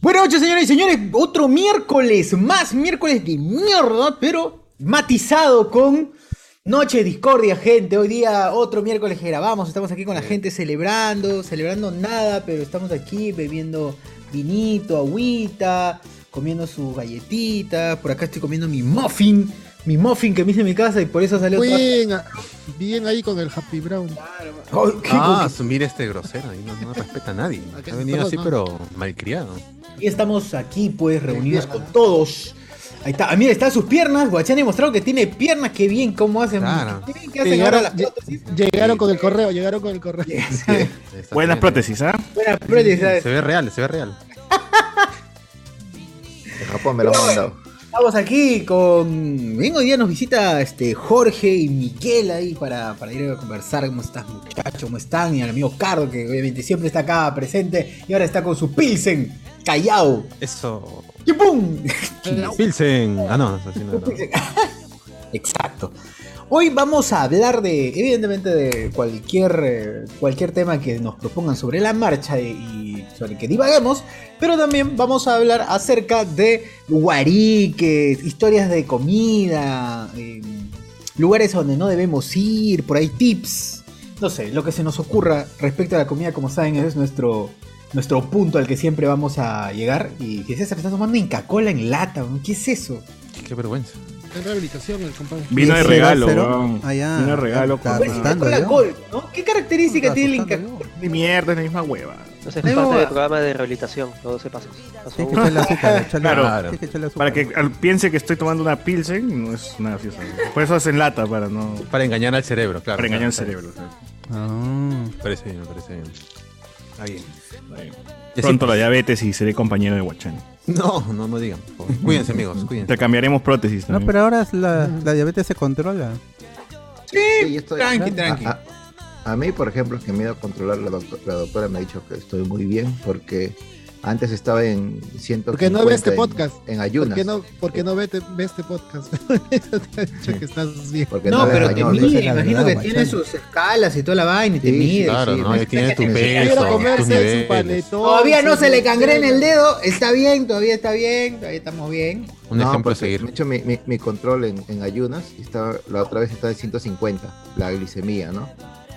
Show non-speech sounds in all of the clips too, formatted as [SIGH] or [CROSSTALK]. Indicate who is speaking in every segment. Speaker 1: Buenas noches, señoras y señores. Otro miércoles, más miércoles de mierda, pero matizado con Noche de Discordia, gente. Hoy día, otro miércoles que grabamos. Estamos aquí con la gente celebrando, celebrando nada, pero estamos aquí bebiendo vinito, agüita, comiendo sus galletitas. Por acá estoy comiendo mi muffin, mi muffin que me hice en mi casa y por eso salió todo.
Speaker 2: Bien, a- ah, bien ahí con el Happy Brown.
Speaker 1: Oh, qué
Speaker 3: Ah,
Speaker 1: coquito.
Speaker 3: asumir este grosero, ahí no, no respeta a nadie.
Speaker 2: Acá
Speaker 3: Ha venido así,
Speaker 2: estamos,
Speaker 3: pero malcriado.
Speaker 1: Y estamos aquí, pues, reunidos con todos. Ahí está, ah, mira, están sus piernas. Guachani ha demostrado que tiene piernas, qué bien, cómo hacen.
Speaker 3: Claro.
Speaker 1: Qué bien que hacen ahora
Speaker 2: Llegaron,
Speaker 1: las
Speaker 2: lle-
Speaker 1: prótesis.
Speaker 2: llegaron con el correo, llegaron con el correo.
Speaker 1: [LAUGHS]
Speaker 3: Está
Speaker 4: Buenas
Speaker 3: bien.
Speaker 4: prótesis, ¿ah?
Speaker 1: Buenas prótesis, ¿sabes?
Speaker 3: Se ve real, se ve real.
Speaker 5: De Japón me lo han mandado.
Speaker 1: Estamos aquí con. Bien, hoy día nos visita este Jorge y Miguel ahí para, para ir a conversar. ¿Cómo estás, muchachos? ¿Cómo están? Y al amigo Cardo, que obviamente siempre está acá presente y ahora está con su Pilsen, callao.
Speaker 3: Eso.
Speaker 1: ¡Y pum!
Speaker 3: Pilsen. Ah, no, así
Speaker 4: [LAUGHS]
Speaker 3: no. era.
Speaker 1: Exacto. Hoy vamos a hablar de, evidentemente, de cualquier, eh, cualquier tema que nos propongan sobre la marcha y, y sobre el que divaguemos, pero también vamos a hablar acerca de guariques, historias de comida, eh, lugares a donde no debemos ir, por ahí tips, no sé, lo que se nos ocurra respecto a la comida, como saben, ese es nuestro... Nuestro punto al que siempre vamos a llegar. Y que César está tomando Inca Cola en lata. ¿no? ¿Qué es eso?
Speaker 3: Qué vergüenza.
Speaker 2: En rehabilitación, el compadre.
Speaker 4: Vino de
Speaker 6: Cero,
Speaker 4: regalo,
Speaker 6: cero.
Speaker 4: weón.
Speaker 6: Ah, ya.
Speaker 4: Vino de regalo
Speaker 6: Está
Speaker 4: con
Speaker 1: ¿Cuál es el
Speaker 6: asustando
Speaker 1: Coca-Cola
Speaker 6: yo.
Speaker 1: Gold, no? ¿Qué característica tiene el Inca?
Speaker 6: Asustando yo.
Speaker 4: Ni mierda, es la misma hueva.
Speaker 7: Entonces
Speaker 6: Ahí
Speaker 7: es parte
Speaker 6: va.
Speaker 7: del programa de rehabilitación, no se pasa. No se
Speaker 6: Tienes que
Speaker 7: aburra.
Speaker 6: echarle azúcar, echarle
Speaker 4: Claro.
Speaker 6: azúcar, tienes que echarle azúcar.
Speaker 4: Para que al- piense que estoy tomando una pilsen, no es una fiesta. Por eso hacen lata, para no.
Speaker 3: Para engañar al cerebro, claro.
Speaker 4: Para engañar
Speaker 3: al
Speaker 4: el cerebro.
Speaker 6: Ah.
Speaker 3: Me parece bien, me parece bien.
Speaker 4: Está bien. Está bien.
Speaker 3: Y
Speaker 4: Pronto
Speaker 3: así-
Speaker 4: la diabetes y seré compañero de Huachani.
Speaker 3: No, no, no digan. por favor. Cuídense,
Speaker 4: [LAUGHS]
Speaker 3: amigos, cuídense.
Speaker 4: Intercambiaremos prótesis
Speaker 6: No,
Speaker 4: también.
Speaker 6: pero ahora es la, la diabetes se controla.
Speaker 5: Sí, yo estoy-
Speaker 1: Tranqui,
Speaker 5: a-
Speaker 1: tranqui.
Speaker 5: A, a mí, por ejemplo, que me he ido a controlar, la, doc- la doctora me ha dicho que estoy muy bien porque antes estaba en 150.
Speaker 2: ¿Por qué no ve este
Speaker 5: en-
Speaker 2: podcast?
Speaker 5: En,
Speaker 2: ¿Por
Speaker 5: ayunas.
Speaker 2: qué no, por qué no vete- ve este podcast? [LAUGHS] Te ha dicho que estás bien.
Speaker 5: Porque
Speaker 1: No,
Speaker 5: ve
Speaker 1: pero te
Speaker 5: español.
Speaker 1: mide,
Speaker 6: esa es la
Speaker 1: imagino que
Speaker 6: verdad,
Speaker 1: tiene
Speaker 6: Guachani.
Speaker 1: sus escalas y toda la vaina y te
Speaker 5: Sí,
Speaker 1: mide.
Speaker 3: Claro,
Speaker 1: sí,
Speaker 3: ¿no? Ahí tiene tu
Speaker 2: Quiero
Speaker 3: peso, tus
Speaker 2: comerse su
Speaker 3: niveles.
Speaker 2: paletón.
Speaker 1: Todavía no
Speaker 2: su
Speaker 1: se le cangrena
Speaker 2: mozzarella.
Speaker 1: el dedo, está bien, todavía está bien, todavía estamos bien.
Speaker 3: Un
Speaker 5: No,
Speaker 3: ejemplo a
Speaker 5: porque
Speaker 3: seguir.
Speaker 5: Me he hecho mi, mi- mi control en, en ayunas y estaba, la otra vez estaba en 150, la glicemia, ¿no?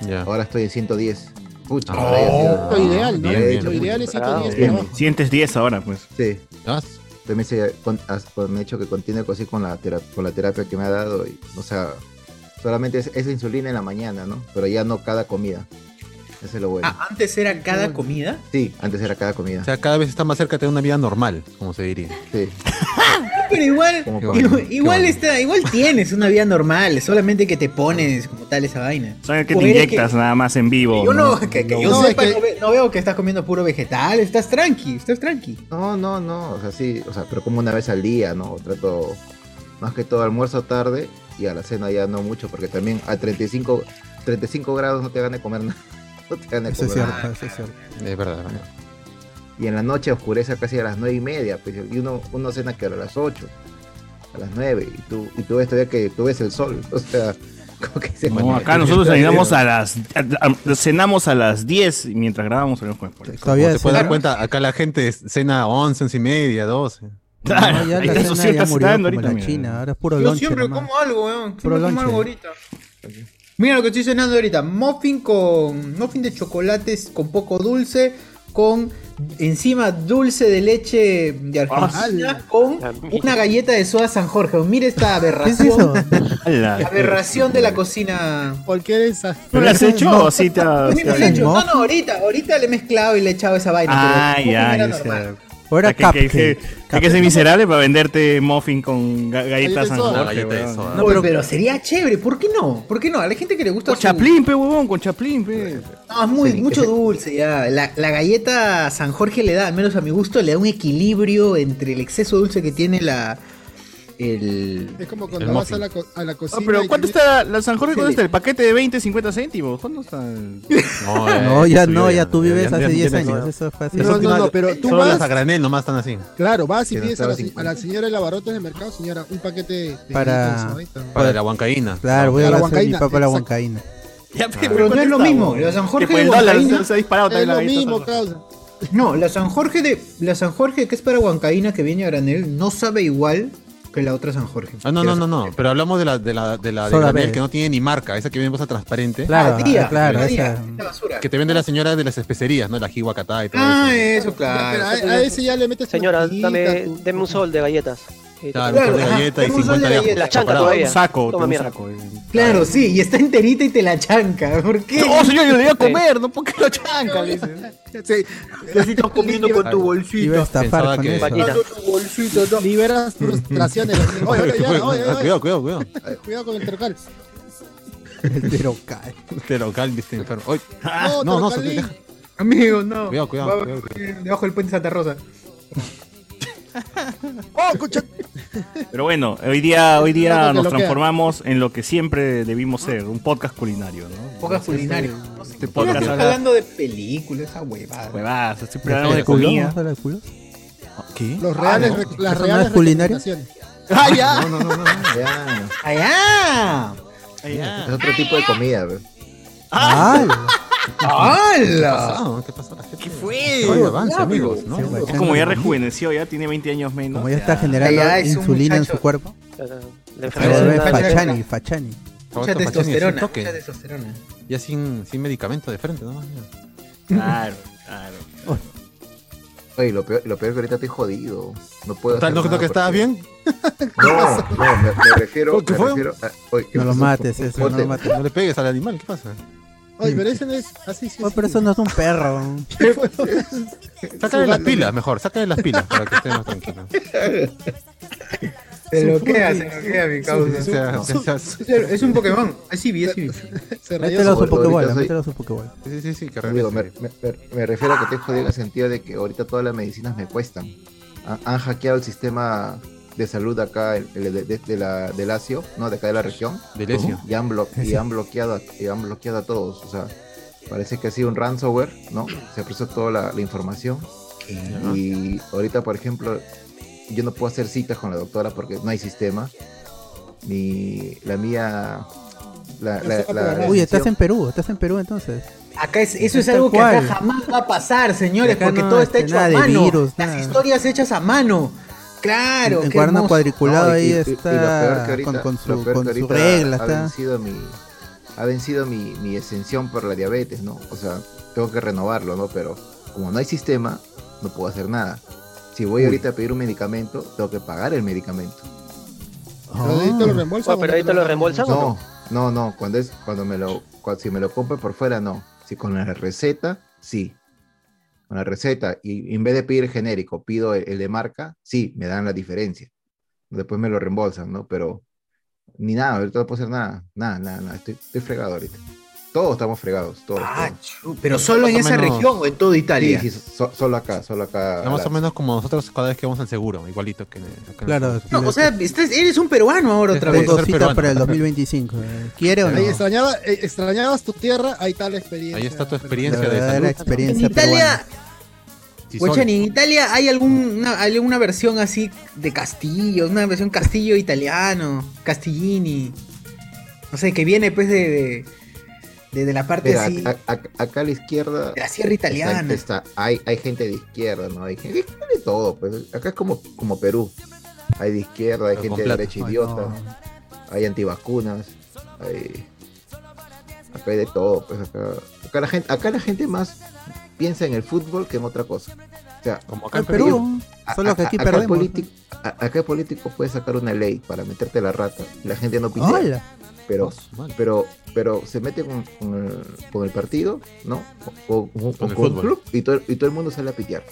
Speaker 3: Ya.
Speaker 5: Ahora estoy en 110. Pucha,
Speaker 3: Ah,
Speaker 5: ahora ya ha sido-
Speaker 2: Oh, Lo ideal, ¿no?
Speaker 3: Bien, bien.
Speaker 2: Lo ideal es
Speaker 7: Bravo.
Speaker 2: 110
Speaker 5: Bien.
Speaker 2: para abajo.
Speaker 4: Sientes 10 ahora, pues.
Speaker 5: Sí,
Speaker 3: Ah,
Speaker 5: también se, con, as- con- me he hecho que continúe así con la, tera- con la terapia que me ha dado. Y, o sea, solamente es, es insulina en la mañana, ¿no? Pero ya no cada comida. Eso es lo bueno.
Speaker 1: Ah, antes era cada comida.
Speaker 5: Sí, antes era cada comida.
Speaker 3: O sea, cada vez está más cerca de una vida normal, como se diría.
Speaker 5: Sí.
Speaker 1: Ah, Pero igual,
Speaker 5: Como
Speaker 3: Qué
Speaker 5: para-
Speaker 3: bueno,
Speaker 1: igual,
Speaker 3: qué
Speaker 1: igual
Speaker 3: bueno.
Speaker 1: está, igual tienes una vida normal, solamente que te pones como tal esa vaina.
Speaker 4: Saben que te
Speaker 1: Joder, es
Speaker 4: inyectas nada más en vivo.
Speaker 1: Yo no,
Speaker 4: ¿no?
Speaker 1: que, que
Speaker 4: No,
Speaker 1: yo
Speaker 2: no,
Speaker 1: sepa,
Speaker 2: es que-
Speaker 1: no, ve- no veo que estás comiendo puro vegetal, estás tranqui, estás tranqui.
Speaker 5: No, no, no. O sea, sí, o sea, pero como una vez al día, ¿no? Trato más que todo almuerzo tarde y a la cena ya no mucho, porque también a 35, 35 grados no te gane comer nada. [LAUGHS] No te gane
Speaker 6: Eso
Speaker 5: comer
Speaker 6: es
Speaker 5: nada.
Speaker 6: cierto, eso es
Speaker 5: [LAUGHS]
Speaker 6: cierto.
Speaker 3: Es verdad, es verdad.
Speaker 5: Y en la noche oscurece casi a las nueve y media. pues, y uno, uno cena que a las 8, a las 9. Y tú, y tú ves todavía que tú ves el sol. [LAUGHS] O sea, como que se
Speaker 4: No,
Speaker 5: [LAUGHS]
Speaker 4: acá nosotros cenamos a las a- a- cenamos a las 10 mientras grabamos el jueves. por
Speaker 3: Como
Speaker 4: ejemplo.
Speaker 6: Todavía
Speaker 3: se
Speaker 6: es-
Speaker 3: puede dar cuenta, acá la gente es- cena 11, 11 y media, 12.
Speaker 4: Claro,
Speaker 6: No, ya la
Speaker 4: eso
Speaker 6: cena
Speaker 4: sí
Speaker 6: ya
Speaker 4: está
Speaker 6: murió
Speaker 4: cenando
Speaker 6: como
Speaker 4: ahorita.
Speaker 6: la
Speaker 4: mira.
Speaker 6: China, ahora es puro
Speaker 1: Yo
Speaker 6: lonche
Speaker 1: siempre
Speaker 6: nomás.
Speaker 1: como algo, weón. Siempre
Speaker 6: Puro
Speaker 1: como
Speaker 6: lonche.
Speaker 1: algo ahorita. Mira lo que estoy cenando ahorita. Muffin con. Muffin de chocolates con poco dulce. Con encima dulce de leche de
Speaker 4: Ah,
Speaker 1: Argentina. con una galleta de soda San Jorge. Mira esta
Speaker 6: [LAUGHS] ¿Qué es eso?
Speaker 1: aberración.
Speaker 4: Ala.
Speaker 1: aberración de la cocina.
Speaker 2: ¿Por qué eres así?
Speaker 4: ¿Tú lo has hecho o sí te has-
Speaker 1: Mira, le he hecho- No, no, ahorita, ahorita le he mezclado y le he echado esa vaina.
Speaker 4: Ah,
Speaker 1: pero
Speaker 4: ya,
Speaker 1: era
Speaker 4: ya
Speaker 1: normal.
Speaker 4: sé.
Speaker 6: Ahora
Speaker 4: Hay que, que,
Speaker 6: cupcake.
Speaker 4: que, hay que ser miserable para venderte muffin con ga-
Speaker 2: Galletas
Speaker 4: galletas San
Speaker 2: soda.
Speaker 4: Jorge,
Speaker 3: No, galleta de
Speaker 4: weón.
Speaker 3: soda.
Speaker 1: No, pero, pero sería chévere, ¿por qué no? ¿Por qué no? A la gente que le gusta.
Speaker 4: Con
Speaker 1: su-
Speaker 4: chaplín, pe huevón, con chaplín, pe.
Speaker 1: No, es muy,
Speaker 5: Sí,
Speaker 1: mucho
Speaker 5: ese-
Speaker 1: dulce ya. La, la galleta San Jorge le da, al menos a mi gusto, le da un equilibrio entre el exceso dulce que tiene la. El.
Speaker 2: Es como
Speaker 3: El
Speaker 2: cuando vas
Speaker 3: muffin.
Speaker 2: a la, co- a la cocina.
Speaker 4: Ah, pero
Speaker 2: y
Speaker 4: ¿cuánto
Speaker 2: te-
Speaker 4: está la San Jorge? ¿Cuánto está el paquete de 20, 50 céntimos? ¿Cuánto está? el-
Speaker 6: [LAUGHS]
Speaker 3: No,
Speaker 6: No,
Speaker 3: eh,
Speaker 6: ya
Speaker 3: eso
Speaker 6: no,
Speaker 3: yo
Speaker 6: ya tú vives
Speaker 3: ya-
Speaker 6: hace
Speaker 3: ya-
Speaker 6: 10
Speaker 3: ya-
Speaker 6: años.
Speaker 3: ya-
Speaker 6: Eso fue hace
Speaker 2: No,
Speaker 3: Esas
Speaker 2: no,
Speaker 3: últimas-
Speaker 2: no, pero tú
Speaker 3: solo
Speaker 2: vas-
Speaker 3: las a granel nomás están así.
Speaker 2: Claro, vas y
Speaker 5: Que no
Speaker 2: pides a
Speaker 5: estaba
Speaker 2: la, se-
Speaker 5: 50.
Speaker 2: a la señora de la barrotes del mercado, señora, un paquete de
Speaker 6: Para-
Speaker 2: galletas suavitas, ¿no?
Speaker 3: Para la huancaína.
Speaker 6: Claro, voy
Speaker 2: A
Speaker 6: a
Speaker 2: la
Speaker 6: hacer mi
Speaker 2: huancaína,
Speaker 6: papá la
Speaker 2: exacto.
Speaker 6: huancaína.
Speaker 4: Ya, pe,
Speaker 1: Pero no es lo
Speaker 4: ¿cuánto está,
Speaker 1: mismo,
Speaker 4: huevón?
Speaker 1: la San Jorge
Speaker 4: Que por
Speaker 1: de
Speaker 4: el dólar
Speaker 1: Huancaína-
Speaker 4: se- se ha disparado
Speaker 2: Es
Speaker 4: también la
Speaker 2: lo
Speaker 4: galleta San
Speaker 2: mismo,
Speaker 4: Jorge.
Speaker 2: causa.
Speaker 1: No, la San Jorge de. La San Jorge que es para Huancaína que viene a granel no sabe igual que la otra San Jorge.
Speaker 3: Ah, no, no, no, no. Pero hablamos de la de la de la de
Speaker 6: Sola
Speaker 3: granel
Speaker 6: B.
Speaker 3: que no tiene ni marca, esa que viene en bolsa transparente.
Speaker 6: Claro,
Speaker 1: Ah, tía,
Speaker 6: claro,
Speaker 1: la
Speaker 6: esa.
Speaker 1: tía, esa basura.
Speaker 3: Que te vende la señora de las especerías, ¿no? La jihuacatá y todo
Speaker 1: Ah,
Speaker 3: eso.
Speaker 1: eso,
Speaker 2: Pero a,
Speaker 1: claro.
Speaker 2: a ese ya le metes
Speaker 7: Señora,
Speaker 2: mantequilla,
Speaker 7: dame,
Speaker 2: tu-
Speaker 7: deme un sol de galletas. Y-
Speaker 3: Claro,
Speaker 1: Claro,
Speaker 3: un par de
Speaker 1: ajá,
Speaker 3: galletas y
Speaker 1: tenemos una
Speaker 3: 50 de
Speaker 1: galleta.
Speaker 3: ajos.
Speaker 7: La chanca
Speaker 3: Separado.
Speaker 7: todavía.
Speaker 4: Un saco,
Speaker 7: Toma
Speaker 4: un
Speaker 7: mierda.
Speaker 4: saco.
Speaker 1: Claro, sí, y está enterita y te la chanca. ¿Por qué?
Speaker 4: No, señor, yo le iba a comer, ¿no? ¿Por qué lo chanca? Le dice.
Speaker 1: Sí, así estás comiendo con
Speaker 6: Iba
Speaker 1: tu
Speaker 6: a
Speaker 1: bolsita.
Speaker 3: Pensaba
Speaker 6: estafar con
Speaker 3: que-
Speaker 6: eso.
Speaker 7: Vaquita.
Speaker 1: Con tu bolsita, no.
Speaker 2: Liberas frustraciones. Oye, oye, ya,
Speaker 3: Oye,
Speaker 2: oye, oye,
Speaker 3: Cuidado, cuidado, cuidado.
Speaker 2: Cuidado con el tercal.
Speaker 6: El terocal.
Speaker 3: Te lo calviste enfermo. Oye,
Speaker 2: No,
Speaker 3: Ah, no, no, se
Speaker 2: tercalín.
Speaker 3: te-
Speaker 1: Amigo, no.
Speaker 3: Cuidado, cuidado,
Speaker 1: Va-
Speaker 3: cuidado,
Speaker 1: Debajo del puente Santa Rosa.
Speaker 2: Oh, escucha.
Speaker 4: Pero bueno, hoy día, hoy
Speaker 2: Creo
Speaker 4: día
Speaker 2: que
Speaker 4: nos
Speaker 2: lo queda.
Speaker 4: transformamos en lo que siempre debimos ser, un podcast culinario, ¿no?
Speaker 1: Pocas culinarias.
Speaker 3: este
Speaker 1: Ahora
Speaker 3: podcast
Speaker 1: estás
Speaker 3: habla-
Speaker 1: hablando de películas, esa huevada.
Speaker 4: Huevadas, siempre hablamos de
Speaker 6: ¿El culo?
Speaker 4: comida.
Speaker 6: ¿Vamos a hablar del culo?
Speaker 3: ¿Qué?
Speaker 2: Los reales,
Speaker 3: Ah, no.
Speaker 2: rec- las
Speaker 6: ¿Personas
Speaker 2: reales
Speaker 6: culinarias?
Speaker 2: recomendaciones.
Speaker 3: ¡Ah, ya! No, no, no, no.
Speaker 5: Ya,
Speaker 1: ¡Allá!
Speaker 5: es otro tipo de comida, ve.
Speaker 6: ¡Ah!
Speaker 1: ¡Hala!
Speaker 3: Ah, ¿Qué pasó? La gente-
Speaker 1: fue?
Speaker 3: Oye, avance,
Speaker 1: Ya,
Speaker 3: amigos,
Speaker 6: la-
Speaker 3: ¿no?
Speaker 4: Es como ya rejuveneció, ya tiene 20 años menos.
Speaker 6: Como ya está generando
Speaker 1: Ya, es un
Speaker 6: insulina en
Speaker 1: muchacho.
Speaker 6: su cuerpo.
Speaker 7: eh, La
Speaker 6: Se vuelve
Speaker 1: Pero es una-
Speaker 7: enfermedad.
Speaker 6: Fachani, Fachani.
Speaker 1: Mucha
Speaker 3: Roberto Pachani, sin
Speaker 1: testosterona.
Speaker 3: toque.
Speaker 1: Mucha testosterona.
Speaker 3: Ya sin, sin medicamento de frente, ¿no? Ya.
Speaker 4: Claro, claro.
Speaker 5: Oye, lo peor, lo peor es que ahorita estoy jodido. No puedo
Speaker 3: Tal,
Speaker 5: hacer
Speaker 3: ¿No
Speaker 5: nada
Speaker 3: no que estabas
Speaker 5: porque-
Speaker 2: [LAUGHS]
Speaker 3: bien?
Speaker 5: No, no, me, me refiero,
Speaker 3: ¿Qué
Speaker 5: me
Speaker 3: fue?
Speaker 5: refiero a- oye, ¿qué
Speaker 6: No lo
Speaker 5: pasó?
Speaker 6: mates, eso, no
Speaker 5: Ponte-
Speaker 6: lo mates.
Speaker 3: [LAUGHS] No le pegues al animal, ¿qué pasa?
Speaker 2: Oye, pero ese no es así, sí.
Speaker 6: Oh,
Speaker 2: sí.
Speaker 6: pero eso no es un
Speaker 1: [LAUGHS]
Speaker 6: perro.
Speaker 3: Sácale las pilas, mejor, sácale las pilas para que esté
Speaker 1: [LAUGHS]
Speaker 3: más tranquilo.
Speaker 1: Se loquea, se loquea
Speaker 2: [LAUGHS]
Speaker 1: mi
Speaker 3: O
Speaker 1: causa.
Speaker 3: sea, o sea, sí,
Speaker 1: Es el- Es un Pokémon. Así vi, así vi.
Speaker 2: Se rayó
Speaker 6: Mételo a su
Speaker 5: ahorita
Speaker 6: Pokébola,
Speaker 5: soy-
Speaker 6: mételo a su Pokébola.
Speaker 3: sí, sí, sí, que
Speaker 5: Amigo,
Speaker 3: regrese.
Speaker 5: me, me- me- me refiero a que estoy jodido en el sentido de que ahorita todas las medicinas me cuestan. Han, han hackeado el sistema de salud de acá, el, el de, de- de la, del ASIO, no, de acá de la región,
Speaker 3: De Lesio.
Speaker 5: y han, blo- y han bloqueado, a- y han bloqueado a todos. O sea, parece que ha sido un ransomware, ¿no? Se prestó toda la, la información. Y ahorita, por ejemplo, yo no puedo hacer citas con la doctora porque no hay sistema. Ni la mía. La, la, la- la
Speaker 6: Uy, estás
Speaker 5: decisión-
Speaker 6: en Perú, estás en Perú entonces.
Speaker 1: Acá es, eso es
Speaker 6: Tal
Speaker 1: algo que acá
Speaker 6: cual.
Speaker 1: jamás va a pasar, señores,
Speaker 6: Acá
Speaker 1: porque
Speaker 6: no,
Speaker 1: todo está
Speaker 6: este,
Speaker 1: hecho a
Speaker 6: nada de
Speaker 1: mano.
Speaker 6: virus,
Speaker 1: Las
Speaker 6: nada.
Speaker 1: historias hechas a mano. Claro,
Speaker 6: en
Speaker 1: qué
Speaker 6: cuaderno
Speaker 1: hermoso.
Speaker 6: cuadriculado
Speaker 5: No, y-
Speaker 6: ahí
Speaker 5: y- y lo peor
Speaker 6: está
Speaker 5: que ahorita-
Speaker 6: con, con
Speaker 5: lo
Speaker 6: su,
Speaker 5: peor que
Speaker 6: con su
Speaker 5: ahorita
Speaker 6: regla.
Speaker 5: Ha
Speaker 6: Está.
Speaker 5: vencido mi, ha vencido mi, mi exención por la diabetes, ¿no? O sea, tengo que renovarlo, ¿no? Pero como no hay sistema, no puedo hacer nada. Si voy ahorita a pedir un medicamento, tengo que pagar el medicamento.
Speaker 2: Pero ahí te lo reembolsan.
Speaker 7: Ah, pero ahí te lo reembolsan. ¿o
Speaker 5: No, no, no. Cuando es, cuando me lo, cua- si me lo compro por fuera, no. Si con la receta, sí. Con la receta. Y en vez de pedir genérico, pido el, el de marca, sí, me dan la diferencia. Después me lo reembolsan, ¿no? Pero ni nada, ahorita no puedo hacer nada. Nada, nada, nada. Estoy, estoy fregado ahorita. Todos estamos fregados, todos.
Speaker 1: Ah,
Speaker 5: todos.
Speaker 1: chu- pero solo en
Speaker 3: Más o
Speaker 1: esa
Speaker 3: menos.
Speaker 1: región o en toda Italia.
Speaker 5: Sí, sí, so- solo acá, solo acá.
Speaker 3: Ya más o
Speaker 5: Alas.
Speaker 3: menos como nosotros cada vez que vamos al seguro, igualito que. que
Speaker 6: Claro,
Speaker 3: nosotros.
Speaker 1: No, o sea, estás- eres un peruano ahora otra vez.
Speaker 3: Punto.
Speaker 6: Tengo
Speaker 3: ser
Speaker 6: cita
Speaker 3: peruano.
Speaker 6: para el 2025. eh. ¿Quiere o no?
Speaker 2: Ahí extrañaba, eh, extrañabas tu tierra, ahí está la experiencia.
Speaker 3: Ahí está tu
Speaker 6: La
Speaker 3: experiencia de
Speaker 6: verdadera
Speaker 3: salud.
Speaker 1: En
Speaker 6: experiencia
Speaker 1: Italia,
Speaker 6: peruana.
Speaker 3: Si son-
Speaker 1: Guachani, en Italia hay alguna, hay alguna versión así de castillo, una versión castillo italiano, Castiglini. No sé, que viene pues de, de, de- de la parte
Speaker 5: Mira,
Speaker 1: así,
Speaker 5: a- a- acá a la izquierda.
Speaker 1: de la sierra italiana.
Speaker 5: Está- está- hay, hay gente de izquierda, ¿no? Hay gente de todo, pues. Acá es como, como Perú. Hay de izquierda, hay
Speaker 3: Pero
Speaker 5: gente
Speaker 3: con
Speaker 5: de
Speaker 3: plata.
Speaker 5: derecha
Speaker 6: Ay,
Speaker 5: idiota,
Speaker 6: no.
Speaker 5: hay antivacunas, hay. Acá hay de todo, pues acá. Acá la gente, acá la gente más piensa en el fútbol que en otra cosa. O sea,
Speaker 3: Como acá
Speaker 6: Acá
Speaker 3: en
Speaker 6: en
Speaker 3: Perú.
Speaker 6: Perú.
Speaker 5: a-
Speaker 6: Solo que
Speaker 5: a-
Speaker 6: aquí
Speaker 5: acá el
Speaker 6: perdemos.
Speaker 5: político, a- acá el político puede sacar una ley para meterte la rata y la gente no pitea.
Speaker 6: Hola.
Speaker 5: pero
Speaker 3: Oh, su madre.
Speaker 5: pero pero se mete con, con el, con el partido, ¿no? O, o- o
Speaker 3: Con
Speaker 5: con un
Speaker 3: el fútbol.
Speaker 5: club y todo, y todo el mundo sale a pitear.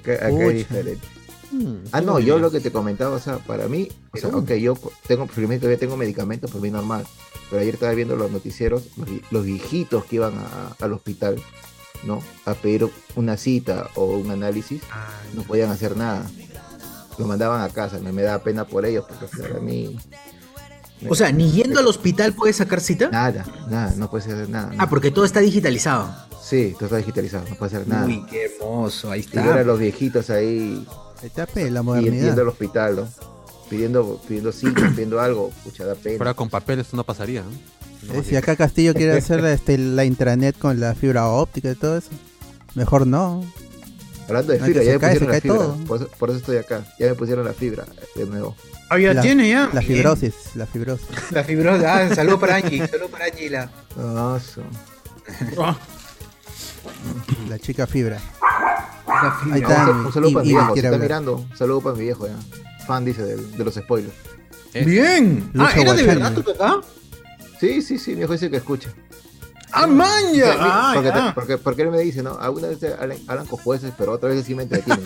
Speaker 5: Acá, acá
Speaker 6: Pucha.
Speaker 5: es diferente.
Speaker 1: Hmm,
Speaker 3: Mm,
Speaker 5: Ah,
Speaker 3: qué
Speaker 5: no,
Speaker 3: bonito.
Speaker 5: yo lo que te comentaba, o sea, para mí, o sea,
Speaker 3: Pero-
Speaker 5: ok, yo co- tengo, primero todavía tengo medicamentos, por mí normal, pero ayer estaba viendo los noticieros, los, vi- los viejitos que iban a- al hospital, ¿no? A pedir una cita o un análisis, no podían hacer nada. Los mandaban a casa, me, me daba pena por ellos, porque para mí...
Speaker 1: O sea, ni yendo al hospital puedes sacar cita.
Speaker 5: Nada, nada, no puedes hacer nada.
Speaker 1: Ah,
Speaker 5: nada.
Speaker 1: porque todo está digitalizado.
Speaker 5: Sí, todo está digitalizado, no puedes hacer nada.
Speaker 1: Uy, qué hermoso, ahí
Speaker 5: Y ver a
Speaker 1: está.
Speaker 5: los viejitos ahí
Speaker 6: Ahí está, pe, la
Speaker 5: y
Speaker 6: modernidad.
Speaker 5: yendo
Speaker 6: [COUGHS]
Speaker 5: al hospital, ¿no? Pidiendo, pidiendo citas, pidiendo algo, pucha, da pena.
Speaker 3: Fuera con papel, esto no pasaría. ¿no?
Speaker 6: Eh, Si acá Castillo
Speaker 5: [LAUGHS]
Speaker 6: quiere hacer este, la intranet con la fibra óptica y todo eso, mejor no.
Speaker 5: Hablando de
Speaker 6: No,
Speaker 5: fibra,
Speaker 6: que
Speaker 5: ya
Speaker 6: se
Speaker 5: me
Speaker 6: cae, se
Speaker 5: pusieron
Speaker 6: cae
Speaker 5: la fibra.
Speaker 6: todo.
Speaker 5: Por eso, por eso estoy acá. Ya me pusieron la fibra de nuevo.
Speaker 8: Ah, ya
Speaker 6: La-
Speaker 8: tiene ya.
Speaker 6: La
Speaker 8: Bien.
Speaker 6: fibrosis, la fibrosis.
Speaker 8: [LAUGHS] La fibrosis. Ah, saludo para Angie. Saludo para Angie. La...
Speaker 5: Ah, su-
Speaker 4: Ah.
Speaker 6: La chica fibra.
Speaker 8: La
Speaker 6: Ahí
Speaker 8: fibra.
Speaker 6: está.
Speaker 5: un saludo
Speaker 6: y-
Speaker 5: para
Speaker 6: y
Speaker 5: mi viejo, si
Speaker 6: quiere
Speaker 5: está
Speaker 6: hablar.
Speaker 5: mirando. Un saludo para mi viejo, ya. Fan, dice, del- de, los spoilers.
Speaker 8: Bien. Ah,
Speaker 6: Lucha
Speaker 8: ¿era de
Speaker 6: Guachani.
Speaker 8: verdad tu
Speaker 3: ¿Ah?
Speaker 8: papá?
Speaker 5: Sí, sí, sí, mi viejo dice que escucha.
Speaker 8: Ah, man, ya. Ah,
Speaker 5: porque,
Speaker 8: ya.
Speaker 5: porque- porque él me dice, ¿no? Algunas veces hablan, hablan con jueces, pero otras veces sí
Speaker 8: [LAUGHS]
Speaker 5: me entretienen.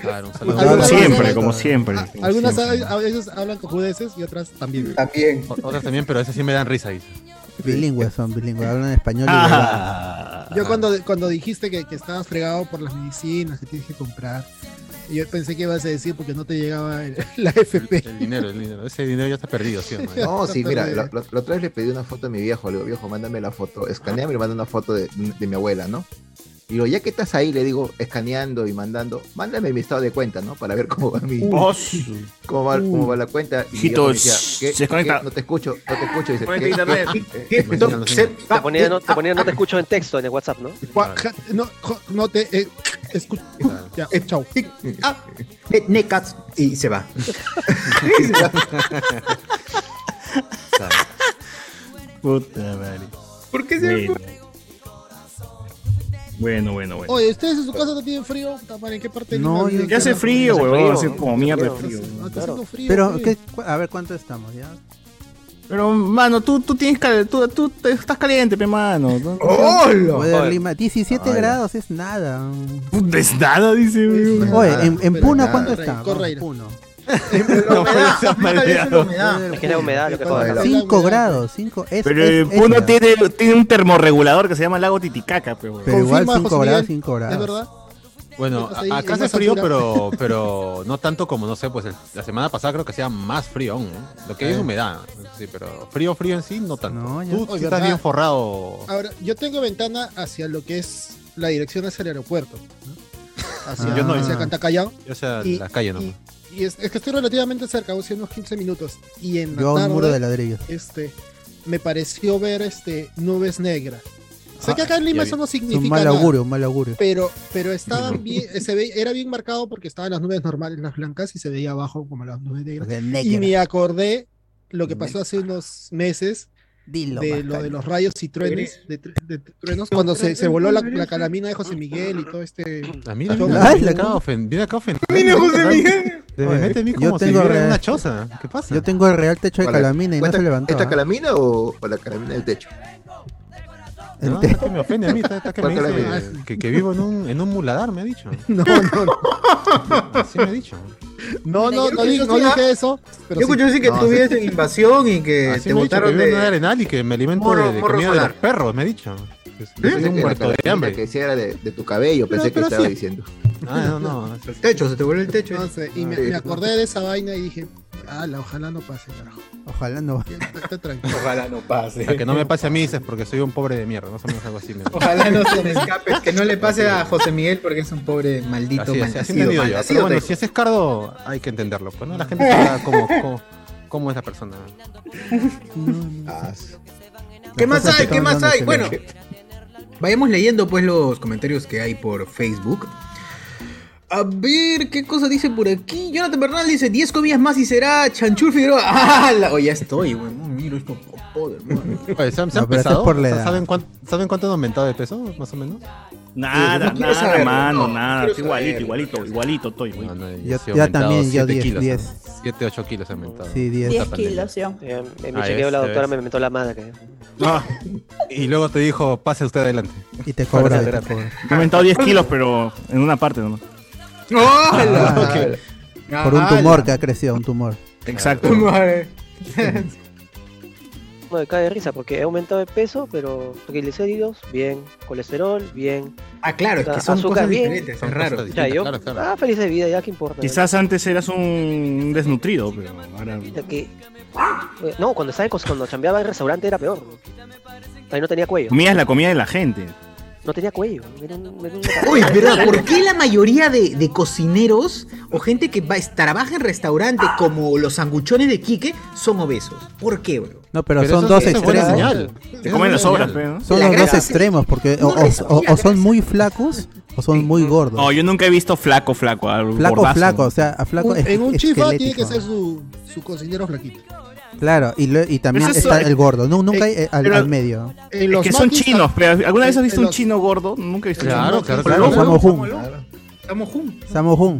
Speaker 3: Claro, un saludo.
Speaker 4: Como
Speaker 2: Algunas-
Speaker 4: siempre, como siempre.
Speaker 2: Ah,
Speaker 4: como
Speaker 2: Algunas
Speaker 4: siempre.
Speaker 2: a, a veces hablan con judeces y otras también.
Speaker 8: También.
Speaker 3: O- Otras también, pero esas sí me dan
Speaker 6: [LAUGHS]
Speaker 3: risa, dice.
Speaker 6: Bilingües son bilingües, hablan español y verdad.
Speaker 4: Ah,
Speaker 2: Yo cuando, cuando dijiste que, que estabas fregado por las medicinas que tienes que comprar, yo pensé que ibas a decir porque no te llegaba el- [LAUGHS] la FP.
Speaker 3: El dinero, el dinero. Ese dinero ya está perdido, ¿sí o no?
Speaker 5: No, sí, mira, la, la- la otra vez le pedí una foto a mi viejo, le digo, viejo, mándame la foto, escaneame y manda una foto de, de mi abuela, ¿no? Y digo, ya que estás ahí, le digo, escaneando y mandando, mándame mi estado de cuenta, ¿no? Para ver cómo va mi,
Speaker 4: Vos.
Speaker 5: cómo va, cómo va la cuenta. Y mi
Speaker 4: Hijito,
Speaker 5: viejo me decía,
Speaker 4: shh,
Speaker 5: ¿qué?
Speaker 4: se desconecta.
Speaker 5: ¿Qué? No te escucho, no te escucho. Dice,
Speaker 4: Ponete
Speaker 5: ¿qué?
Speaker 4: internet.
Speaker 8: Pues ¿Qué?
Speaker 5: ¿Qué?
Speaker 8: Ah.
Speaker 5: Me
Speaker 8: Doc,
Speaker 5: enseña, me
Speaker 8: se-
Speaker 5: enseña.
Speaker 7: Te ponía, no, te ponía no te escucho en texto en el
Speaker 8: [LAUGHS]
Speaker 7: WhatsApp, ¿no?
Speaker 2: Gua- ja- No, jo- no te eh, escucho. Ya, eh, chau.
Speaker 8: Tic, ah, ne- necas. Y se
Speaker 3: [LAUGHS]
Speaker 8: va. [LAUGHS]
Speaker 4: Puta madre.
Speaker 8: ¿Por qué se
Speaker 4: Bueno.
Speaker 8: fue?
Speaker 4: Bueno, bueno, bueno.
Speaker 2: Oye, ¿ustedes en su casa no tienen frío? Puta madre, ¿En qué parte?
Speaker 6: No,
Speaker 2: yo
Speaker 6: yo-
Speaker 4: Ya hace frío,
Speaker 7: Hace
Speaker 4: huevón.
Speaker 7: frío.
Speaker 4: Hace como mierda de
Speaker 7: Hace
Speaker 4: frío.
Speaker 2: No, está
Speaker 7: Claro.
Speaker 2: haciendo frío.
Speaker 6: Pero,
Speaker 2: güey.
Speaker 6: ¿qué, cu- a ver cuánto estamos ya.
Speaker 4: Pero, mano, tú, tú tienes caliente. Tú, tú te- estás caliente, pe, mano. No-
Speaker 8: ¡Hola!
Speaker 6: Weather
Speaker 7: Joder.
Speaker 6: Lima, 17
Speaker 5: Ah, ya.
Speaker 6: grados es nada.
Speaker 4: Pues no Es nada, dice,
Speaker 2: Es
Speaker 4: huevón.
Speaker 2: nada.
Speaker 6: Oye, en, en
Speaker 2: pero
Speaker 6: Puna,
Speaker 5: nada.
Speaker 6: ¿cuánto
Speaker 2: Corre,
Speaker 6: está?
Speaker 2: corre.
Speaker 6: Vamos,
Speaker 4: [LAUGHS]
Speaker 6: Puno.
Speaker 8: La humedad,
Speaker 4: seas [LAUGHS]
Speaker 8: fortalece la
Speaker 4: maldeado.
Speaker 8: humedad.
Speaker 7: Es que la humedad lo que joda.
Speaker 5: Pero-
Speaker 6: 5 grados, 5 es,
Speaker 4: Pero
Speaker 6: es-
Speaker 4: eh,
Speaker 6: es
Speaker 4: Puno
Speaker 6: nada.
Speaker 4: tiene, tiene un termorregulador que se llama Lago Titicaca, pe, huevón.
Speaker 6: Pero igual
Speaker 2: Confirma,
Speaker 6: 5
Speaker 2: José
Speaker 6: grados,
Speaker 2: Miguel,
Speaker 6: 5 grados.
Speaker 2: ¿Es verdad?
Speaker 3: Bueno,
Speaker 2: Estás ahí
Speaker 3: a- acá
Speaker 2: en
Speaker 3: hace
Speaker 2: esa
Speaker 3: frío,
Speaker 2: altura. [LAUGHS]
Speaker 3: pero, pero no tanto como, no sé, pues el- la semana pasada creo que hacía más frío aún. ¿no? Lo que hay es humedad. Sí, pero frío, frío en sí, no tanto.
Speaker 6: No, ya.
Speaker 3: Tú
Speaker 2: Oye,
Speaker 3: sí estás
Speaker 2: ¿verdad?
Speaker 3: bien forrado.
Speaker 2: Ahora, yo tengo ventana hacia lo que es la dirección hacia el aeropuerto. ¿no? Hacia,
Speaker 6: Ah.
Speaker 2: yo no, hacia Cantacallao.
Speaker 3: Yo sé,
Speaker 2: Y-
Speaker 3: la calle no.
Speaker 2: Y, y es, es que estoy relativamente cerca, hace unos 15 minutos. Y en la
Speaker 6: Yo hago un
Speaker 2: tarde,
Speaker 6: muro de ladrillos.
Speaker 2: este, me pareció ver este, nubes negras. Sé que acá en Lima
Speaker 3: ya
Speaker 2: eso no
Speaker 6: Es un
Speaker 2: significa
Speaker 6: mal
Speaker 2: nada,
Speaker 6: augurio, un mal augurio.
Speaker 2: pero, pero estaban bien, eh, se ve, era bien marcado porque estaban las nubes normales, las blancas, y se veía abajo como las nubes negras.
Speaker 6: Porque
Speaker 2: Y
Speaker 6: negra.
Speaker 2: me acordé lo que pasó hace unos meses
Speaker 6: Dilo,
Speaker 2: de
Speaker 6: Pascal.
Speaker 2: lo de los rayos y truenos, de, tru- de truenos cuando se, se voló la, la calamina de José Miguel y todo este...
Speaker 3: A mí viene,
Speaker 2: Ah,
Speaker 3: viene
Speaker 6: la-
Speaker 3: acá ofen- viene acá ofendido.
Speaker 8: Mira, José Miguel.
Speaker 3: De
Speaker 6: Oye,
Speaker 3: repente a mí
Speaker 6: yo
Speaker 3: como si
Speaker 6: tengo
Speaker 3: viviera en
Speaker 6: re-
Speaker 3: una choza. ¿Qué pasa?
Speaker 6: Yo tengo el real techo de
Speaker 5: Vale,
Speaker 6: calamina y no
Speaker 5: cuenta,
Speaker 6: se levantó.
Speaker 5: ¿Esta
Speaker 6: ¿ah?
Speaker 5: calamina o, o la calamina del techo?
Speaker 6: El
Speaker 3: No,
Speaker 6: te-
Speaker 3: está que me ofende a mí, está, está que me
Speaker 5: ¿Cuál
Speaker 3: dice
Speaker 5: calamina?
Speaker 3: que, que vivo en un, en un muladar, me ha dicho.
Speaker 2: [LAUGHS] No, no, no,
Speaker 3: Así me ha dicho.
Speaker 2: no, no,
Speaker 8: Yo
Speaker 2: di-
Speaker 8: escuché
Speaker 2: no
Speaker 8: así,
Speaker 2: dije eso, pero
Speaker 8: Yo escuché decir que
Speaker 5: No,
Speaker 8: estuviste en invasión y que
Speaker 3: Así
Speaker 8: te
Speaker 3: me ha dicho que
Speaker 8: botaron
Speaker 3: vivo en un
Speaker 8: de.
Speaker 3: arenal y que me alimento
Speaker 8: Morro-
Speaker 3: de
Speaker 8: morro
Speaker 3: comida de los
Speaker 8: solar.
Speaker 3: perros, me ha dicho. Que
Speaker 5: Pensé
Speaker 3: Soy
Speaker 5: que
Speaker 3: un
Speaker 5: la
Speaker 3: muerto de
Speaker 5: calamina
Speaker 3: hambre.
Speaker 5: Que sí era de, de tu cabello,
Speaker 3: Pero-
Speaker 5: pensé
Speaker 3: pero
Speaker 5: que estaba
Speaker 3: sí.
Speaker 5: diciendo.
Speaker 3: Ah, no, no. es-
Speaker 8: El techo, se te voló el techo.
Speaker 2: Entonces, y me,
Speaker 5: Sí.
Speaker 2: me acordé de esa vaina y dije, ala, ojalá no pase, carajo.
Speaker 6: Ojalá no.
Speaker 2: Ya está- está tranquilo.
Speaker 8: Ojalá no
Speaker 3: O sea,
Speaker 8: pase.
Speaker 3: que no me pase a mí, dices, porque soy un pobre de mierda, más o menos algo
Speaker 8: [LAUGHS]
Speaker 3: así. me-
Speaker 8: Ojalá no se me escape. Que no le pase a José Miguel porque es un pobre maldito
Speaker 3: Así es, así he
Speaker 8: maldito.
Speaker 3: entendido yo. Pero bueno, si es escardo, hay que entenderlo. Pues, ¿no?
Speaker 8: [LAUGHS]
Speaker 3: La gente sabe cómo, cómo, cómo es la persona.
Speaker 5: Ah, su-
Speaker 8: ¿Qué más hay? ¿Qué más hay?
Speaker 6: Estamos
Speaker 8: Bueno,
Speaker 6: hablando
Speaker 8: vayamos leyendo pues los comentarios que hay por Facebook. A ver, ¿qué cosa dice por aquí? Jonathan Bernal dice 10 comidas más y será Chanchur Figueroa. [LAUGHS] ¡Ah! la- Oh, ya estoy, weón. Mira esto, popó, hermano.
Speaker 3: Oye, ¿se han, se
Speaker 6: No,
Speaker 3: han
Speaker 6: pero esto es
Speaker 3: pesado?
Speaker 6: por la
Speaker 3: O sea,
Speaker 6: edad.
Speaker 3: ¿saben, cuánto, ¿Saben cuánto han aumentado de peso, más o menos?
Speaker 4: Nada,
Speaker 8: No quiero
Speaker 4: nada,
Speaker 8: saber,
Speaker 4: mano,
Speaker 8: no,
Speaker 4: nada.
Speaker 8: quiero
Speaker 4: Estoy igualito,
Speaker 8: saber.
Speaker 4: igualito, igualito estoy. güey.
Speaker 6: Yo- yo también, yo
Speaker 8: [LAUGHS]
Speaker 6: 10, 10.
Speaker 3: 7, 8 kilos he aumentado.
Speaker 6: Sí, 10.
Speaker 3: Esta
Speaker 9: 10
Speaker 3: pandemia.
Speaker 9: kilos, yo.
Speaker 7: Eh, En mi
Speaker 3: Ah,
Speaker 7: chequeo
Speaker 3: ves,
Speaker 7: la
Speaker 3: ya
Speaker 7: doctora
Speaker 3: ves.
Speaker 7: me inventó la madre. que-
Speaker 4: Ah,
Speaker 3: Y luego te dijo, pase usted adelante.
Speaker 6: Y te cobra.
Speaker 3: Espérate,
Speaker 6: y te cobra.
Speaker 4: he aumentado 10 kilos, pero en una parte nomás.
Speaker 8: ¡Ah, la-
Speaker 5: ah,
Speaker 6: Por un
Speaker 8: ah, la-
Speaker 6: tumor que ha crecido, un tumor.
Speaker 4: Exacto.
Speaker 8: Madre.
Speaker 7: No, me cae de risa porque he aumentado de peso, pero triglicéridos, bien, colesterol, bien.
Speaker 8: Ah, claro, es que son
Speaker 7: Azúcar
Speaker 8: cosas
Speaker 7: bien.
Speaker 8: diferentes,
Speaker 3: Son
Speaker 8: es raro.
Speaker 3: cosas
Speaker 7: Ya,
Speaker 3: distintas,
Speaker 7: yo,
Speaker 3: claro, claro.
Speaker 7: ah, feliz de vida, ya que importa.
Speaker 4: Quizás antes eras un desnutrido, pero ahora.
Speaker 7: Ya que- Oye, No, cuando estaba en Cos- cuando chambeaba en restaurante era peor. Ahí no tenía cuello.
Speaker 4: Comías la comida de la gente.
Speaker 7: No tenía cuello. Era un- era un-
Speaker 1: Uy, ¿verdad? ¿Por qué la mayoría de, de cocineros o gente que va- trabaja en restaurante como los sanguchones de Quique son obesos? ¿Por qué, bro?
Speaker 6: No, pero,
Speaker 3: Pero
Speaker 6: son
Speaker 3: eso-
Speaker 6: dos
Speaker 3: eso es buena
Speaker 6: extremos.
Speaker 3: señal.
Speaker 4: Te comen las obras, pe, ¿no?
Speaker 6: Son
Speaker 1: La
Speaker 6: los dos
Speaker 1: grasa sí.
Speaker 6: extremos, porque o,
Speaker 1: No
Speaker 6: o-
Speaker 1: respira,
Speaker 6: o- o
Speaker 1: grasa.
Speaker 6: son muy flacos o son muy gordos.
Speaker 4: No, yo nunca he visto flaco, flaco. al
Speaker 6: flaco,
Speaker 4: Oh, gordazo.
Speaker 6: flaco, o sea, a flaco
Speaker 2: Un-
Speaker 6: es
Speaker 2: en un chifa tiene que
Speaker 6: Pues, esquelético.
Speaker 2: ser su, su cocinero flaquito.
Speaker 6: Claro, y, lo- y también
Speaker 4: Pero eso
Speaker 6: está
Speaker 4: es-
Speaker 6: el gordo, nu- nunca hay eh, al,
Speaker 4: pero-
Speaker 6: al medio.
Speaker 2: En
Speaker 4: Es
Speaker 2: los
Speaker 4: que son
Speaker 2: maquis-
Speaker 4: chinos, pero ¿alguna vez has visto
Speaker 2: en
Speaker 4: un
Speaker 2: los-
Speaker 4: chino gordo? Nunca he visto un chino
Speaker 3: Claro,
Speaker 4: gordo.
Speaker 3: claro,
Speaker 4: Claro,
Speaker 3: claro.
Speaker 4: claro.
Speaker 6: Samo Jun,
Speaker 2: Estamos juntos.
Speaker 6: Samo Jun.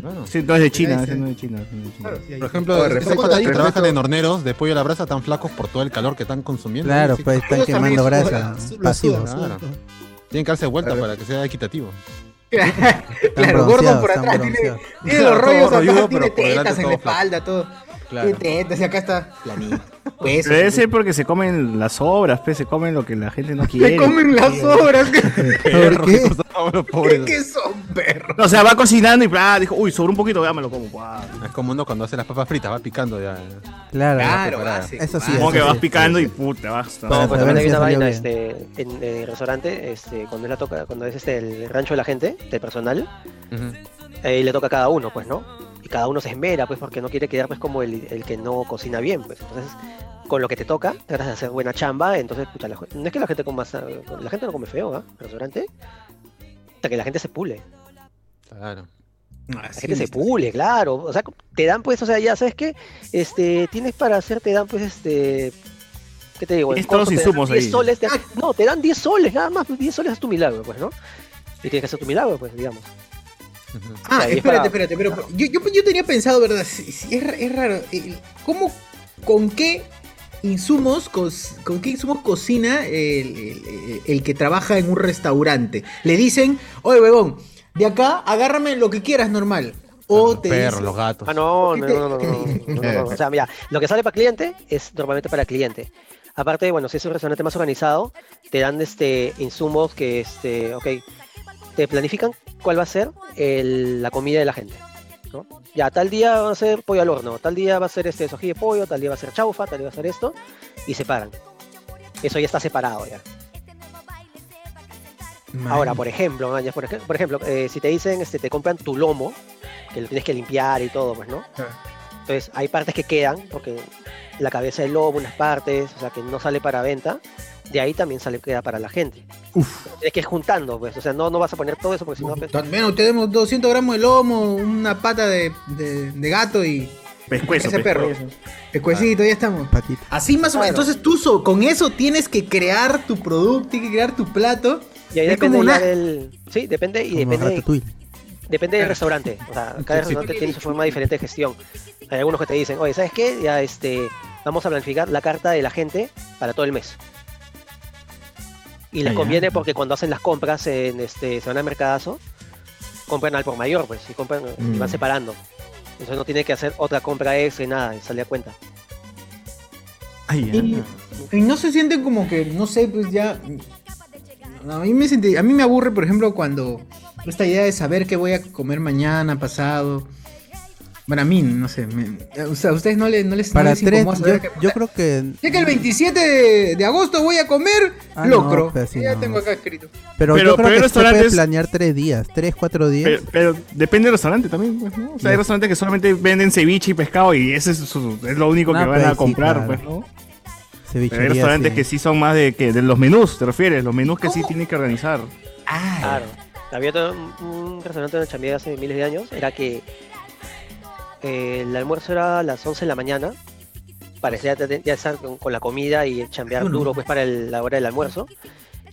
Speaker 3: claro.
Speaker 4: Sí, no es de China,
Speaker 2: Ahí
Speaker 4: ese
Speaker 2: sí.
Speaker 4: no es de China. ese no es de China.
Speaker 2: Sí, ahí.
Speaker 3: Por ejemplo,
Speaker 5: Oye,
Speaker 3: esos
Speaker 5: respeto-
Speaker 3: patas que
Speaker 5: respeto-
Speaker 3: trabajan en horneros de pollo a la brasa están flacos por todo el calor que están consumiendo.
Speaker 6: Claro,
Speaker 3: Sí,
Speaker 6: pues están
Speaker 5: Ellos también
Speaker 6: quemando
Speaker 5: sudan,
Speaker 6: grasa.
Speaker 2: Su- los
Speaker 6: Pasivos.
Speaker 2: sudos,
Speaker 3: Claro.
Speaker 2: sudos.
Speaker 3: Tienen que darse vuelta
Speaker 5: A ver.
Speaker 3: para que sea equitativo.
Speaker 6: están
Speaker 1: Claro, gordo por
Speaker 6: bronceados, están
Speaker 1: atrás, tiene,
Speaker 6: bronceados.
Speaker 1: tiene los
Speaker 3: [LAUGHS] Todo
Speaker 1: rollos
Speaker 3: rolludo,
Speaker 1: atrás, tiene
Speaker 3: pero por delante
Speaker 1: tetas en la
Speaker 3: todo flaco.
Speaker 1: espalda, todo.
Speaker 3: Claro.
Speaker 1: Tiene tetas y acá está planito. Huesos.
Speaker 4: Pero debe ser porque se comen las obras, pe, se comen lo que la gente no quiere.
Speaker 1: Le comen
Speaker 3: [LAUGHS]
Speaker 1: las obras.
Speaker 6: ¿Por qué?
Speaker 3: Los
Speaker 1: ¿Qué,
Speaker 3: [LAUGHS] pobres.
Speaker 1: qué son, perro?
Speaker 4: No, o sea, va cocinando y ah, dijo, uy, sobró un poquito, ya me lo como. guau.
Speaker 3: Es como uno cuando hace las papas fritas, va picando ya.
Speaker 6: Claro,
Speaker 1: Claro, hace-
Speaker 6: eso sí.
Speaker 4: Como
Speaker 6: eso
Speaker 4: que vas
Speaker 6: sí.
Speaker 4: picando y puta, vas.
Speaker 6: Para
Speaker 7: No, pues también
Speaker 6: saber
Speaker 7: hay
Speaker 6: si
Speaker 7: una
Speaker 6: ha salido
Speaker 7: vaina
Speaker 6: bien.
Speaker 7: este, en, en el restaurante, este, cuando, es la toca, cuando es este, el rancho de la gente, del personal, ahí le toca a cada uno, pues, ¿no? Y cada uno se esmera, pues, porque no quiere quedar pues como el, el que no cocina bien, pues. Entonces, con lo que te toca, tratas de hacer buena chamba, entonces, pucha, la ju- no es que la gente coma, sa- la gente no come feo, ¿ah? En el restaurante, hasta que la gente se pule.
Speaker 3: Claro.
Speaker 7: La
Speaker 6: Este
Speaker 7: gente se pule, claro. O sea, te dan pues, o sea, ya sabes que este, tienes para hacer, te dan pues este. ¿Qué te digo? En
Speaker 4: Tienes
Speaker 7: corto
Speaker 4: todos los
Speaker 7: te dan
Speaker 4: insumos
Speaker 7: 10
Speaker 4: ahí.
Speaker 7: soles, te dan- no, te dan 10 soles, nada más. 10 soles es tu milagro, pues, ¿no? Y tienes que hacer tu milagro, pues, digamos.
Speaker 3: Ujú.
Speaker 1: Ah,
Speaker 7: Ahí
Speaker 1: espérate,
Speaker 7: para-
Speaker 1: espérate, pero yo, yo, yo tenía pensado, ¿verdad? Si- si es, ra- es raro. eh, ¿Cómo, con qué insumos, cos- con qué insumos cocina el, el- el que trabaja en un restaurante? Le dicen, oye, huevón, de acá agárrame lo que quieras normal. O
Speaker 3: los
Speaker 1: te
Speaker 3: perros,
Speaker 1: dicen,
Speaker 3: los gatos.
Speaker 7: Ah, no, no,
Speaker 1: ¿Qué te-
Speaker 7: no, no, no, no, no, no. O sea, mira, lo que sale para cliente es normalmente para cliente. Aparte, bueno, si es un restaurante más organizado, te dan este insumos que, este, ok, te planifican cuál va a ser el- la comida de la gente. ¿no? Ya, tal día va a ser pollo al horno, tal día va a ser este sojí de pollo, tal día va a ser chaufa, tal día va a ser esto, y separan. Eso ya está separado ya. Ahora, por ejemplo, man, ya por ej- por ejemplo, eh, si te dicen, este, te compran tu lomo, que lo tienes que limpiar y todo, pues, ¿no?
Speaker 6: Ah.
Speaker 1: Claro.
Speaker 7: Entonces, hay partes que quedan, porque la cabeza del lobo, unas partes, o sea, que no sale para venta, de ahí también sale queda para la gente. Tienes que ir juntando, pues, o sea, no, no vas a poner todo eso, porque si no... pues,
Speaker 1: Bueno, tenemos 200 gramos de lomo, una pata de, de- de gato y
Speaker 4: Pescuezo,
Speaker 1: ese perro.
Speaker 4: pescuezo.
Speaker 1: Pescuecito, ya estamos.
Speaker 6: Patita.
Speaker 1: Así más o menos.
Speaker 7: Claro.
Speaker 1: Entonces tú so- con eso tienes que crear tu producto, tienes que crear tu plato.
Speaker 7: y ahí
Speaker 1: es
Speaker 7: depende
Speaker 1: como
Speaker 7: ya
Speaker 1: una-
Speaker 7: del... Sí, depende, y
Speaker 6: como
Speaker 7: depende,
Speaker 6: Ratatouille.
Speaker 7: depende del restaurante. O
Speaker 6: [LAUGHS]
Speaker 7: sea, cada restaurante tiene su forma diferente de gestión. Hay algunos que te dicen, oye, ¿sabes qué? Ya, este, vamos a planificar la carta de la gente para todo el mes. Y les
Speaker 4: Ah, ya.
Speaker 7: conviene porque cuando hacen las compras en este, se van al mercadazo, compran al por mayor, pues, y compran, y van
Speaker 5: Mm.
Speaker 7: separando. Entonces no tiene que hacer otra compra extra y nada, y sale a cuenta.
Speaker 4: Ay, ya.
Speaker 1: Y, y no se sienten como que, no sé, pues ya. A mí me sentí- a mí me aburre, por ejemplo, cuando esta idea de saber qué voy a comer mañana, pasado. Para mí, mm, no sé. me- o sea, a ustedes no, le- no les no
Speaker 6: Para
Speaker 1: les
Speaker 6: tres,
Speaker 1: incomoda saber
Speaker 6: yo,
Speaker 1: que-
Speaker 6: yo creo que.
Speaker 1: Sé que el 27 de, de agosto voy a comer
Speaker 6: Ah, no,
Speaker 1: locro.
Speaker 6: pues sí,
Speaker 1: ya
Speaker 6: no.
Speaker 1: tengo acá escrito.
Speaker 6: Pero,
Speaker 4: Pero-
Speaker 6: yo creo
Speaker 4: pero hay
Speaker 6: que se puede
Speaker 4: restaurantes-
Speaker 6: planear tres días, tres, cuatro días.
Speaker 4: Pero, pero depende del restaurante también, pues, ¿no? O sea, hay restaurantes que solamente venden ceviche y pescado y ese es, su- es lo único que
Speaker 6: No,
Speaker 4: van
Speaker 6: pues,
Speaker 4: a
Speaker 6: sí,
Speaker 4: comprar,
Speaker 6: claro.
Speaker 4: pues, ¿no? Pero
Speaker 6: cevichería,
Speaker 4: hay restaurantes
Speaker 6: sí.
Speaker 4: que sí son más de que de los menús, ¿te refieres? Los menús que sí
Speaker 1: ¿Cómo?
Speaker 4: tienen que organizar.
Speaker 7: Claro. Había otro- un, un restaurante en Chambier hace miles de años, era que eh, el almuerzo era a las 11 de la mañana, parecía ya, ya estar con, con la comida y chambear
Speaker 1: Uno.
Speaker 7: duro pues para el- la hora del almuerzo,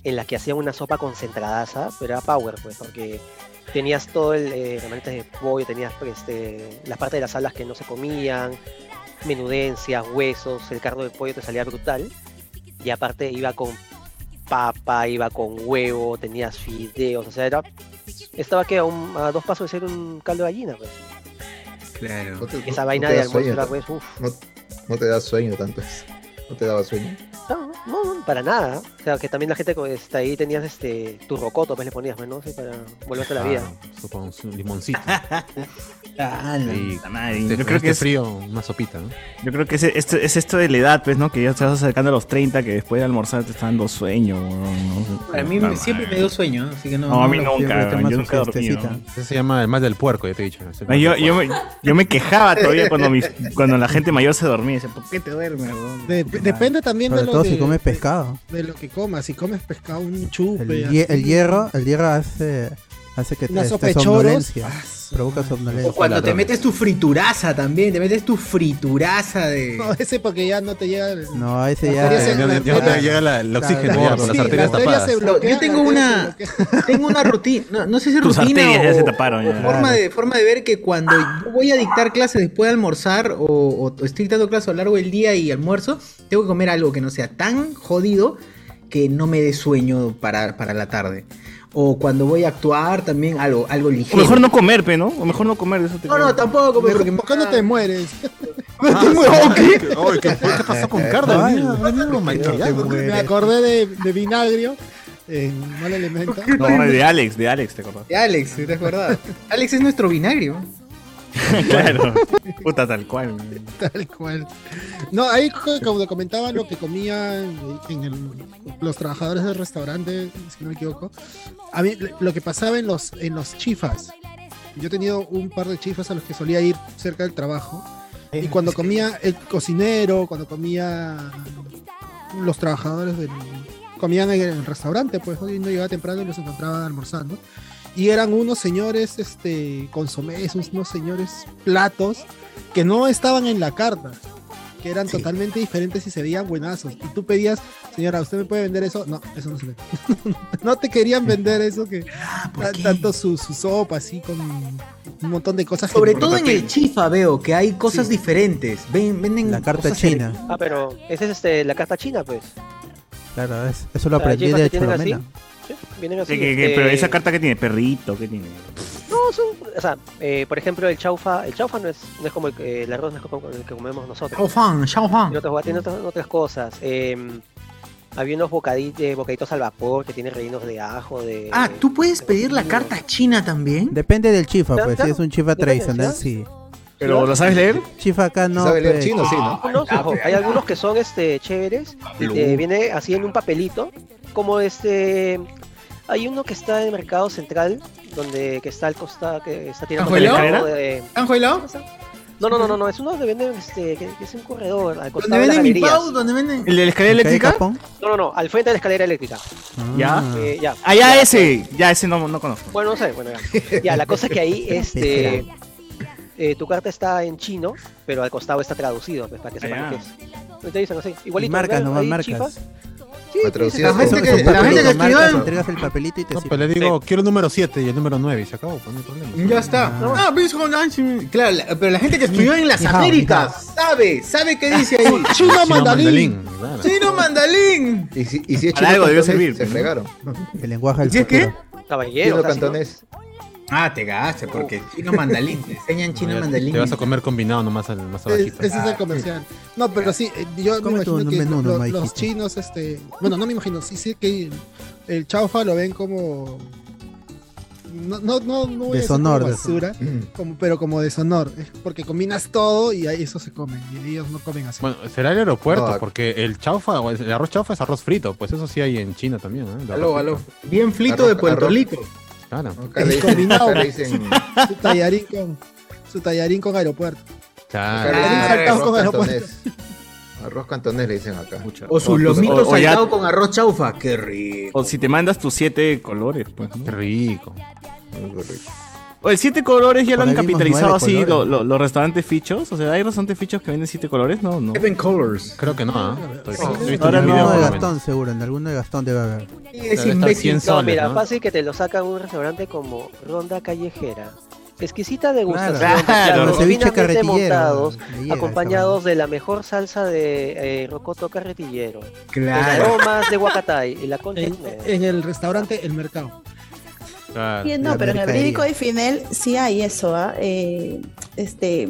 Speaker 7: en la que hacían una sopa concentradaza, pero era power pues, porque tenías todo el eh, remanentes de pollo, tenías pues, este, las partes de las alas que no se comían, menudencias, huesos, el cardo de pollo te salía brutal, y aparte iba con papa, iba con huevo, tenías fideos, o sea, era, estaba que a, un- a dos pasos de ser un caldo de gallina, pues.
Speaker 1: Claro.
Speaker 5: te-
Speaker 7: Esa
Speaker 5: no
Speaker 7: vaina
Speaker 5: te
Speaker 7: de
Speaker 5: da
Speaker 7: almuerzo
Speaker 5: sueño,
Speaker 7: era, pues, uff,
Speaker 5: No, no te da sueño tanto eso. No te daba sueño.
Speaker 7: no, no, no, para nada. O sea, que también la gente co- está ahí tenías este, tu rocoto, pues le ponías, pues, ¿no? Así para volverte a la vida.
Speaker 1: [LAUGHS]
Speaker 3: Claro, su- con su limoncito. Y
Speaker 4: Puta madre,
Speaker 3: este-
Speaker 4: yo creo
Speaker 3: este
Speaker 4: que es-
Speaker 3: frío, una sopita, ¿no?
Speaker 4: Yo creo que es, es, es esto de la edad, pues, ¿no? Que ya te vas acercando a los 30, que después de almorzar te está dando sueño, weón, ¿no?
Speaker 1: A mí
Speaker 4: Puta
Speaker 1: me- siempre me
Speaker 4: madre.
Speaker 1: dio sueño, ¿no? así que no.
Speaker 4: No, a mí
Speaker 1: no-
Speaker 4: nunca,
Speaker 6: Siempre toma
Speaker 4: yo
Speaker 6: su
Speaker 4: nunca he dormido.
Speaker 6: siestecita.
Speaker 3: Ese se llama el más del puerco, ya te he dicho. es el
Speaker 4: No,
Speaker 3: mal
Speaker 4: yo,
Speaker 3: del
Speaker 4: yo,
Speaker 3: puerco.
Speaker 4: me, yo me quejaba todavía
Speaker 1: [LAUGHS]
Speaker 4: cuando, mi- cuando la gente mayor se dormía. Decía, ¿por qué te duermes, weón?
Speaker 2: De- depende también de
Speaker 6: Sobre
Speaker 2: lo,
Speaker 6: todo
Speaker 2: que,
Speaker 6: si comes pescado.
Speaker 2: de lo que comas. Si comes pescado, un chupe.
Speaker 6: El,
Speaker 2: así,
Speaker 6: hie- el hierro, el hierro hace, hace que
Speaker 2: Una
Speaker 6: te
Speaker 2: sopa de
Speaker 6: esté
Speaker 2: choros.
Speaker 6: somnolencia.
Speaker 2: Ah, su
Speaker 6: Provoca
Speaker 2: madre.
Speaker 1: O
Speaker 6: somnolencia.
Speaker 1: cuando te metes tu frituraza también, te metes tu frituraza de.
Speaker 2: No, ese porque ya no te llega. el-
Speaker 6: No, ese
Speaker 2: Ah,
Speaker 6: ya.
Speaker 2: ese-
Speaker 3: Ya- ya- ya te llega la- el
Speaker 6: Claro,
Speaker 3: oxígeno
Speaker 6: claro.
Speaker 3: ya por las
Speaker 2: Sí,
Speaker 3: arterias
Speaker 2: las arterias
Speaker 3: tapadas.
Speaker 2: se bloquean,
Speaker 1: Yo tengo
Speaker 2: las arterias
Speaker 1: una-
Speaker 2: se bloquean.
Speaker 1: [LAUGHS] Tengo una rutina, no, no sé si
Speaker 4: Tus
Speaker 1: rutina
Speaker 4: arterias ya
Speaker 1: o,
Speaker 4: se taparon,
Speaker 1: o
Speaker 4: ya.
Speaker 1: forma, de, forma de ver que cuando yo voy a dictar clases después de almorzar o, o estoy dictando clases a lo largo del día y almuerzo, tengo que comer algo que no sea tan jodido que no me dé sueño para, para la tarde. O cuando voy a actuar también algo, algo
Speaker 4: O
Speaker 1: ligero.
Speaker 4: mejor no comer, pe, ¿no? O mejor no comer. Eso te
Speaker 1: no, no, tampoco,
Speaker 2: Mejor,
Speaker 1: porque
Speaker 2: ¿Por qué no
Speaker 6: [LAUGHS]
Speaker 2: te mueres?
Speaker 3: Ah, ¿qué? [LAUGHS] Ay, ¿Qué qué pasó con Cardo?
Speaker 6: Ay,
Speaker 3: Venía- venía algo maquillado.
Speaker 2: Me acordé de,
Speaker 6: [LAUGHS]
Speaker 2: de vinagrio en Eh, mal elemento.
Speaker 1: [LAUGHS]
Speaker 4: No, de Alex, de Alex, te
Speaker 3: [LAUGHS]
Speaker 4: acordás.
Speaker 1: De Alex, ¿te has acordado? Alex es nuestro vinagre. ¿no?
Speaker 4: claro. Puta, tal cual. weón.
Speaker 2: [LAUGHS] Tal cual. No, ahí co- como comentaba lo que comían en el- los trabajadores del restaurante, si no me equivoco. A mí lo que pasaba en los, en los chifas. Yo he tenido un par de chifas a los que solía ir cerca del trabajo. Y cuando comía el cocinero, cuando comía los trabajadores del comían en el restaurante, pues hoy no llegaba temprano y los encontraba almorzando. Y eran unos señores este consomés, unos señores platos que no estaban en la carta, que eran totalmente diferentes y se veían buenazos. Y tú pedías, señora, ¿usted me puede vender eso? No, eso no se vende. [LAUGHS] no te querían vender eso que
Speaker 1: Ah,
Speaker 2: ta- tanto su, su sopa así con un montón de cosas. que
Speaker 1: Sobre
Speaker 2: no-
Speaker 1: todo en el chifa veo que hay cosas diferentes. Ven, venden
Speaker 6: La carta
Speaker 1: cosas en-
Speaker 6: china.
Speaker 7: Ah, pero esa es este, la carta china, pues.
Speaker 6: Claro, es- eso lo
Speaker 7: O sea,
Speaker 6: aprendí
Speaker 7: chifas que
Speaker 6: de
Speaker 7: tienen así,
Speaker 6: Chulomena.
Speaker 7: ¿sí? Vienen así.
Speaker 4: Sí, que- que-
Speaker 7: este,
Speaker 4: Pero esa carta que tiene, perrito, ¿qué tiene?
Speaker 7: No, son. O sea, eh, por ejemplo, el chaufa. El chaufa no es, no es como el, que- el arroz, no es como el que comemos nosotros.
Speaker 1: Shao Fan, Shao Fan.
Speaker 7: Tiene otras, tiene otras, otras cosas. Eh, había unos bocaditos, bocaditos al vapor que tienen rellenos de ajo, de.
Speaker 1: Ah, ¿tú puedes pedir la carta china también?
Speaker 6: Depende del chifa,
Speaker 7: Claro,
Speaker 6: pues. Si
Speaker 7: claro.
Speaker 6: es un chifa
Speaker 7: Depende,
Speaker 6: tradicional,
Speaker 7: ¿sí?
Speaker 6: sí.
Speaker 4: ¿Pero lo sabes leer?
Speaker 6: Chifa acá no.
Speaker 5: ¿Sabe leer
Speaker 6: pues,
Speaker 5: chino? Sí, ¿no?
Speaker 7: Algunos, ojo, hay algunos que son este chéveres y te viene así en un papelito como este hay uno que está en el mercado central donde que está al costado que está tirando
Speaker 1: ¿Afuera?
Speaker 7: de
Speaker 1: ¿Anjuelo?
Speaker 7: no no no no no es uno donde venden este que, que es un corredor al costado
Speaker 1: ¿Dónde
Speaker 7: de las
Speaker 1: venden mi
Speaker 7: galerías
Speaker 1: pau? ¿Dónde venden?
Speaker 4: ¿El de la escalera
Speaker 6: ¿Cae
Speaker 4: eléctrica?
Speaker 6: Capón?
Speaker 7: no no no al frente de la escalera eléctrica
Speaker 6: Ah.
Speaker 4: Ya.
Speaker 7: Eh, ya
Speaker 4: Ah, ya ese. Ya ese no, no conozco.
Speaker 7: bueno no sé bueno ya, Ya, la cosa es que
Speaker 6: [LAUGHS]
Speaker 1: [LAUGHS]
Speaker 7: ahí este eh, tu carta está en chino pero al costado está traducido pues para que sepan
Speaker 4: Ah,
Speaker 7: qué
Speaker 4: ya.
Speaker 7: es Entonces te dicen así
Speaker 6: Y
Speaker 7: igualito
Speaker 6: marcas
Speaker 7: ¿verdad?
Speaker 6: nomás,
Speaker 7: Ahí,
Speaker 6: marcas.
Speaker 7: chifas. Sí,
Speaker 5: Para
Speaker 7: te dicen,
Speaker 5: traducir
Speaker 1: La
Speaker 7: "Ah,
Speaker 1: gente
Speaker 6: Eso-
Speaker 1: que-
Speaker 6: esos
Speaker 1: la gente
Speaker 6: papeles
Speaker 1: que
Speaker 6: con marcas,
Speaker 1: escribió-
Speaker 6: entregas el papelito y te
Speaker 3: No,
Speaker 6: sirve.
Speaker 3: pero le digo, quiero el número 7 y el número 9 y se acabó, pues, no hay problema.
Speaker 1: Ya está.
Speaker 6: No.
Speaker 1: Ah, pero eso- ah, sí. Claro, la- pero la gente que estudió en las
Speaker 6: Ni hao, ni
Speaker 1: Américas sabe, sabe qué
Speaker 6: [LAUGHS]
Speaker 1: dice ahí.
Speaker 2: Chino mandalín.
Speaker 3: claro.
Speaker 1: ¡Chino mandalín!
Speaker 5: Y si, y si es
Speaker 4: Para algo debió
Speaker 5: cantonés,
Speaker 4: servir,
Speaker 5: se
Speaker 4: ¿no?
Speaker 5: fregaron.
Speaker 6: El lenguaje del
Speaker 1: ¿Sí es qué?
Speaker 6: futuro.
Speaker 7: caballero
Speaker 5: Chino
Speaker 7: casi, ¿no?
Speaker 5: cantonés.
Speaker 1: Ah, te gaste, porque chino mandalín. Te enseñan chino
Speaker 3: Ya,
Speaker 1: mandalín.
Speaker 3: Te vas a comer combinado nomás al más
Speaker 2: Es-
Speaker 3: abajito.
Speaker 1: Ah,
Speaker 6: Ah,
Speaker 2: ese es el comercial. No, pero sí, eh, yo me
Speaker 6: Come tu
Speaker 2: imagino que
Speaker 6: menú,
Speaker 2: lo-
Speaker 6: no,
Speaker 2: los
Speaker 6: Mikey.
Speaker 2: chinos, este, bueno, no me imagino, sí, sí que el chaufa lo ven como no, no, no, no voy a decir
Speaker 6: Deshonor,
Speaker 2: como
Speaker 6: deshonor. [CLEARS THROAT]
Speaker 2: basura, como, pero como deshonor, es porque combinas todo y ahí eso se comen y ellos no comen así.
Speaker 3: Bueno, será el aeropuerto,
Speaker 5: No,
Speaker 3: porque el chaufa, o el arroz chaufa es arroz frito, pues eso sí hay en China también, ¿eh? El
Speaker 1: Aló,
Speaker 3: arroz
Speaker 1: aló.
Speaker 3: frito.
Speaker 1: Bien flito
Speaker 5: Arroz-
Speaker 1: de Puerto
Speaker 5: arroz.
Speaker 1: Rico.
Speaker 3: Claro,
Speaker 5: Acá le dicen,
Speaker 2: Combinado.
Speaker 5: acá le dicen
Speaker 2: Su tallarín con su tallarín con aeropuerto.
Speaker 3: claro.
Speaker 5: acá le dicen
Speaker 1: Claro.
Speaker 5: arroz
Speaker 2: Arroz con
Speaker 5: cantonés. Arroz cantonés le dicen acá.
Speaker 1: O su lomito
Speaker 4: o ya-
Speaker 1: saltado con arroz chaufa. ¡Qué rico!
Speaker 4: O si te mandas tus siete colores, pues.
Speaker 3: Qué rico.
Speaker 4: O el siete colores ya lo
Speaker 6: Por
Speaker 4: han
Speaker 6: ahí vimos
Speaker 4: capitalizado
Speaker 6: nueve
Speaker 4: así
Speaker 6: colores.
Speaker 4: lo- lo- los restaurantes fichos. O sea, ¿hay restaurantes fichos que venden siete colores? No, no.
Speaker 1: Seven Colors.
Speaker 3: Creo que no, ¿eh? Estoy-
Speaker 2: Sí.
Speaker 3: estoy visto
Speaker 6: Ahora
Speaker 3: un
Speaker 6: no,
Speaker 3: video,
Speaker 6: de
Speaker 3: por lo menos.
Speaker 6: Gastón seguro, en alguno de Gastón debe haber.
Speaker 1: Es
Speaker 3: Debe estar
Speaker 1: imbécil.
Speaker 3: 100
Speaker 7: No,
Speaker 3: soles,
Speaker 7: mira,
Speaker 3: ¿no?
Speaker 7: fácil que te lo sacan un restaurante como Ronda Callejera. Exquisita degustación,
Speaker 6: Claro,
Speaker 7: de platos
Speaker 6: Los ceviche
Speaker 7: divinamente
Speaker 6: carretillero.
Speaker 7: montados,
Speaker 6: le llega
Speaker 7: acompañados de la mejor salsa de eh, rocoto carretillero,
Speaker 1: Claro.
Speaker 7: los aromas de Huacatay y la concha.
Speaker 2: En,
Speaker 6: Eh,
Speaker 7: de tu madre.
Speaker 2: en el restaurante El Mercado.
Speaker 3: Claro.
Speaker 10: Sí,
Speaker 6: La
Speaker 10: No, pero en el
Speaker 6: mercadería.
Speaker 10: Brívico de Finel sí hay eso, ¿ah? Eh, este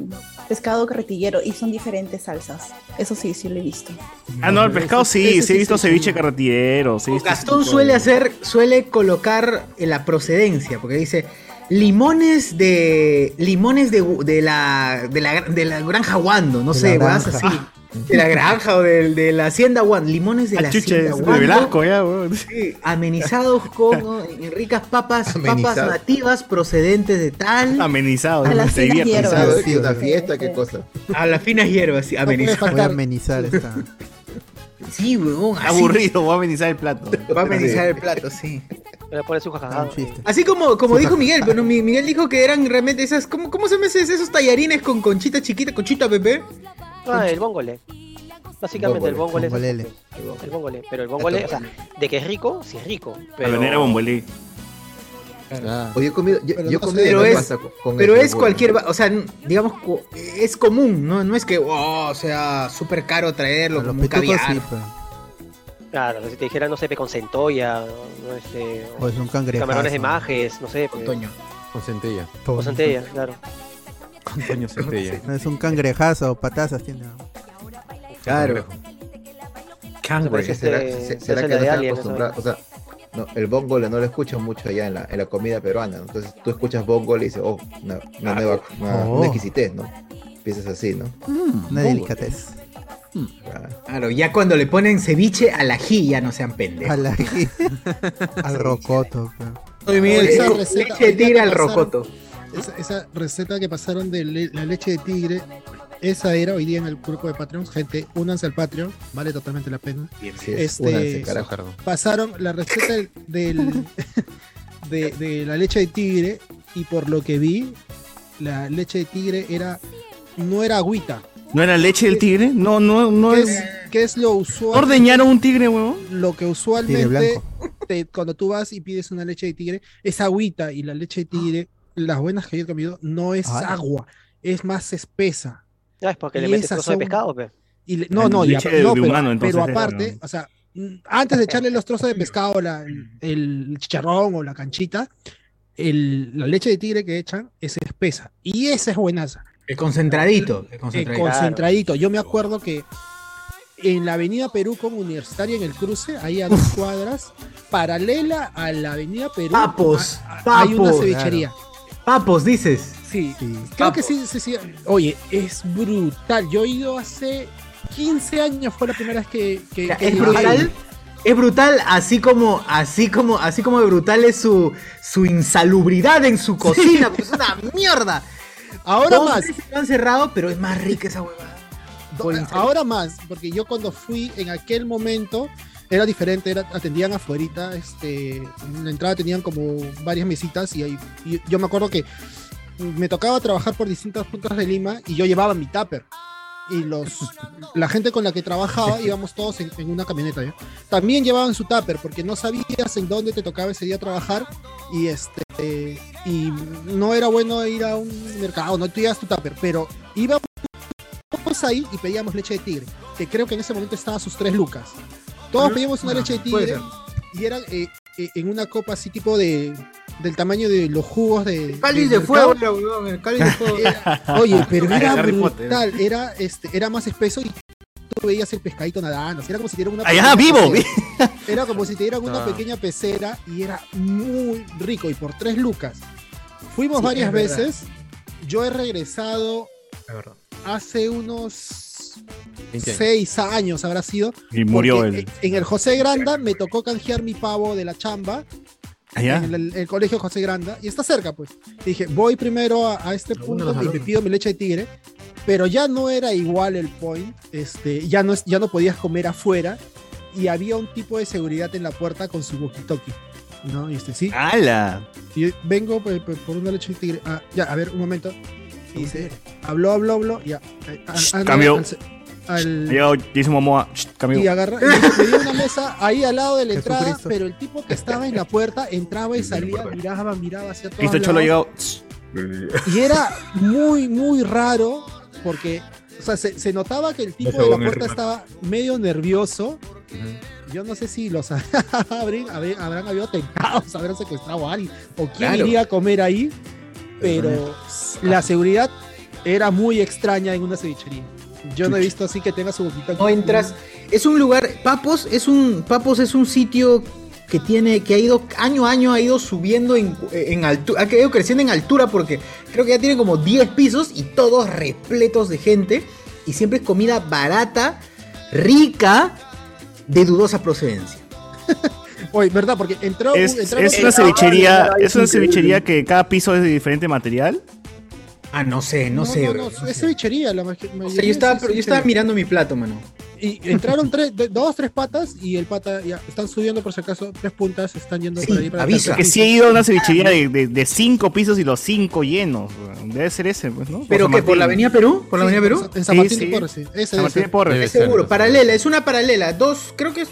Speaker 10: pescado carretillero y son diferentes salsas. Eso sí, sí lo he visto.
Speaker 4: Ah, no, el pescado
Speaker 2: Ese-
Speaker 4: sí,
Speaker 2: ese
Speaker 4: sí he visto
Speaker 2: sí, sí.
Speaker 4: ceviche carretillero, sí. he visto ese
Speaker 1: Gastón
Speaker 4: tipo de-
Speaker 1: suele hacer, suele colocar la eh, procedencia, porque dice Limones de. Limones de, de, la, de, la, de la granja Wando, no
Speaker 6: De
Speaker 1: sé,
Speaker 6: la
Speaker 1: weas
Speaker 6: granja.
Speaker 1: así. De la granja o del- de, la hacienda Wando. Limones de la
Speaker 4: Ah, chucha,
Speaker 1: hacienda
Speaker 4: es de
Speaker 1: Wando.
Speaker 4: Velasco ya, weón.
Speaker 1: Sí, amenizados con ¿no? en ricas papas, papas
Speaker 5: Amenizados.
Speaker 1: nativas procedentes de tal.
Speaker 4: Amenizado,
Speaker 11: A
Speaker 4: ¿no?
Speaker 11: las
Speaker 4: Se
Speaker 11: finas
Speaker 4: divierten,
Speaker 11: hierbas.
Speaker 4: ¿sabes?
Speaker 5: ¿Sabes? ¿Qué una fiesta? ¿Qué cosa?
Speaker 1: A las finas hierbas, sí,
Speaker 2: puede
Speaker 1: amenizados.
Speaker 6: Voy a
Speaker 2: faltar.
Speaker 6: amenizar esta.
Speaker 1: Sí, huevón, así.
Speaker 4: Aburrido, voy a amenizar el plato.
Speaker 1: Va a amenizar el plato, sí.
Speaker 7: Le pones un jajajá.
Speaker 6: Un chiste.
Speaker 1: Así como, como dijo Miguel, pero Mi- Miguel dijo que eran realmente esas. ¿Cómo, cómo se me hace esos tallarines con conchita chiquita, conchita bebé?
Speaker 7: Ah, el bongole. Básicamente el bongole. es
Speaker 6: Bongolele.
Speaker 7: el- El bongole. Pero el bongole, o sea, de que es rico, sí es rico. Pero
Speaker 4: Habanera bombolí.
Speaker 3: Ah,
Speaker 5: O yo he comido, yo,
Speaker 2: Pero
Speaker 5: yo
Speaker 2: no
Speaker 5: comí
Speaker 1: sé.
Speaker 5: la
Speaker 1: Pero
Speaker 5: pasta con- con
Speaker 1: Pero
Speaker 5: eso,
Speaker 1: es
Speaker 5: bueno.
Speaker 1: cualquier, ba- o sea, n- digamos, cu- es común, no, no es que, wow, sea súper caro traerlo
Speaker 6: Los
Speaker 1: como un
Speaker 6: pitucos
Speaker 1: caviar.
Speaker 6: sí, pues.
Speaker 7: claro, si te dijera, no sé, pe, con centolla, no, este,
Speaker 6: O es un cangrejo.
Speaker 7: camarones de majes, no sé, pe,
Speaker 1: Otoño.
Speaker 3: con centella.
Speaker 7: o centella, claro.
Speaker 3: Con
Speaker 1: [LAUGHS]
Speaker 3: Toño Centella.
Speaker 6: No es un cangrejazo o patazas tiene.
Speaker 1: Claro.
Speaker 7: Parece
Speaker 5: ¿Será,
Speaker 7: este-
Speaker 5: se-
Speaker 7: parece
Speaker 5: será
Speaker 7: la
Speaker 5: que no
Speaker 7: de
Speaker 5: están
Speaker 7: Alien,
Speaker 5: acostumbrados? O
Speaker 7: esa
Speaker 5: sea, no, el bongole no lo escuchan mucho allá en la, en la comida peruana. ¿no? Entonces tú escuchas bongole y dices, oh, una, una nueva una,
Speaker 6: Oh.
Speaker 5: una exquisitez, ¿no? Piensas así, ¿no?
Speaker 3: Mm,
Speaker 6: Una
Speaker 3: [LAUGHS]
Speaker 6: delicatez.
Speaker 5: Ah,
Speaker 1: Claro, ya cuando le ponen ceviche al ají ya no sean
Speaker 6: A
Speaker 1: pendejos.
Speaker 6: la-
Speaker 1: [LAUGHS]
Speaker 6: Al rocoto. pues.
Speaker 1: Soy Miguel,
Speaker 2: Esa
Speaker 1: digo,
Speaker 2: receta
Speaker 1: leche de tigre al
Speaker 2: pasaron-
Speaker 1: rocoto.
Speaker 2: Esa, esa receta que pasaron de le- la leche de tigre, esa era hoy día en el grupo de Patreon. Gente, únanse al Patreon, vale totalmente la pena.
Speaker 5: sí, es
Speaker 2: Este-
Speaker 5: únanse, carajo.
Speaker 3: Ocardo.
Speaker 2: Pasaron la receta del, del- [LAUGHS] de, de la leche de tigre y por lo que vi, la leche de tigre era no era agüita.
Speaker 4: ¿No era leche del tigre? No, no, no
Speaker 2: ¿Qué
Speaker 4: es.
Speaker 2: es, qué es lo
Speaker 4: ¿No
Speaker 2: usual?
Speaker 4: ¿Ordeñaron un tigre, huevón?
Speaker 2: Lo que
Speaker 6: Tigre
Speaker 2: usualmente
Speaker 6: blanco.
Speaker 2: te- cuando tú vas y pides una leche de tigre, es agüita y la leche de tigre, las buenas que yo he comido, no es
Speaker 6: Ah.
Speaker 2: agua, es más espesa.
Speaker 7: Ah, es porque le
Speaker 2: Y
Speaker 7: metes
Speaker 2: esas
Speaker 7: trozo de
Speaker 2: son-
Speaker 7: pescado, pe.
Speaker 2: Y le-
Speaker 4: Ah,
Speaker 2: no, no, y
Speaker 4: leche
Speaker 2: apa-
Speaker 4: de
Speaker 2: no, pero,
Speaker 4: humano, entonces,
Speaker 2: pero
Speaker 4: era,
Speaker 2: aparte,
Speaker 4: ¿no?
Speaker 2: o sea, mm, antes de echarle los trozos de pescado, la- el chicharrón o la canchita, el- la leche de tigre que echan es espesa. Y esa es buenaza.
Speaker 1: El concentradito. El
Speaker 2: eh,
Speaker 1: concentradito.
Speaker 2: concentradito. Yo me acuerdo que en la avenida Perú con Universitaria en el cruce, ahí a dos cuadras, paralela a la avenida Perú,
Speaker 1: Papos,
Speaker 2: a- a- hay una
Speaker 1: papos,
Speaker 2: cevichería.
Speaker 1: Papos, dices.
Speaker 2: Sí,
Speaker 6: Sí.
Speaker 2: Creo que
Speaker 1: Papo.
Speaker 2: sí, sí, sí. Oye, es brutal. Yo he ido hace 15 años, fue la primera vez que. que-
Speaker 1: O sea,
Speaker 2: que
Speaker 1: es
Speaker 2: iba.
Speaker 1: brutal. Es brutal, así como, así como, así como de brutal es su, su insalubridad en su cocina, porque es [LAUGHS] una mierda.
Speaker 2: [LAUGHS] Ahora
Speaker 1: Dos
Speaker 2: más,
Speaker 1: veces lo han cerrado, pero es más rica esa huevada.
Speaker 2: do-
Speaker 1: por Instagram.
Speaker 2: Pues ahora más, porque yo cuando fui en aquel momento era diferente, era, atendían afuerita, este, en la entrada tenían como varias mesitas y, ahí- y yo me acuerdo que me tocaba trabajar por distintas puntas de Lima y yo llevaba mi tupper. Y los, la gente con la que
Speaker 1: [LAUGHS]
Speaker 2: trabajaba íbamos todos en, en una camioneta. ¿ya? También llevaban su tupper porque no sabías en dónde te tocaba ese día trabajar y este y no era bueno ir a un mercado, no tú llevas tu tupper, pero íbamos ahí y pedíamos leche de tigre, que creo que en ese momento estaba a sus tres lucas. Todos pedíamos una leche de
Speaker 1: Ah, Puede
Speaker 2: tigre
Speaker 1: ser.
Speaker 2: y era eh, eh, en una copa así tipo de del tamaño de los jugos de
Speaker 1: Cáliz
Speaker 2: del
Speaker 1: de fuego,
Speaker 2: mercado.
Speaker 1: la huevón, el cáliz
Speaker 2: [LAUGHS]
Speaker 1: de fuego.
Speaker 2: Oye, pero
Speaker 4: Era
Speaker 2: era
Speaker 4: Harry Potter.
Speaker 2: brutal, era este, era más espeso y tú veías el pescadito nadando, era como si te una pequeña
Speaker 4: Allá, vivo.
Speaker 2: pecera. Era como si te dieran una
Speaker 3: Ah.
Speaker 2: pequeña pecera y era muy rico y por tres lucas. Fuimos
Speaker 1: Sí,
Speaker 2: varias
Speaker 1: es verdad.
Speaker 2: veces. Yo he regresado hace unos
Speaker 3: 20 años.
Speaker 2: seis años habrá sido.
Speaker 4: Y murió
Speaker 2: porque
Speaker 4: él.
Speaker 2: En el José Granda me tocó canjear mi pavo de la chamba
Speaker 4: Allá.
Speaker 2: en el, el colegio José Granda y está cerca, pues. Y dije, voy primero a, a este punto y me pido mi leche de tigre, pero ya no era igual el point, este, ya no es- ya no podías comer afuera y había un tipo de seguridad en la puerta con su walkie-talkie. No, y este sí.
Speaker 4: ¡Hala!
Speaker 2: Y yo vengo pues, pues, por una leche de tigre. Ah, ya, a ver, un momento. Y dice, habló, habló, habló, ya. Eh, a-
Speaker 4: Shh,
Speaker 1: Ah,
Speaker 2: anda
Speaker 4: cambio.
Speaker 2: al se- al-
Speaker 4: Llegó Jason Momoa. Shh,
Speaker 2: y
Speaker 4: cambio.
Speaker 2: agarra, y pedí una mesa ahí al lado de la entrada,
Speaker 6: Jesucristo.
Speaker 2: pero el tipo que estaba en la puerta entraba y
Speaker 5: Sí, en la
Speaker 2: salía,
Speaker 5: puerta.
Speaker 2: miraba, miraba hacia todos
Speaker 4: Listo, Cholo
Speaker 2: lados.
Speaker 4: llegó. Shh.
Speaker 2: Y era muy, muy raro porque, o sea, se, se notaba que el tipo de la puerta estaba medio nervioso. Yo no sé si los [LAUGHS] habrán, habrán, habrán habido atentados, habrán secuestrado a alguien o quién
Speaker 1: Claro.
Speaker 2: iría a comer ahí, pero la seguridad era muy extraña en una cevichería. Yo no he visto así que tenga su boquita.
Speaker 1: No entras. Es un lugar. Papos es un. Papos es un sitio que tiene, que ha ido año a año, ha ido subiendo en, altura, ha ido creciendo en altura porque creo que ya tiene como 10 pisos y todos repletos de gente. Y siempre es comida barata, rica, de dudosa procedencia.
Speaker 2: Oye, ¿verdad? Porque entró.
Speaker 4: Es,
Speaker 2: entraron-
Speaker 4: es una cevichería, es una cevichería que cada piso es de diferente material.
Speaker 1: Ah, no sé, no, sé,
Speaker 2: no,
Speaker 1: bro.
Speaker 2: es cevichería la ma-
Speaker 1: O
Speaker 2: mayoría
Speaker 1: sea, yo estaba,
Speaker 2: es
Speaker 1: pero yo estaba
Speaker 2: cevichería.
Speaker 1: mirando mi plato, mano. [LAUGHS]
Speaker 2: Y entraron tres, de- dos, tres patas y el pata ya están subiendo por si acaso, tres puntas están yendo
Speaker 1: Sí,
Speaker 2: para ahí para
Speaker 1: avisa.
Speaker 2: acá.
Speaker 4: Que sí he ido a una cevichería de, de- de cinco pisos y los cinco llenos. weón. Debe ser ese, pues, ¿no?
Speaker 1: ¿Pero
Speaker 4: San
Speaker 1: que por la
Speaker 4: Martín.
Speaker 1: Avenida Perú? ¿Por la
Speaker 2: Sí,
Speaker 1: Avenida Perú?
Speaker 2: En San Martín de
Speaker 4: Sí, sí.
Speaker 2: Porres, sí. Ese
Speaker 4: San
Speaker 2: debe
Speaker 4: Martín de
Speaker 2: ser.
Speaker 4: Porres.
Speaker 3: Debe ser,
Speaker 1: Seguro,
Speaker 3: ¿no?
Speaker 1: paralela, es una paralela, dos, creo que es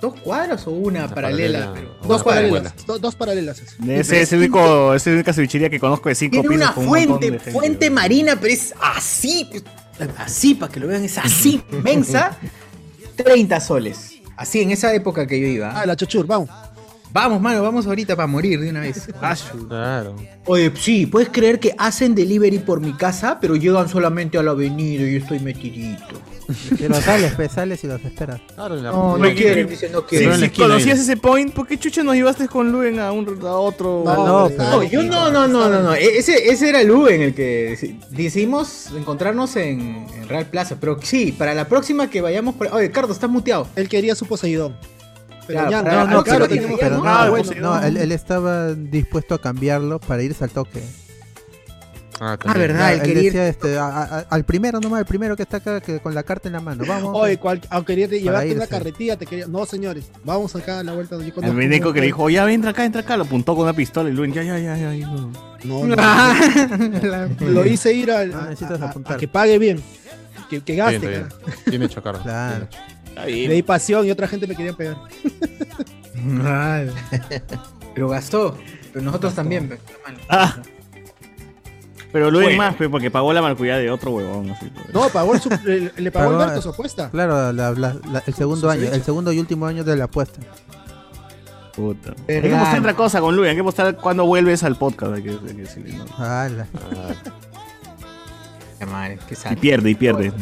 Speaker 1: dos cuadras o una,
Speaker 3: Una
Speaker 1: paralela.
Speaker 3: paralela,
Speaker 1: pero-
Speaker 3: o
Speaker 1: dos
Speaker 3: una paralela.
Speaker 1: paralelas.
Speaker 2: paralelas. do- dos paralelas. es.
Speaker 4: Ese es el único, es la única cevichería que conozco de cinco
Speaker 1: Tiene
Speaker 4: pisos.
Speaker 1: una
Speaker 4: con un montón
Speaker 1: fuente,
Speaker 4: de gente,
Speaker 1: fuente
Speaker 4: weón.
Speaker 1: marina, pero es así, así, para que lo vean, es
Speaker 4: [LAUGHS]
Speaker 1: así, inmensa, 30 soles. Así, en esa época que yo iba.
Speaker 2: Ah, la chochur, vamos.
Speaker 1: Vamos, mano, vamos ahorita para morir de una
Speaker 4: [LAUGHS]
Speaker 1: vez.
Speaker 3: Claro.
Speaker 1: Oye, sí, puedes creer que hacen delivery por mi casa, pero llegan solamente a la avenida y yo estoy metidito.
Speaker 6: Pero sales, pues, sales y los esperas.
Speaker 3: Claro, en la-
Speaker 1: No,
Speaker 3: en
Speaker 1: no
Speaker 3: la-
Speaker 1: quieren, dicen no
Speaker 4: Sí,
Speaker 3: Pero
Speaker 1: quieren.
Speaker 3: en la
Speaker 4: si
Speaker 3: esquina
Speaker 4: conocías
Speaker 3: ahí.
Speaker 4: ese point, ¿por qué chucha nos llevaste con Luen a, un, a otro?
Speaker 6: Ah, no,
Speaker 2: hombre,
Speaker 6: pero-
Speaker 1: No, yo no, no, no, no, no. E- Ese, ese era el U en el que deci- decidimos encontrarnos en, en Real Plaza. Pero sí, para la próxima que vayamos por. Oye, Carlos, estás muteado.
Speaker 2: Él quería su Poseidón. Pero
Speaker 1: Claro,
Speaker 2: ya
Speaker 1: pero-
Speaker 2: no,
Speaker 1: no,
Speaker 2: acá lo
Speaker 1: pero-
Speaker 2: tenemos.
Speaker 6: Pero
Speaker 1: no,
Speaker 6: no,
Speaker 4: no,
Speaker 6: bueno,
Speaker 4: pues,
Speaker 6: Ah, no,
Speaker 4: no.
Speaker 6: él, él estaba dispuesto a cambiarlo para irse al toque.
Speaker 3: Ah,
Speaker 1: Ah,
Speaker 3: también.
Speaker 1: verdad,
Speaker 6: él
Speaker 1: el querer.
Speaker 6: decía este, a- a- al primero nomás, al primero que está acá que con la carta en la mano. Vamos.
Speaker 2: Oye, cual- aunque quería te llevarte una
Speaker 6: irse.
Speaker 2: carretilla, te quería. No, señores, vamos acá a la vuelta. Yo
Speaker 4: El
Speaker 2: conozco
Speaker 4: veneco
Speaker 2: un-
Speaker 4: que le dijo, ya, entra acá, entra acá, lo apuntó con una pistola y Luen, ya, ya, ya, ya. ya".
Speaker 2: No, no,
Speaker 1: [LAUGHS] La-
Speaker 2: [LAUGHS] lo hice ir al-
Speaker 1: Ah,
Speaker 6: No,
Speaker 2: a,
Speaker 6: necesitas
Speaker 2: a- a-
Speaker 6: apuntar.
Speaker 2: a que pague bien, que, que gaste.
Speaker 3: Bien, bien.
Speaker 2: cara.
Speaker 3: [LAUGHS] Bien hecho, Carlos.
Speaker 6: Claro.
Speaker 3: Bien hecho.
Speaker 2: Le di pasión y otra gente me quería pegar.
Speaker 1: Ay. Pero gastó. Pero nosotros también. pe, hermano.
Speaker 4: Ah. Pero Luen
Speaker 3: Bueno.
Speaker 4: más, pe, porque pagó la marcullada de otro huevón. así, pues.
Speaker 2: No, pagó el su- le, le pagó
Speaker 1: Ah.
Speaker 6: Pagó-
Speaker 2: Alberto su apuesta.
Speaker 6: Claro, la- la- la- el segundo año, el segundo y último año de la apuesta.
Speaker 4: Puta. Hay que
Speaker 1: Verdad.
Speaker 4: mostrar otra cosa con Luen, hay que mostrar cuando vuelves al podcast. hay que- hay que decirle, ¿no?
Speaker 6: Ala.
Speaker 1: Ah, Qué madre, qué
Speaker 4: Y
Speaker 1: sad.
Speaker 4: pierde, y pierde.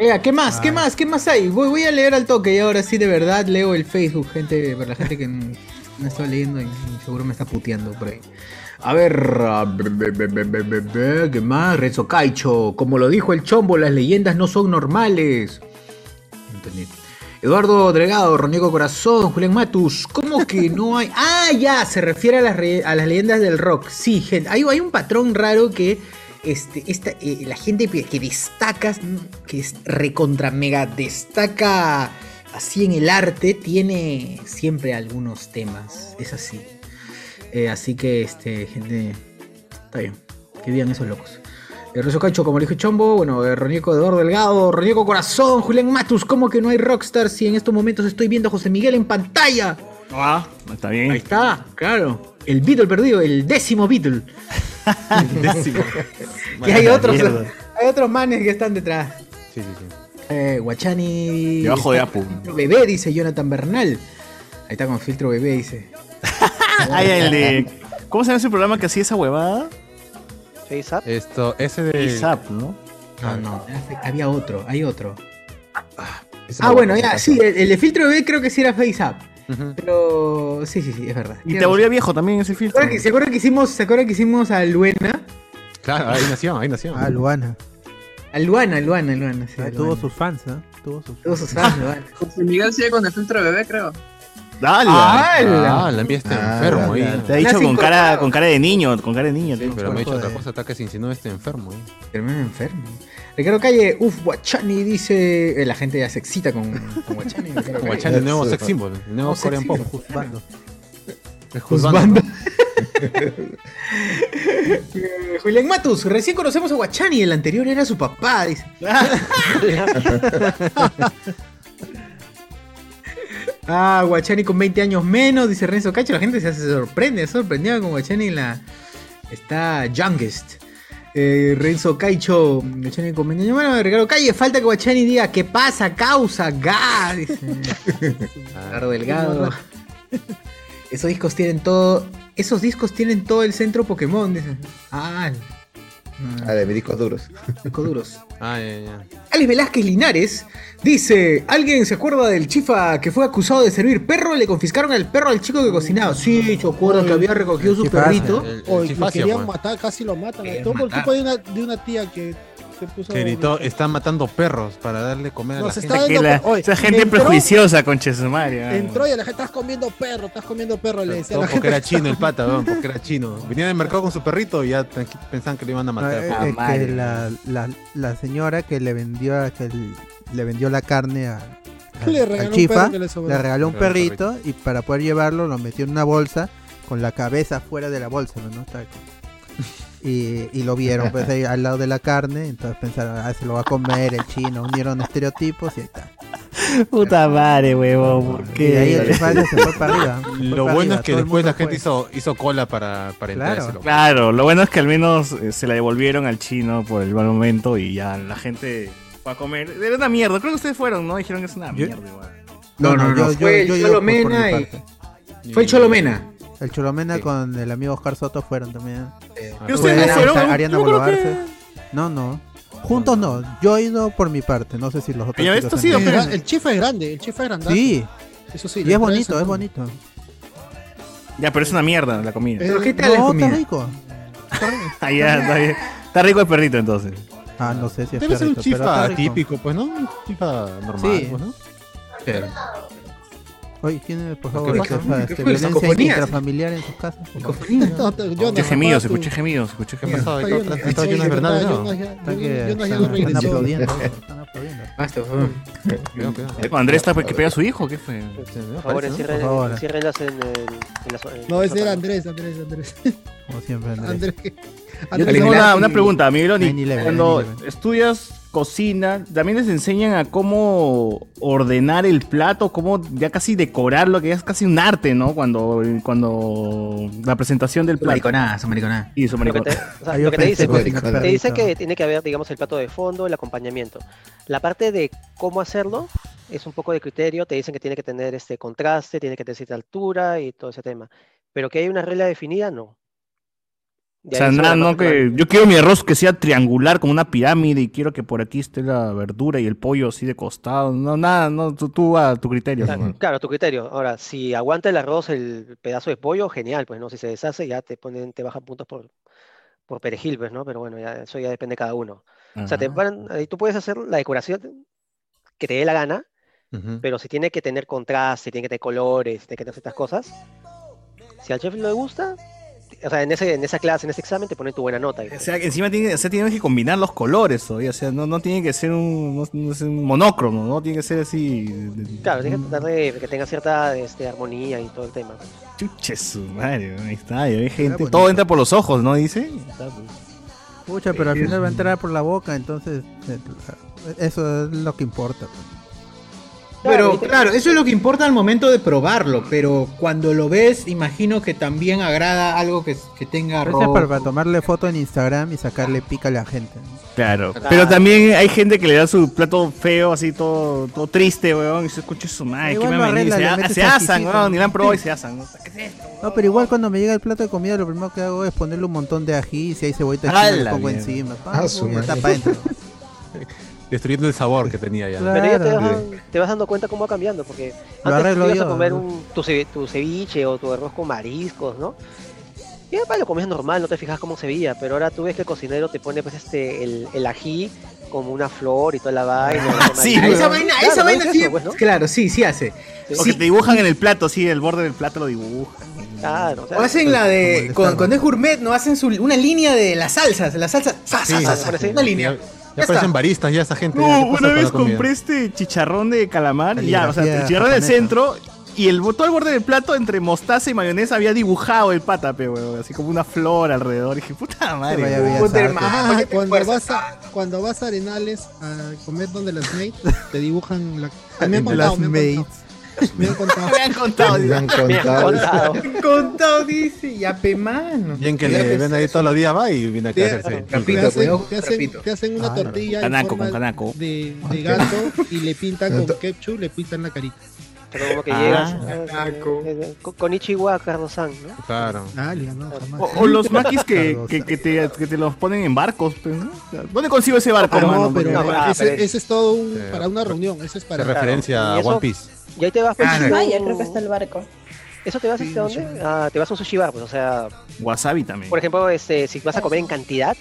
Speaker 1: Oiga, ¿qué más? ¿Qué más? ¿Qué más hay? Voy, voy a leer al toque y ahora sí de verdad leo el Facebook, gente, para la gente que no no está leyendo y y seguro me está puteando por ahí. A ver, ah, be- be- be- be- be- be- be, ¿qué más? Rezo Caicho, como lo dijo el chombo, las leyendas no son normales. No Entendí. Eduardo Dregado, Ronico Corazón, Julián Matus, ¿cómo que no hay? [LAUGHS] Ah, ya, se refiere a las, re- a las leyendas del rock. Sí, gente, hay, hay un patrón raro que este, esta, eh, la gente que que destaca, que es recontra mega destaca así en el arte, tiene siempre algunos temas, es así. Eh, así que, este, gente, está bien, que vivan esos locos. Eh, Renzo Cacho, como le dije Chombo, bueno, eh, Ronieco Eduardo Delgado, Ronieco Corazón, Julián Matus, ¿cómo que no hay rockstar si en estos momentos estoy viendo a José Miguel en pantalla?
Speaker 4: Ah, está
Speaker 1: Ahí
Speaker 4: bien.
Speaker 1: está, claro. El Beatle perdido, el décimo
Speaker 4: [LAUGHS]
Speaker 1: Beatle. [LAUGHS] y hay otros,
Speaker 4: mierda.
Speaker 1: hay otros manes que están detrás.
Speaker 3: Sí, sí, sí.
Speaker 1: Eh, Guachani.
Speaker 4: Debajo de
Speaker 1: está
Speaker 4: Apu.
Speaker 1: con filtro Bebé, dice Jonathan Bernal. Ahí está con filtro bebé, dice.
Speaker 4: [LAUGHS] Ay, el de. ¿Cómo se llama ese programa que hacía esa huevada?
Speaker 12: FaceApp.
Speaker 3: Esto, ese de. Ah,
Speaker 4: ISAP, ¿no?
Speaker 1: No, no, había otro,
Speaker 13: Ah,
Speaker 1: hay otro.
Speaker 5: Ese
Speaker 1: Ah,
Speaker 5: lo
Speaker 1: bueno,
Speaker 5: voy a
Speaker 1: ya,
Speaker 5: pasar.
Speaker 1: sí, el, el de filtro bebé creo que sí era FaceApp.
Speaker 3: Ujú.
Speaker 1: Pero sí, sí, sí, es verdad.
Speaker 4: Y te volvió viejo también ese
Speaker 1: ¿Se
Speaker 4: filtro.
Speaker 1: acuerdan que, se acuerdan que hicimos, ¿Se acuerdan que hicimos a Luena?
Speaker 3: Claro, ahí nació, ahí nació.
Speaker 6: Ah, Luana.
Speaker 1: A Luana, Luana, Luana. Sí, a
Speaker 6: Tuvo
Speaker 1: Luana.
Speaker 6: sus fans, ¿no? Tuvo sus
Speaker 1: Tuvo sus fans,
Speaker 4: [LAUGHS]
Speaker 1: Luana.
Speaker 13: José Miguel sigue con el filtro de bebé, creo.
Speaker 4: Dale.
Speaker 1: ¡Hala!
Speaker 4: [LAUGHS]
Speaker 3: Ah, la enviaste
Speaker 5: Ah,
Speaker 3: enfermo ahí.
Speaker 4: Te ha dicho
Speaker 1: Nazi
Speaker 4: con cara,
Speaker 1: incorporado.
Speaker 4: con cara de niño, con cara de niño.
Speaker 3: Sí,
Speaker 4: tío.
Speaker 3: pero me ha dicho otra
Speaker 6: de-
Speaker 3: cosa, está que se insinuó este enfermo. ¿eh?
Speaker 1: Termina enfermo. Ricardo Calle, uff, Guachani dice. eh, la gente ya se excita con, con Guachani. Ricardo Calle.
Speaker 3: [LAUGHS] Guachani, el nuevo
Speaker 5: sí,
Speaker 3: sex
Speaker 5: sí.
Speaker 3: symbol, el nuevo
Speaker 1: No,
Speaker 3: Korean
Speaker 1: sexy,
Speaker 3: Pop.
Speaker 1: no,
Speaker 6: juzgando.
Speaker 3: Es
Speaker 1: Juzgando. Eh, [LAUGHS] Julián Matus, recién conocemos a Guachani, el anterior era su papá, dice. Ah, Guachani con 20 años menos, dice Renzo Cacho. La gente se hace sorprende, es sorprendida con Guachani en la. Está youngest. Eh, Renzo Caicho, Guachani con 20 años menos, Ricardo Calle, falta que Guachani diga qué pasa, causa, ga, dice. Ricardo Delgado. Esos discos tienen todo. Esos discos tienen todo el centro Pokémon, dice. Ah,
Speaker 3: Mm.
Speaker 5: Ah, de mis discos duros.
Speaker 8: Discos duros.
Speaker 3: Ah, ya, ya.
Speaker 8: Alex Velázquez Linares dice: ¿Alguien se acuerda del chifa que fue acusado de servir perro? Le confiscaron el perro al chico que cocinaba. Sí, yo acuerdo que había recogido su
Speaker 6: Chifazo.
Speaker 8: perrito.
Speaker 3: El- el
Speaker 2: O lo
Speaker 3: chifacio,
Speaker 2: querían
Speaker 3: pues,
Speaker 2: matar, casi lo matan.
Speaker 8: Querían
Speaker 2: Todo por
Speaker 8: matar.
Speaker 2: culpa de una, de una tía que se puso.
Speaker 3: que gritó, están matando perros para darle comer a
Speaker 2: No,
Speaker 3: la
Speaker 2: se
Speaker 3: gente.
Speaker 2: está-
Speaker 4: Que la-
Speaker 2: Oye,
Speaker 4: esa gente
Speaker 2: entró-
Speaker 4: prejuiciosa, conche su madre. ah.
Speaker 2: Entró y a la gente, estás comiendo perro, estás comiendo perro, le decía a
Speaker 3: Todo
Speaker 2: la
Speaker 3: porque
Speaker 2: gente.
Speaker 3: era chino el pata, weón, porque era [LAUGHS] chino. Venía del mercado con su perrito y ya tranqui- pensaban que le iban a
Speaker 6: Ah,
Speaker 3: matar.
Speaker 6: eh,
Speaker 3: pues.
Speaker 6: eh, que
Speaker 4: madre.
Speaker 6: la, la, la señora que le vendió a- que l- le vendió la carne a, a-
Speaker 2: Le
Speaker 6: al
Speaker 2: regaló un
Speaker 6: chifa,
Speaker 2: perro que le sobró.
Speaker 6: le regaló un
Speaker 3: Le regaló un
Speaker 6: perrito y para poder llevarlo lo metió en una bolsa con la cabeza fuera de la bolsa, ¿no? Estaba aquí. Y, y lo vieron pues ahí al lado de la carne, entonces pensaron, ah, se lo va a comer el chino, unieron estereotipos y ahí está.
Speaker 4: Puta madre, huevón. ¿por
Speaker 6: Y de ahí el
Speaker 4: qué?
Speaker 6: chifa
Speaker 4: [LAUGHS]
Speaker 6: se fue para arriba. se fue
Speaker 3: Lo
Speaker 6: para
Speaker 3: bueno
Speaker 6: arriba,
Speaker 3: es que
Speaker 6: todo el
Speaker 3: después la
Speaker 6: mundo
Speaker 3: gente
Speaker 6: fue.
Speaker 3: hizo, hizo cola para, para entrar
Speaker 6: Claro.
Speaker 3: a ese local.
Speaker 4: Claro, lo bueno es que al menos eh, se la devolvieron al chino por el mal momento y ya la gente fue a comer. Era una mierda, creo que ustedes fueron, ¿no? Dijeron que es una mierda, igual.
Speaker 8: No, no, no, fue
Speaker 6: yo- yo-
Speaker 8: el
Speaker 6: yo- yo
Speaker 8: Cholo
Speaker 6: por- por mi
Speaker 8: Mena y-
Speaker 6: parte.
Speaker 8: Fue el Cholomena.
Speaker 6: El Chulomena
Speaker 3: Sí.
Speaker 6: con el amigo Oscar Soto fueron también.
Speaker 8: Eh, Ah,
Speaker 4: ¿Y ustedes
Speaker 6: Fue
Speaker 4: no
Speaker 6: Ariana-
Speaker 4: fueron?
Speaker 6: Ariana
Speaker 4: Yo creo
Speaker 6: Boluarte.
Speaker 4: que-
Speaker 6: No, no. Juntos no. Yo he ido por mi parte. No sé si los otros.
Speaker 4: Ya,
Speaker 6: chicos
Speaker 4: esto
Speaker 6: han
Speaker 4: sí,
Speaker 6: ido.
Speaker 2: Es
Speaker 4: pero-
Speaker 2: gran- El chifa es grande, el chifa es grande.
Speaker 6: Sí,
Speaker 2: eso sí.
Speaker 6: y
Speaker 2: la
Speaker 6: es
Speaker 2: empresa,
Speaker 6: bonito, es
Speaker 2: todo.
Speaker 6: bonito.
Speaker 4: Ya, pero es una mierda la comida.
Speaker 8: Pero ¿qué tal la
Speaker 6: No, está
Speaker 8: comida?
Speaker 6: rico. Está rico.
Speaker 4: Ah, ya, está bien. [LAUGHS] Está rico el perrito entonces.
Speaker 6: Ah, no sé si
Speaker 3: Debe
Speaker 6: está
Speaker 3: ser un
Speaker 6: rico, pero está
Speaker 3: chifa
Speaker 6: rico.
Speaker 3: típico, pues, ¿no? Un chifa normal,
Speaker 6: Sí.
Speaker 3: pues, ¿no?
Speaker 6: Oye, ¿quién, por
Speaker 3: ¿Qué
Speaker 6: favor,
Speaker 3: pasa?
Speaker 6: jefa,
Speaker 8: ¿Qué
Speaker 6: este,
Speaker 8: fue?
Speaker 6: violencia
Speaker 8: ¿Psicofonías?
Speaker 6: intrafamiliar en sus casas? por favor? [LAUGHS]
Speaker 2: No, te- yo
Speaker 4: Escuché
Speaker 2: no,
Speaker 4: gemidos,
Speaker 2: tú-
Speaker 4: escuché gemidos, escuché
Speaker 3: ¿Qué ha
Speaker 4: gemidos.
Speaker 3: pasado?
Speaker 2: Está
Speaker 3: ¿Está-
Speaker 2: bien,
Speaker 3: está- está
Speaker 2: oye,
Speaker 3: lleno de
Speaker 2: yo
Speaker 3: Bernal,
Speaker 2: estaba-
Speaker 3: no?
Speaker 2: yo no-
Speaker 6: Están
Speaker 2: yo-
Speaker 6: que-
Speaker 2: yo no- yo
Speaker 6: están-
Speaker 2: no
Speaker 6: están
Speaker 2: regresé.
Speaker 6: aplaudiendo. Están aplaudiendo.
Speaker 8: Basta, por favor.
Speaker 3: Cuidado, cuidado.
Speaker 4: Eh, Andrés está que pega a su hijo, ¿qué fue?
Speaker 7: Por favor, encierren-
Speaker 6: por favor.
Speaker 7: enciérrenlas en el. en las- en
Speaker 2: No,
Speaker 7: el
Speaker 2: ese
Speaker 7: sótano.
Speaker 2: era Andrés, Andrés, Andrés.
Speaker 6: ¿eh? Como siempre, Andrés.
Speaker 2: Andrés. que-
Speaker 4: Yo
Speaker 2: Andrés
Speaker 4: tengo
Speaker 2: Velázquez.
Speaker 4: una, una pregunta, Migueloni.
Speaker 6: 9-11,
Speaker 4: Cuando
Speaker 6: 9-11.
Speaker 4: estudias cocina, ¿también les enseñan a cómo ordenar el plato, cómo ya casi decorarlo, que ya es casi un arte, ¿no? Cuando, cuando la presentación del
Speaker 8: Su
Speaker 4: plato.
Speaker 8: mariconada, su mariconada.
Speaker 4: Y su
Speaker 7: Lo que
Speaker 4: maricón.
Speaker 7: te, o sea,
Speaker 6: Ah,
Speaker 7: lo
Speaker 6: yo
Speaker 7: que te
Speaker 6: pensé
Speaker 7: dice,
Speaker 5: pues,
Speaker 6: tenía
Speaker 5: te
Speaker 7: te dice
Speaker 6: perrito.
Speaker 7: que tiene que haber, digamos, el plato de fondo, el acompañamiento. La parte de cómo hacerlo es un poco de criterio. Te dicen que tiene que tener este contraste, tiene que tener cierta altura y todo ese tema. Pero que hay una regla definida, no.
Speaker 4: O
Speaker 7: De
Speaker 4: sea,
Speaker 7: ahí sobre
Speaker 4: nada,
Speaker 7: la
Speaker 4: no
Speaker 7: parte
Speaker 4: que yo quiero mi arroz que sea triangular como una pirámide y quiero que por aquí esté la verdura y el pollo así de costado. No, nada, no, tú, tú a tu criterio.
Speaker 7: Claro,
Speaker 4: ¿no?
Speaker 7: claro, tu criterio. Ahora, si aguanta el arroz el pedazo de pollo, genial, pues no, si se deshace ya te ponen, te bajan puntos por, por perejil, pues, ¿no? Pero bueno, ya, eso ya depende de cada uno.
Speaker 2: Ah,
Speaker 7: O sea, te van, ahí tú puedes hacer la decoración que te dé la gana,
Speaker 3: Ujú.
Speaker 7: pero si tiene que tener contraste, tiene que tener colores, tiene que tener ciertas cosas, si al chef le gusta, o sea, en ese, en esa clase, en ese examen te ponen tu buena nota. y
Speaker 4: O
Speaker 7: pues,
Speaker 4: sea, que encima tiene, o sea, tienen que combinar los colores todavía. O sea, no, no tiene que ser un, no, no es un monócromo, no tiene que ser así.
Speaker 7: Claro, tienes que tratar de que tenga cierta este, armonía y todo el tema.
Speaker 4: Chuche su madre, ahí está, y hay
Speaker 6: Está
Speaker 4: gente.
Speaker 6: bonito.
Speaker 4: Todo entra por los ojos, ¿no? Dice.
Speaker 6: pues. Pucha, pero al final va a entrar por la boca, entonces eh, eso es lo que importa.
Speaker 8: Pero
Speaker 7: ¿viste?
Speaker 8: claro, eso es lo que importa al momento de probarlo, pero cuando lo ves, imagino que también agrada algo que, que tenga
Speaker 6: Pero eso es para,
Speaker 8: arroz.
Speaker 6: para tomarle foto en Instagram y sacarle pica a la gente.
Speaker 4: Claro. Pero también hay gente que le da su plato feo, así todo, todo triste, weón. Y dice, escucha su madre, ¿qué
Speaker 6: Igual
Speaker 4: me
Speaker 6: lo
Speaker 4: han venido?" Y
Speaker 6: arregla, le
Speaker 4: Se,
Speaker 6: metes
Speaker 4: se asan,
Speaker 6: salchichita.
Speaker 4: weón. Ni la han probado
Speaker 6: [LAUGHS]
Speaker 4: y se asan, ¿no?
Speaker 6: No, pero igual cuando me llega el plato de comida, lo primero que hago es ponerle un montón de ají, si hay cebollita
Speaker 4: ¡A
Speaker 6: china, le
Speaker 4: la
Speaker 6: pongo
Speaker 4: mierda!
Speaker 6: encima. Pa,
Speaker 5: Ah, su
Speaker 6: pum, ya
Speaker 5: madre.
Speaker 6: está pa'
Speaker 1: [LAUGHS]
Speaker 6: dentro.
Speaker 3: Destruyendo el sabor que tenía ya.
Speaker 6: Claro.
Speaker 7: Pero ya te, vas- te vas dando cuenta cómo va cambiando, porque antes
Speaker 6: arreglo
Speaker 7: tú ibas
Speaker 6: yo,
Speaker 7: a comer
Speaker 6: ¿no?
Speaker 7: un, tu, ce- tu ceviche o tu arroz con mariscos, ¿no? Y después lo comías normal, no te fijas cómo se veía, pero ahora tú ves que el cocinero te pone pues este el, el ají como una flor y toda la vaina. la forma
Speaker 4: sí,
Speaker 7: de-
Speaker 8: Ah, esa
Speaker 7: Claro,
Speaker 8: vaina,
Speaker 7: claro,
Speaker 8: esa
Speaker 7: ¿no
Speaker 8: vaina
Speaker 7: es
Speaker 8: sí.
Speaker 7: eso, pues, ¿no?
Speaker 8: Claro, sí, sí hace.
Speaker 4: O
Speaker 8: Sí.
Speaker 4: que te dibujan en el plato, así, el borde del plato lo dibujan.
Speaker 7: Claro, o sea,
Speaker 8: O hacen la
Speaker 6: Como el
Speaker 8: de.
Speaker 6: de
Speaker 8: con-
Speaker 6: Starbucks.
Speaker 8: cuando es gourmet, no hacen su- una línea de las salsas. La salsa. sa, sa,
Speaker 3: Sí,
Speaker 8: sa,
Speaker 3: sí,
Speaker 8: sa,
Speaker 7: sí.
Speaker 8: una línea.
Speaker 3: Ya, ya
Speaker 8: Ya
Speaker 3: parecen
Speaker 8: está.
Speaker 3: baristas ya esa gente. ya, ¿qué
Speaker 4: No,
Speaker 3: pasa
Speaker 4: una
Speaker 3: con la
Speaker 4: vez
Speaker 3: comida?
Speaker 4: compré este chicharrón de calamar, y ya, o sea,
Speaker 6: Caligrafía
Speaker 4: el chicharrón del
Speaker 6: japonesa.
Speaker 4: centro y el todo el borde del plato entre mostaza y mayonesa había dibujado el pata, pe, weón, así como una flor alrededor. Y dije, puta madre.
Speaker 6: vaya
Speaker 4: weón.
Speaker 6: bien.
Speaker 8: Puta,
Speaker 6: Artes.
Speaker 8: hermano, ¿para qué te
Speaker 2: Ah, cuando
Speaker 8: esfuerzas?
Speaker 2: vas a cuando vas a Arenales a comer donde las mates te dibujan
Speaker 6: [LAUGHS]
Speaker 2: la me han
Speaker 6: Las
Speaker 2: contado, me han
Speaker 6: mates.
Speaker 2: contado, me han contado.
Speaker 4: Me han contado.
Speaker 5: Me han
Speaker 4: dice.
Speaker 7: me han
Speaker 5: contado.
Speaker 7: contado.
Speaker 8: Contado, dice. Ya, pe mano.
Speaker 3: Bien que
Speaker 5: Ya
Speaker 3: le
Speaker 5: ves.
Speaker 3: ven ahí todos los días, va y viene acá a
Speaker 2: Te-
Speaker 3: hacerse.
Speaker 5: Capito,
Speaker 2: te,
Speaker 5: cuidado,
Speaker 2: hacen, te, hacen,
Speaker 8: rapito.
Speaker 2: te hacen una
Speaker 6: Ah,
Speaker 2: tortilla en
Speaker 4: Canaco,
Speaker 2: forma
Speaker 4: con canaco.
Speaker 2: de, de gato y le pintan con ketchup le pintan la carita
Speaker 7: Pero como que
Speaker 4: Ah.
Speaker 7: llegas. eh,
Speaker 14: Ah, con-
Speaker 7: con Ichiwa, Carlos San, ¿no?
Speaker 3: Claro.
Speaker 2: Alia, no, jamás.
Speaker 4: O,
Speaker 2: [LAUGHS]
Speaker 4: o los maquis que, que, que te, que te los ponen en barcos. pues, ¿no? ¿Dónde consigo ese barco,
Speaker 2: no,
Speaker 4: mano?
Speaker 2: pero
Speaker 7: no, ah,
Speaker 2: ese,
Speaker 7: pero-
Speaker 2: ese es todo un-
Speaker 3: Eh,
Speaker 2: para una reunión. Ese es
Speaker 3: Se
Speaker 2: para.
Speaker 3: referencia
Speaker 7: y
Speaker 3: a
Speaker 7: eso-
Speaker 3: One Piece.
Speaker 7: Y ahí te vas, pues,
Speaker 14: Ah,
Speaker 7: chico.
Speaker 15: Vaya, creo que está el barco.
Speaker 7: ¿Eso te vas hasta dónde? Ah, te vas a un sushi bar, pues, o sea,
Speaker 2: [LAUGHS]
Speaker 4: Wasabi también.
Speaker 7: por ejemplo, este, si vas a comer en cantidad,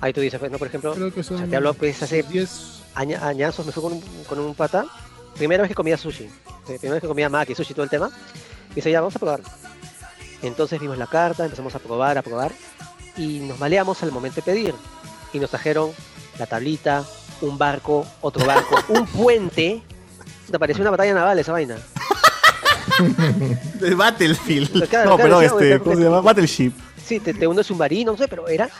Speaker 7: ahí tú dices, pues, no, por ejemplo,
Speaker 2: Creo que son.
Speaker 7: ya te hablo, pues, hace
Speaker 2: 10.
Speaker 7: aña- añazos me fui con un, con un pata. Primera vez que comía sushi. eh, Primera vez que comía maki, sushi, todo el tema. Y dice, ya, vamos a probar. Entonces vimos la carta, empezamos a probar, a probar. Y nos maleamos al momento de pedir. Y nos trajeron la tablita, un barco, otro barco, un puente. [LAUGHS] Te pareció una batalla naval esa
Speaker 4: [LAUGHS]
Speaker 7: vaina.
Speaker 4: De Battlefield.
Speaker 7: Pues, Claro,
Speaker 4: no,
Speaker 7: claro,
Speaker 4: pero
Speaker 7: sí,
Speaker 4: este,
Speaker 7: porque-
Speaker 4: ¿cómo se llama? Battleship.
Speaker 7: Sí, te, te hundes un barino, no sé, pero era...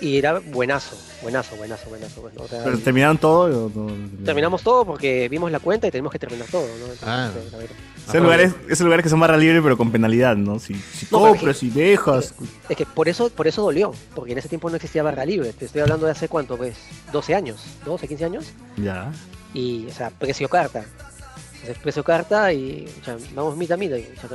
Speaker 7: Y era buenazo, buenazo, buenazo, buenazo. bueno, o sea,
Speaker 4: Pero terminaron todo. o no?
Speaker 7: terminamos todo porque vimos la cuenta y tenemos que terminar todo. ¿no? Entonces,
Speaker 3: Ah.
Speaker 7: este, a ver.
Speaker 4: Esos lugares, esos lugares que son barra libre, pero con penalidad, ¿no? Si, si
Speaker 7: No, pero-
Speaker 4: compras, si dejas.
Speaker 7: Es que por eso, por eso dolió, porque en ese tiempo no existía barra libre. Te estoy hablando de hace cuánto, pues, 12 años, 12, 15 años.
Speaker 4: Ya.
Speaker 7: Y, o sea, precio carta. Entonces, precio carta y, o sea, vamos mitad a mitad. y, O sea,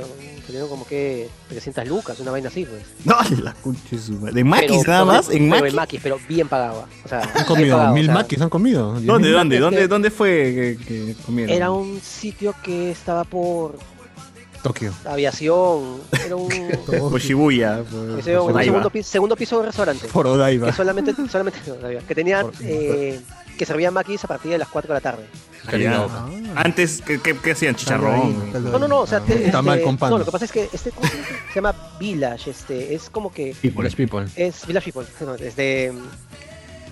Speaker 7: salieron como que 300 lucas, una vaina así, pues.
Speaker 4: No, [LAUGHS] la concha de su madre. De maquis
Speaker 7: Pero-
Speaker 4: nada más, en
Speaker 7: pero
Speaker 4: maquis.
Speaker 7: pero bien pagaba. O sea,
Speaker 3: Han
Speaker 7: bien
Speaker 3: comido
Speaker 7: pagado,
Speaker 3: mil
Speaker 7: o sea,
Speaker 3: maquis, han comido. Diez
Speaker 4: ¿Dónde,
Speaker 3: mil
Speaker 4: dónde,
Speaker 7: es [LAUGHS]
Speaker 4: dónde,
Speaker 7: que-
Speaker 4: dónde fue que, que comieron?
Speaker 7: Era un sitio que estaba por
Speaker 3: maquis. Tokio.
Speaker 7: aviación. Era un,
Speaker 4: Por Pues Shibuya. pues
Speaker 7: un
Speaker 4: Por, por Odaiba.
Speaker 7: segundo, piso, segundo piso de un restaurante.
Speaker 3: Por
Speaker 7: que
Speaker 3: Odaiba.
Speaker 7: solamente, solamente no, todavía, que tenía eh, que servía maquis a partir de las 4 de la tarde.
Speaker 4: Ah,
Speaker 3: Qué
Speaker 4: ya.
Speaker 3: lindo.
Speaker 4: Antes, ¿qué, qué, qué hacían?
Speaker 6: Chicharrón.
Speaker 4: Chicharrón.
Speaker 7: No, no, no, o sea, te-
Speaker 3: Tamal con pan.
Speaker 7: no, lo que pasa es que este ¿cómo se llama? se llama Village, este, es como que
Speaker 3: People is people.
Speaker 7: es Village People, no, es de, mm,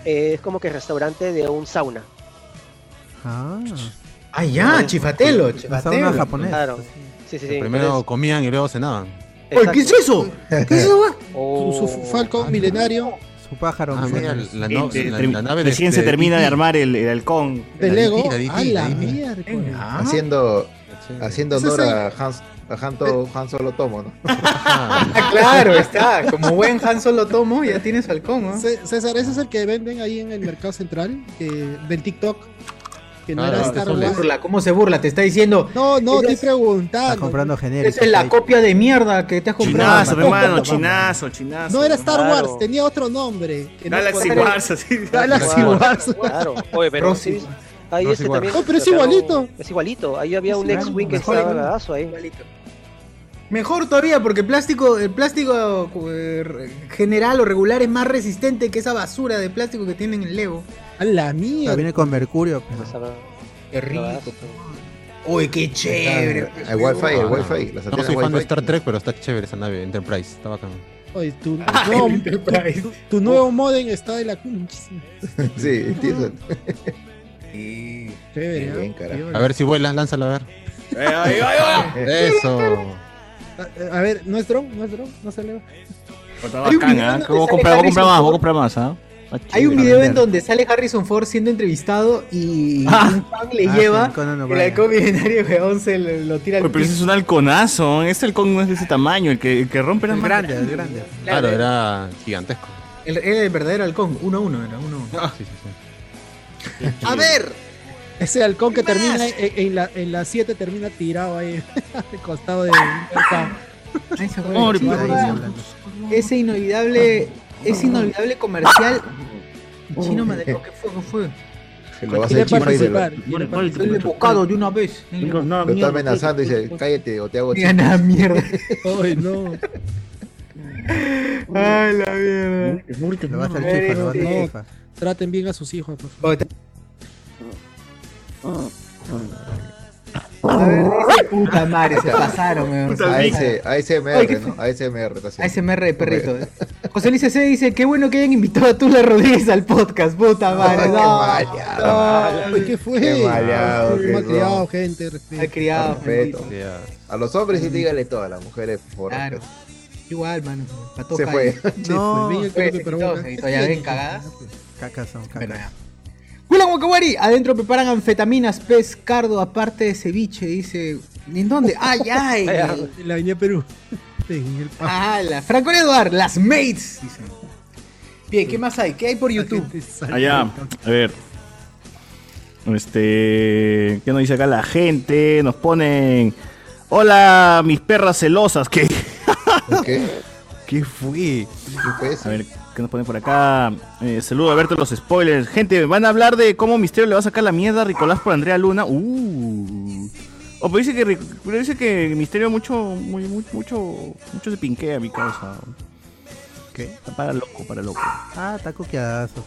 Speaker 7: eh, es como que restaurante de un sauna.
Speaker 6: Ah,
Speaker 1: Ah, ya, chifatelo,
Speaker 6: la sauna
Speaker 1: chifatelo.
Speaker 6: japonesa.
Speaker 7: Claro. Sí, sí, sí.
Speaker 3: Primero
Speaker 7: entonces,
Speaker 3: comían y luego cenaban.
Speaker 1: Oye, ¿qué es
Speaker 7: exacto.
Speaker 1: eso? ¿Qué es eso?
Speaker 7: O-
Speaker 2: Su, su falco milenario
Speaker 6: Su pájaro.
Speaker 3: Oh. Ah, mira,
Speaker 6: milenario.
Speaker 3: la, no-
Speaker 1: Este
Speaker 4: Eh,
Speaker 3: la-
Speaker 4: termi-
Speaker 3: la nave de.
Speaker 4: recién se
Speaker 3: de
Speaker 4: termina de
Speaker 3: E.T..
Speaker 4: armar el, el halcón.
Speaker 2: de
Speaker 3: La
Speaker 2: Lego.
Speaker 3: Dita, Dita,
Speaker 2: A la
Speaker 3: Dita.
Speaker 2: miércoles.
Speaker 1: Ah,
Speaker 5: Haciendo,
Speaker 3: Chévere.
Speaker 5: haciendo
Speaker 2: Ese es
Speaker 5: honor
Speaker 2: el-
Speaker 5: a Hans, a Hanto- Han Solo Tomo,
Speaker 1: [LAUGHS]
Speaker 5: ¿no?
Speaker 3: Ah,
Speaker 5: [LAUGHS]
Speaker 1: claro, está. Como buen Han Solo tomo, ya tienes halcón, ¿no?
Speaker 2: C- César, ese es el que venden ahí en el mercado central que- del TikTok. Que no
Speaker 3: Ah,
Speaker 2: era
Speaker 3: sí,
Speaker 2: Star
Speaker 3: son
Speaker 1: este Se
Speaker 2: Wars.
Speaker 1: burla, ¿Cómo se burla? Te está diciendo.
Speaker 2: No, no, estoy preguntando.
Speaker 6: Está comprando genérico.
Speaker 1: Esa es la copia de mierda que te has comprado.
Speaker 4: Chinazo,
Speaker 1: Mató,
Speaker 4: hermano,
Speaker 1: mató,
Speaker 4: chinazo, chinazo.
Speaker 2: No era Star
Speaker 7: Claro.
Speaker 2: Wars, tenía otro nombre. que no
Speaker 4: Galaxy
Speaker 2: podía-
Speaker 4: Wars, así.
Speaker 2: Galaxy
Speaker 7: Claro.
Speaker 2: Wars.
Speaker 7: Claro, oye, pero
Speaker 1: Rosy. Oh,
Speaker 7: sí, ahí
Speaker 3: Rosy
Speaker 7: este
Speaker 3: Ward.
Speaker 7: también.
Speaker 2: No, pero es
Speaker 7: sacaron-
Speaker 2: igualito.
Speaker 7: Es igualito. Ahí había
Speaker 1: Es
Speaker 7: un
Speaker 1: igual,
Speaker 7: ex-wing que
Speaker 1: mejor
Speaker 7: estaba
Speaker 1: igual.
Speaker 7: cagazo ahí.
Speaker 1: Igualito. Mejor todavía, porque el plástico, el plástico eh, re- general o regular es más resistente que esa basura de plástico que tienen en Lego.
Speaker 2: A la
Speaker 6: O sea,
Speaker 2: mía.
Speaker 6: viene con mercurio. pero-
Speaker 7: Estaba-
Speaker 1: Qué
Speaker 7: cagazo.
Speaker 1: Uy, qué chévere.
Speaker 5: Eh, El Wi-Fi, el Wi-Fi. Las
Speaker 3: Ah, No
Speaker 5: antenas
Speaker 3: soy fan de
Speaker 5: Wi-Fi.
Speaker 3: Star Trek, pero está chévere esa nave, Enterprise. Está bacán.
Speaker 2: Oye, tu, no, tu- tu nuevo modem está de la cunchis.
Speaker 5: [LAUGHS]
Speaker 3: [LAUGHS]
Speaker 5: Sí, entiendo.
Speaker 1: Sí.
Speaker 2: Chévere,
Speaker 5: Bien,
Speaker 2: ¿ah?
Speaker 5: carajo.
Speaker 3: A ver si vuelas, lánzala a ver. Eso.
Speaker 2: A- A ver, ¿no es dron? ¿No es dron? No se le va.
Speaker 4: Está
Speaker 1: Hay un
Speaker 4: bacán,
Speaker 1: video
Speaker 4: ¿ah?
Speaker 1: donde
Speaker 4: Voy
Speaker 1: sale
Speaker 4: a comprar, voy a comprar
Speaker 1: Harrison
Speaker 4: más, voy a
Speaker 1: Ford.
Speaker 4: comprar más, ¿ah?
Speaker 1: Hay un
Speaker 6: Para
Speaker 1: video en
Speaker 6: vender.
Speaker 1: donde sale Harrison Ford siendo entrevistado y
Speaker 4: Ah.
Speaker 1: un fan le
Speaker 6: Ah,
Speaker 1: lleva
Speaker 6: sí, Conan
Speaker 1: el
Speaker 6: O'Brien.
Speaker 1: halcón milenario weón, se lo, lo tira
Speaker 4: Oye,
Speaker 1: al
Speaker 4: pero ese es
Speaker 1: piso.
Speaker 4: un halconazo. Este halcón no es de ese tamaño. El que, el que rompe era
Speaker 6: Es
Speaker 4: más
Speaker 6: grande, es grande.
Speaker 3: Claro, era gigantesco.
Speaker 1: El, era el verdadero halcón, 1-1 era, 1-1.
Speaker 6: Ah,
Speaker 3: Sí, sí, sí.
Speaker 1: A ver,
Speaker 2: Ese halcón que
Speaker 1: ¿Qué más?
Speaker 2: termina en, en la, en la 7 termina tirado ahí [LAUGHS] al costado de. acá.
Speaker 4: Pobre,
Speaker 6: Sí,
Speaker 4: pobre.
Speaker 6: ahí se habla.
Speaker 1: ese inolvidable, ese inolvidable
Speaker 5: [LAUGHS]
Speaker 1: comercial. Chino me dejó que fue, que fue.
Speaker 5: Lo vas a chifar
Speaker 2: Quiere
Speaker 5: y lo-
Speaker 2: participar.
Speaker 1: El embocado de una vez.
Speaker 5: lo está amenazando y dice, cállate o te hago
Speaker 1: Mira
Speaker 5: chifar.
Speaker 1: nada, mierda.
Speaker 2: [LAUGHS] Ay, no.
Speaker 1: Ay, la mierda.
Speaker 6: Lo va a hacer
Speaker 1: No, eh,
Speaker 6: chifa, lo va a hacer
Speaker 2: no.
Speaker 6: chifa.
Speaker 2: Traten bien a sus hijos, por favor.
Speaker 1: A ver, puta madre, se pasaron, weón.
Speaker 5: AS-
Speaker 1: Ay, qué
Speaker 5: ASMR, ¿no? ASMR está haciendo.
Speaker 1: ASMR de perrito. eh. José Luis C. dice, qué bueno que hayan invitado a Tula Rodríguez al podcast, puta madre.
Speaker 5: Ay, qué
Speaker 1: No,
Speaker 5: maleado.
Speaker 2: Ay, ¿Qué fue?
Speaker 5: Qué maleado que
Speaker 2: Malcriado,
Speaker 5: son.
Speaker 2: gente.
Speaker 1: Ha
Speaker 2: respeto.
Speaker 1: criado.
Speaker 5: Respeto.
Speaker 1: maldito.
Speaker 3: Sí, ah.
Speaker 5: A los hombres sí dígale todo, a las mujeres, por favor.
Speaker 1: Claro. Igual, mano.
Speaker 5: [LAUGHS]
Speaker 1: Pató
Speaker 5: Se fue.
Speaker 1: calle.
Speaker 6: No,
Speaker 2: No, el niño creo que provoca.
Speaker 1: Y
Speaker 6: [LAUGHS]
Speaker 1: todavía ven cagadas.
Speaker 6: cacas son
Speaker 1: Bueno,
Speaker 6: cacas.
Speaker 1: ya. Huilan Wakawari, adentro preparan anfetaminas, pez, cardo, aparte de ceviche, dice. ¿En dónde?
Speaker 13: [LAUGHS]
Speaker 1: ¡Ay, ay!
Speaker 2: En La Avenida Perú. En el pa-
Speaker 1: ¡Hala! Franco Eduard, las mates, dicen. [LAUGHS] Bien, ¿qué más hay? ¿Qué hay por YouTube?
Speaker 2: gente sale.
Speaker 4: Allá, a ver. Este, ¿qué nos dice acá la gente? Nos ponen, hola mis perras celosas, [LAUGHS] ¿qué,
Speaker 5: ¿Qué?
Speaker 4: qué fue?
Speaker 5: ¿Qué fue eso?
Speaker 4: A ver, ¿qué nos ponen por acá? Eh, saludo a Alberto los spoilers. Gente, van a hablar de cómo Misterio le va a sacar la mierda a Ricolás por Andrea Luna. Uh. O pero dice que Ric- pero dice que Misterio mucho muy, muy- mucho mucho se pinquea mi causa.
Speaker 6: ¿Qué?
Speaker 4: Está para loco, para loco.
Speaker 6: Ah, está coqueadazo.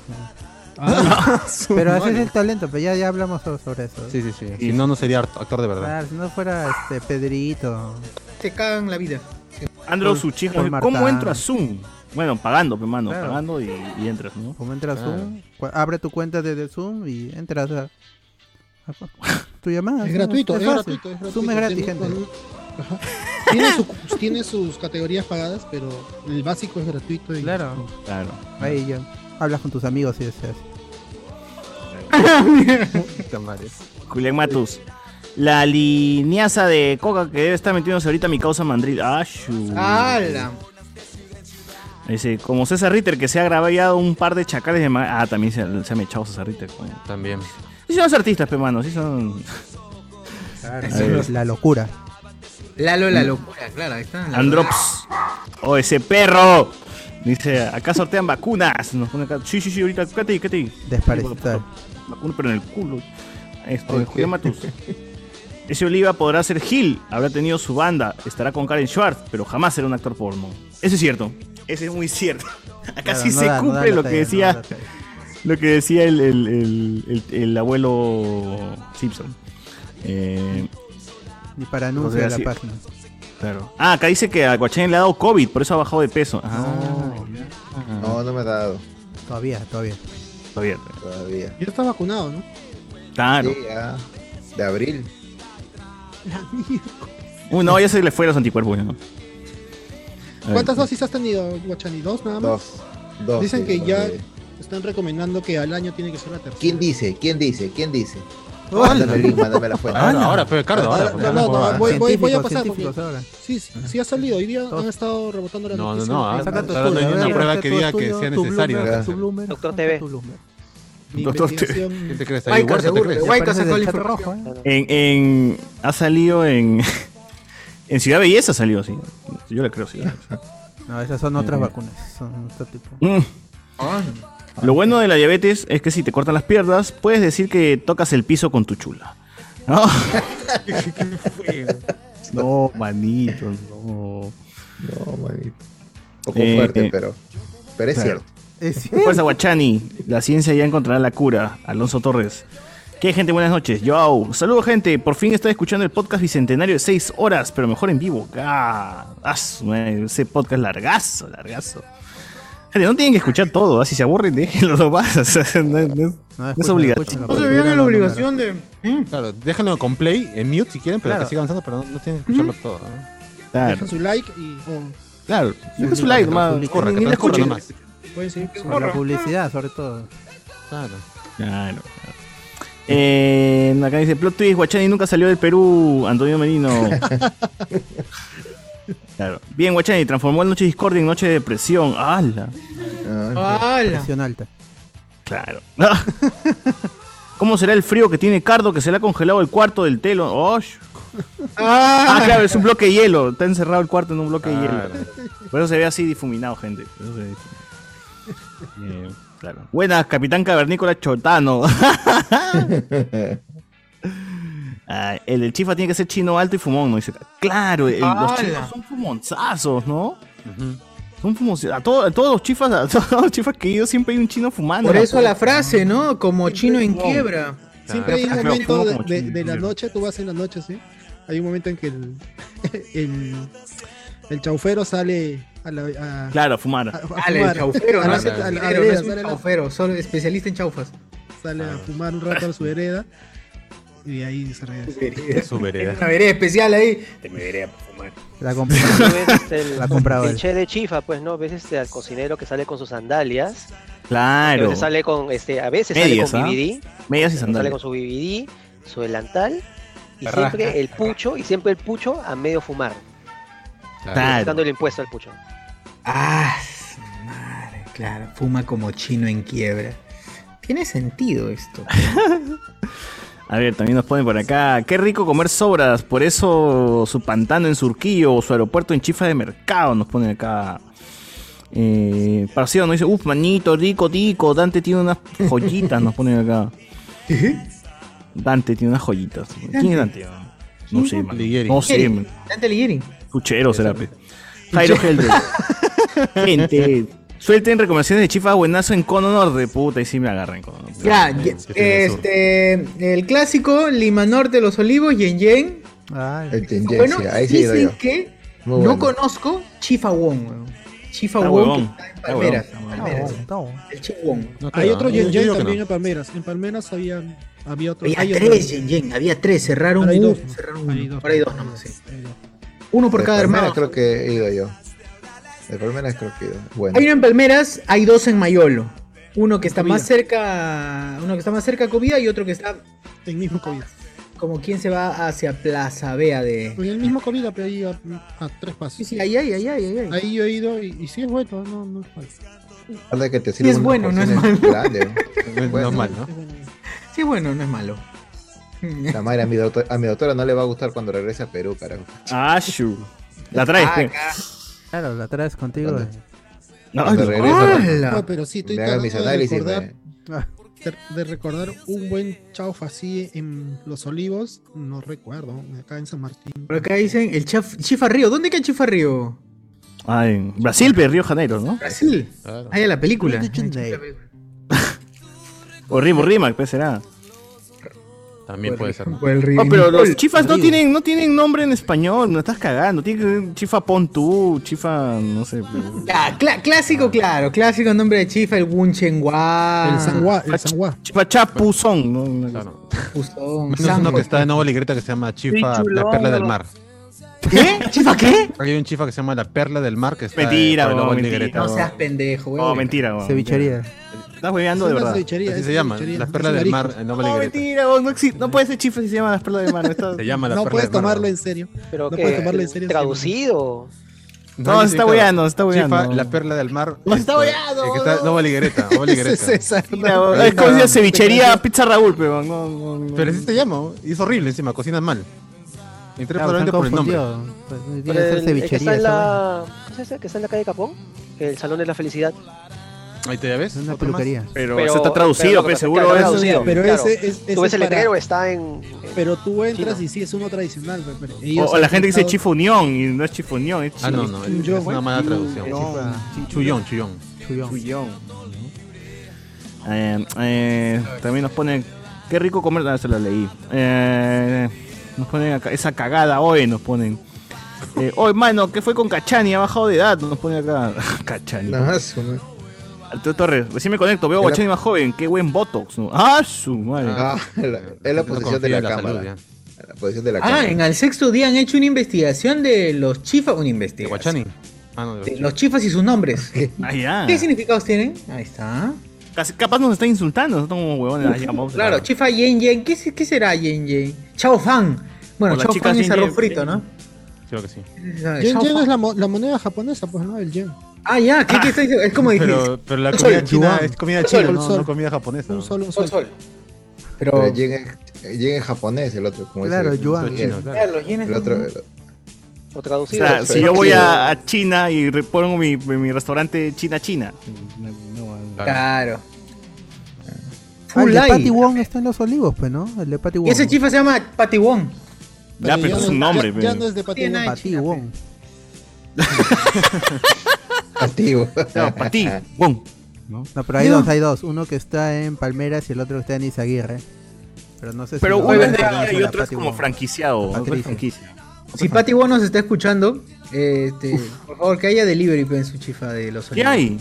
Speaker 3: Ah,
Speaker 6: [LAUGHS]
Speaker 3: Su
Speaker 6: Pero así es
Speaker 3: madre.
Speaker 6: el talento, pero ya, ya hablamos so- sobre eso.
Speaker 3: Sí, sí, sí. Si no, no sería art- actor de verdad.
Speaker 6: Claro, si no fuera este Pedrito.
Speaker 8: Te cagan la vida.
Speaker 4: Andrew
Speaker 6: Por-
Speaker 4: Suchija,
Speaker 6: por
Speaker 4: ¿cómo
Speaker 6: Marta.
Speaker 4: entro a Zoom? Bueno, pagando, pues, mano,
Speaker 6: Claro.
Speaker 4: pagando y, y entras, ¿no?
Speaker 6: Como entras
Speaker 3: Claro.
Speaker 4: [LAUGHS]
Speaker 6: Zoom, cu- abre tu cuenta desde Zoom y entras a, a- tu llamada.
Speaker 2: Es
Speaker 6: ¿no?
Speaker 2: gratuito, es
Speaker 6: fácil.
Speaker 2: gratuito, es gratuito.
Speaker 6: Zoom es gratis, gente.
Speaker 2: Ajá. Tiene, su- tiene sus categorías pagadas, pero el básico es gratuito. y-
Speaker 6: Claro.
Speaker 4: Claro.
Speaker 6: Ahí ya hablas con tus amigos si deseas.
Speaker 3: Puta madre.
Speaker 4: Julián Matus. La lineaza de coca que debe estar metiéndose ahorita mi causa mandril. Ah, shu.
Speaker 8: ¡Hala!
Speaker 4: Dice, como César Ritter, que se ha grabado un par de chacales de ma- Ah, también se, se ha mechado César Ritter. coño.
Speaker 3: También.
Speaker 4: Sí son los artistas, pe, mano. Sí son...
Speaker 6: Eso es la locura.
Speaker 8: Lalo la locura, claro, ahí está.
Speaker 4: Androps. O ese perro. Dice, acá sortean vacunas. Nos pone acá. Sí, sí, sí, ahorita. Cállate, cállate.
Speaker 6: Desparasitar.
Speaker 4: Vacuna, pero en el culo. Este,
Speaker 6: [LAUGHS]
Speaker 4: Julián Matus. Ese Oliva podrá ser Gil, habrá tenido su banda, estará con Karen Schwartz, pero jamás será un actor porno. Eso es cierto. Eso es muy cierto. Acá
Speaker 6: Claro,
Speaker 4: sí
Speaker 6: no da-
Speaker 4: se
Speaker 6: no da
Speaker 4: cumple
Speaker 6: la
Speaker 4: lo
Speaker 6: talla,
Speaker 4: que
Speaker 6: no
Speaker 4: decía.
Speaker 6: da la talla.
Speaker 4: Lo que decía el, el- el- el- el abuelo Simpson. Eh,
Speaker 6: Ni para
Speaker 4: O sea,
Speaker 6: anuncios de
Speaker 4: sí.
Speaker 6: la página.
Speaker 4: claro. Ah, acá dice que a Guachén le ha dado COVID, por eso ha bajado de peso. Ah,
Speaker 5: No, no me ha dado
Speaker 6: Todavía, todavía.
Speaker 4: está bien.
Speaker 5: todavía.
Speaker 2: Ya está vacunado, Ah, ¿no?
Speaker 4: Claro.
Speaker 5: Sí, ya. De abril.
Speaker 4: Uy, Uh, no, ya se le fue los anticuerpos. ¿no? A ver,
Speaker 2: ¿Cuántas dosis has tenido, Guachani? ¿Dos nada más?
Speaker 5: Dos. Dos.
Speaker 2: Dicen
Speaker 5: sí,
Speaker 2: que
Speaker 5: por
Speaker 2: ya-
Speaker 5: ahí.
Speaker 2: Están recomendando que al año tiene que ser la tercera.
Speaker 5: ¿Quién dice? ¿Quién dice? ¿Quién dice? Mándame el link, mándame la fuente.
Speaker 3: Ahora, Ah, ahora, pero Ricardo, ahora.
Speaker 5: Ahora,
Speaker 3: porque
Speaker 2: No,
Speaker 3: no
Speaker 2: no,
Speaker 3: puedo-
Speaker 2: no, voy, voy- voy a
Speaker 6: Científicos,
Speaker 2: pasar. porque-
Speaker 6: científicos ahora.
Speaker 2: Sí, sí, sí ha salido. Hoy día
Speaker 6: Todos.
Speaker 2: han estado rebotando la
Speaker 3: No, no,
Speaker 2: noticia.
Speaker 3: no. ah,
Speaker 6: Saca tu
Speaker 3: Ahora no
Speaker 6: estudio,
Speaker 3: hay
Speaker 6: a
Speaker 3: una
Speaker 6: ver,
Speaker 3: prueba
Speaker 6: saca
Speaker 3: que
Speaker 6: tu
Speaker 3: diga que
Speaker 6: estudio,
Speaker 3: sea
Speaker 6: tu
Speaker 3: necesario.
Speaker 6: Bloomberg,
Speaker 5: Gracias.
Speaker 6: tu Bloomberg,
Speaker 7: Doctor
Speaker 6: saca
Speaker 7: TV.
Speaker 6: tu Bloomberg.
Speaker 2: Mi
Speaker 4: Doctor, te-
Speaker 3: ¿Quién
Speaker 2: investigación-
Speaker 3: te crees?
Speaker 8: Ay,
Speaker 3: Ahí, Huerta, ¿te
Speaker 8: seguro,
Speaker 3: crees?
Speaker 8: güey. Guayca
Speaker 6: Aparece
Speaker 8: sacó
Speaker 6: del
Speaker 8: la
Speaker 6: chat
Speaker 8: información.
Speaker 6: rojo, ¿eh?
Speaker 4: En, en- ha salido en. [LAUGHS] en Ciudad Belleza salió, sí. Yo le
Speaker 5: [LAUGHS]
Speaker 4: creo, sí.
Speaker 6: No, esas son otras
Speaker 4: Eh.
Speaker 6: vacunas. Son otro tipo.
Speaker 4: Mm.
Speaker 8: Ah,
Speaker 4: Lo bueno de la diabetes es que si te cortan las piernas, puedes decir que tocas el piso con tu chula.
Speaker 5: [LAUGHS]
Speaker 4: ¿No? [LAUGHS] no, manito, no.
Speaker 5: No, manito. Un poco
Speaker 4: Eh,
Speaker 5: fuerte,
Speaker 4: eh.
Speaker 5: pero. Pero es
Speaker 4: Claro.
Speaker 5: cierto.
Speaker 4: [LAUGHS]
Speaker 6: Es
Speaker 4: Fuerza Guachani, Pues, la ciencia ya encontrará la cura. Alonso Torres. ¿Qué gente? Buenas noches. Yo, saludos gente. Por fin estoy escuchando el podcast bicentenario de 6 horas, pero mejor en vivo. Ah, ah, su madre, ese podcast largazo, largazo. Gente, no tienen que escuchar todo. ah, Si se aburren, déjenlo nomás. [LAUGHS] o sea, no- no es- no es obligatorio.
Speaker 8: No se vean en la obligación de. ¿Mm?
Speaker 3: Claro, déjenlo con play, en mute si quieren, pero
Speaker 6: Claro.
Speaker 3: que siga avanzando, pero no, no tienen que escucharlo todo. ¿no?
Speaker 4: Claro.
Speaker 2: Dejen su like y. oh,
Speaker 4: Claro, deja su like, nomás.
Speaker 3: Corra,
Speaker 4: Ni-
Speaker 3: que
Speaker 4: ni la
Speaker 3: transcurra
Speaker 4: escuchen.
Speaker 3: nomás.
Speaker 2: pues sí, sí.
Speaker 6: Por la publicidad, sobre todo.
Speaker 3: Claro.
Speaker 4: Claro. claro. Eh, acá dice Plot Twist, Guachani nunca salió del Perú, Antonio Merino. claro. Bien, Guachani, transformó el Noche de Discordia en Noche de Depresión. ¡Hala!
Speaker 5: Ah,
Speaker 8: ¡Hala!
Speaker 6: Presión alta.
Speaker 4: Claro. [LAUGHS] ¿Cómo será el frío que tiene Cardo que se le ha congelado el cuarto del telo? ¡Osh! Ah, claro, es un bloque de hielo. Está encerrado el cuarto en un bloque de hielo.
Speaker 3: Claro.
Speaker 4: Por eso se ve así difuminado, gente. Por eso se ve difuminado. Eh, claro. Buenas, Capitán Cavernícola Chotano. Ah, el del chifa tiene que ser chino alto y fumón, ¿no? Dice, claro, el- los
Speaker 8: ¡Hala!
Speaker 4: chifas son fumonzazos, ¿no?
Speaker 3: Ujú.
Speaker 4: Son fumonzazos. A, todo- a todos los chifas, a [LAUGHS] todos los chifas que he ido, siempre hay un chino fumando.
Speaker 8: Por eso la frase, ¿no? Como chino en quiebra.
Speaker 2: Siempre hay un
Speaker 4: Claro,
Speaker 2: momento
Speaker 4: como-
Speaker 2: de,
Speaker 4: como
Speaker 2: de-
Speaker 4: chino,
Speaker 2: de la
Speaker 4: claro.
Speaker 2: noche, tú vas en la noche, ¿sí? Hay un momento en que el, [LAUGHS] el, el chaufero sale a la. A,
Speaker 4: Claro, fumar.
Speaker 2: a- a
Speaker 8: Dale, Ah, el
Speaker 2: fumar.
Speaker 8: chaufero,
Speaker 2: A
Speaker 8: ¿no?
Speaker 2: la-
Speaker 8: Es
Speaker 2: a la- a la
Speaker 8: chaufero, no
Speaker 2: vereda,
Speaker 8: es un
Speaker 2: sale a la-
Speaker 8: chaufero, solo especialista en chaufas.
Speaker 2: Sale
Speaker 8: Ah.
Speaker 2: a fumar un rato a su hereda y de ahí se regresa.
Speaker 3: Es su
Speaker 8: Es
Speaker 3: vereda.
Speaker 8: una vereda especial ahí. [LAUGHS]
Speaker 6: La compré.
Speaker 7: Tú ves el
Speaker 6: La ha comprado él.
Speaker 7: cliché de chifa, pues, ¿no? Ves este, al cocinero que sale con sus sandalias. A
Speaker 4: Claro.
Speaker 7: veces sale con, este, a veces
Speaker 4: Medias,
Speaker 7: sale
Speaker 4: ¿ah?
Speaker 7: con BBD.
Speaker 4: Medias y
Speaker 7: Sale
Speaker 4: sandalias.
Speaker 7: con su BBD, su delantal. Y
Speaker 8: Raja.
Speaker 7: siempre el pucho, y siempre el pucho a medio fumar.
Speaker 3: Claro.
Speaker 4: Claro.
Speaker 7: Dando el impuesto al pucho.
Speaker 8: Ah, su madre, claro. Fuma como chino en quiebra. Tiene sentido esto.
Speaker 4: A ver, también nos ponen por acá. Qué rico comer sobras. Por eso su pantano en Surquillo o su aeropuerto en Chifa de Mercado nos ponen acá. Eh, Parcido nos dice, uff, manito, rico, tico. Dante tiene unas joyitas, nos ponen acá. Dante tiene unas joyitas. ¿Quién es Dante? No sé, man. No sé, man.
Speaker 1: Dante Ligieri.
Speaker 4: Puchero será, pe. Jairo
Speaker 1: [LAUGHS]
Speaker 4: Helder. Gente, suelten recomendaciones de chifa buenazo en Cono Norte, puta, y si me agarran Cono Norte.
Speaker 1: Ya,
Speaker 4: No,
Speaker 1: ye-
Speaker 4: no, sí,
Speaker 1: este, el clásico, Lima Norte, Los Olivos, Yen Yen.
Speaker 2: Ah,
Speaker 5: El Tianjin,
Speaker 1: Bueno,
Speaker 5: sí, ahí sí he ido
Speaker 1: dicen
Speaker 5: yo.
Speaker 1: que
Speaker 5: Muy
Speaker 1: no
Speaker 5: bueno.
Speaker 1: conozco Chifa Wong. weón. Chifa
Speaker 4: Está
Speaker 1: Wong
Speaker 4: huevón,
Speaker 1: que está en
Speaker 4: está huevón,
Speaker 1: Palmeras.
Speaker 4: está huevón.
Speaker 1: Palmeras.
Speaker 6: Está bueno, está bueno.
Speaker 1: Ah, El Chifa Wong.
Speaker 3: No te
Speaker 2: Hay
Speaker 3: da.
Speaker 2: otro
Speaker 3: Yo
Speaker 2: Yen Yen
Speaker 3: digo que
Speaker 2: también
Speaker 3: no.
Speaker 2: en Palmeras. En Palmeras había, había otro.
Speaker 1: Había
Speaker 2: hay otro.
Speaker 1: tres Yen Yen, había tres, cerraron
Speaker 2: Ahora hay
Speaker 1: uno,
Speaker 2: dos, ¿no?
Speaker 1: cerraron
Speaker 2: Ahora hay
Speaker 1: uno.
Speaker 2: dos.
Speaker 1: Ahora hay dos nomás, sí.
Speaker 2: Hay dos.
Speaker 1: Uno por
Speaker 5: De
Speaker 1: cada
Speaker 5: Palmeras
Speaker 1: hermano.
Speaker 5: creo que he ido yo. De Palmeras creo que he ido. Bueno.
Speaker 1: Hay uno en Palmeras, hay dos en Mayolo. Uno que está
Speaker 2: Comida.
Speaker 1: más cerca, uno que está más cerca a Covida y otro que está
Speaker 2: El mismo COVID.
Speaker 1: como quien se va hacia Plaza Vea de.
Speaker 2: En el mismo COVID, pero ahí a, a tres
Speaker 1: Sí,
Speaker 2: pasos.
Speaker 1: sí, ahí, ahí, ahí, ahí, ahí.
Speaker 2: Ahí yo he ido y, y sí es bueno, no, no es malo.
Speaker 5: Aparte que te sirven
Speaker 1: es
Speaker 5: unas
Speaker 1: bueno, no es
Speaker 5: porciones
Speaker 1: malo.
Speaker 5: grandes,
Speaker 3: [LAUGHS] No es
Speaker 5: Bueno.
Speaker 3: normal, ¿no?
Speaker 2: Es bueno.
Speaker 1: Sí, bueno, no es malo.
Speaker 5: La madre, a mi, doctor- a mi doctora no le va a gustar cuando regrese a Perú, carajo.
Speaker 4: Ashu. La traes,
Speaker 1: Ah,
Speaker 4: pe.
Speaker 1: acá.
Speaker 6: Claro, la traes contigo.
Speaker 5: ¿Dónde?
Speaker 6: eh.
Speaker 4: No,
Speaker 5: Cuando
Speaker 4: no.
Speaker 5: regrese, cuando-
Speaker 1: ¡Hala!
Speaker 2: No, pero sí, estoy
Speaker 5: me hagan
Speaker 2: tratando
Speaker 5: mis
Speaker 2: de
Speaker 5: análisis. eh.
Speaker 2: recordar-
Speaker 5: me-
Speaker 6: Ah,
Speaker 2: de, de recordar un buen chaufa así en Los Olivos, no recuerdo, acá en San Martín.
Speaker 1: Por acá dicen el Chaf- Chifa Río. ¿Dónde queda Chifa Río?
Speaker 4: Ah, en Brasil, pe, Río Janeiro, ¿no?
Speaker 1: Brasil.
Speaker 3: Claro.
Speaker 1: Ahí a la película.
Speaker 6: Río de
Speaker 1: Ahí
Speaker 6: Janeiro.
Speaker 1: la película.
Speaker 4: O Rimo Rimac, pe, será.
Speaker 3: También puede ser.
Speaker 1: Por el río.
Speaker 4: No, pero los
Speaker 1: Nicol.
Speaker 4: chifas no tienen, no tienen nombre en español, no estás cagando. Tiene que ser chifa pon tú, chifa, no sé. pe.
Speaker 1: Ya, cla- clásico, claro. Clásico nombre de Chifa, el Wunchengua.
Speaker 2: el Sanguá, el Sanguá.
Speaker 4: Chifa chapuzón, ¿no? Una cosa.
Speaker 3: Claro.
Speaker 1: Puzón,
Speaker 3: Menos Pues uno
Speaker 1: Sango.
Speaker 3: que está de nuevo ligreta que se llama Chifa, la
Speaker 16: Pichulón,
Speaker 3: perla del
Speaker 16: ¿no?
Speaker 3: mar.
Speaker 1: ¿Qué? ¿Chifa qué?
Speaker 3: Hay un chifa que se llama la perla del mar que está eh,
Speaker 4: Mentira,
Speaker 3: por el
Speaker 4: weón,
Speaker 3: nuevo
Speaker 4: mentira.
Speaker 3: ligreta.
Speaker 1: No seas pendejo, güey.
Speaker 4: No, mentira, weón.
Speaker 6: Cevichería.
Speaker 4: Estás hueveando de
Speaker 2: Es una
Speaker 4: verdad.
Speaker 2: cevichería,
Speaker 3: Así
Speaker 2: es
Speaker 3: se
Speaker 2: una
Speaker 3: llama,
Speaker 2: cevichería,
Speaker 3: las
Speaker 2: es
Speaker 3: perlas
Speaker 2: un
Speaker 3: del mar,
Speaker 2: arico.
Speaker 3: el nuevo
Speaker 4: No,
Speaker 3: ligreta.
Speaker 4: mentira, weón, no, existe- no puede ser chifa si se llaman las perlas de mar. no está-
Speaker 3: Se llama la
Speaker 2: No
Speaker 3: perla
Speaker 2: puedes
Speaker 3: del mar,
Speaker 2: tomarlo
Speaker 3: weón.
Speaker 2: en serio.
Speaker 7: Pero
Speaker 2: No
Speaker 7: que
Speaker 2: puedes tomarlo en serio, sí,
Speaker 7: traducido.
Speaker 4: No, se
Speaker 3: yo
Speaker 4: está
Speaker 3: sí, claro.
Speaker 4: hueando, se está hueando.
Speaker 3: Chifa, la perla del mar.
Speaker 4: No, está
Speaker 3: este,
Speaker 4: hueando,
Speaker 3: el que está-
Speaker 4: no.
Speaker 3: No, Valiguereta,
Speaker 2: Ese es César.
Speaker 4: Mira, weón, Es como si fuera cevichería pizza Raúl, pero weón, no, no, no.
Speaker 3: Pero así te llamo, y es horrible encima, cocinas mal. Entré
Speaker 6: Claro,
Speaker 3: probablemente
Speaker 6: están
Speaker 3: por el nombre.
Speaker 6: confundidos. Pues,
Speaker 7: Pero
Speaker 6: viene a ser
Speaker 7: el- el que
Speaker 6: cevichería.
Speaker 7: está en
Speaker 6: esa vaina.
Speaker 7: la. ¿cómo se dice? que está en la calle Capón? El Salón de la Felicidad.
Speaker 3: Ahí te ya ves.
Speaker 6: Es una
Speaker 3: otro más.
Speaker 6: peluquería.
Speaker 4: Pero,
Speaker 7: Pero-
Speaker 4: eso está traducido,
Speaker 7: pero-
Speaker 4: pe,
Speaker 7: pero-
Speaker 1: pues,
Speaker 4: seguro
Speaker 7: claro,
Speaker 4: es.
Speaker 7: claro.
Speaker 2: Pero,
Speaker 7: traducido, claro.
Speaker 2: ese es. ese
Speaker 7: Tú ves el
Speaker 2: para-
Speaker 7: letrero, está en.
Speaker 2: Pero tú entras
Speaker 7: Chino.
Speaker 2: y sí, es uno tradicional. pe- pero
Speaker 4: O,
Speaker 2: ellos
Speaker 4: o la gente que dice
Speaker 2: han
Speaker 4: chifa unión y no es chifa unión, es
Speaker 3: Ah, no,
Speaker 4: chifa-
Speaker 3: no,
Speaker 2: Yo,
Speaker 3: es una
Speaker 2: güey,
Speaker 3: mala
Speaker 2: yo-
Speaker 3: traducción. Chullón, chullón.
Speaker 6: Chullón.
Speaker 4: Eh, eh, también nos ponen. Qué rico comer. Ah, se la leí. Eh, nos ponen acá. Esa cagada hoy nos ponen. Eh, hoy, mano, ¿qué fue con Cachani? Ha bajado de edad. Nos pone acá.
Speaker 3: [LAUGHS]
Speaker 4: Cachani.
Speaker 5: Nada más, una-
Speaker 4: Alto Torres, recién me conecto. Veo a
Speaker 5: Era-
Speaker 4: Cachani más joven. Qué buen Botox. ¿no? Ah, su madre.
Speaker 5: Ah, la- es la
Speaker 3: No
Speaker 5: posición
Speaker 3: confía
Speaker 5: de la,
Speaker 3: en salud,
Speaker 5: cámara.
Speaker 3: ya.
Speaker 5: La posición de la
Speaker 1: Ah,
Speaker 5: cámara.
Speaker 1: en el sexto día han hecho una investigación de los chifas. Una
Speaker 3: ¿De
Speaker 1: investigación.
Speaker 3: Guachani? Ah, no,
Speaker 1: De
Speaker 3: de
Speaker 1: los chifas y
Speaker 5: [LAUGHS]
Speaker 1: sus nombres.
Speaker 4: Ah, ya.
Speaker 1: ¿Qué significados tienen? Ahí está.
Speaker 4: Casi- Capaz nos está insultando. Nosotros como huevones. Ah, ya, vamos a-
Speaker 1: Claro, chifa Yen Yen. ¿Qué, se- qué será Yen Yen? Chao Fan. Bueno,
Speaker 4: O las
Speaker 1: Chao
Speaker 4: chicas
Speaker 1: Fan es
Speaker 4: Yen
Speaker 1: arroz
Speaker 4: Yen.
Speaker 1: frito, ¿no?
Speaker 3: Creo que sí.
Speaker 2: Yen
Speaker 1: Chao
Speaker 2: Yen
Speaker 1: Fan.
Speaker 2: es la, mo- la moneda japonesa, pues no, el yen.
Speaker 1: Ah, ya, ¿qué, qué está diciendo? Es como difícil.
Speaker 3: Pero, pero la
Speaker 1: Yo
Speaker 3: comida
Speaker 1: soy
Speaker 3: china
Speaker 1: yuan.
Speaker 3: es comida
Speaker 2: Yo soy
Speaker 3: china,
Speaker 2: el
Speaker 3: no,
Speaker 2: sol.
Speaker 3: no comida japonesa.
Speaker 2: Un
Speaker 3: ¿no?
Speaker 2: solo, un
Speaker 1: Sol,
Speaker 2: sol.
Speaker 1: sol. Pero.
Speaker 5: Pero llega, llega en japonés el otro. Como
Speaker 6: pues, Claro,
Speaker 5: ese-
Speaker 6: yuan.
Speaker 5: el-
Speaker 3: Chino, claro.
Speaker 1: Claro, los yenes
Speaker 5: El otro,
Speaker 1: son-
Speaker 5: el-
Speaker 7: O
Speaker 4: O
Speaker 7: traducido.
Speaker 4: sea,
Speaker 5: Sí,
Speaker 4: si yo
Speaker 5: sí.
Speaker 4: voy a, a China y re- pongo mi, mi- mi restaurante China China.
Speaker 3: Claro.
Speaker 1: Claro.
Speaker 6: Ah, el
Speaker 1: Full
Speaker 6: de Patty
Speaker 1: Light.
Speaker 6: Wong está en los olivos, pues, ¿no? El de Patty Wong.
Speaker 1: Y ese chifa se llama Patiwon.
Speaker 4: Ya, pues, pero es un nombre,
Speaker 2: Ya,
Speaker 4: pe.
Speaker 2: ya no es de Patty
Speaker 1: Tiene
Speaker 2: Wong.
Speaker 1: nada
Speaker 6: Patty Wong.
Speaker 5: activo.
Speaker 4: No,
Speaker 5: pues.
Speaker 4: para
Speaker 5: [LAUGHS]
Speaker 4: ti.
Speaker 5: Ah.
Speaker 4: Bon.
Speaker 6: No, pero hay
Speaker 1: Yo-
Speaker 6: dos, hay dos. Uno que está en Palmeras y el otro que está en Izaguirre. Pero no sé
Speaker 4: Pero
Speaker 6: si.
Speaker 4: uno es de
Speaker 6: Pero
Speaker 4: ella y
Speaker 6: la
Speaker 4: otro es
Speaker 6: Patty
Speaker 4: como
Speaker 6: Wong.
Speaker 4: franquiciado. otro es
Speaker 6: Patricia.
Speaker 4: franquicia.
Speaker 1: Si Pati Wong nos está escuchando, este, por favor que haya delivery pe, en su chifa de los
Speaker 4: ¿Qué
Speaker 1: olivos.
Speaker 4: hay?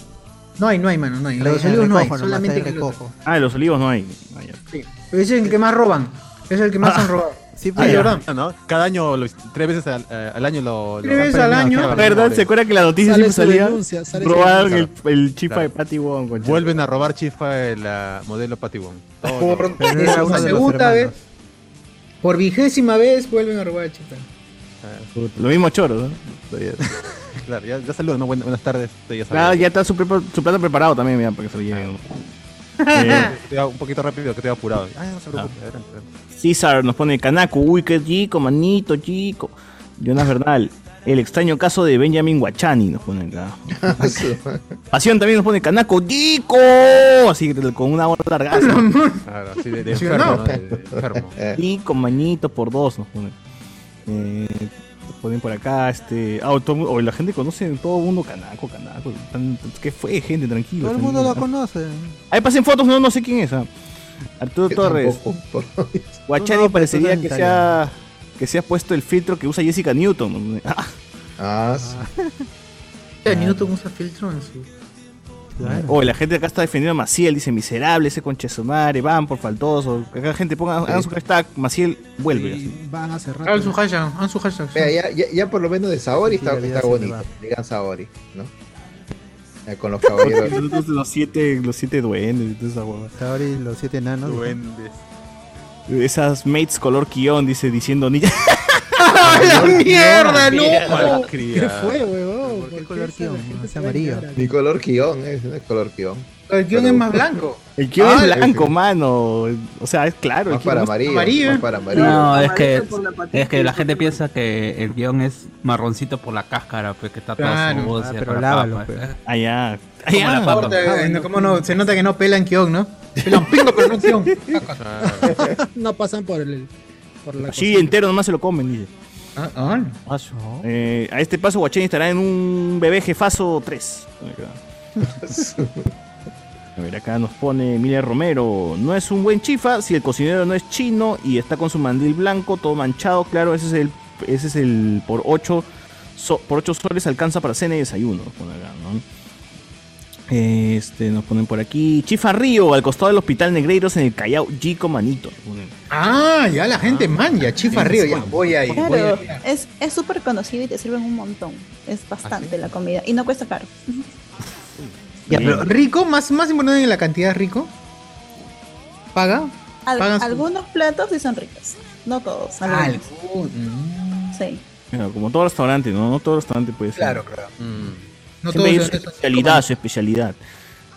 Speaker 1: No hay, no hay, mano, no hay.
Speaker 6: Pero
Speaker 1: Los
Speaker 6: en
Speaker 1: olivos no hay,
Speaker 6: recojo, nomás,
Speaker 1: solamente
Speaker 6: ahí
Speaker 1: en los-
Speaker 6: recojo.
Speaker 4: Ah, de los olivos no hay. Ah, ya.
Speaker 1: Sí. Pero ese es el que más roban. Ese es el que más han robado.
Speaker 6: Sí,
Speaker 1: Ah,
Speaker 6: pero-
Speaker 1: ya.
Speaker 3: Ah, ¿no? Cada año, lo- tres veces al, eh, al año lo. lo
Speaker 1: Tres veces
Speaker 3: han
Speaker 1: al
Speaker 3: premiado,
Speaker 1: año.
Speaker 3: claro,
Speaker 4: ¿Verdad?
Speaker 3: sí.
Speaker 4: ¿Se acuerdan que la noticia
Speaker 2: Sale
Speaker 4: siempre
Speaker 2: su
Speaker 4: salía?
Speaker 2: denuncia, sale su
Speaker 4: Robaron el,
Speaker 3: denuncia.
Speaker 4: el chifa
Speaker 3: Claro.
Speaker 4: de Patty Wong. concha.
Speaker 3: Vuelven a robar chifa el ah, modelo Patibón. [LAUGHS]
Speaker 1: Por
Speaker 6: Pero era uno
Speaker 1: décima
Speaker 6: de los
Speaker 1: segunda vez,
Speaker 6: hermanos.
Speaker 1: por vigésima vez vuelven a robar a chifa.
Speaker 4: Lo mismo choro, ¿no?
Speaker 3: [LAUGHS] Claro,
Speaker 4: Ah,
Speaker 3: ya, ya saludo, ¿no? Buena- Buenas, tardes. este, ya
Speaker 4: Claro,
Speaker 3: saludo. [LAUGHS]
Speaker 4: ya está su, pre- su plato preparado también, mira, para que se lo lleven. Eh,
Speaker 3: Te iba Un poquito rápido, que te iba apurado. Ay, Ah, no se preocupe,
Speaker 4: Ah.
Speaker 3: adelante, adelante.
Speaker 4: César nos pone Canaco, uy, qué chico, manito, chico. Jonas Bernal, el extraño caso de Benjamin Guachani nos pone acá.
Speaker 6: [LAUGHS]
Speaker 4: Pasión también nos pone Canaco, chico. Así con una hora largaza.
Speaker 3: Claro, así de, de
Speaker 2: Sí,
Speaker 3: enfermo,
Speaker 2: no.
Speaker 3: ¿no? De- de
Speaker 6: [LAUGHS]
Speaker 3: enfermo.
Speaker 4: Chico, manito, por dos nos pone. Eh, nos ponen por acá, este. Ah, todo el mundo- o la gente conoce en todo el mundo Canaco, Canaco. tan- ¿Qué fue, gente? Tranquilo.
Speaker 6: Todo el mundo lo
Speaker 4: tranquilo.
Speaker 6: conoce.
Speaker 4: Ahí pasen fotos, no, no sé quién es. ah. Arturo Torres. Guachani
Speaker 6: No, no,
Speaker 4: parecería
Speaker 6: pero
Speaker 4: que
Speaker 6: tú
Speaker 4: se,
Speaker 6: eres
Speaker 4: ha, que se ha puesto el filtro que usa Jessica [LAUGHS] Newton. Ah,
Speaker 5: Ah, sí.
Speaker 1: Newton usa filtro en su.
Speaker 4: oh, la gente acá está defendiendo a Maciel, dice miserable, ese conche su madre, van por faltoso. Acá gente ponga, hagan su hashtag, Maciel vuelve. así.
Speaker 2: Y Van a cerrar.
Speaker 1: Hagan su hashtag, hagan su hashtag.
Speaker 5: Mira, ya, ya, ya por lo menos de Saori
Speaker 6: Sí,
Speaker 5: está,
Speaker 6: la vida
Speaker 5: está
Speaker 6: se
Speaker 5: bonito.
Speaker 6: te va.
Speaker 5: Digan Saori, ¿no? Eh, con los caballeros.
Speaker 4: Entonces, los siete, los siete duendes y toda esa huevada.
Speaker 6: Ahora y los siete enanos.
Speaker 3: Duendes.
Speaker 4: Esas mates color guión, dice, diciendo ni [LAUGHS]
Speaker 1: ¡La mierda, loco!
Speaker 2: ¿Qué
Speaker 3: Malcriada.
Speaker 2: fue, huevón?
Speaker 6: ¿Por qué
Speaker 2: ¿Por
Speaker 6: color
Speaker 2: esa
Speaker 6: guión? [LAUGHS]
Speaker 2: gente
Speaker 6: Es
Speaker 2: se va a
Speaker 6: amarillo.
Speaker 2: enterar?
Speaker 5: Ni color guión, es, no es color guión.
Speaker 1: El guión es más blanco.
Speaker 4: El guión
Speaker 1: Ah,
Speaker 4: es blanco,
Speaker 5: sí.
Speaker 4: mano. O sea, es claro. el
Speaker 5: Más para
Speaker 4: guión es-
Speaker 5: amarillo.
Speaker 1: amarillo.
Speaker 5: Más para amarillo.
Speaker 17: No, es que,
Speaker 1: Amarillo por la patita
Speaker 17: es que
Speaker 1: y
Speaker 17: la
Speaker 1: por
Speaker 17: gente
Speaker 1: el-
Speaker 17: piensa que el guión es marroncito por la cáscara, pues que está
Speaker 1: Claro.
Speaker 17: todo sucio,
Speaker 6: Ah,
Speaker 17: con
Speaker 6: pero
Speaker 17: la
Speaker 6: lávalo,
Speaker 17: papa. ¿eh?
Speaker 6: pues.
Speaker 4: Ah, ya. Ah,
Speaker 17: Como la
Speaker 4: ya.
Speaker 17: papa.
Speaker 1: Corta, eh, no, cómo no, se nota que no pelan guión, ¿no? Pelan pingo, pero no guión.
Speaker 3: Claro.
Speaker 1: Ah.
Speaker 2: [LAUGHS] No pasan por el. Por la
Speaker 4: Así
Speaker 2: cocina.
Speaker 4: entero, nomás se lo comen, dice.
Speaker 1: Ah, ah, no.
Speaker 4: Eh, a este paso, Guachén estará en un bebé jefazo
Speaker 1: [LAUGHS]
Speaker 4: 3. A ver, acá nos pone Emilia Romero. No es un buen chifa si el cocinero no es chino y está con su mandil blanco, todo manchado. Claro, ese es el, ese es el por 8 por ocho soles alcanza para cena y desayuno. nos pone acá, ¿no? Este, nos ponen por aquí. Chifa Río, al costado del hospital Negreiros en el Callao, Gico Manito. nos ponen.
Speaker 1: Ah, ya la gente man, ya chifa río, ya voy ahí. Voy
Speaker 9: Claro,
Speaker 3: pues,
Speaker 1: ahí.
Speaker 9: es es súper conocido y te sirven un montón. Es
Speaker 3: ¿Ah,
Speaker 9: bastante la comida y no cuesta caro.
Speaker 1: Ya, pero rico, más, más importante que la cantidad rico. ¿Paga?
Speaker 9: Al-
Speaker 1: Pagas-
Speaker 9: algunos platos sí son ricos, no todos. Algunos.
Speaker 1: Algo. Mm,
Speaker 9: Sí.
Speaker 4: Mira, como todo restaurante, ¿no? No todo restaurante puede ser.
Speaker 1: Claro, claro.
Speaker 3: Mm.
Speaker 1: No
Speaker 4: Siempre hay
Speaker 1: todos
Speaker 4: su
Speaker 1: son esos-
Speaker 4: especialidad, su especialidad.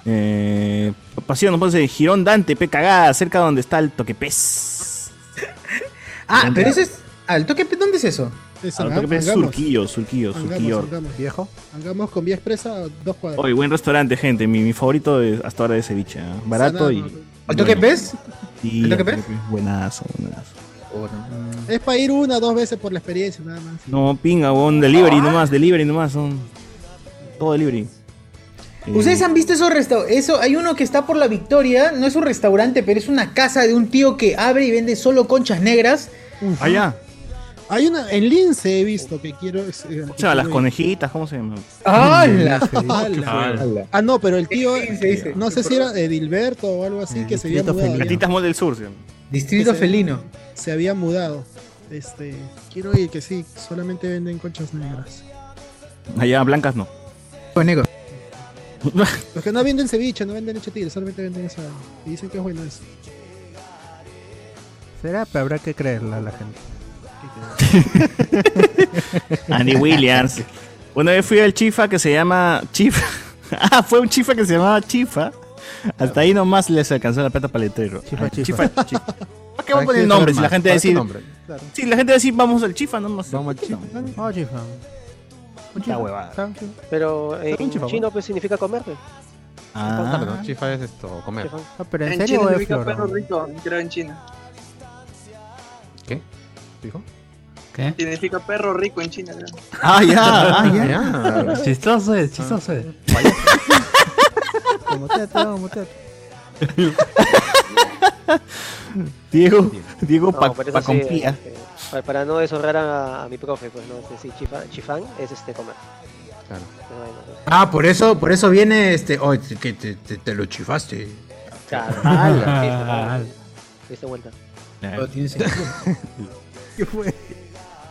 Speaker 4: Eh, pasión nos pone Girón Dante, pe cagada, cerca donde está el toquepez.
Speaker 1: Ah, pero ese es. ¿Al toque dónde es eso?
Speaker 2: Es
Speaker 4: Ah, el
Speaker 2: Hanga-
Speaker 4: toquepez es
Speaker 2: Hangamos.
Speaker 4: Surquillo, Surquillo,
Speaker 2: Hangamos,
Speaker 4: Surquillo.
Speaker 2: Hangamos.
Speaker 6: Viejo.
Speaker 2: Hangamos con vía expresa a dos cuadras.
Speaker 4: Oye, buen restaurante, gente. Mi, mi favorito es- hasta ahora es ceviche. ¿ah? Barato y.
Speaker 2: Sanamos.
Speaker 1: ¿Al toque pez? Mm.
Speaker 4: y-
Speaker 1: ¿El toquepez?
Speaker 4: Buenazo, buenazo.
Speaker 2: Es para ir una o dos veces por la experiencia, nada más.
Speaker 4: No, pinga, bon, delivery nomás, delivery nomás. Son... Todo delivery. Eh,
Speaker 1: ¿Ustedes han visto esos restaurantes? Eso, hay uno que está por la Victoria, no es un restaurante, pero es una casa de un tío que abre y vende solo conchas negras.
Speaker 4: Allá.
Speaker 2: Hay una.
Speaker 1: eh,
Speaker 2: En Lince he visto que quiero. es- eh, que
Speaker 4: O sea, las
Speaker 2: quiero ir.
Speaker 4: conejitas, ¿cómo se llama?
Speaker 2: [LAUGHS]
Speaker 1: ¡Hala!
Speaker 2: ¡Hala!
Speaker 17: Ah,
Speaker 5: Ala.
Speaker 2: Ah, no, pero el tío.
Speaker 1: Sí, sí, sí.
Speaker 2: No sé si era Edilberto o algo así
Speaker 6: Eh,
Speaker 2: que se había
Speaker 6: Distrito
Speaker 2: mudado.
Speaker 6: Feliz.
Speaker 4: Gatitas Mall del Sur, se llama.
Speaker 1: Distrito
Speaker 2: Ese-
Speaker 1: felino.
Speaker 2: Se había mudado. Este. Quiero ir que sí, solamente venden conchas negras.
Speaker 4: Allá, blancas no.
Speaker 1: Conejo.
Speaker 2: Los que no venden ceviche, no venden tigre, solamente venden esa. Y dicen que es bueno eso.
Speaker 6: Será, pero habrá que creerla a la
Speaker 17: [LAUGHS]
Speaker 6: gente.
Speaker 4: [LAUGHS]
Speaker 6: [LAUGHS]
Speaker 4: Andy Williams. Una vez fui al chifa que se llama Chifa. [LAUGHS] Ah, fue un chifa que se llamaba Chifa. Hasta ahí nomás les alcanzó la plata paletrero.
Speaker 6: Chifa,
Speaker 4: Ah,
Speaker 6: chifa.
Speaker 4: chifa. ¿Para qué vamos a poner nombres? Si la gente va a
Speaker 3: ¿Para qué
Speaker 4: decir,
Speaker 3: nombre?
Speaker 4: sí, la gente va a decir, vamos al chifa nomás.
Speaker 3: Vamos al chifa.
Speaker 6: Oye, fam.
Speaker 4: Puta huevada.
Speaker 7: Pero en
Speaker 4: Está bien, chifa,
Speaker 7: chino pues significa comer. pues.
Speaker 3: Claro, ¿no?
Speaker 4: Ah,
Speaker 3: Chifa es esto, comer.
Speaker 7: Chifa.
Speaker 6: Ah, pero en serio, es
Speaker 1: ubica perro
Speaker 6: flor.
Speaker 1: rico, creo en China.
Speaker 3: ¿Qué? ¿Dijo?
Speaker 17: ¿Qué?
Speaker 1: Significa perro rico en China, creo.
Speaker 3: [LAUGHS]
Speaker 4: ah, [LAUGHS] ya, ah, ya.
Speaker 5: Claro.
Speaker 17: Chistoso
Speaker 3: Ah.
Speaker 17: es, chistoso es.
Speaker 6: Como teatro, como teatro.
Speaker 4: Diego, Diego
Speaker 7: No,
Speaker 4: pa,
Speaker 7: pero eso
Speaker 4: pa
Speaker 7: sí,
Speaker 4: confía.
Speaker 7: este, para, para no deshonrar a, a mi profe, pues no, este, sí, chifa- chifán es este comer.
Speaker 3: Claro.
Speaker 7: Pero bueno, pues,
Speaker 1: Ah, por eso, por eso viene este. Oh, te- que te, te- te lo chifaste.
Speaker 7: claro.
Speaker 1: [LAUGHS]
Speaker 17: Ah,
Speaker 7: Listo, listo, pues, vuelta.
Speaker 1: Pero tiene sentido.
Speaker 6: ¿Qué fue?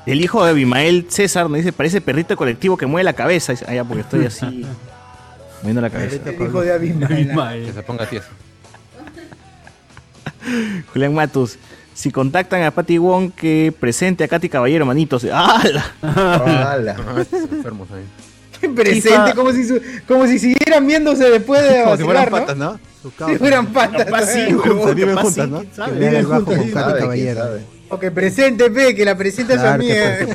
Speaker 4: El hijo de Abimael César nos dice, parece perrito de colectivo que mueve la cabeza. Dice, Ah, ya, porque estoy
Speaker 7: [LAUGHS]
Speaker 4: así. moviendo la cabeza.
Speaker 1: El hijo de Abimael.
Speaker 3: Que se ponga tieso.
Speaker 4: Julián Matus. Si contactan a Patty Wong, que presente a Katy Caballero, manitos. ¡Hala!
Speaker 5: [LAUGHS] Ala.
Speaker 3: Ah, estos enfermos
Speaker 1: [LAUGHS]
Speaker 3: ahí.
Speaker 1: Presente, como si, su- como si siguieran viéndose después de
Speaker 3: Como si fueran
Speaker 1: vacilar, ¿no?
Speaker 3: patas, ¿no?
Speaker 1: Eran patas. [LAUGHS]
Speaker 4: Capaz sí,
Speaker 1: ¿no?
Speaker 4: juntas,
Speaker 1: Capaz
Speaker 4: viven
Speaker 1: sí,
Speaker 4: juntas, ¿no?
Speaker 1: ¿quién sabe?
Speaker 4: Que viven
Speaker 1: Viven
Speaker 4: bajo
Speaker 1: juntas.
Speaker 4: con
Speaker 1: ¿Quién
Speaker 4: Caro
Speaker 1: sabe?
Speaker 4: Caballero.
Speaker 1: ¿Quién sabe? O que presente, ve, que la presente a su
Speaker 4: Claro,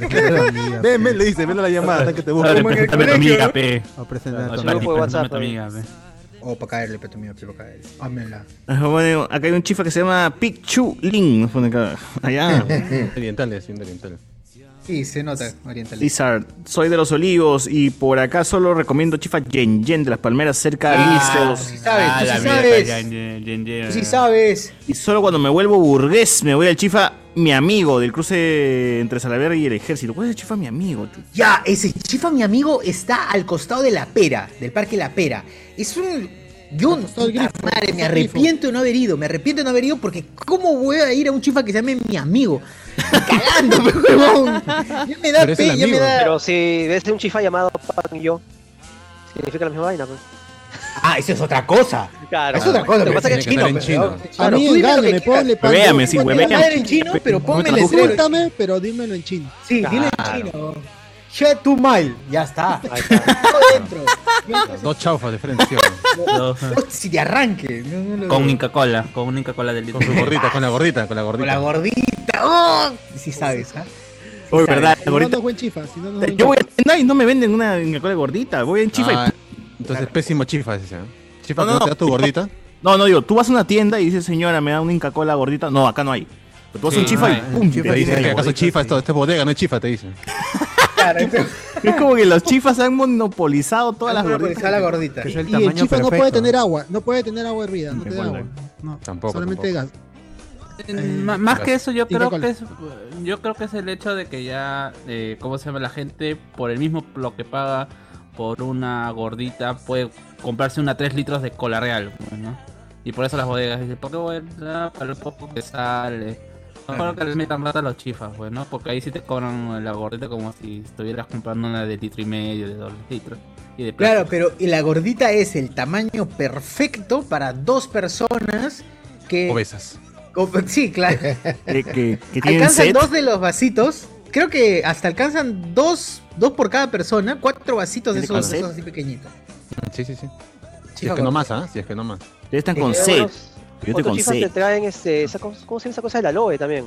Speaker 4: que
Speaker 1: amiga. [LAUGHS]
Speaker 3: Ven, ven, le dice, ven a la llamada, hasta que te busco.
Speaker 1: Como en el colegio, ¿no?
Speaker 6: O presentar
Speaker 1: a tu
Speaker 4: Claro,
Speaker 1: amiga.
Speaker 4: claro,
Speaker 1: WhatsApp,
Speaker 4: claro.
Speaker 1: O para Oh, caerle, para tu amiga, para caerle. Ámenla.
Speaker 4: Ajá, [LAUGHS] bueno, acá hay un chifa que se llama Pichu Lin. Nos pone acá. Allá.
Speaker 3: Orientales, bien orientales.
Speaker 1: Sí, se nota oriental.
Speaker 4: Lizard, soy de los olivos y por acá solo recomiendo chifa Yen Yen de las palmeras cerca de
Speaker 1: Ah,
Speaker 4: listos.
Speaker 1: sí sabes,
Speaker 17: Ah,
Speaker 1: tú
Speaker 17: la
Speaker 1: sí
Speaker 17: mierda,
Speaker 1: sabes.
Speaker 17: ya, ya, ya, ya.
Speaker 1: Tú sí sabes.
Speaker 4: Y solo cuando me vuelvo burgués me voy al chifa mi amigo del cruce entre Salaverry y el ejército. ¿Cuál es el chifa mi amigo? chucha?
Speaker 1: Ya, ese chifa, mi amigo, está al costado de la pera, del parque La Pera. Es un. Yo, puta madre, me arrepiento de no haber ido, me arrepiento de no haber ido porque, ¿cómo voy a ir a un chifa que se llame mi amigo? Cagando, pe, [LAUGHS] huevón. Ya me da
Speaker 3: Pero es el
Speaker 1: pe, ya me
Speaker 3: amigo.
Speaker 1: da.
Speaker 7: Pero si ves un chifa llamado Pan y yo, significa la misma vaina, pues.
Speaker 1: Ah, eso es otra cosa.
Speaker 7: Claro.
Speaker 1: Es otra cosa,
Speaker 7: Lo que
Speaker 1: pero
Speaker 7: pasa
Speaker 3: tiene
Speaker 7: es que
Speaker 3: que estar en
Speaker 7: es chino.
Speaker 3: chino.
Speaker 7: pero-
Speaker 2: A
Speaker 7: Claro,
Speaker 2: mí
Speaker 1: tú dime lo
Speaker 2: engáñame,
Speaker 1: que
Speaker 2: ponle
Speaker 1: quieras.
Speaker 2: pan.
Speaker 4: Véame, sí,
Speaker 1: Ponme la
Speaker 4: huevea.
Speaker 1: madre en chino, pero ponme el letrero.
Speaker 2: Ocúltame, pero dímelo en chino.
Speaker 1: Sí, dile en chino. Che tu mal, ya está.
Speaker 7: Ahí está.
Speaker 1: Todo dentro.
Speaker 3: Dos chaufas de frente, sí,
Speaker 17: [LAUGHS]
Speaker 3: ¿no?
Speaker 1: Si te arranque. no, no lo-
Speaker 17: Con Inca Cola, con Inca Cola del
Speaker 3: Con su gordita, con la gordita, con la
Speaker 1: Con la
Speaker 3: gordita.
Speaker 1: gordita. ¡Oh! Sí sabes, ¿ah?
Speaker 4: Oye, verdad,
Speaker 2: Si no, no
Speaker 4: ahorita-
Speaker 2: es buen chifa. Si no, no es buen
Speaker 4: Yo voy
Speaker 2: chifa.
Speaker 4: a tienda y no me venden una Inca Cola gordita. Voy en chifa
Speaker 3: Ah,
Speaker 4: y...
Speaker 3: entonces, pésimo chifa es ese, ¿eh? Chifa,
Speaker 4: No,
Speaker 3: que
Speaker 4: no,
Speaker 3: no te da tu gordita?
Speaker 4: No, no, digo, tú vas a una tienda y dices, señora, me da una Inca Cola gordita. No, acá no hay. Pero tú vas a un
Speaker 17: Sí, no
Speaker 4: chifa y
Speaker 17: hay.
Speaker 6: Chifa
Speaker 4: pum, te
Speaker 3: Te
Speaker 4: dicen
Speaker 3: dicen que
Speaker 4: algo.
Speaker 3: acaso chifa, esto, esto es bodega, no es chifa, te dicen.
Speaker 1: Claro, entonces-
Speaker 4: [LAUGHS] Es como que los chifas han monopolizado todas las
Speaker 1: Ahora por
Speaker 4: gorditas.
Speaker 1: esa la gordita.
Speaker 2: Y
Speaker 1: Sí,
Speaker 2: el chifa no puede tener agua. No puede tener agua hervida. No
Speaker 4: Me
Speaker 2: te da
Speaker 4: acuerdo.
Speaker 2: agua. No,
Speaker 3: Tampoco,
Speaker 2: Solamente gas. Eh,
Speaker 17: Ma- más que eso, yo
Speaker 2: Inca
Speaker 17: creo
Speaker 2: Kola.
Speaker 17: que es, yo creo que es el hecho de que ya, eh, ¿cómo se llama la gente? Por el mismo lo que paga por una gordita puede comprarse una 3 litros de cola real, pues, ¿no? Y por eso las bodegas dicen, ¿por qué voy a para lo poco que sale? No creo que le metan plata a los chifas, pues, ¿no? Porque ahí sí te cobran la gordita como si estuvieras comprando una de litro y medio, de dos litros. Y de
Speaker 1: Claro,
Speaker 17: plástico.
Speaker 1: pero la gordita es el tamaño perfecto para dos personas que.
Speaker 3: Obesas.
Speaker 1: o- Sí, claro.
Speaker 4: Eh, que, que tienen
Speaker 1: Alcanzan
Speaker 4: set.
Speaker 1: dos de los vasitos. Creo que hasta alcanzan dos, dos por cada persona, cuatro vasitos de
Speaker 4: Tiene
Speaker 1: esos,
Speaker 4: concepto.
Speaker 1: esos así pequeñitos.
Speaker 3: Sí, sí, sí. Si es
Speaker 1: Chifa
Speaker 3: que
Speaker 1: gordita.
Speaker 3: no más, ¿ah? Si es que no más.
Speaker 4: Ustedes están con
Speaker 7: Eh,
Speaker 4: set.
Speaker 7: unos-
Speaker 4: Yo estoy
Speaker 7: otros
Speaker 4: con
Speaker 7: chifas te
Speaker 4: set.
Speaker 7: traen este, esa cosa- ¿cómo se llama esa cosa del aloe también?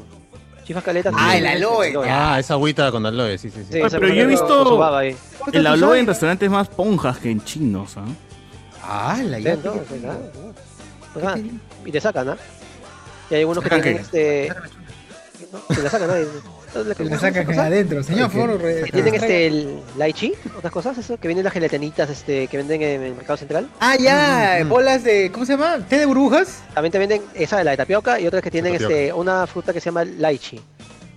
Speaker 7: Chifas caletas.
Speaker 1: Ah,
Speaker 7: también.
Speaker 1: el aloe, ya.
Speaker 3: Ah, esa agüita con aloe, sí, sí, sí.
Speaker 7: Sí,
Speaker 4: Oye,
Speaker 7: esa
Speaker 4: pero yo he
Speaker 7: cosa
Speaker 4: visto-
Speaker 7: con su baba ahí.
Speaker 4: [LAUGHS] El habló en restaurantes más ponjas que en chinos, ¿ah?
Speaker 1: Ah, la
Speaker 7: Sí,
Speaker 1: ya.
Speaker 7: no,
Speaker 1: fíjate.
Speaker 7: sí, nada, nada. Pues nada, y te sacan, ¿ah? Y hay unos que tienen este. no, Te la sacan ahí. Entonces,
Speaker 1: Te
Speaker 7: que-
Speaker 1: la sacan
Speaker 7: ¿cómo se llama?
Speaker 1: adentro, señor, por favor. re-
Speaker 7: Tienen este el laichi, otras cosas, eso, que vienen las gelatinitas este, que venden en el mercado central.
Speaker 1: Ah, ya, bolas de. ¿Cómo se llama? ¿Té de burbujas?
Speaker 7: También te venden esa de la de tapioca y otras que tienen
Speaker 3: tapioca.
Speaker 7: este, una fruta que se llama laichi.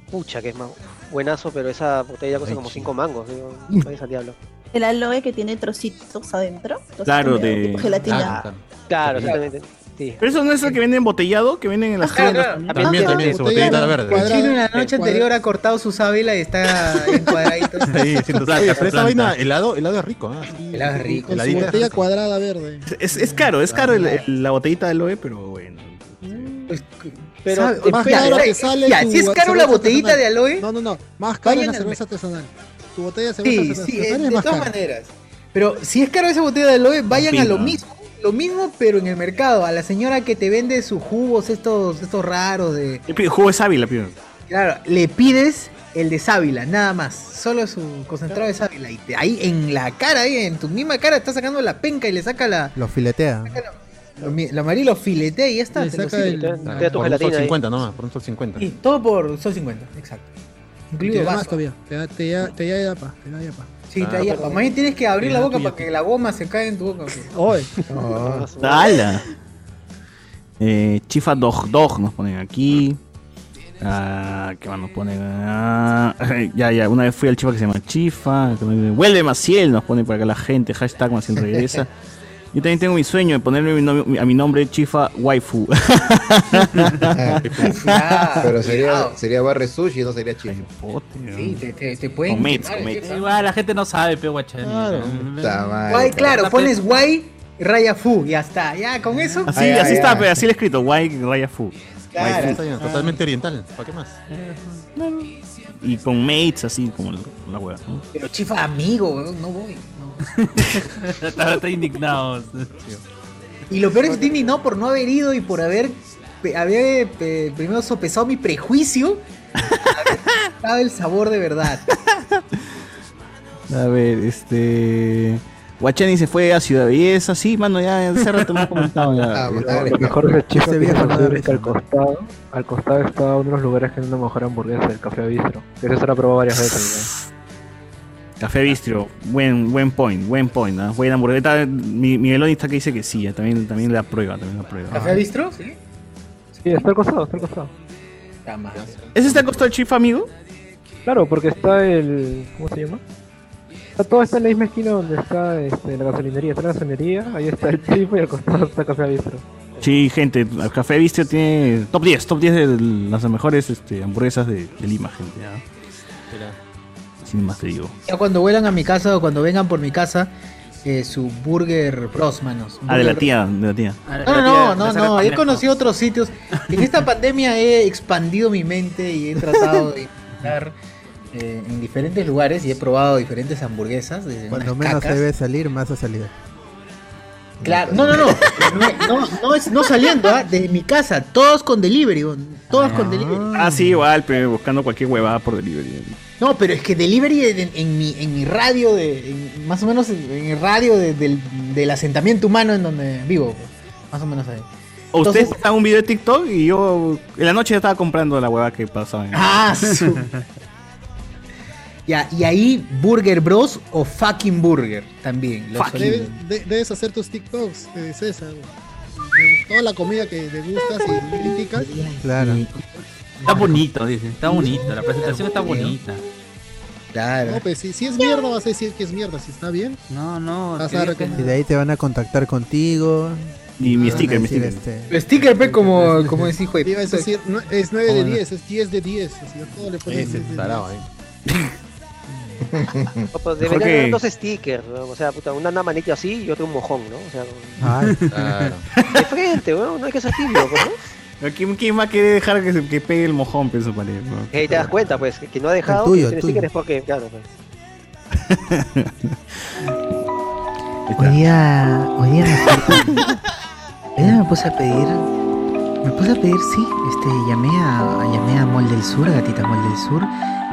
Speaker 7: Pucha, que es más buenazo, pero esa botella cuesta como 5 mangos. Digo,
Speaker 1: Mm.
Speaker 7: vayas al diablo.
Speaker 9: El aloe que tiene trocitos adentro. trocitos
Speaker 4: Claro,
Speaker 9: de-
Speaker 4: de-
Speaker 9: tipo gelatina.
Speaker 10: Ah.
Speaker 3: Claro,
Speaker 7: Claro,
Speaker 3: Sí.
Speaker 7: exactamente. Sí.
Speaker 4: Pero eso no es el que venden embotellado, que venden en las
Speaker 1: Claro,
Speaker 4: tiendas.
Speaker 1: claro.
Speaker 3: También, también, su
Speaker 2: Botella
Speaker 3: botellita verde.
Speaker 2: cuadrada,
Speaker 1: Chino en la noche
Speaker 2: cuadrada.
Speaker 1: anterior ha cortado su sábila
Speaker 2: [LAUGHS]
Speaker 1: y está en cuadraditos.
Speaker 3: Sí, siento
Speaker 17: Planta,
Speaker 3: Oye, pero esa
Speaker 17: planta.
Speaker 3: vaina, helado, helado es rico, ¿ah?
Speaker 1: Helado es rico.
Speaker 2: Con su
Speaker 3: Heladita.
Speaker 2: botella cuadrada verde.
Speaker 4: Es, es caro, es caro el- el- la botellita de aloe, pero bueno.
Speaker 7: Pero
Speaker 1: ¿Sabe?
Speaker 7: te-
Speaker 2: Más
Speaker 1: Ya,
Speaker 2: caro
Speaker 1: ya,
Speaker 2: te sale
Speaker 1: ya,
Speaker 2: tu
Speaker 1: si es caro la
Speaker 2: cerveza
Speaker 1: botellita
Speaker 2: artesanal.
Speaker 1: de aloe.
Speaker 2: No, no, no. Más cara es
Speaker 1: Vayan
Speaker 2: la
Speaker 1: al
Speaker 2: cerveza artesanal. Tu botella de cerveza
Speaker 1: sí,
Speaker 2: artesanal
Speaker 1: sí,
Speaker 2: es
Speaker 1: eh, de
Speaker 2: más
Speaker 1: todas
Speaker 2: cara.
Speaker 1: maneras. Pero si es caro esa botella de aloe, vayan a lo
Speaker 4: Opina.
Speaker 1: mismo, lo mismo, pero en el mercado. A la señora que te vende sus jugos, estos, estos raros de.
Speaker 4: El pi- jugo es ávila, primero.
Speaker 1: Claro, le pides el de sábila, nada más. Solo su concentrado de sábila. Y te- ahí en la cara, ahí en tu misma cara, está sacando la penca y le saca la.
Speaker 6: Lo filetea.
Speaker 1: Lo, mi- lo amarillo lo filetea y ya está.
Speaker 2: Le
Speaker 1: te lo
Speaker 2: saca
Speaker 1: sirve.
Speaker 2: el-
Speaker 7: te- te da tu
Speaker 3: Por un sol
Speaker 7: gelatina ahí.
Speaker 3: 50 nomás, por un sol 50.
Speaker 1: Y todo por Sol 50, exacto.
Speaker 2: Y Te
Speaker 1: Incluido
Speaker 2: da más
Speaker 1: vaso.
Speaker 2: todavía. Te da, te da, te da yapa, Te da yapa.
Speaker 1: Sí,
Speaker 3: Ah,
Speaker 1: te ahí-
Speaker 7: pero-
Speaker 1: Más bien tienes que abrir
Speaker 2: Es
Speaker 1: la
Speaker 2: la
Speaker 1: boca
Speaker 2: tuya.
Speaker 1: para que la goma se caiga en tu boca. pues.
Speaker 2: [LAUGHS] Oye,
Speaker 7: Ah, su madre.
Speaker 4: ¡Hala! Eh, Chifa Dog Dog nos ponen aquí. Ah, ¿Qué más nos ponen? Ah, [LAUGHS] ya, ya, una vez fui al chifa que se llama Chifa. que me- Vuelve Maciel, nos pone por acá la gente. Hashtag Maciel regresa. Yo también tengo mi sueño de ponerle mi nom- a mi nombre Chifa Waifu. [LAUGHS]
Speaker 1: Ya,
Speaker 5: Pero sería,
Speaker 1: cuidado.
Speaker 5: sería barre sushi, no sería chifa.
Speaker 1: Sí, te, te, te pueden.
Speaker 4: Comets,
Speaker 1: quemar,
Speaker 4: comets.
Speaker 1: ¿sí?
Speaker 17: Igual la gente no sabe, pe guachani.
Speaker 5: Puta madre.
Speaker 1: Guay, claro, pones guay, raya fu, ya está. Ya, con eso.
Speaker 4: Así,
Speaker 5: Ah, ya,
Speaker 4: así
Speaker 5: ya.
Speaker 4: está, pe, así le he escrito, White Raya Fu.
Speaker 1: Claro.
Speaker 3: Está bien, Totalmente oriental, ¿para qué más?
Speaker 4: Y con mates, así como la, la hueá. ¿no?
Speaker 1: Pero chifa amigo, weón, no voy. no.
Speaker 17: Está, está indignado.
Speaker 1: Y lo peor es que Timmy no, por no haber ido y por haber, pe- haber pe- primero sopesado mi prejuicio, [LAUGHS] haber dado el sabor de verdad.
Speaker 4: A ver, este. Guachani se fue a Ciudad Belleza, sí, mano, ya hace rato me han comentado. Ya.
Speaker 18: Lo mejor de Chifa
Speaker 4: Este
Speaker 18: que se puede ver es que al costado, al costado está uno de los lugares que es una mejor hamburguesa, el Café Bistro. Eso se lo he probado varias veces.
Speaker 4: Café Bistro, buen, buen point, buen point, ¿ah? buena hamburgueta. Mi, Miguelón está que dice que sí, ya, también, también la prueba, también la prueba.
Speaker 1: ¿Café Bistro? Sí.
Speaker 18: Sí, está al costado, está al costado.
Speaker 4: ¿Ese está al costado del Chifa, amigo?
Speaker 18: Claro, porque está el... ¿Cómo se llama? Está, todo está en la misma esquina donde está este, la gasolinería. Está la gasolinería, ahí está el Chifa y al costado está el Café Bistro.
Speaker 4: Sí, gente, el Café Bistro tiene top 10, top 10 de las mejores este, hamburguesas de, de Lima, gente. ¿ah? Sin más te digo.
Speaker 1: Ya cuando vuelan a mi casa o cuando vengan por mi casa, eh, su Burger Bros, manos.
Speaker 4: Ah, de la
Speaker 1: Burger-
Speaker 4: tía, de la tía.
Speaker 1: No, no, no, no, no, he conocido otros sitios. En esta pandemia he expandido mi mente y he tratado de estar eh, en diferentes lugares y he probado diferentes [LAUGHS] hamburguesas. Desde
Speaker 6: Cuando
Speaker 1: unas
Speaker 6: menos
Speaker 1: cacas.
Speaker 6: se debe salir, más ha salido.
Speaker 1: Claro, no, no, no. No, no, no es- no saliendo, ¿ah? de mi casa, todos con delivery, bon, todos con delivery.
Speaker 4: Ah, sí, igual, pero buscando cualquier huevada por delivery.
Speaker 1: No, pero es que delivery en, en mi, en mi radio, de, en- más o menos en en el radio de- del, del asentamiento humano en donde vivo, más o menos ahí.
Speaker 4: O usted
Speaker 1: Entonces-
Speaker 4: está en un video de TikTok y yo en la noche estaba comprando la huevada que pasaba. en- [LAUGHS]
Speaker 1: Ah,
Speaker 2: [LAUGHS]
Speaker 1: su- Ya, y ahí Burger Bros o fucking Burger también. los
Speaker 2: Debes,
Speaker 1: olvido.
Speaker 2: de- debes hacer tus TikToks, eh, César. Me gustó la comida que te gustas y criticas.
Speaker 6: Claro.
Speaker 17: Está bonito, dicen. Está bonito. La presentación está bonita.
Speaker 1: Claro.
Speaker 2: No, pues si, si es mierda, vas a decir que es mierda. Si está bien,
Speaker 17: No, no.
Speaker 2: vas
Speaker 17: que
Speaker 2: a
Speaker 17: diga que-
Speaker 6: Y de
Speaker 2: recomendar.
Speaker 6: ahí te van a contactar contigo.
Speaker 4: Y
Speaker 6: te van
Speaker 4: mi
Speaker 6: a
Speaker 2: Ah,
Speaker 4: sticker, mi
Speaker 6: decir,
Speaker 4: sticker.
Speaker 6: este,
Speaker 1: El sticker, pe, como, como ese hijo de
Speaker 2: Te este, iba a
Speaker 1: puta.
Speaker 2: decir, no, es 9 de Este,
Speaker 17: Bueno.
Speaker 2: 10, es 10 de 10. Así, a todo le pones
Speaker 3: Ese
Speaker 2: 10 de
Speaker 3: tarado,
Speaker 2: 10.
Speaker 3: ¿eh?
Speaker 7: No, pues
Speaker 4: Mejor
Speaker 7: deberían
Speaker 4: que-
Speaker 7: haber dos stickers, weón. O sea, puta, una, una manito así y otro un mojón, ¿no? O sea,
Speaker 6: ay,
Speaker 3: Claro.
Speaker 7: de frente, weón. No hay que ser tibio, pues, ¿no?
Speaker 4: ¿Quién, quién más quiere dejar que, se, que pegue el mojón, peso pared? bro?
Speaker 7: Ahí te das cuenta, pues, que, que no ha dejado
Speaker 6: El tuyo,
Speaker 7: que tiene
Speaker 6: el tuyo.
Speaker 7: stickers porque, claro, pues.
Speaker 2: este,
Speaker 4: Está.
Speaker 1: Hoy día, hoy día me puse, hoy día me puse a pedir, me puse a pedir, sí, este, llamé a, llamé a Mall del Sur, a Gatita Mall del Sur,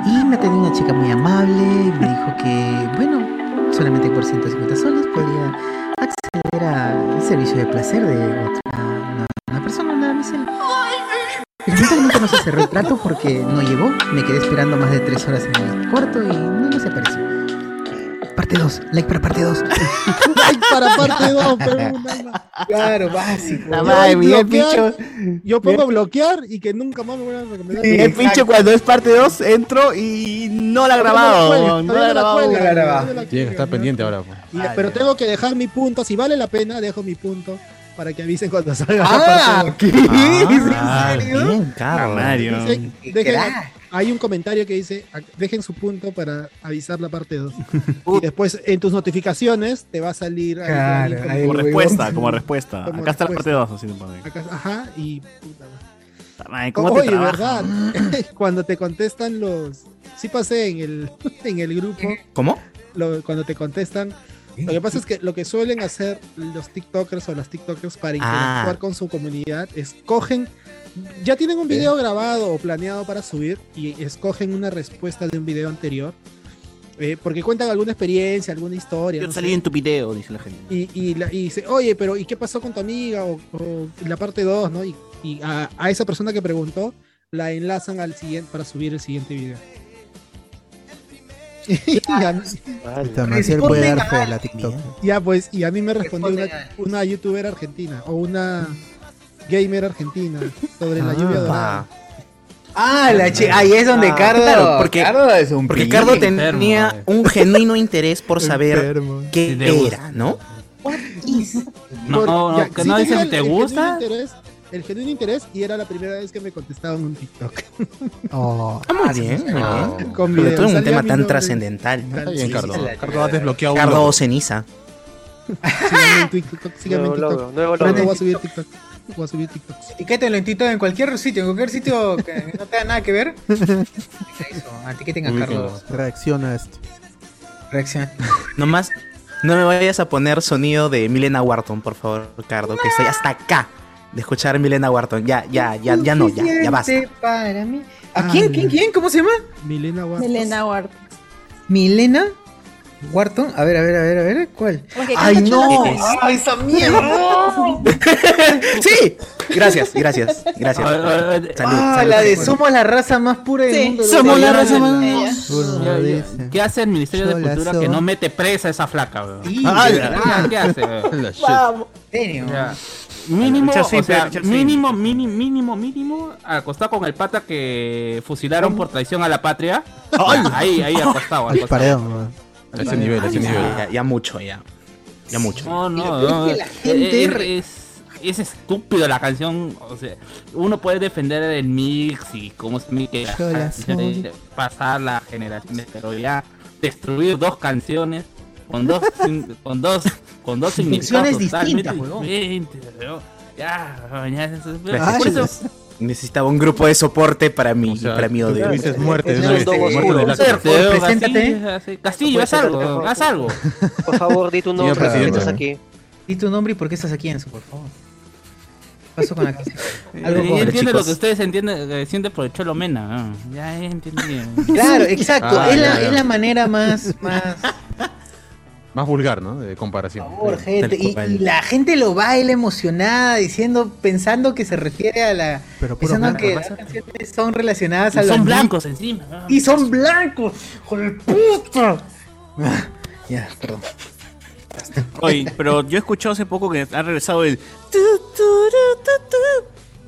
Speaker 1: y me atendió una chica muy amable, me dijo que, bueno, solamente por 150 soles podría acceder al servicio de placer de otra, una, una persona, una damisela. Lamentablemente no se cerró el trato porque no llegó, me quedé esperando más de tres horas en el cuarto y no, no se apareció. Parte 2, like para
Speaker 2: [LAUGHS]
Speaker 1: parte 2.
Speaker 2: Ay, para parte 2, pero una-
Speaker 1: Claro, básico.
Speaker 2: Yo
Speaker 4: madre, Miguel
Speaker 2: bloquear, Yo pongo bloquear y que nunca más me vuelvan a recomendar.
Speaker 4: el pinche cuando es parte 2 entro y no la ha
Speaker 1: Ah,
Speaker 4: grabado. No la ha grabado.
Speaker 2: No la grabado.
Speaker 3: Tiene que estar pendiente ahora. pues.
Speaker 2: Y- pero tengo que dejar mi punto. Si vale la pena, dejo mi punto para que avisen cuando salga.
Speaker 1: Ah,
Speaker 2: la parte
Speaker 1: ¿qué?
Speaker 4: Ah,
Speaker 1: ¿En serio?
Speaker 4: bien, caro, Mario.
Speaker 2: dos. Dice-
Speaker 1: Qué
Speaker 2: dejen-
Speaker 1: crack.
Speaker 2: hay un comentario que dice: "Ac- dejen su punto para avisar la parte
Speaker 4: [LAUGHS]
Speaker 2: 2. y después en tus notificaciones te va a salir. ahí,
Speaker 1: Claro,
Speaker 2: ahí como-
Speaker 1: ahí.
Speaker 4: Como
Speaker 1: el
Speaker 4: respuesta,
Speaker 2: huevón.
Speaker 4: como respuesta.
Speaker 2: Como
Speaker 4: Acá está la parte
Speaker 2: respuesta.
Speaker 4: 2, así lo pone.
Speaker 2: acá- ajá, y. puta madre.
Speaker 4: Puta madre, ¿Cómo te
Speaker 2: Oye,
Speaker 4: trabaja?
Speaker 2: verdad. [LAUGHS] cuando te contestan los. Sí pasé en el, [LAUGHS] en el grupo.
Speaker 4: [LAUGHS] ¿Cómo?
Speaker 2: lo- cuando te contestan. Lo que pasa es que lo que suelen hacer los TikTokers o las TikTokers para
Speaker 4: Ah.
Speaker 2: interactuar con su comunidad es cogen, ya tienen un video grabado o planeado para subir y escogen una respuesta de un video anterior, eh, porque cuentan alguna experiencia, alguna historia.
Speaker 4: Yo
Speaker 2: no
Speaker 4: salí
Speaker 2: sé.
Speaker 4: en tu video, dice la gente.
Speaker 2: Y, y, la- y dice, oye, pero ¿y qué pasó con tu amiga? O, o la parte 2, ¿no? Y, y a, a esa persona que preguntó, la enlazan al siguiente para subir el siguiente
Speaker 1: [LAUGHS]
Speaker 2: video. Y a mí-
Speaker 6: puta, Marcial puede dar fe a la TikTok.
Speaker 2: ya, pues, y a mí me respondió
Speaker 1: Responde
Speaker 2: una, una youtuber argentina o una gamer argentina sobre la lluvia dorada.
Speaker 1: Ah, la chi- ahí es donde
Speaker 7: Ah,
Speaker 1: Cardo.
Speaker 19: claro, porque-
Speaker 1: Cardo es un
Speaker 19: Porque
Speaker 1: pilín.
Speaker 19: Cardo
Speaker 17: enfermo,
Speaker 19: tenía
Speaker 17: eh.
Speaker 19: un genuino interés
Speaker 1: [LAUGHS]
Speaker 19: por saber
Speaker 6: Enfermo.
Speaker 19: qué
Speaker 17: Si le gusta.
Speaker 19: era,
Speaker 17: No,
Speaker 19: ¿no?
Speaker 2: Por-
Speaker 17: no,
Speaker 2: ya,
Speaker 17: no, que
Speaker 2: sí
Speaker 17: no
Speaker 2: tenía
Speaker 17: dicen si
Speaker 2: el-
Speaker 17: te
Speaker 2: el
Speaker 17: gusta.
Speaker 2: genuino interés- El genuino interés y era la primera vez que me contestaban un TikTok.
Speaker 6: Oh,
Speaker 19: Ah, muy bien, muy bien.
Speaker 2: Con
Speaker 19: Sobre
Speaker 2: video,
Speaker 19: todo en un
Speaker 2: salía
Speaker 19: tema
Speaker 2: mi
Speaker 19: tan
Speaker 2: nombre.
Speaker 19: trascendental. ¿no?
Speaker 3: Está
Speaker 2: Tal-
Speaker 3: bien,
Speaker 2: sí,
Speaker 3: Cardo.
Speaker 2: sí,
Speaker 3: Cardo ha desbloqueado un
Speaker 19: Cardo
Speaker 3: logro.
Speaker 19: Ceniza.
Speaker 2: Síganme en
Speaker 1: Ah.
Speaker 2: TikTok. Síganme en
Speaker 7: Nuevo
Speaker 2: TikTok.
Speaker 7: logro, nuevo
Speaker 2: Pronto
Speaker 7: logro.
Speaker 2: voy a subir TikTok. Voy a subir TikToks.
Speaker 1: Etiquétenlo en Tito en cualquier sitio, en cualquier sitio que no tenga nada que ver. Eso, etiqueten a Cardo.
Speaker 6: reacciona a este, esto.
Speaker 1: Reacción.
Speaker 19: Nomás, No me vayas a poner sonido de Milena Wharton, por favor, Ricardo, que estoy hasta acá de escuchar Milena Wharton. Ya, ya, ya, ya no, ya, ya basta. Ah,
Speaker 1: Para mí. ¿A quién, quién, quién? ¿Cómo se llama?
Speaker 2: Milena Wharton.
Speaker 13: Melena Wharton.
Speaker 1: Milena Wharton. A ver, a ver, a ver, a ver, ¿cuál?
Speaker 13: Porque
Speaker 19: ¡Ay,
Speaker 13: canta
Speaker 19: no!
Speaker 13: chulo.
Speaker 1: ¡Ay, esa mierda!
Speaker 19: [LAUGHS] ¡Sí! Gracias, gracias, gracias.
Speaker 10: A ver, a ver, a ver.
Speaker 19: Salud,
Speaker 1: Ah,
Speaker 19: salud.
Speaker 1: la de somos la raza más pura del
Speaker 13: Sí.
Speaker 1: mundo.
Speaker 19: Somos la raza
Speaker 1: más
Speaker 10: Ya, ya. ¿Qué hace el Ministerio de Cultura que no mete presa a esa flaca, weón?
Speaker 1: Ah,
Speaker 10: Ah, ¿Qué hace,
Speaker 1: [LAUGHS]
Speaker 10: weón?
Speaker 13: Vamos.
Speaker 1: serio?
Speaker 10: Ya. Mínimo,
Speaker 4: Richard
Speaker 10: o
Speaker 4: Simper,
Speaker 10: sea,
Speaker 4: Richard
Speaker 10: mínimo, mínimo, mínimo, mínimo, acostado con el pata que fusilaron por traición a la patria. Ahí, ahí acostado,
Speaker 6: Al
Speaker 10: acostado.
Speaker 6: paredón, weón.
Speaker 3: A ese nivel, a ese nivel.
Speaker 19: Ya, ya mucho, ya. Ya mucho.
Speaker 10: No, no,
Speaker 1: Y lo
Speaker 10: no.
Speaker 1: que es que la
Speaker 10: eh,
Speaker 1: gente
Speaker 10: eh,
Speaker 1: re-
Speaker 10: es, es estúpido la canción. O sea, uno puede defender el mix y cómo es mi- que las
Speaker 6: Yo la
Speaker 10: canciones
Speaker 6: soy.
Speaker 10: pasar las generaciones, pero ya destruir dos canciones con dos sin- con dos con dos significados
Speaker 1: Funciones
Speaker 10: totalmente
Speaker 1: distintas, huevón.
Speaker 10: diferentes, huevón. Ya, huevón, ya, eso es-
Speaker 19: Gracias,
Speaker 10: por eso-
Speaker 19: Necesitaba un grupo de soporte para mi,
Speaker 3: O sea,
Speaker 19: para mi odio.
Speaker 3: Tú dices muerte de una
Speaker 7: Esos
Speaker 10: Este,
Speaker 3: vez.
Speaker 7: dos
Speaker 3: Muerte de
Speaker 7: oscuros.
Speaker 3: la
Speaker 1: Pero,
Speaker 10: Castillo,
Speaker 1: preséntate.
Speaker 10: Castillo, así- Castillo,
Speaker 7: ¿Eh? Puede
Speaker 10: haz
Speaker 7: ser,
Speaker 10: algo,
Speaker 7: por favor.
Speaker 10: haz algo.
Speaker 7: Por favor, di tu nombre, ¿por qué
Speaker 3: presidente.
Speaker 7: estás aquí?
Speaker 1: Di tu nombre y por qué estás aquí, Enzo, por favor. ¿Qué pasó
Speaker 10: [LAUGHS]
Speaker 1: con la canción? Algo
Speaker 10: Y
Speaker 1: con-
Speaker 10: entiende lo
Speaker 19: chicos.
Speaker 10: que ustedes entienden, eh, sienten por el Cholo Mena. ah, Ya entiendo
Speaker 1: Claro, exacto.
Speaker 3: Ah,
Speaker 1: es,
Speaker 3: ya,
Speaker 1: la,
Speaker 3: ya.
Speaker 1: es la manera más, más
Speaker 3: Más vulgar, ¿no? De comparación.
Speaker 1: favor, gente.
Speaker 19: Tal
Speaker 1: Y,
Speaker 19: cual.
Speaker 1: y la gente lo baila emocionada, diciendo, pensando que se refiere a la.
Speaker 6: Pero puro
Speaker 1: pensando
Speaker 6: blanco.
Speaker 1: que las canciones son relacionadas a los
Speaker 10: Son blancos encima. ah.
Speaker 1: Y son blancos. ¡Joder, puta! Ah, Ya, perdón.
Speaker 4: Oye, pero yo he escuchado hace poco que ha regresado el. Ah, tu, tu, ru, tu,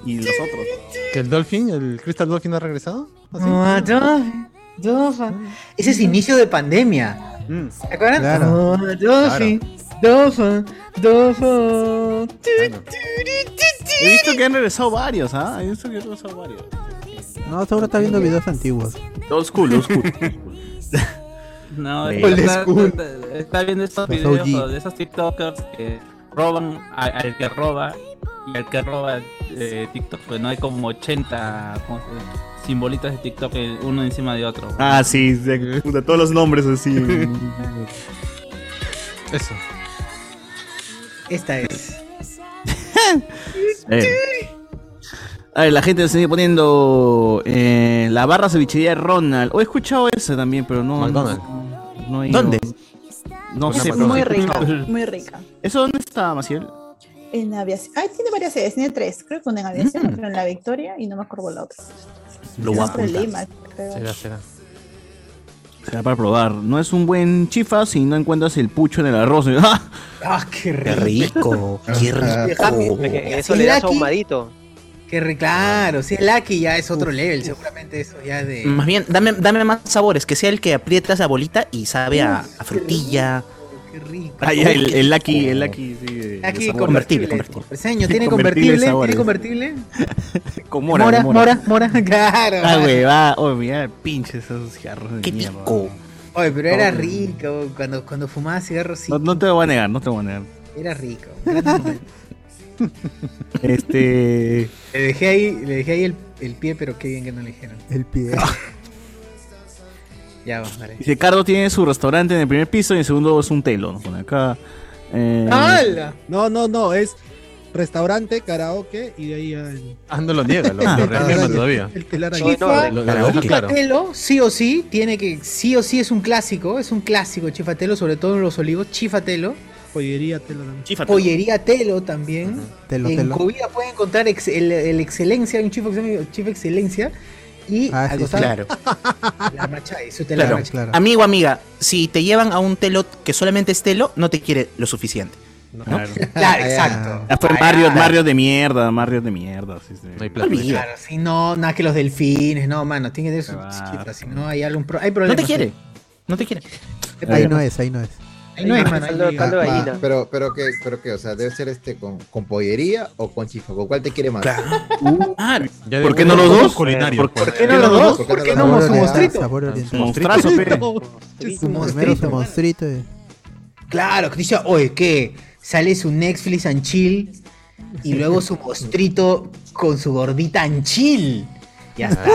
Speaker 4: tu, Y los otros.
Speaker 3: ¿Que el Dolphin, el Crystal Dolphin ha regresado? ¿Así?
Speaker 1: Ah, Dolphin, Dolphin. Ese es inicio de pandemia.
Speaker 3: Mm.
Speaker 1: ¿Se acuerdan?
Speaker 6: Claro.
Speaker 1: Ah, Dolphin, Dolphin, Dolphin. Tu, tu,
Speaker 3: Claro.
Speaker 1: ru, tu, tu.
Speaker 4: He visto que han regresado varios, ¿ah? He visto que han regresado varios.
Speaker 6: No, seguro está viendo videos antiguos.
Speaker 4: Old school, old school.
Speaker 10: [LAUGHS] No,
Speaker 4: Old
Speaker 10: está, está, está viendo estos
Speaker 6: Los
Speaker 10: videos
Speaker 6: OG.
Speaker 10: de esos TikTokers que roban a- al que roba y al que roba eh, TikTok, pues no hay como 80 ¿cómo se llama? simbolitos de TikTok eh, uno encima de otro.
Speaker 4: Ah, sí, de, puta, todos los nombres
Speaker 19: [LAUGHS]
Speaker 4: así.
Speaker 3: Eso.
Speaker 1: Esta es.
Speaker 4: Eh. A ver, la gente se sigue poniendo eh, la barra cevichería de Ronald. O he escuchado eso también, pero no.
Speaker 3: McDonald's.
Speaker 4: No, no he ido.
Speaker 19: ¿Dónde?
Speaker 4: No sé.
Speaker 13: Es
Speaker 4: pero-
Speaker 13: muy rica, muy rica.
Speaker 4: ¿Eso dónde está, Maciel?
Speaker 13: En aviación. Ay, tiene varias sedes, tiene tres. Creo que una en aviación, otra en la Victoria y no me acuerdo la otra.
Speaker 19: Mm. Lo voy a
Speaker 13: Es por
Speaker 19: apuntar.
Speaker 13: Lima, creo.
Speaker 3: Será, será.
Speaker 4: Será para probar. No es un buen chifa si no encuentras el pucho en el arroz. [LAUGHS] ¡Ah!
Speaker 1: ¡Ah, qué
Speaker 19: Qué
Speaker 1: rico!
Speaker 19: rico, qué rico.
Speaker 7: Porque Eso
Speaker 1: Y
Speaker 7: le das
Speaker 1: Lucky-
Speaker 7: ahumadito.
Speaker 1: Qué re- claro, si es Lucky ya es otro level, seguramente eso ya es de...
Speaker 19: Más bien, dame, dame más sabores, que sea el que aprietas la bolita y sabe a, a frutilla.
Speaker 1: Qué rico.
Speaker 4: Ah, ya, el, el Lucky, el Lucky, sí. de- de
Speaker 1: Lucky
Speaker 4: sabor.
Speaker 19: Convertible,
Speaker 1: convertible. convertible.
Speaker 19: convertible.
Speaker 1: Seño, tiene
Speaker 4: Convertible
Speaker 1: convertible, tiene
Speaker 4: sabores.
Speaker 1: convertible.
Speaker 4: [LAUGHS] Con mora,
Speaker 1: Mora,
Speaker 4: con
Speaker 1: mora, mora, [LAUGHS] claro.
Speaker 4: Ah, güey, va. Oh, mira, pinche esos cigarros de
Speaker 19: Qué
Speaker 4: mierda.
Speaker 19: rico.
Speaker 1: Oye, pero era rico, cuando, cuando fumaba cigarros sí,
Speaker 4: No, no te lo voy a negar, no te lo voy a negar.
Speaker 1: era rico. Gratis, man.
Speaker 3: [LAUGHS]
Speaker 4: Este.
Speaker 1: le dejé ahí, le dejé ahí el, el pie, pero qué bien que no le dijeron.
Speaker 6: El pie.
Speaker 1: [LAUGHS] Ya, va, vale.
Speaker 4: Dice, Cardo tiene su restaurante en el primer piso y en el segundo es un telón. Pone acá. Eh,
Speaker 1: ¡Hala!
Speaker 2: No, no, no, es restaurante, karaoke y de ahí al-
Speaker 3: Ah, no lo niega, lo, lo reafirma todavía.
Speaker 2: el telar ahí.
Speaker 7: Soy
Speaker 1: Chifa,
Speaker 7: enorme.
Speaker 3: Lo, lo deja claro.
Speaker 1: Chifatelo, sí o sí, tiene que, sí o sí es un clásico, es un clásico Chifatelo, sobre todo en los olivos, Chifatelo.
Speaker 2: Pollería, telo también.
Speaker 4: chífate.
Speaker 1: Pollería Telo también.
Speaker 6: Telo,
Speaker 1: en
Speaker 6: telo.
Speaker 1: Covida pueden encontrar ex- el, el Excelencia, un chifa, chifa Excelencia. Y
Speaker 6: Ah,
Speaker 1: al
Speaker 6: sí,
Speaker 1: costado,
Speaker 19: Claro,
Speaker 1: la macha y su tela
Speaker 19: claro.
Speaker 1: macha.
Speaker 6: claro.
Speaker 19: Amigo, amiga, si te llevan a un telo que solamente es telo, no te quiere lo suficiente. [LAUGHS]
Speaker 4: Claro.
Speaker 1: Claro,
Speaker 6: Ah,
Speaker 1: exacto.
Speaker 4: Ah, fue Mario, Mario de mierda, Mario de Ah, mierda. sí, sí.
Speaker 3: No hay plata.
Speaker 1: Claro, si no, nada que los delfines, no, mano, tiene que tener
Speaker 4: Ah.
Speaker 1: sus chifas, si no hay algún pro- hay
Speaker 19: No
Speaker 1: problemas.
Speaker 19: te quiere. No te quiere.
Speaker 6: Ahí
Speaker 1: Hay
Speaker 6: no
Speaker 1: problemas.
Speaker 6: es, ahí
Speaker 1: [LAUGHS]
Speaker 6: no es.
Speaker 1: Ahí no hay, mano, ahí
Speaker 7: Caldo
Speaker 1: no hay.
Speaker 7: caldo de
Speaker 5: Ah,
Speaker 7: gallina.
Speaker 5: pero, pero que, pero que, o sea, debe ser este con, con pollería o con chifa. ¿Con cuál te quiere más?
Speaker 4: Ah,
Speaker 19: Claro.
Speaker 3: Ya
Speaker 4: ¿Por
Speaker 3: de-
Speaker 4: qué no los dos?
Speaker 3: Culinarios.
Speaker 4: ¿Por-
Speaker 5: pues.
Speaker 1: ¿Por qué no los dos? ¿Por qué no
Speaker 6: Sabor
Speaker 1: somos
Speaker 6: oriental,
Speaker 1: monstruitos?
Speaker 6: Sabor oriental.
Speaker 4: Monstrazo, pe.
Speaker 6: Su Primero su monstruito. y-
Speaker 1: Claro, que dice, oye, ¿qué? Sale su Netflix and chill Ah. y luego su mostrito con su gordita and chill. Ya está.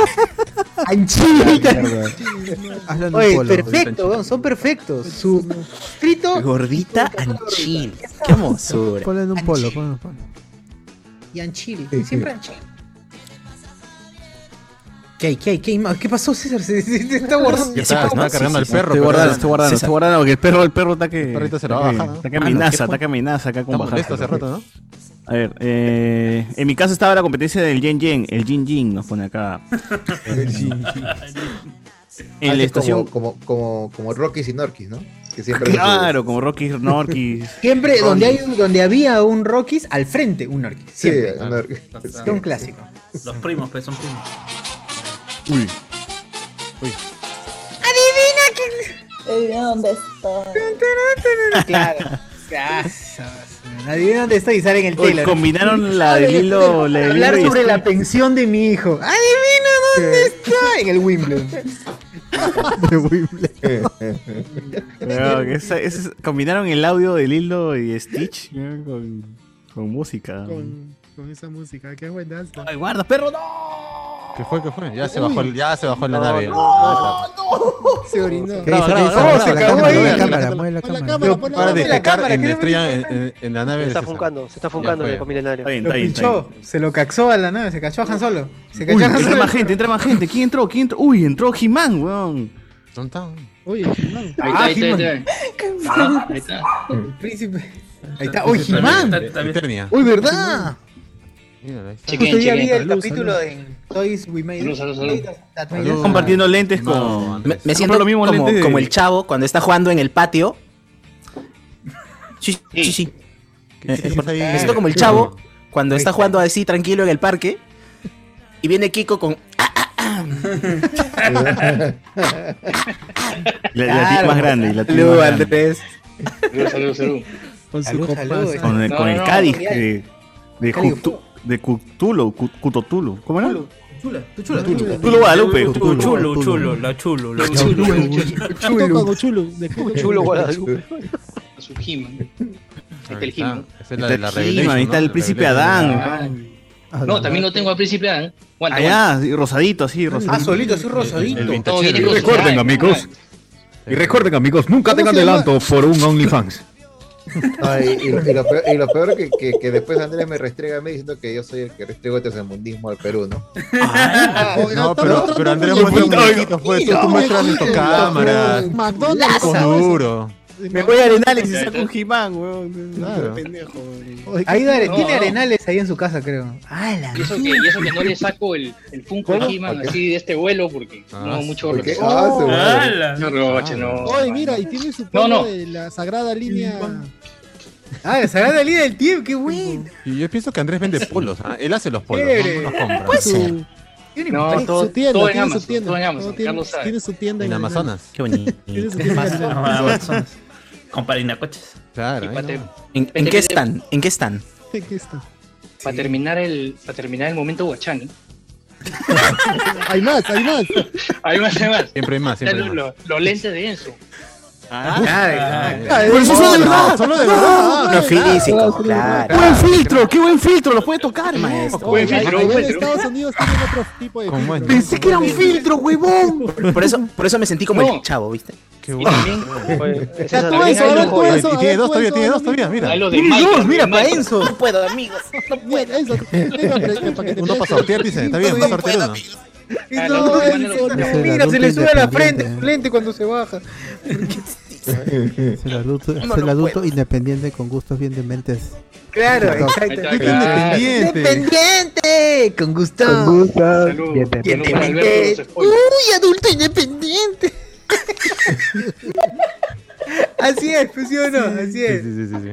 Speaker 1: Anchita.
Speaker 6: Hazlo en un
Speaker 1: Oye,
Speaker 6: polo.
Speaker 1: perfecto, weón, son perfectos. Su frito.
Speaker 19: Gordita anchil. Qué hermosura.
Speaker 6: Ponlo en un polo, ponlo en un polo.
Speaker 1: Y anchil.
Speaker 6: Sí, sí.
Speaker 1: Siempre anchil. ¿Qué hay? ¿Qué hay? ¿Qué hay más? ¿Qué pasó, César? [LAUGHS] Se, se- se está guardando.
Speaker 3: Ya está, está cargando al perro,
Speaker 4: Estoy
Speaker 3: pero
Speaker 4: guardando,
Speaker 3: ya-
Speaker 4: estoy guardando,
Speaker 3: César.
Speaker 4: estoy guardando porque el perro, el perro está que.
Speaker 3: El perrito se lo
Speaker 4: está
Speaker 3: va a
Speaker 4: que-
Speaker 3: bajar, ¿no?
Speaker 4: Está que
Speaker 3: Ah, no,
Speaker 4: amenaza,
Speaker 3: ¿qué fue?
Speaker 4: está que amenaza acá con
Speaker 3: Está
Speaker 4: bajar.
Speaker 3: molesto hace rato, ¿no?
Speaker 4: A ver, eh, en mi casa estaba la competencia del Yen Yen, el Yin Yin nos
Speaker 3: [LAUGHS]
Speaker 4: pone acá. En
Speaker 5: Ah,
Speaker 4: la
Speaker 5: que
Speaker 4: estación-
Speaker 5: Como, como, como, como Rockies y Norquis, ¿no? Que siempre
Speaker 4: Claro, como Rocky Norquis.
Speaker 1: Siempre donde, hay un- donde había un Rockies, al frente un Norquis.
Speaker 5: Sí,
Speaker 1: Siempre.
Speaker 5: un Norquis.
Speaker 1: Es un clásico.
Speaker 17: Los primos, pues son primos.
Speaker 4: Uy.
Speaker 9: ¡Adivina quién! Adivina dónde [LAUGHS] estoy.
Speaker 1: Claro. Adivina dónde estoy y sale en el
Speaker 4: Uy,
Speaker 1: Taylor.
Speaker 4: combinaron la de Lilo, la de Lilo
Speaker 1: Hablar
Speaker 4: y
Speaker 1: sobre la
Speaker 4: Stitch.
Speaker 1: pensión de mi hijo. Adivina dónde está en el
Speaker 2: [LAUGHS]
Speaker 1: Wimbledon.
Speaker 4: Weón, esa- esa- combinaron el audio de Lilo y [LAUGHS] Stitch weón, con, con música.
Speaker 2: con, con esa música. Qué buenazo.
Speaker 4: Ay, guarda, perro, no.
Speaker 3: ¿Qué fue? ¿Qué fue? Ya se
Speaker 2: Uy.
Speaker 3: bajó, el- ya se bajó en la
Speaker 2: No,
Speaker 3: nave.
Speaker 2: no, Se orinó.
Speaker 3: ¿Qué hizo? ¿Qué hizo? No, se acabó ahí.
Speaker 6: Mueve la cámara, mueve la
Speaker 2: Pon la
Speaker 6: cámara.
Speaker 2: cámara, pon la
Speaker 3: Para
Speaker 2: cámara.
Speaker 3: defecar en la estrella, en, en- en la
Speaker 7: Se
Speaker 3: nave. de
Speaker 7: está
Speaker 3: César.
Speaker 7: funcando, se está
Speaker 3: Ya
Speaker 7: funcando
Speaker 3: fue.
Speaker 7: el milenario.
Speaker 1: Lo pinchó, se lo caxó a la nave, se cachó a Han Solo. Se cachó
Speaker 4: Uy,
Speaker 1: a Han
Speaker 4: entra
Speaker 1: Solo.
Speaker 4: más gente, entra más gente. ¿Quién entró? ¿Quién entró? Uy, entró He-Man, weón.
Speaker 2: Oye, no. Ahí
Speaker 4: Ah,
Speaker 2: está, ahí está, Ah,
Speaker 4: He-Man.
Speaker 2: ahí está.
Speaker 1: El príncipe. Ahí está, uy, He-Man.
Speaker 3: Eternia.
Speaker 1: Uy, ¿verdad?
Speaker 3: Mírala, ahí está.
Speaker 1: Justo hoy día vi el capítulo de Toys We Made.
Speaker 3: Salud, salud, salud.
Speaker 1: That Made
Speaker 4: Estás
Speaker 1: Us.
Speaker 4: compartiendo lentes con.
Speaker 19: Me, me
Speaker 4: Compra
Speaker 19: siento
Speaker 4: los mismos
Speaker 19: como,
Speaker 4: lentes de-
Speaker 19: como el chavo cuando está jugando en el patio. Sí, sí, sí. Eh, eh, me siento como el chavo cuando está jugando así tranquilo en el parque y viene Kiko con... ah,
Speaker 4: La, la tía
Speaker 19: Claro.
Speaker 4: más grande. La tía
Speaker 19: Salud,
Speaker 4: más grande.
Speaker 19: Andrés.
Speaker 13: Salud, salud, salud.
Speaker 2: Con
Speaker 1: su Salud, copazo. salud.
Speaker 4: Con el,
Speaker 13: No,
Speaker 4: con
Speaker 13: no,
Speaker 4: el
Speaker 13: no,
Speaker 4: Cádiz
Speaker 13: mundial.
Speaker 4: de, de,
Speaker 13: Cádiz,
Speaker 4: Cutu- de Cutulo, Cu- Cutotulo. ¿Cómo era?
Speaker 1: Chula, tú chula.
Speaker 4: Tulo.
Speaker 1: chula.
Speaker 4: Tulo Guadalupe.
Speaker 2: Tulo,
Speaker 4: Tulo,
Speaker 2: Tulo.
Speaker 4: Tulo.
Speaker 2: la
Speaker 20: chulo,
Speaker 2: la
Speaker 4: chulo.
Speaker 2: Chulo, con Chulo. de Cuco
Speaker 13: Chulo Guadalupe. A su He-Man. Ahí está el
Speaker 3: Ahí
Speaker 13: He-Man.
Speaker 3: está. Esa es la de la
Speaker 4: Está el
Speaker 3: Revelation,
Speaker 4: He-Man, ahí
Speaker 3: ¿no?
Speaker 4: está el
Speaker 3: La
Speaker 4: príncipe
Speaker 3: Revelation.
Speaker 4: Adán.
Speaker 13: No, también lo tengo al príncipe Adán. Aguanta, aguanta.
Speaker 4: Allá, sí, rosadito, así, rosadito.
Speaker 1: Ah, solito, así rosadito.
Speaker 4: El- el
Speaker 13: No,
Speaker 4: vintage.
Speaker 13: viene con su-
Speaker 21: Recuerden,
Speaker 13: Ay,
Speaker 21: amigos. Y recuerden, amigos, nunca
Speaker 5: ¿Cómo
Speaker 21: tengan
Speaker 5: se llama?
Speaker 21: adelanto por un OnlyFans.
Speaker 5: No, y, y lo- y lo peor, y lo peor que, que, que después Andrés me restrega a mí diciendo que yo soy el que restrego el tercermundismo al Perú, ¿no?
Speaker 3: No, pero, pero Andrea muestra un poquito, pues. Tú tú muestras en tu cámara.
Speaker 2: McDonald's.
Speaker 3: Con duro.
Speaker 4: Me voy a Arenales y saco un He-Man, weón.
Speaker 3: Claro.
Speaker 4: Pendejo,
Speaker 1: Ahí dale,
Speaker 4: dale.
Speaker 13: No,
Speaker 1: tiene
Speaker 13: no.
Speaker 1: arenales ahí en su casa, creo. Ah, la
Speaker 13: Y eso, que, y eso que no le saco el, el Funko
Speaker 1: ¿Cómo?
Speaker 13: He-Man
Speaker 1: ¿Por qué?
Speaker 13: así de este vuelo porque
Speaker 1: Ah,
Speaker 13: no mucho
Speaker 1: ¿por qué?
Speaker 13: roche.
Speaker 1: Ah, su madre.
Speaker 13: No roche, no.
Speaker 2: Oye, mira, y tiene su
Speaker 13: No,
Speaker 2: polo
Speaker 13: no.
Speaker 2: de la sagrada línea.
Speaker 1: Ah, la Sagrada Liga del Tío, qué bueno.
Speaker 3: Y yo pienso que Andrés vende polos. ¿ah? Él hace los polos.
Speaker 1: Chévere.
Speaker 3: No, no compra.
Speaker 1: Puede
Speaker 2: Su-
Speaker 1: ser.
Speaker 13: No,
Speaker 2: tiene
Speaker 13: todo-
Speaker 2: su tienda,
Speaker 13: todo en
Speaker 2: tiene su
Speaker 13: Amazon,
Speaker 2: tienda.
Speaker 13: todo en Amazon,
Speaker 2: tiene,
Speaker 13: Carlos sabe.
Speaker 2: tiene su tienda
Speaker 3: En Amazonas.
Speaker 19: Qué bonito.
Speaker 2: [LAUGHS] Tiene su tienda en
Speaker 20: Ah,
Speaker 2: Amazonas.
Speaker 17: Con parinacoches.
Speaker 3: Claro.
Speaker 19: ¿En, en qué están? ¿En qué están?
Speaker 2: Aquí está.
Speaker 13: Para terminar el, para terminar el momento ¿eh? guachani.
Speaker 2: Hay más, hay más.
Speaker 13: Hay más, hay más.
Speaker 3: Siempre hay más, siempre hay
Speaker 13: Los,
Speaker 3: más. Ah,
Speaker 13: los lentes de Enzo.
Speaker 4: Por eso son de verdad, son de verdad.
Speaker 19: Lo físico, claro.
Speaker 4: Buen filtro, qué buen filtro, lo puede tocar, maestro.
Speaker 19: Buen filtro,
Speaker 2: Ahí
Speaker 19: buen
Speaker 2: en
Speaker 19: filtro.
Speaker 2: Estados Unidos tienen otro tipo de. filtro, ¿no?
Speaker 4: [LAUGHS] Pensé que era un filtro, huevón.
Speaker 19: Por, por eso, por eso me sentí como el chavo, ¿viste? pues,
Speaker 13: Y también.
Speaker 2: Ya, todo eso, ahora todo eso.
Speaker 3: Y tiene
Speaker 2: ahora
Speaker 3: dos
Speaker 2: todo eso,
Speaker 3: todavía, tiene
Speaker 2: ahora
Speaker 3: dos todavía,
Speaker 2: mismo.
Speaker 3: mira.
Speaker 13: Ahí los de
Speaker 4: Tiene
Speaker 13: Mike,
Speaker 4: dos,
Speaker 13: los de
Speaker 4: mira,
Speaker 13: Mike.
Speaker 4: para Enzo.
Speaker 19: No puedo, amigos. No puedo.
Speaker 2: Enzo, tenga, pre- para que te
Speaker 3: Uno
Speaker 2: des-
Speaker 3: para sortear, dice. Está bien, va a sortear uno.
Speaker 13: Ah, los
Speaker 1: No,
Speaker 13: otros van a
Speaker 1: Enzo,
Speaker 13: los-
Speaker 1: no,
Speaker 6: Ese es el
Speaker 1: mira, se le
Speaker 6: adulto
Speaker 1: sube a la
Speaker 6: independiente.
Speaker 1: frente, el lente cuando se baja.
Speaker 6: Es el adulto, es el adulto independiente con gustos bien dementes.
Speaker 1: [LAUGHS] Claro,
Speaker 6: Ahí está,
Speaker 1: exacto.
Speaker 13: ahí está.
Speaker 1: Independiente. Independiente, con gusto.
Speaker 13: Salud. Salud para Alberto,
Speaker 1: Independiente.
Speaker 13: los spoilers.
Speaker 1: Uy, adulto independiente. [LAUGHS] Así es, pues, funciona, así es.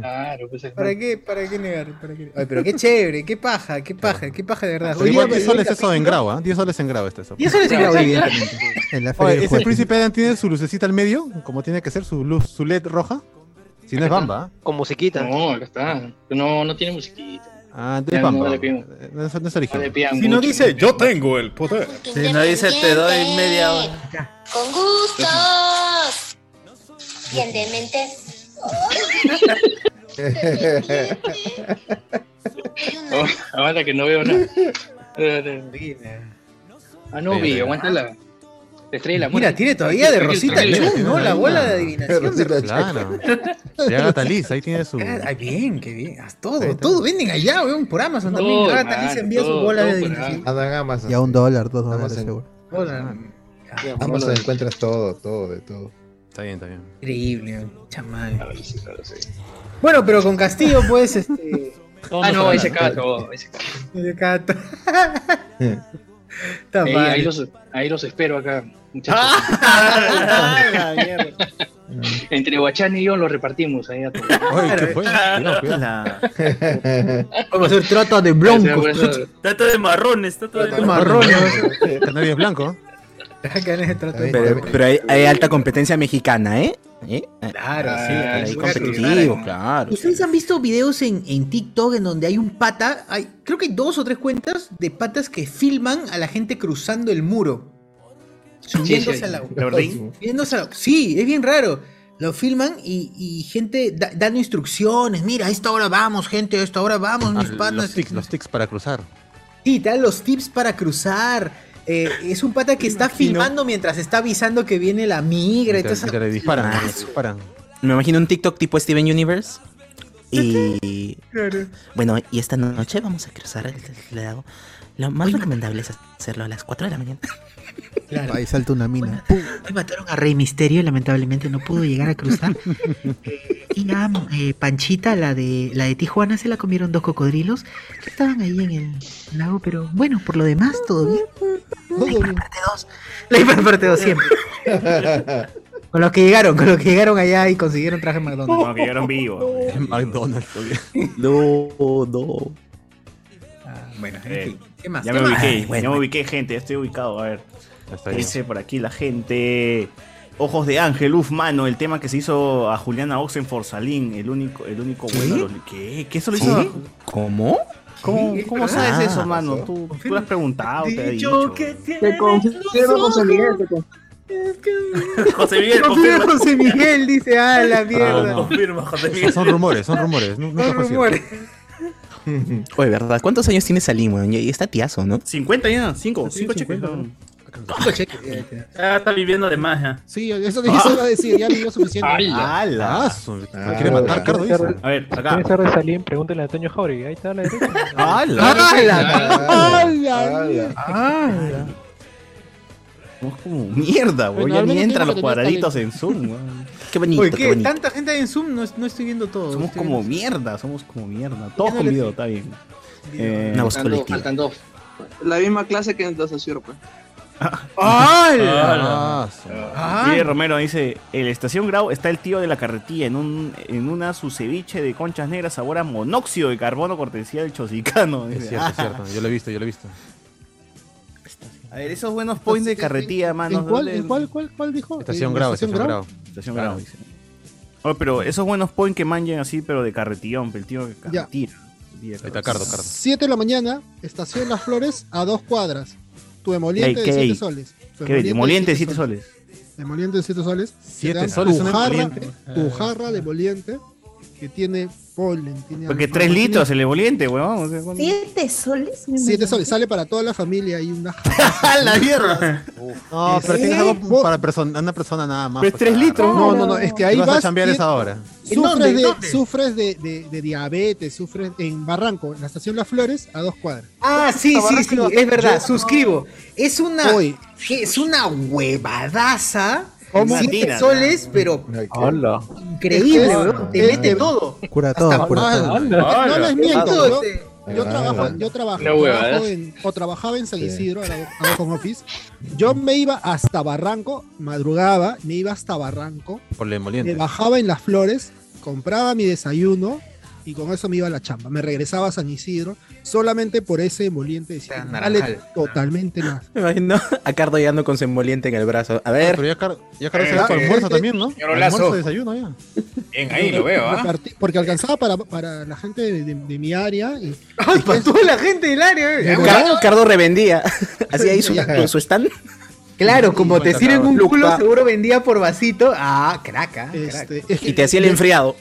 Speaker 13: Claro, pues es-
Speaker 1: ¿Para qué, para qué negar? ¿Para qué negar? Ay, pero qué chévere, qué paja, qué paja, qué paja de verdad.
Speaker 3: Pero igual
Speaker 1: día
Speaker 3: 10
Speaker 1: me-
Speaker 3: soles eso en grau, ¿ah? 10 soles en grau está eso.
Speaker 1: 10 soles en grau, evidentemente.
Speaker 6: En la
Speaker 3: Oye,
Speaker 6: feria de
Speaker 3: ese
Speaker 6: juegos.
Speaker 3: príncipe Adam tiene su lucecita al medio, como tiene que ser, su luz, su LED roja. Si no es Bamba.
Speaker 7: Con musiquita.
Speaker 13: No, acá está. No, no tiene musiquita.
Speaker 3: ¿ah? Ah, entonces
Speaker 13: Ya,
Speaker 3: es
Speaker 13: no
Speaker 3: Bamba.
Speaker 13: le pido.
Speaker 3: No es, no es
Speaker 13: No le
Speaker 3: original.
Speaker 13: pidan
Speaker 20: Si no
Speaker 13: mucho.
Speaker 20: dice, yo tengo el poder.
Speaker 17: Si no dice, te doy media hora.
Speaker 22: Con gustos. Bien demente.
Speaker 1: [LAUGHS]
Speaker 13: Oh, Aguanta que no veo nada. Ah, no, vi, aguántala. Te estrella la muerte.
Speaker 1: Mira, tiene todavía de Rosita Chun, ¿no? La abuela de adivinación. de
Speaker 3: Claro. De Agatha Liz, ahí tiene su.
Speaker 1: Ah, bien, qué bien. Haz todo, todo. Venden allá, weón, por Amazon también. Ahora también se envía su bola de adivinación.
Speaker 5: Amazon.
Speaker 6: Y a un dólar, dos dólares
Speaker 5: Amazon.
Speaker 6: seguro.
Speaker 19: Ah,
Speaker 1: Hola.
Speaker 5: Amazon encuentras todo, todo, de todo.
Speaker 3: Está bien, está bien.
Speaker 1: Increíble, chamay. Bueno, pero con Castillo, pues, este.
Speaker 13: Ah, no, ahí se acaba todo. Ahí se acaba.
Speaker 1: De
Speaker 19: [LAUGHS]
Speaker 1: cada to- Está
Speaker 13: Ahí,
Speaker 1: mal.
Speaker 13: ahí los, ahí los espero acá, muchachos.
Speaker 1: Ah,
Speaker 13: [LAUGHS] Entre Guachani y yo los repartimos ahí a todos.
Speaker 4: La-
Speaker 1: Vamos a hacer trata de broncos.
Speaker 20: Trata de marrones, trata de
Speaker 3: Canario es blanco.
Speaker 19: Pero, pero hay, hay alta competencia mexicana, ¿eh? ¿Eh?
Speaker 1: Claro,
Speaker 19: Ah,
Speaker 1: sí,
Speaker 19: hay
Speaker 1: sí,
Speaker 19: competitivo,
Speaker 1: claro.
Speaker 19: claro.
Speaker 1: ¿Ustedes han visto videos en, en TikTok en donde hay un pata? Hay, creo que hay dos o tres cuentas de patas que filman a la gente cruzando el muro. Subiéndose
Speaker 19: sí,
Speaker 1: a la.
Speaker 19: ¿de verdad?
Speaker 1: subiéndose a la- Sí, es bien raro. Lo filman y, y gente da- dando instrucciones. Mira, a esta hora vamos, gente, a esta hora vamos, mis
Speaker 3: Ah,
Speaker 1: patas.
Speaker 3: los tics, los tics
Speaker 1: [LAUGHS]
Speaker 3: para cruzar.
Speaker 1: Sí, te dan los tips para cruzar. Eh, es un pata que está filmando mientras está avisando que viene la migra y todo eso.
Speaker 3: le disparan, le disparan.
Speaker 19: ah, Me imagino un TikTok tipo Steven Universe. Y
Speaker 1: Claro.
Speaker 19: bueno, y esta noche vamos a cruzar el, el lago. Lo más recomendable es hacerlo a las 4 de la mañana. [LAUGHS]
Speaker 6: Ahí salta una mina.
Speaker 1: Hoy mataron a Rey Misterio, lamentablemente no pudo llegar a [LAUGHS] cruzar. Eh, y a eh, Panchita, la de la de Tijuana, se la comieron dos cocodrilos que estaban ahí en el lago, pero bueno, por lo demás, todo bien. Ley para parte 2. Ley para parte 2 siempre. Con los que llegaron, con los que llegaron allá y consiguieron traje McDonald's.
Speaker 4: Como que llegaron vivos.
Speaker 3: McDonald's todavía.
Speaker 19: No, no.
Speaker 1: Ah, Bueno,
Speaker 4: Eh,
Speaker 1: ¿qué más?
Speaker 4: Ya
Speaker 1: ¿Qué
Speaker 4: me
Speaker 1: más?
Speaker 4: ubiqué,
Speaker 1: Ah, bueno.
Speaker 4: ya me ubiqué, gente, ya estoy ubicado. A ver,
Speaker 3: Está
Speaker 4: ¿qué
Speaker 3: bien.
Speaker 4: dice por aquí la gente? Ojos de Ángel, uf, mano, el tema que se hizo a Juliana Oxenford Salín, el único, el único bueno. de los- ¿Qué? ¿Qué eso lo hizo?
Speaker 19: ¿Sí? ¿Cómo?
Speaker 4: ¿Cómo,
Speaker 19: ¿Qué?
Speaker 4: cómo
Speaker 19: Ah,
Speaker 4: sabes eso,
Speaker 19: ¿pasó?
Speaker 4: mano? ¿Tú, tú lo has preguntado, te he dicho.
Speaker 19: Dicho
Speaker 20: Te confirmo, José Miguel. Te José
Speaker 1: [LAUGHS]
Speaker 20: Miguel,
Speaker 1: Confirma
Speaker 20: confirma.
Speaker 1: José Miguel, dice, ah, la mierda.
Speaker 3: no.
Speaker 20: Confirma, José
Speaker 3: Son,
Speaker 20: Miguel.
Speaker 3: son rumores, son rumores. nu- nunca
Speaker 1: Son
Speaker 3: fue cierto.
Speaker 1: rumores.
Speaker 19: Oye, ¿verdad? ¿Cuántos años tiene Salim, weón? Y y está tiazo, ¿no?
Speaker 4: 50 ya, 5, 5 cheques.
Speaker 20: Ah, está viviendo de magia.
Speaker 2: Sí, eso dije solo a decir, ya vivió suficiente.
Speaker 4: [LAUGHS] ¡Hala! Ah.
Speaker 2: Me quiere matar, Cardo, dice.
Speaker 4: A ver, acá.
Speaker 18: ¿Quieres ser de Salim? Pregúntale a Antonio Jauregui. Ahí está a la
Speaker 4: [LAUGHS]
Speaker 18: derecha.
Speaker 2: [LAUGHS]
Speaker 4: ¡Hala!
Speaker 2: ¡Hala!
Speaker 1: ¡Hala!
Speaker 4: Somos como mierda, weón. Ya ni entran los cuadraditos en Zoom, weón. Qué bonito,
Speaker 1: Oye,
Speaker 4: qué
Speaker 1: ¿qué?
Speaker 4: bonito.
Speaker 1: Tanta gente en Zoom, no, no estoy viendo todo.
Speaker 4: Somos
Speaker 1: Estoy
Speaker 4: como
Speaker 1: viendo-
Speaker 4: mierda, somos como mierda. Todos con video, está bien. Eh,
Speaker 13: Faltan dos, faltan dos.
Speaker 20: La misma clase que en los Azure, pues.
Speaker 3: Ah,
Speaker 4: ¡Hala!
Speaker 20: Ah.
Speaker 4: Mire, Romero dice, en la estación Grau está el tío de la carretilla en, un, en una su ceviche de conchas negras sabor a monóxido de carbono cortesía del chosicano.
Speaker 3: Es
Speaker 4: Dice,
Speaker 3: cierto, es
Speaker 4: "Ah". [LAUGHS]
Speaker 3: cierto. Yo lo he visto, yo lo he visto.
Speaker 4: A ver, esos buenos points de carretilla, mano.
Speaker 2: ¿En cuál,
Speaker 4: ¿dónde-
Speaker 2: en cuál, cuál, cuál dijo?
Speaker 3: Estación
Speaker 2: ¿En
Speaker 3: Grau,
Speaker 2: Estación
Speaker 3: Estación
Speaker 2: Grau?
Speaker 3: Grau.
Speaker 4: Estación Grau, dice. Oh, pero esos buenos points que manchen así, pero de carretillón, el tío de
Speaker 2: Ya.
Speaker 4: carretilla. El tío de
Speaker 3: Ahí está Cardo, Cardo.
Speaker 2: 7 de la mañana, estación Las Flores, a dos cuadras. Tu
Speaker 4: Ey,
Speaker 2: demoliente
Speaker 4: ¿Qué?
Speaker 2: de 7
Speaker 4: ey.
Speaker 2: soles. Tu
Speaker 4: ¿Qué? Demoliente de 7
Speaker 2: siete
Speaker 4: soles.
Speaker 2: Demoliente de 7 soles. Te
Speaker 3: ¿Siete
Speaker 2: dan
Speaker 3: soles
Speaker 2: Tu
Speaker 3: un
Speaker 2: jarra,
Speaker 3: emoliente?
Speaker 2: tu jarra de moliente que tiene polen. Tiene
Speaker 4: Porque
Speaker 2: almendra,
Speaker 4: 3
Speaker 2: tiene-
Speaker 4: litros el emoliente, weón. o sea, ¿cuánto?
Speaker 9: ¿Siete soles? Me
Speaker 2: 7
Speaker 9: imagino.
Speaker 2: soles. Sale para toda la familia y una
Speaker 4: ¡A la mierda!
Speaker 3: No, pero
Speaker 2: Sí.
Speaker 3: tienes algo para persona- una persona nada más. pues, claro.
Speaker 2: No, no, no. Es que ahí
Speaker 3: Tú vas,
Speaker 2: vas.
Speaker 3: a chambear
Speaker 2: tien-
Speaker 3: esa hora.
Speaker 2: Sufres, de, sufres de, de- de diabetes, sufres en Barranco, en la estación Las Flores, a dos cuadras.
Speaker 1: Ah, sí, sí, sí, es verdad, suscribo. Es una
Speaker 2: Oye.
Speaker 1: es una huevadaza.
Speaker 2: ¿Cómo?
Speaker 1: Siete
Speaker 2: Mentira.
Speaker 1: soles, pero
Speaker 18: Hola.
Speaker 2: Es-
Speaker 1: increíble,
Speaker 2: este
Speaker 1: weón. Te
Speaker 2: es-
Speaker 1: mete todo.
Speaker 6: Cura todo, cura todo.
Speaker 2: No les miento, yo, yo
Speaker 5: Ah,
Speaker 2: trabajo,
Speaker 5: bueno.
Speaker 2: yo trabajo,
Speaker 5: No huevas.
Speaker 2: trabajo en- o trabajaba en San
Speaker 5: Sí.
Speaker 2: Isidro, ahora hago home office. Yo me iba hasta Barranco, madrugaba, me iba hasta Barranco,
Speaker 3: Por el
Speaker 2: me
Speaker 3: emoliente.
Speaker 2: bajaba en las flores, compraba mi desayuno y con eso me iba a la chamba. Me regresaba a San Isidro solamente por ese emoliente de siete. Vale
Speaker 19: naranjal.
Speaker 2: totalmente nada.
Speaker 19: Me imagino a Cardo llegando con su emoliente en el brazo. A ver.
Speaker 3: Ah, Pero ya Cardo, ya
Speaker 19: Cardo
Speaker 1: Eh,
Speaker 3: se da su almuerzo también,
Speaker 4: eh,
Speaker 3: ¿no? Almuerzo, desayuno ya.
Speaker 20: Bien,
Speaker 3: ¿ah?
Speaker 2: Repartí- Porque alcanzaba para, para la gente de, de- de mi área. Y,
Speaker 1: [LAUGHS] ¡Ay, para toda la gente del área! eh.
Speaker 19: Car- Cardo revendía. [LAUGHS] Hacía ahí su, su stand.
Speaker 3: Mm,
Speaker 1: Claro, como te sirven un
Speaker 19: Lupa.
Speaker 1: culo, seguro vendía por vasito. Ah, craca.
Speaker 2: Este,
Speaker 19: Y te hacía el enfriado.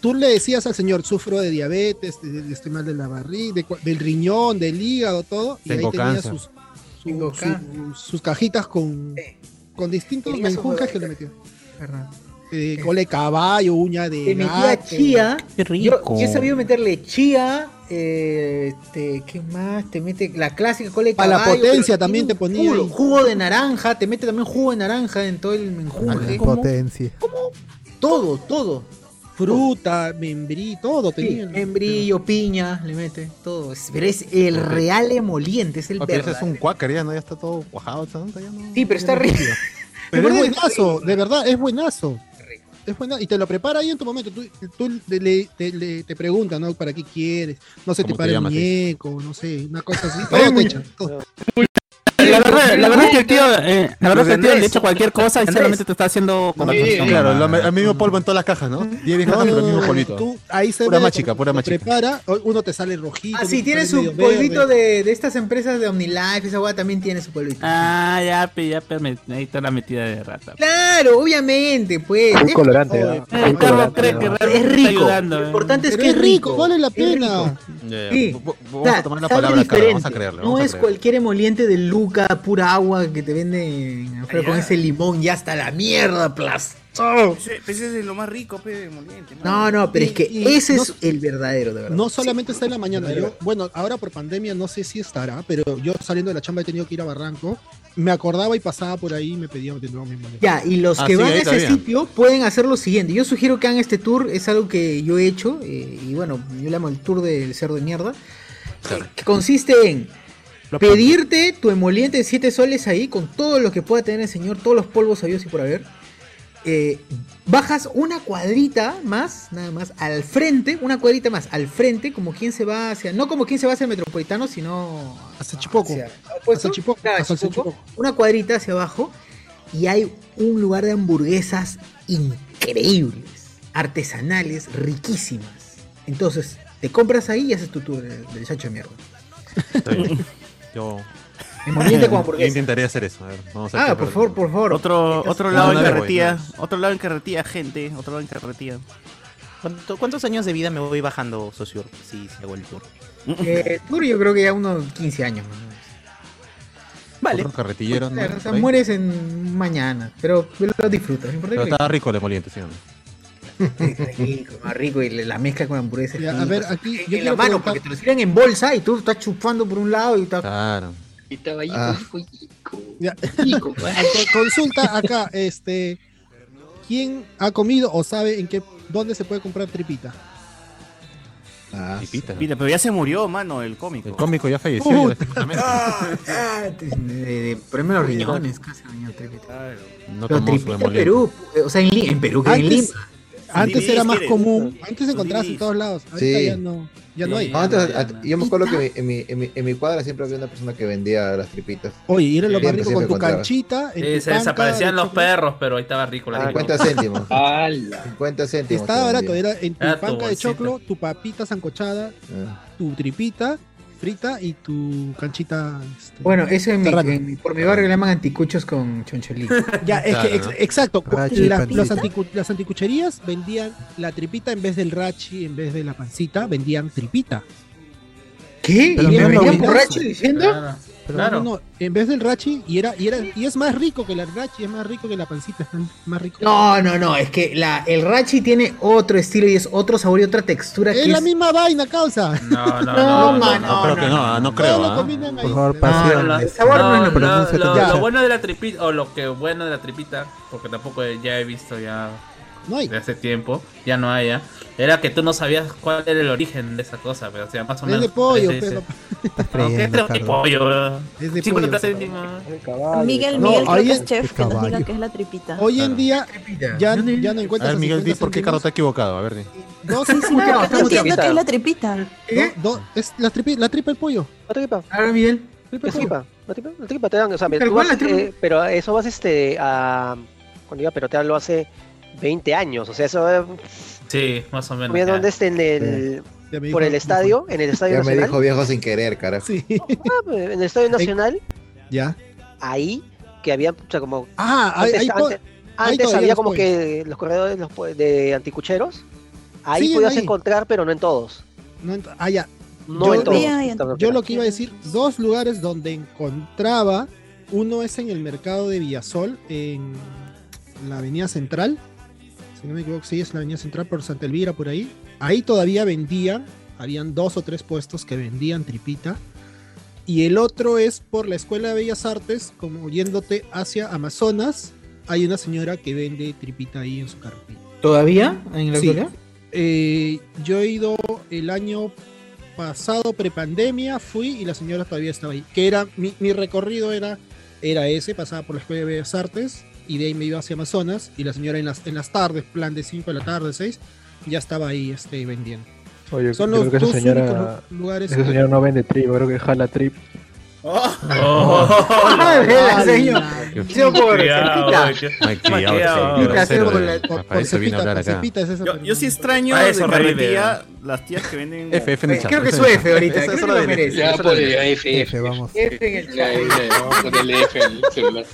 Speaker 2: tú le decías al señor, sufro de diabetes, de, de- de estoy mal de la barriga, de cua- del riñón, del hígado, todo. y
Speaker 3: Tengo
Speaker 2: ahí tenía
Speaker 3: cáncer.
Speaker 2: sus, sus su- su- sus cajitas con, con distintos
Speaker 1: Tenía sus
Speaker 2: menjunjes que le metió. Eh, gole de caballo, uña de.
Speaker 1: Le metía
Speaker 2: gato.
Speaker 1: chía.
Speaker 2: Qué
Speaker 1: Yo,
Speaker 2: rico.
Speaker 1: yo he sabido meterle chía. eh, este, ¿Qué más? Te mete la clásica cole de
Speaker 2: Para la
Speaker 1: caballo,
Speaker 2: potencia
Speaker 1: pero
Speaker 2: también te
Speaker 1: tiene un
Speaker 2: ponía
Speaker 1: Jugo,
Speaker 2: ahí.
Speaker 1: jugo de naranja. Te mete también jugo de naranja en todo el menjunje.
Speaker 6: Con potencia.
Speaker 1: Todo, todo.
Speaker 2: Fruta, membrí, todo tenía. ¿no?
Speaker 1: Membrillo, piña, le mete todo. Es- Pero es el real emoliente, es el
Speaker 3: Ah, pero ese es
Speaker 1: verdadero.
Speaker 3: un cuáquer, ya no, ya está todo cuajado, está- ya no.
Speaker 1: Sí, pero está rico. [LAUGHS]
Speaker 2: Pero es buenazo, de verdad, es buenazo. Es buena, y te lo prepara ahí en tu momento. Tú, tú le, le- te- le- te preguntan, ¿no? ¿Para qué quieres? No se te
Speaker 3: ¿Cómo te
Speaker 2: para el
Speaker 3: llamas, sí?
Speaker 2: muñeco, no sé, una
Speaker 20: [LAUGHS]
Speaker 2: cosa así. Todo te echan, todo.
Speaker 20: La verdad,
Speaker 2: la verdad es que
Speaker 20: el tío, eh, la verdad es que el tío le echa cualquier cosa y solamente te está haciendo
Speaker 3: Pues Sí, claro, lo- el mismo polvo en todas las cajas, ¿no? 10 viejas
Speaker 2: No,
Speaker 3: con el
Speaker 2: no,
Speaker 3: mismo
Speaker 2: no,
Speaker 3: polvito.
Speaker 2: tú- ahí se
Speaker 3: Pura
Speaker 2: ve
Speaker 3: más chica, pura
Speaker 2: lo
Speaker 3: más chica.
Speaker 2: prepara, o- uno te sale rojito.
Speaker 1: Ah, sí,
Speaker 2: uno
Speaker 1: tiene
Speaker 2: te sale
Speaker 1: su
Speaker 2: medio verde.
Speaker 1: polvito de, de estas empresas de OmniLife, esa hueá también tiene su polvito.
Speaker 20: Ah, ya, pe, ya, pe, me- ahí está la metida de rata.
Speaker 1: Claro, obviamente, pues.
Speaker 20: Full
Speaker 1: Es-
Speaker 20: colorante,
Speaker 1: Oye,
Speaker 20: ¿no? Full colorante,
Speaker 1: cree que
Speaker 20: ¿no?
Speaker 1: realmente
Speaker 20: Es
Speaker 1: está
Speaker 20: rico.
Speaker 1: ayudando,
Speaker 20: Lo
Speaker 1: ¿eh? importante es
Speaker 2: Pero
Speaker 1: que es rico.
Speaker 2: vale la
Speaker 1: es rico.
Speaker 2: pena.
Speaker 3: Ya, ya,
Speaker 1: Sí.
Speaker 3: v- v-
Speaker 1: O
Speaker 3: Eh, Vamos
Speaker 1: sea,
Speaker 3: a tomar
Speaker 1: sabe
Speaker 3: la palabra, cara, vamos a
Speaker 1: diferente.
Speaker 3: creerle.
Speaker 1: No
Speaker 3: vamos a
Speaker 1: es
Speaker 3: creerle.
Speaker 1: cualquier emoliente de Luca, pura agua que te venden afuera con ese limón ya hasta la mierda, plas.
Speaker 10: Ese, ese es lo más rico, pe, de moliente.
Speaker 1: No, no, pero es que
Speaker 2: Y- y
Speaker 1: ese
Speaker 2: no-
Speaker 1: es el verdadero, de verdad.
Speaker 2: No solamente está en la mañana. Yo, bueno, ahora por pandemia no sé si estará, pero yo saliendo de la chamba he tenido que ir a Barranco. Me acordaba y pasaba por ahí y me pedía de nuevo mi muñeco.
Speaker 1: Ya, y los
Speaker 2: Ah,
Speaker 1: que
Speaker 2: sí,
Speaker 1: van a
Speaker 2: ahí
Speaker 1: ese
Speaker 2: todavía.
Speaker 1: sitio pueden hacer lo siguiente. Yo sugiero que hagan este tour, es algo que yo he hecho, eh, y bueno, yo le llamo el tour del cerdo de mierda, eh, que consiste en pedirte tu emoliente de 7 soles ahí, con todo lo que pueda tener el señor, todos los polvos sabios y por haber. eh, bajas una cuadrita más, nada más, al frente, una cuadrita más, al frente, como quien se va hacia, no como quien se va hacia el metropolitano, sino
Speaker 2: Hasta Chipoco.
Speaker 1: hacia- ¿opuesto? Claro,
Speaker 2: hasta el
Speaker 1: Chipoco. Una cuadrita hacia abajo y hay un lugar de hamburguesas increíbles, artesanales, riquísimas. Entonces, te compras ahí y haces tu tour del del chancho de mierda.
Speaker 3: Está bien. Yo.
Speaker 1: Emoliente con
Speaker 3: Yo
Speaker 1: hamburguesa.
Speaker 3: intentaré hacer eso. A ver, vamos a
Speaker 1: Ah, por favor, por favor.
Speaker 4: Otro,
Speaker 1: Entonces,
Speaker 4: otro
Speaker 3: No,
Speaker 4: lado en
Speaker 3: Ah, no le voy,
Speaker 4: carretilla.
Speaker 3: no.
Speaker 4: Otro lado en carretilla, gente. Otro lado en carretilla.
Speaker 19: ¿Cuánto- ¿Cuántos años de vida me voy bajando, socio? Si si hago el tour.
Speaker 1: [LAUGHS] eh, tour yo creo que ya unos 15 años. más o menos.
Speaker 3: Vale. Otro carretillero. ¿no?
Speaker 1: Claro, o sea,
Speaker 3: Por ahí.
Speaker 1: mueres en mañana, pero lo disfrutas. no importa
Speaker 3: Pero
Speaker 1: que-
Speaker 3: estaba rico el emoliente, sí.
Speaker 1: rico, más rico y la mezcla con hamburguesas.
Speaker 2: Ya, a ver, aquí yo
Speaker 1: en
Speaker 2: quiero
Speaker 1: la mano,
Speaker 2: preguntar-
Speaker 1: porque te lo sirven en bolsa y tú estás chupando por un lado y estás.
Speaker 3: Claro.
Speaker 1: Y
Speaker 4: Ah.
Speaker 2: Ya. [LAUGHS] Co- Consulta acá, este, ¿quién ha comido o sabe en qué dónde se puede comprar tripita?
Speaker 4: Ah,
Speaker 3: Pipita.
Speaker 4: Mira, pero ya se murió, mano, el cómico. El
Speaker 3: cómico ya falleció.
Speaker 4: Uh,
Speaker 3: ya,
Speaker 20: ah,
Speaker 3: definitivamente.
Speaker 1: Ponme los riñones, casi riñón Pero
Speaker 3: No tomó su
Speaker 1: tripita en
Speaker 3: emoliente.
Speaker 1: Perú, o sea, en, Li- en Perú, que en
Speaker 2: Antes-
Speaker 1: Lima.
Speaker 2: Antes
Speaker 1: DVDs
Speaker 2: era más
Speaker 1: quieres.
Speaker 2: común, antes encontrabas en todos lados, ahorita
Speaker 5: Sí.
Speaker 2: ya no, ya no hay.
Speaker 5: No, antes, at- yo me acuerdo que en mi, en, mi, en mi cuadra siempre había una persona que vendía las tripitas.
Speaker 2: Oye, y era lo más
Speaker 5: Siempre,
Speaker 2: rico con
Speaker 5: siempre
Speaker 2: tu
Speaker 5: encontraba.
Speaker 2: canchita, en
Speaker 17: Sí,
Speaker 2: tu
Speaker 17: Eh, se
Speaker 2: panca,
Speaker 17: desaparecían los perros, pero ahí estaba rico la
Speaker 5: 50 Ah, céntimos. 50 céntimos.
Speaker 2: Estaba
Speaker 5: te
Speaker 2: barato,
Speaker 5: vendían.
Speaker 2: era en tu
Speaker 17: Era tu
Speaker 2: panca de
Speaker 17: bolsita.
Speaker 2: choclo, tu papita sancochada,
Speaker 5: Ah.
Speaker 2: tu tripita frita y tu canchita. este,
Speaker 1: Bueno, eso en mi,
Speaker 2: terrana.
Speaker 1: en mi- por mi barrio le llaman anticuchos con choncholí.
Speaker 2: [LAUGHS] Ya, es que, ex- exacto. cu-
Speaker 1: Rachi y
Speaker 2: la- los
Speaker 1: pancita.
Speaker 2: anticu- las anticucherías vendían la tripita en vez del rachi, en vez de la pancita, vendían tripita.
Speaker 1: ¿Qué?
Speaker 2: Pero
Speaker 1: ¿Y me
Speaker 2: no era
Speaker 1: venían
Speaker 2: lo
Speaker 1: borracho
Speaker 2: mismo.
Speaker 1: diciendo? Claro.
Speaker 2: Pero
Speaker 1: Claro.
Speaker 2: No, no, en vez del rachi, y era, y era, y es más rico que la rachi, es más rico que la pancita, es más rico.
Speaker 1: No, no, no, es que la, el rachi tiene otro estilo y es otro sabor y otra textura.
Speaker 2: Es
Speaker 1: que
Speaker 2: la misma vaina, causa.
Speaker 3: [LAUGHS]
Speaker 17: No,
Speaker 1: no, no, no,
Speaker 3: No, creo que no, ah, no creo. ah.
Speaker 2: Por
Speaker 17: [LAUGHS]
Speaker 6: favor,
Speaker 17: No,
Speaker 6: pasión.
Speaker 17: lo,
Speaker 6: este,
Speaker 17: no, lo-
Speaker 6: pronuncia
Speaker 17: lo-
Speaker 6: tu-
Speaker 17: lo bueno de la tripita, o lo que bueno de la tripita, porque tampoco ya he visto ya
Speaker 2: No hay.
Speaker 17: de hace tiempo, ya no haya, era que tú no sabías cuál era el origen de esa cosa, pero o sea, más o
Speaker 2: Es
Speaker 17: menos.
Speaker 2: de pollo,
Speaker 17: se dice.
Speaker 2: pero-
Speaker 17: No, ¿qué
Speaker 2: Freyendo,
Speaker 17: es de
Speaker 2: Carlos.
Speaker 17: este pollo, bro?
Speaker 2: Es de
Speaker 17: 50
Speaker 2: pollo.
Speaker 17: céntimos.
Speaker 9: Miguel,
Speaker 2: No,
Speaker 9: Miguel, creo
Speaker 2: ahí
Speaker 9: que
Speaker 2: es-
Speaker 9: es este. chef, que nos diga que es la tripita.
Speaker 2: Hoy en [LAUGHS] día ya, ya no
Speaker 3: A
Speaker 2: encuentras.
Speaker 3: ver,
Speaker 2: a
Speaker 3: Miguel, di
Speaker 2: 50
Speaker 3: por qué
Speaker 2: céntimos.
Speaker 3: Caro está equivocado. A ver, di.
Speaker 2: No,
Speaker 9: Sí, sí, claro, no entiendo que es la tripita.
Speaker 2: No, no, es la, tripi- la tripa del pollo.
Speaker 7: La tripa.
Speaker 1: A ver, ¿Eh? Miguel.
Speaker 7: La tripa, la tripa, la tripa te dan, o sea,
Speaker 1: Sí,
Speaker 7: tú
Speaker 1: tal cual,
Speaker 7: vas,
Speaker 1: la tripa.
Speaker 7: eh, pero eso vas este a cuando iba a perotear lo hace 20 años, o sea, eso eh,
Speaker 17: Sí, más o menos.
Speaker 7: mira
Speaker 17: ya.
Speaker 7: dónde está en el
Speaker 2: por
Speaker 7: el estadio, en el estadio
Speaker 5: Ya me
Speaker 7: nacional,
Speaker 5: dijo viejo sin querer, carajo.
Speaker 7: Ah, pues, en el estadio nacional,
Speaker 2: Ya.
Speaker 7: ahí que había, o sea, como
Speaker 2: Ah, hay-
Speaker 7: antes,
Speaker 2: hay to-
Speaker 7: antes-
Speaker 2: hay
Speaker 7: antes
Speaker 2: todavía
Speaker 7: había
Speaker 2: los
Speaker 7: como
Speaker 2: pollos.
Speaker 7: que los corredores los po- de anticucheros, ahí
Speaker 2: Siguen
Speaker 7: podías
Speaker 2: ahí.
Speaker 7: encontrar, pero no en todos.
Speaker 2: No ent- ah, ya.
Speaker 7: No
Speaker 2: yo,
Speaker 7: en todos,
Speaker 2: yo-
Speaker 7: está bien.
Speaker 2: yo lo que iba a decir, dos lugares donde encontraba, uno es en el mercado de Villasol, en la avenida central, si no me equivoco, sí, es la avenida central por Santa Elvira, por ahí. Ahí todavía vendían, habían dos o tres puestos que vendían tripita. Y el otro es por la Escuela de Bellas Artes, como yéndote hacia Amazonas, hay una señora que vende tripita ahí en su carro.
Speaker 1: ¿Todavía? ¿En la
Speaker 2: Sí.
Speaker 1: actualidad?
Speaker 2: Eh, yo he ido el año pasado, prepandemia, fui y la señora todavía estaba ahí. Que era, mi, mi recorrido era, era ese, pasaba por la Escuela de Bellas Artes y de ahí me iba hacia Amazonas y la señora en las, en las tardes, plan de 5 de la tarde, 6, ya estaba ahí este, vendiendo.
Speaker 18: Oye,
Speaker 2: Son
Speaker 18: yo
Speaker 2: los
Speaker 18: creo que esa
Speaker 2: dos
Speaker 18: señora,
Speaker 2: únicos lu- lugares
Speaker 18: esa
Speaker 2: que-
Speaker 18: señora no vende trip, yo creo que jala trip.
Speaker 19: [LAUGHS]
Speaker 17: Oh,
Speaker 2: [LAUGHS]
Speaker 1: [LAUGHS] la señora.
Speaker 3: Qué
Speaker 1: Yo por
Speaker 3: criado,
Speaker 1: cerquita.
Speaker 3: ay, qué- ay, criado,
Speaker 20: Maqueado.
Speaker 3: sí, grosero,
Speaker 20: Cerquita, sí, por la-
Speaker 3: eh.
Speaker 20: por-
Speaker 3: Para
Speaker 20: por
Speaker 3: eso vine a
Speaker 20: cepita,
Speaker 3: hablar
Speaker 20: por
Speaker 3: acá.
Speaker 20: cepita, es esa Yo- yo sí extraño Para
Speaker 3: de
Speaker 20: eso,
Speaker 3: carretera.
Speaker 20: carretera, las tías que venden.
Speaker 3: F,
Speaker 1: Eh,
Speaker 3: F en el chat,
Speaker 20: Creo que
Speaker 3: F
Speaker 20: es
Speaker 3: en el
Speaker 20: F
Speaker 3: chat.
Speaker 20: ahorita,
Speaker 3: Eso
Speaker 20: creo
Speaker 3: lo
Speaker 20: que lo
Speaker 3: merece,
Speaker 20: merece. Ya
Speaker 3: eso lo
Speaker 20: por
Speaker 3: merece.
Speaker 20: F,
Speaker 6: F, vamos.
Speaker 20: F en el
Speaker 13: Ya, ya, Vamos a ponerle F al celular.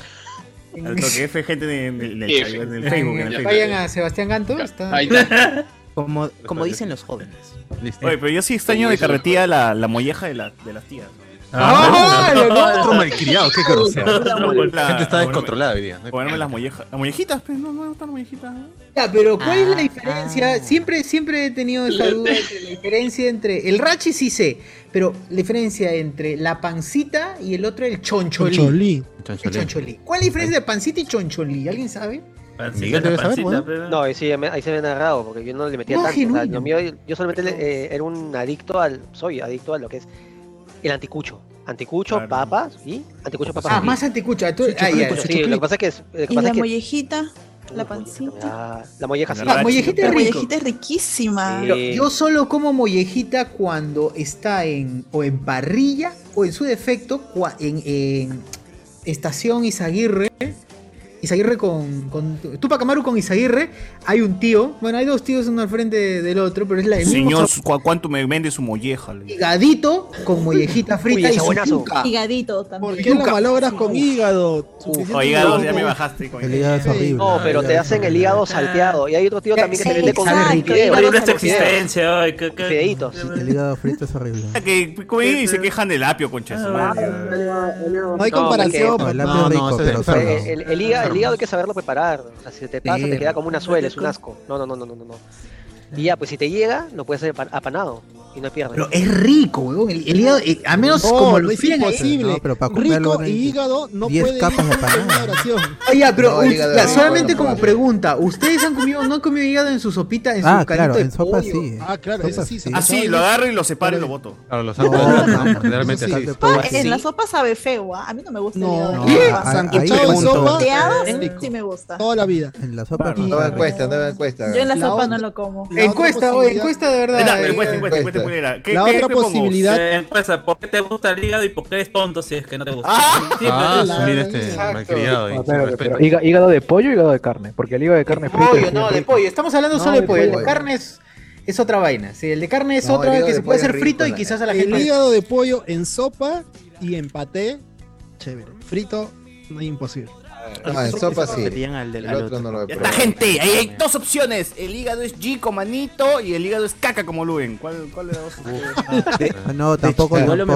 Speaker 19: Al toque F, gente en el, en el chat,
Speaker 13: F.
Speaker 19: en el Facebook. En el Facebook.
Speaker 1: Vayan a Sebastián Ganto. Está...
Speaker 19: [LAUGHS] Como, como dicen los jóvenes.
Speaker 3: Listo.
Speaker 19: Oye, pero yo sí extraño de carretilla la, la molleja de, la- de las tías.
Speaker 3: Ah, Ah, lo- no. otro malcriado, qué grosero.
Speaker 19: La molleja.
Speaker 3: La gente está descontrolada hoy día.
Speaker 19: Ponerme las mollejas. Las mollejitas, pues, no me gustan las mollejitas.
Speaker 1: Ya, pero ¿cuál
Speaker 9: Ah,
Speaker 1: es la diferencia? Siempre, siempre he
Speaker 20: [LAUGHS]
Speaker 1: tenido esa duda entre la diferencia entre. El rachi sí sé, pero la diferencia entre la pancita y el otro, el choncholí.
Speaker 2: Choncholí.
Speaker 1: El choncholí. ¿Cuál es la diferencia de pancita y choncholí? ¿Alguien sabe?
Speaker 3: Miguel debe saber, weón.
Speaker 7: No, y sí, ya me- ahí se me han agarrado, porque yo no le metía
Speaker 1: No,
Speaker 7: tanto. o sea,
Speaker 1: genuino.
Speaker 7: lo mío, yo solamente le- eh, era un adicto al. Soy adicto a lo que es el anticucho. Anticucho, papas y anticucho, papas.
Speaker 1: Ah,
Speaker 7: y-
Speaker 1: más anticucho. Tú... ah, ya,
Speaker 7: Sí, lo que
Speaker 20: pues,
Speaker 7: pasa es que. es- Lo que
Speaker 9: Y
Speaker 7: pasa
Speaker 9: la
Speaker 7: es que
Speaker 9: mollejita, la pancita.
Speaker 7: Ah, la molleja sí.
Speaker 1: La mollejita es
Speaker 9: La
Speaker 1: rico.
Speaker 9: mollejita es riquísima.
Speaker 1: Pero yo solo como mollejita cuando está en o en parrilla o en su defecto cua- en, en estación Izaguirre. Izaguirre con, con Tupac Amaru con Izaguirre. Hay un tío, bueno, hay dos tíos uno al frente del otro, pero es la el mismo
Speaker 19: Señor,
Speaker 1: sabor.
Speaker 19: ¿cu- ¿cuánto me vende su molleja? le digo?
Speaker 1: higadito con mollejita frita y su yuca.
Speaker 9: Higadito también.
Speaker 2: ¿Por qué lo malogras con hígado?
Speaker 19: Oye, hígado, ya me bajaste. coño.
Speaker 2: El hígado es horrible.
Speaker 7: No, pero te hacen el hígado salteado. Y hay otro tío también que te vende con fideos.
Speaker 20: Horrible esta existencia, ay, qué- qué-
Speaker 7: Fideitos.
Speaker 6: El hígado frito es horrible.
Speaker 19: Que comen y se quejan del apio, concha. de su madre.
Speaker 7: No pues,
Speaker 6: hay comparación,
Speaker 7: porque-
Speaker 6: el apio es rico, pero
Speaker 7: el-
Speaker 6: solo.
Speaker 7: el, el hígado, el hígado hay que saberlo preparar. O sea, si se te pasa,
Speaker 1: Sí.
Speaker 7: te queda como una suela, es un asco. No, no, no, no, no, no, no. Y ya, pues si te llega, lo puedes hacer pa- apanado y no pierdes.
Speaker 1: Pero es rico, weón. El, el hígado, eh, a menos
Speaker 7: No,
Speaker 1: como
Speaker 7: no
Speaker 1: lo
Speaker 7: es
Speaker 1: hicieron ahí.
Speaker 2: imposible.
Speaker 6: No, pero para comerlo
Speaker 2: Rico
Speaker 6: van a
Speaker 2: y
Speaker 6: ir
Speaker 2: hígado no
Speaker 6: 10
Speaker 2: puede
Speaker 1: [LAUGHS]
Speaker 6: capas de
Speaker 2: ir en
Speaker 6: panada.
Speaker 2: una oración.
Speaker 1: Ah, ya, pero
Speaker 2: No,
Speaker 1: un-
Speaker 2: hígado
Speaker 1: ya,
Speaker 2: no,
Speaker 1: solamente
Speaker 2: no,
Speaker 1: como
Speaker 2: no.
Speaker 1: pregunta, ¿ustedes han comido no han comido hígado en su sopita, en su
Speaker 6: Ah,
Speaker 1: caldito
Speaker 6: claro,
Speaker 1: de
Speaker 6: en sopa
Speaker 1: pollo?
Speaker 6: sí. eh.
Speaker 2: Ah, claro, eso sí.
Speaker 19: Ah, sí, lo agarro y lo separo y lo boto.
Speaker 3: Claro,
Speaker 6: No,
Speaker 3: lo saco.
Speaker 6: no, no, eso
Speaker 3: Realmente sí.
Speaker 6: sabe
Speaker 9: Ah,
Speaker 1: pues
Speaker 6: pollo.
Speaker 9: en la sopa sabe feo, ¿ah? a mí no me gusta el hígado.
Speaker 6: No,
Speaker 9: de
Speaker 6: ¿Qué?
Speaker 9: sopa.
Speaker 6: Sancochado
Speaker 2: de
Speaker 6: pregunto.
Speaker 2: sopa.
Speaker 9: Salteado,
Speaker 2: Es
Speaker 9: sí me gusta.
Speaker 2: Toda la vida.
Speaker 6: En la sopa.
Speaker 5: No me cuesta, no me cuesta.
Speaker 9: Yo en la,
Speaker 2: La
Speaker 9: sopa
Speaker 2: otra-
Speaker 9: no lo como.
Speaker 2: La otra
Speaker 1: Encuesta, oye,
Speaker 2: posibilidad-
Speaker 1: encuesta de verdad.
Speaker 19: Verdad,
Speaker 1: eh,
Speaker 10: pues,
Speaker 19: encuesta, encuesta, encuesta,
Speaker 5: encuesta.
Speaker 19: encuesta. pues, ¿Qué-
Speaker 2: La
Speaker 19: qué-
Speaker 2: otra
Speaker 19: qué pongo?
Speaker 2: posibilidad-
Speaker 20: Eh, empieza, ¿por qué te gusta el hígado y por qué eres tonto si es que no te gusta? Sí,
Speaker 3: Ah,
Speaker 20: pues,
Speaker 3: sí, mira este
Speaker 1: Exacto.
Speaker 3: malcriado. ahí,
Speaker 18: No,
Speaker 3: sin
Speaker 18: espérate,
Speaker 3: respeto.
Speaker 18: pero híga- hígado de pollo y hígado de carne, porque el hígado de carne frita
Speaker 1: pollo,
Speaker 18: es
Speaker 1: no,
Speaker 18: bien
Speaker 1: de
Speaker 18: rico.
Speaker 1: pollo. Estamos hablando
Speaker 18: No,
Speaker 1: solo de
Speaker 18: de
Speaker 1: pollo. El de
Speaker 18: pollo.
Speaker 1: carne es, es otra vaina. Sí, el de carne es
Speaker 5: No, el
Speaker 1: otra
Speaker 5: hígado
Speaker 1: que
Speaker 5: de
Speaker 1: se puede
Speaker 5: pollo es
Speaker 1: hacer
Speaker 5: rico,
Speaker 1: frito y
Speaker 5: la-
Speaker 1: quizás a la
Speaker 2: El
Speaker 1: gente.
Speaker 2: hígado de pollo en sopa y en paté, chévere. Frito, no es imposible.
Speaker 5: No, en sopa sí.
Speaker 19: Pedían al del-
Speaker 5: El
Speaker 19: al
Speaker 5: otro
Speaker 19: otro.
Speaker 5: no lo he
Speaker 19: Ya
Speaker 5: probado.
Speaker 19: está, gente. Ahí hay dos opciones. El hígado es G como manito y el hígado es caca como Luen. ¿Cuál, cuál de los dos?
Speaker 6: Ah, No, tampoco. tampoco.
Speaker 5: mi abuelo me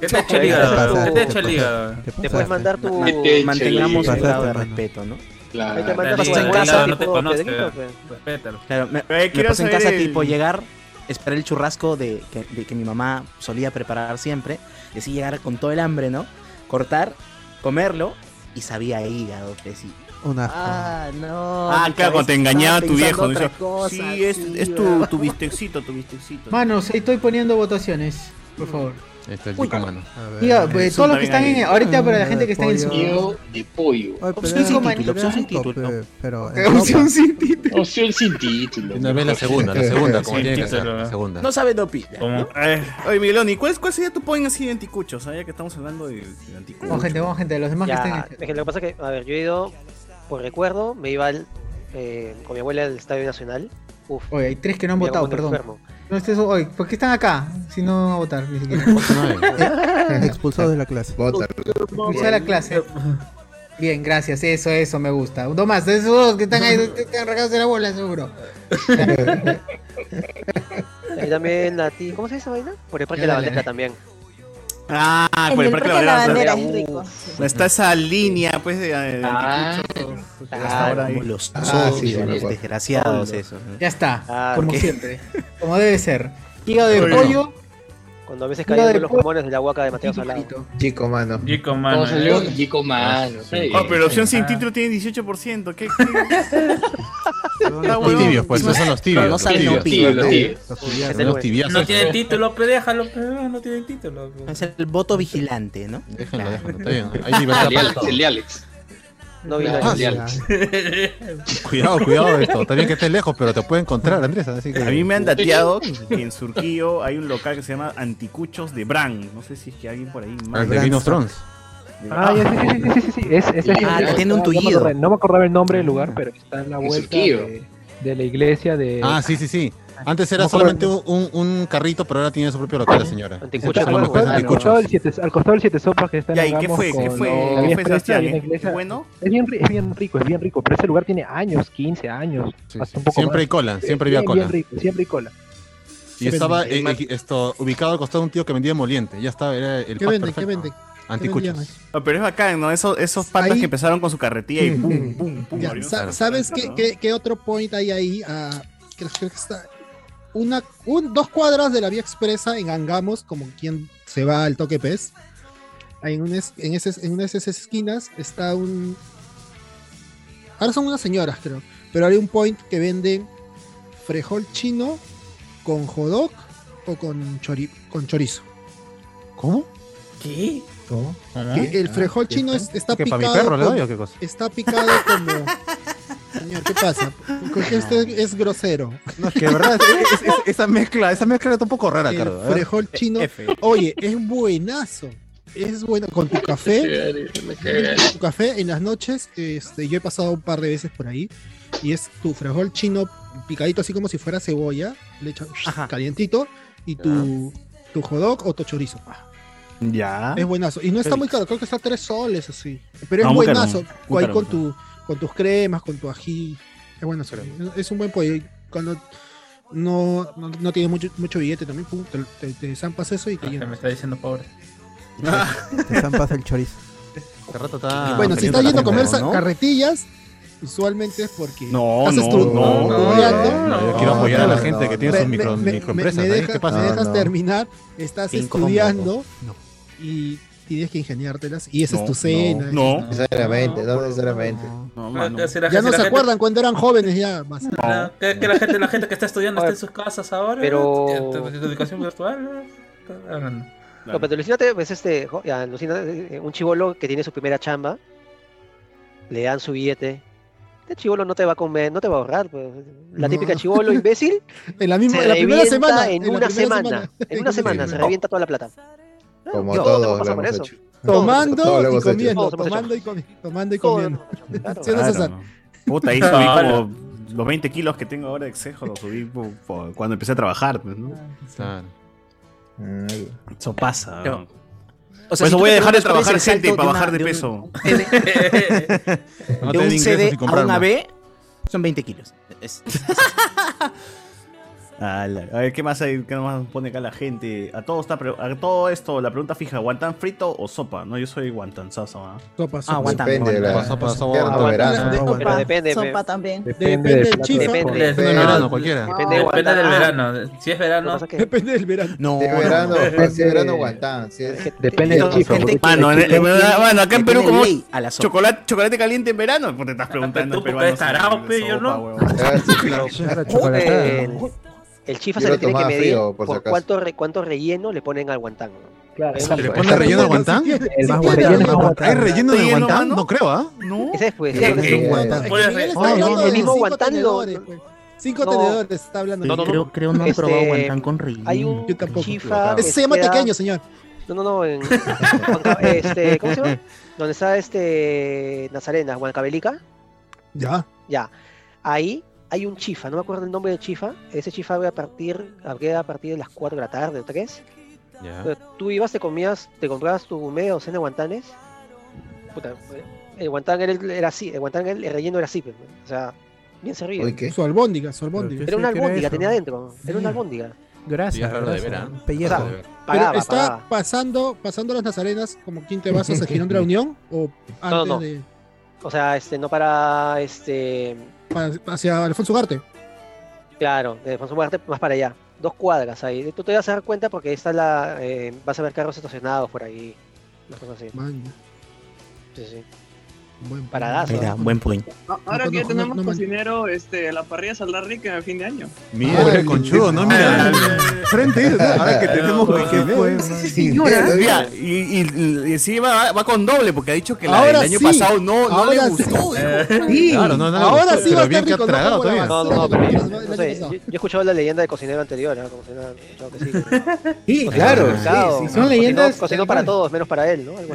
Speaker 20: ¿Qué te ha hecho el
Speaker 6: Te
Speaker 20: hígado?
Speaker 6: pasaste,
Speaker 20: ¿Qué te ha hecho el
Speaker 6: te
Speaker 20: hígado?
Speaker 6: pasaste, te
Speaker 7: Te puedes
Speaker 6: pasaste.
Speaker 7: mandar tu.
Speaker 13: Mete-
Speaker 19: Mantengamos
Speaker 13: Che,
Speaker 19: el grado de
Speaker 6: mano.
Speaker 19: respeto, ¿no?
Speaker 7: Ahí
Speaker 13: Claro.
Speaker 7: te mandas
Speaker 20: Nadie-
Speaker 7: tu
Speaker 20: el
Speaker 7: casa,
Speaker 20: hígado no te
Speaker 7: tipo,
Speaker 20: conoce,
Speaker 7: Pedrito, pues.
Speaker 20: Respétalo.
Speaker 19: Claro, me, me
Speaker 18: quiero
Speaker 19: pasa en
Speaker 18: saber
Speaker 19: casa
Speaker 18: el-
Speaker 19: tipo llegar, esperar el churrasco de que, de que mi mamá solía preparar siempre, y así llegar con todo el hambre, ¿no? Cortar, comerlo y sabía a hígado, que sí.
Speaker 6: Un asco.
Speaker 19: Ah, no.
Speaker 18: Ah,
Speaker 19: mi
Speaker 18: claro, cuando te
Speaker 19: cabeza
Speaker 18: engañaba
Speaker 19: estaba
Speaker 18: tu viejo,
Speaker 19: pensando
Speaker 18: ¿no?
Speaker 19: otra cosa,
Speaker 18: Sí, es- es tu-
Speaker 19: ¿verdad? tu bistecito, tu bistecito.
Speaker 1: Manos, ahí estoy poniendo votaciones.
Speaker 4: Mm.
Speaker 1: Por favor.
Speaker 3: Ahí está el chico
Speaker 4: [LAUGHS]
Speaker 3: mano.
Speaker 6: A ver.
Speaker 1: Diga, pues, todos los que están en. Ahorita para la gente que está en el
Speaker 13: Hígado de pollo.
Speaker 6: Ay, pero
Speaker 1: Opción sin
Speaker 6: era
Speaker 1: título,
Speaker 6: rico,
Speaker 19: opción sin título.
Speaker 6: pe- Pero en
Speaker 1: [LAUGHS]
Speaker 6: sopa.
Speaker 1: Opción sin título.
Speaker 13: Opción sin título.
Speaker 3: No ve la segunda,
Speaker 2: [LAUGHS]
Speaker 3: la segunda, como
Speaker 20: Sí,
Speaker 3: tiene que
Speaker 20: título,
Speaker 3: ser. La
Speaker 20: ¿eh?
Speaker 3: Ah. segunda.
Speaker 19: No sabe Dopi.
Speaker 20: Como-
Speaker 19: eh, Oye, Miguelón, ¿y cuál, cuál sería tu point así de anticucho? O sea, ya que estamos hablando de, de anticucho.
Speaker 1: Vamos, gente, vamos, gente. Los demás que
Speaker 7: Ya,
Speaker 1: estén
Speaker 7: es que lo que pasa es que, a ver, yo he ido, por recuerdo, me iba al, eh, con mi abuela al Estadio Nacional. Uf,
Speaker 1: Oye, hay tres que no han
Speaker 7: me
Speaker 1: votado,
Speaker 7: pongo
Speaker 1: perdón.
Speaker 7: enfermo.
Speaker 1: No estés hoy. ¿Por qué están acá? Si no van a votar, ni
Speaker 4: [LAUGHS]
Speaker 1: siquiera. [LAUGHS]
Speaker 6: Expulsado de la clase.
Speaker 1: Inicia la clase. Bien, gracias. Eso, eso me gusta. Dos más, esos
Speaker 4: [LAUGHS]
Speaker 1: dos que están ahí, te- te han regados de la bola, seguro.
Speaker 7: Eh, [LAUGHS] Y también la ti- ¿Cómo se dice esa vaina? Por el parque de la
Speaker 19: Dale.
Speaker 7: bandera también.
Speaker 19: Ah,
Speaker 7: En
Speaker 19: por el
Speaker 7: el
Speaker 19: parque
Speaker 7: Parque
Speaker 19: de
Speaker 7: de la
Speaker 19: la bandera.
Speaker 7: Bandera es rico,
Speaker 19: Uf, no está esa línea, pues, de. de
Speaker 1: Ah,
Speaker 19: Ayacucho, que
Speaker 1: claro.
Speaker 19: hasta ahora hay-
Speaker 4: [LAUGHS]
Speaker 19: los
Speaker 1: Ah,
Speaker 19: osos,
Speaker 1: sí,
Speaker 19: los
Speaker 1: sí.
Speaker 19: desgraciados,
Speaker 1: Solo.
Speaker 19: eso. ¿no?
Speaker 1: Ya está,
Speaker 7: Ah,
Speaker 1: como
Speaker 7: ok.
Speaker 1: siempre. Como debe ser. Hígado de
Speaker 7: Bueno.
Speaker 1: pollo.
Speaker 7: Cuando a veces
Speaker 1: Lo
Speaker 7: caían
Speaker 1: de
Speaker 7: los
Speaker 1: Puebla-
Speaker 7: comones de la huaca de Mateo Salado.
Speaker 5: Chico, mano.
Speaker 17: Chico,
Speaker 13: mano, salió? eh.
Speaker 5: Chico,
Speaker 13: mano, sí.
Speaker 20: Oh, pero la opción sin
Speaker 13: Ah.
Speaker 20: título tiene 18%. ¿Qué? qué- Está
Speaker 3: Los
Speaker 20: huevón.
Speaker 3: tibios, pues, esos son los tibios.
Speaker 20: No
Speaker 3: los
Speaker 20: saben
Speaker 3: tibios,
Speaker 20: opinar.
Speaker 3: los tibios,
Speaker 20: Los
Speaker 3: los tibios,
Speaker 20: tibios.
Speaker 3: los tibiazos.
Speaker 10: No tienen título, pe, déjalo, pe, no tienen título. pe.
Speaker 19: Es el voto vigilante, ¿no?
Speaker 3: Déjenlo, déjenlo, está bien.
Speaker 19: [LAUGHS] Hay libertad
Speaker 3: para
Speaker 19: Ah, Alex,
Speaker 3: todo.
Speaker 19: el de
Speaker 13: Alex.
Speaker 7: No vi
Speaker 3: Ah,
Speaker 7: la
Speaker 3: sí.
Speaker 7: [LAUGHS]
Speaker 3: Cuidado, cuidado de esto. Está bien que estés lejos, pero te puede encontrar, Andrés. Así que...
Speaker 4: A mí me han dateado que en Surquillo hay un local que se llama Anticuchos de Bran. No sé si es que alguien por ahí más.
Speaker 3: El de Game of Thrones.
Speaker 18: Ah, ya, sí, sí, sí, sí, sí, sí, Es, es, es-
Speaker 4: Ah,
Speaker 18: es-
Speaker 4: tiene un
Speaker 18: no me acordaba-
Speaker 4: tullido. Ah.
Speaker 18: No me acordaba el nombre del lugar, pero está en la vuelta
Speaker 3: Surquillo.
Speaker 18: de, de la iglesia de.
Speaker 3: Ah, sí, sí, sí. Antes era
Speaker 18: No,
Speaker 3: solamente un, un- un carrito, pero ahora tiene su propio local, la señora.
Speaker 18: Al costado, al costado del siete, al costado del Siete Sopas que está en
Speaker 4: Ya,
Speaker 18: la
Speaker 4: ¿y qué fue? ¿Qué fue? ¿Qué fue, Sebastián? ¿Qué- qué bueno?
Speaker 18: Es bien, ri- es bien rico, es bien rico, pero ese lugar tiene años, 15 años, hasta un poco
Speaker 3: Siempre
Speaker 18: más.
Speaker 3: hay cola, siempre había
Speaker 18: Bien, bien
Speaker 3: cola.
Speaker 18: rico, siempre hay cola.
Speaker 3: Y estaba eh, eh, esto, ubicado al costado de un tío que vendía moliente. Ya estaba, era el
Speaker 2: ¿Qué
Speaker 3: pack
Speaker 2: venden? ¿Qué
Speaker 3: perfecto.
Speaker 2: venden?
Speaker 3: Anticuchos.
Speaker 19: No, pero es bacán, ¿no? Esos, esos patas
Speaker 2: Ahí-
Speaker 19: que empezaron con su carretilla y pum, pum, pum.
Speaker 2: Ya,
Speaker 19: abrieron
Speaker 2: sa-
Speaker 19: su-
Speaker 2: ¿Sabes qué, qué- qué otro point hay ahí? Ah, creo, creo que está una, un, dos cuadras de la vía expresa en Angamos, como quien se va al toque pez. Ahí En, un es- en, esas- en una de esas esquinas está un... Ahora son unas señoras, creo. Pero hay un point que vende frejol chino con jodoc o con, chori- con chorizo.
Speaker 3: ¿Cómo?
Speaker 2: ¿Qué?
Speaker 3: ¿Cómo?
Speaker 2: Que
Speaker 23: Ah,
Speaker 2: el frejol chino es- está
Speaker 3: ¿Que
Speaker 2: picado.
Speaker 3: para mi perro le
Speaker 2: con-
Speaker 3: doy o qué cosa?
Speaker 2: Está picado como. Señor, ¿qué pasa? Porque usted es grosero.
Speaker 3: No, que de verdad, es- es- es- esa mezcla, esa mezcla era un poco rara, ¿eh?
Speaker 2: El
Speaker 3: Carlos.
Speaker 2: frejol chino. Oye, es buenazo. Es bueno con tu café. Con tu café en las noches. Este, yo he pasado un par de veces por ahí. Y es tu frejol chino picadito así como si fuera cebolla. Le echan calientito. Y tu, tu jodoc o tu chorizo. Ah,
Speaker 3: ¿Ah?
Speaker 4: Ya.
Speaker 2: Es buenazo. Y no está muy caro, creo que está a tres soles así. Pero es
Speaker 4: No, muy caro,
Speaker 2: buenazo.
Speaker 4: muy
Speaker 2: Ahí
Speaker 4: caro,
Speaker 2: con,
Speaker 4: muy
Speaker 2: tu, con tus cremas, con tu ají. Es buenazo. Es un buen pollo. Y Cuando no, no, no tienes mucho, mucho billete también, pum, te, te, te zampas eso y
Speaker 10: Se
Speaker 2: te
Speaker 10: me
Speaker 2: llenas.
Speaker 10: está diciendo pobre.
Speaker 6: Te zampas el chorizo.
Speaker 2: Y bueno, si estás yendo a comer sa- carretillas, usualmente es porque
Speaker 4: No,
Speaker 2: estás
Speaker 4: no,
Speaker 2: estu-
Speaker 4: no,
Speaker 2: estudiando.
Speaker 4: no, no,
Speaker 3: yo quiero apoyar a la gente que tiene
Speaker 2: Me-
Speaker 3: sus
Speaker 2: me-
Speaker 3: micro-
Speaker 2: me-
Speaker 3: microempresas,
Speaker 2: Me,
Speaker 3: ¿eh?
Speaker 2: me deja-
Speaker 3: ¿Qué pasa?
Speaker 2: me
Speaker 3: No,
Speaker 2: dejas
Speaker 3: no.
Speaker 2: terminar, estás
Speaker 3: Incómodo.
Speaker 2: estudiando y tienes que ingeniártelas y esa es tu cena. esa es-
Speaker 5: Sinceramente, no necesariamente.
Speaker 10: Si la-
Speaker 2: ya
Speaker 10: si
Speaker 2: no
Speaker 10: la
Speaker 2: se
Speaker 10: gente-
Speaker 2: acuerdan cuando eran jóvenes ya más.
Speaker 10: la- que, que la gente, la gente que está estudiando está en sus casas ahora.
Speaker 7: pero-
Speaker 10: ¿no? Tu- tu Educación virtual. ¿no? Está hablando.
Speaker 7: No, pero alucínate, ves este, jo- ya, alucínate, eh, un chivolo que tiene su primera chamba, le dan su billete. Este chivolo no te va a comer, no te va a ahorrar. pues. La
Speaker 2: No.
Speaker 7: típica chivolo imbécil.
Speaker 2: En la misma,
Speaker 7: se
Speaker 2: en la primera
Speaker 7: revienta
Speaker 2: semana.
Speaker 7: En,
Speaker 2: la
Speaker 7: una
Speaker 2: primera
Speaker 7: semana, En una semana se revienta toda la plata.
Speaker 5: Como
Speaker 7: Yo-
Speaker 5: todos
Speaker 7: yo
Speaker 5: lo
Speaker 7: paso por
Speaker 5: hemos
Speaker 7: eso.
Speaker 5: hecho. Todos lo
Speaker 2: Tomando y
Speaker 5: hemos hecho.
Speaker 2: comiendo,
Speaker 7: Todos hemos hecho.
Speaker 2: tomando y comi- tomando y
Speaker 7: Todos
Speaker 2: comiendo. [LAUGHS] ¿Sí o no,
Speaker 4: Claro.
Speaker 2: César?
Speaker 19: [LAUGHS]
Speaker 4: Puta, ahí subí
Speaker 19: Ah,
Speaker 2: Claro.
Speaker 4: como los 20 kilos que tengo ahora de excejo, los subí po- po- cuando empecé a trabajar, pues, ¿no?
Speaker 19: Ah,
Speaker 4: Eso pasa.
Speaker 19: Pero-
Speaker 4: ¿no?
Speaker 19: O sea,
Speaker 4: Por
Speaker 19: si
Speaker 4: eso
Speaker 19: tú
Speaker 4: voy a
Speaker 19: te
Speaker 4: dejar de
Speaker 19: preguntas cuál es
Speaker 4: trabajar,
Speaker 19: el salto
Speaker 4: gente, para
Speaker 19: de
Speaker 4: bajar
Speaker 19: una-
Speaker 4: de
Speaker 19: de un- [LAUGHS]
Speaker 4: peso. [LAUGHS]
Speaker 19: De
Speaker 4: No te den
Speaker 19: un
Speaker 4: ingresos
Speaker 19: CD
Speaker 4: y
Speaker 19: a
Speaker 4: comprar
Speaker 19: un
Speaker 4: más.
Speaker 19: AB son 20 kilos. Es-
Speaker 4: Ala, A ver, ¿qué más hay? ¿Qué más pone acá la gente? A todo, está pre- a todo esto, la pregunta fija, ¿guantán frito o sopa? No, yo soy guantán salsa, ¿ah.
Speaker 2: Sopa,
Speaker 19: sopa. aguanta.
Speaker 5: Depende de la-
Speaker 4: Sopa, sopa,
Speaker 5: invierno,
Speaker 4: aguanta.
Speaker 5: verano.
Speaker 4: Sopa,
Speaker 9: Sopa,
Speaker 7: depende,
Speaker 9: sopa
Speaker 7: pe.
Speaker 9: también.
Speaker 2: Depende del plato de
Speaker 7: Depende.
Speaker 2: sopa. Depende
Speaker 7: del
Speaker 2: del
Speaker 7: verano,
Speaker 3: cualquiera.
Speaker 7: Depende de
Speaker 10: Depende del
Speaker 7: Guantánamo.
Speaker 10: verano. Si es verano.
Speaker 2: Depende del verano.
Speaker 19: No,
Speaker 5: Si es
Speaker 19: no,
Speaker 5: verano, pues,
Speaker 19: no.
Speaker 5: si es verano,
Speaker 4: [LAUGHS]
Speaker 5: guantán. Si es-
Speaker 19: Depende del
Speaker 5: Gente
Speaker 19: chifa, porque-
Speaker 5: que-
Speaker 4: Mano, en- en- mano, acá en Perú
Speaker 19: tiene
Speaker 4: como
Speaker 19: ley a la sopa.
Speaker 4: chocolate, chocolate caliente en verano, pues te estás preguntando
Speaker 10: Ah, Tú
Speaker 4: peruano.
Speaker 10: puedes tarao, pe, pues, yo no.
Speaker 7: Ah,
Speaker 4: [LAUGHS]
Speaker 7: El, el chifa
Speaker 5: Yo
Speaker 7: se
Speaker 5: lo
Speaker 7: le tiene que
Speaker 5: tomaba
Speaker 7: medir
Speaker 5: frío,
Speaker 7: por,
Speaker 5: por si acaso.
Speaker 7: cuánto, re- cuánto relleno le ponen al guantán. ¿no? Eso
Speaker 3: ¿Le
Speaker 7: es-
Speaker 3: pone relleno de guantán?
Speaker 7: El más
Speaker 3: ¿Hay
Speaker 7: guantán.
Speaker 3: relleno de
Speaker 7: Relleno,
Speaker 3: guantán?
Speaker 7: mano.
Speaker 3: No creo, ¿ah?
Speaker 4: No.
Speaker 7: Ese es pues.
Speaker 3: Eh,
Speaker 7: claro que
Speaker 3: eh,
Speaker 7: sí.
Speaker 3: un guantán.
Speaker 7: Aquí
Speaker 3: Puede
Speaker 7: Miguel
Speaker 3: ser.
Speaker 7: está
Speaker 3: Oh,
Speaker 7: hablando
Speaker 3: no,
Speaker 7: del
Speaker 3: no,
Speaker 7: mismo
Speaker 2: cinco
Speaker 7: guantán lo-
Speaker 2: tenedores, pues. Cinco
Speaker 7: No.
Speaker 2: tenedores está hablando.
Speaker 7: No, no, no. Creo- creo no he probado Este, guantán con
Speaker 2: relleno.
Speaker 7: hay un
Speaker 2: Yo tampoco.
Speaker 7: chifa que
Speaker 2: Ese se llama
Speaker 7: queda-
Speaker 2: tequeño, señor.
Speaker 7: No, no, no. en- Huanca- este, ¿Cómo se llama? Donde está este Nazarena, Huancabelica.
Speaker 2: Ya.
Speaker 7: Ya. Ahí hay un chifa, no me acuerdo el nombre del chifa. Ese chifa abre a partir, abre a partir de las 4 de la tarde o 3. Tú ibas, te comías, te comprabas tu gourmet o cena de guantanes. Puta, el guantán era, era así, el guantán el relleno era así, pues, o sea, bien servido.
Speaker 2: Su albóndiga, su albóndiga.
Speaker 7: Era una albóndiga, tenía adentro. Era una albóndiga.
Speaker 6: Grasa,
Speaker 3: Tenías verlo de
Speaker 6: grasa,
Speaker 3: vera, ¿eh?
Speaker 6: pellejo.
Speaker 3: Verlo de vera.
Speaker 2: Pero
Speaker 7: Pagaba,
Speaker 2: está
Speaker 7: pagaba.
Speaker 2: pasando pasando las Nazarenas como Quinte
Speaker 7: [LAUGHS]
Speaker 2: Vasos a Girón de la Unión o
Speaker 7: No,
Speaker 2: antes
Speaker 7: no, no.
Speaker 2: de
Speaker 7: O sea, este, no para este.
Speaker 2: pa- hacia Alfonso Ugarte.
Speaker 7: Claro, de Alfonso Ugarte más para allá. Dos cuadras ahí. Tú te vas a dar cuenta porque ahí está la. eh, vas a ver carros estacionados por ahí. Unas cosas así. Sí, sí. Paradazo.
Speaker 19: Mira, buen point.
Speaker 20: No, ahora
Speaker 7: No,
Speaker 20: que
Speaker 7: no,
Speaker 20: tenemos
Speaker 7: no, no,
Speaker 20: cocinero, este, la parrilla saldrá rica a fin de año.
Speaker 3: Mira, qué conchudo, ¿no? Mira, frente, Ah, ¿no? ahora que tenemos
Speaker 4: Uy, qué
Speaker 3: ver.
Speaker 4: Mira, mira, y, y, y sí va, va con doble porque ha dicho que la
Speaker 2: Ahora
Speaker 4: del año
Speaker 2: sí.
Speaker 4: pasado
Speaker 2: [LAUGHS]
Speaker 4: no, Eh, no le
Speaker 2: Ahora
Speaker 4: gustó.
Speaker 2: sí.
Speaker 4: hijo.
Speaker 2: Sí.
Speaker 4: Claro, no, no le
Speaker 2: Ahora
Speaker 4: gustó,
Speaker 2: sí va
Speaker 4: pero
Speaker 2: a
Speaker 4: bien
Speaker 2: estar
Speaker 4: que ha
Speaker 2: rico,
Speaker 4: tragado
Speaker 2: como la
Speaker 4: todavía.
Speaker 7: No, no, no, pero
Speaker 2: basura que
Speaker 7: yo,
Speaker 2: comimos
Speaker 7: no
Speaker 2: el año
Speaker 7: sé, yo,
Speaker 2: pasado.
Speaker 7: yo he escuchado la leyenda del cocinero anterior, ¿ah? como si nada, claro que sí.
Speaker 8: Sí,
Speaker 7: Cocinero
Speaker 8: claro,
Speaker 7: del mercado.
Speaker 8: sí, sí, son
Speaker 7: Cocinó-
Speaker 8: leyendas
Speaker 7: Cocinó para todos, menos para él, ¿no? Algo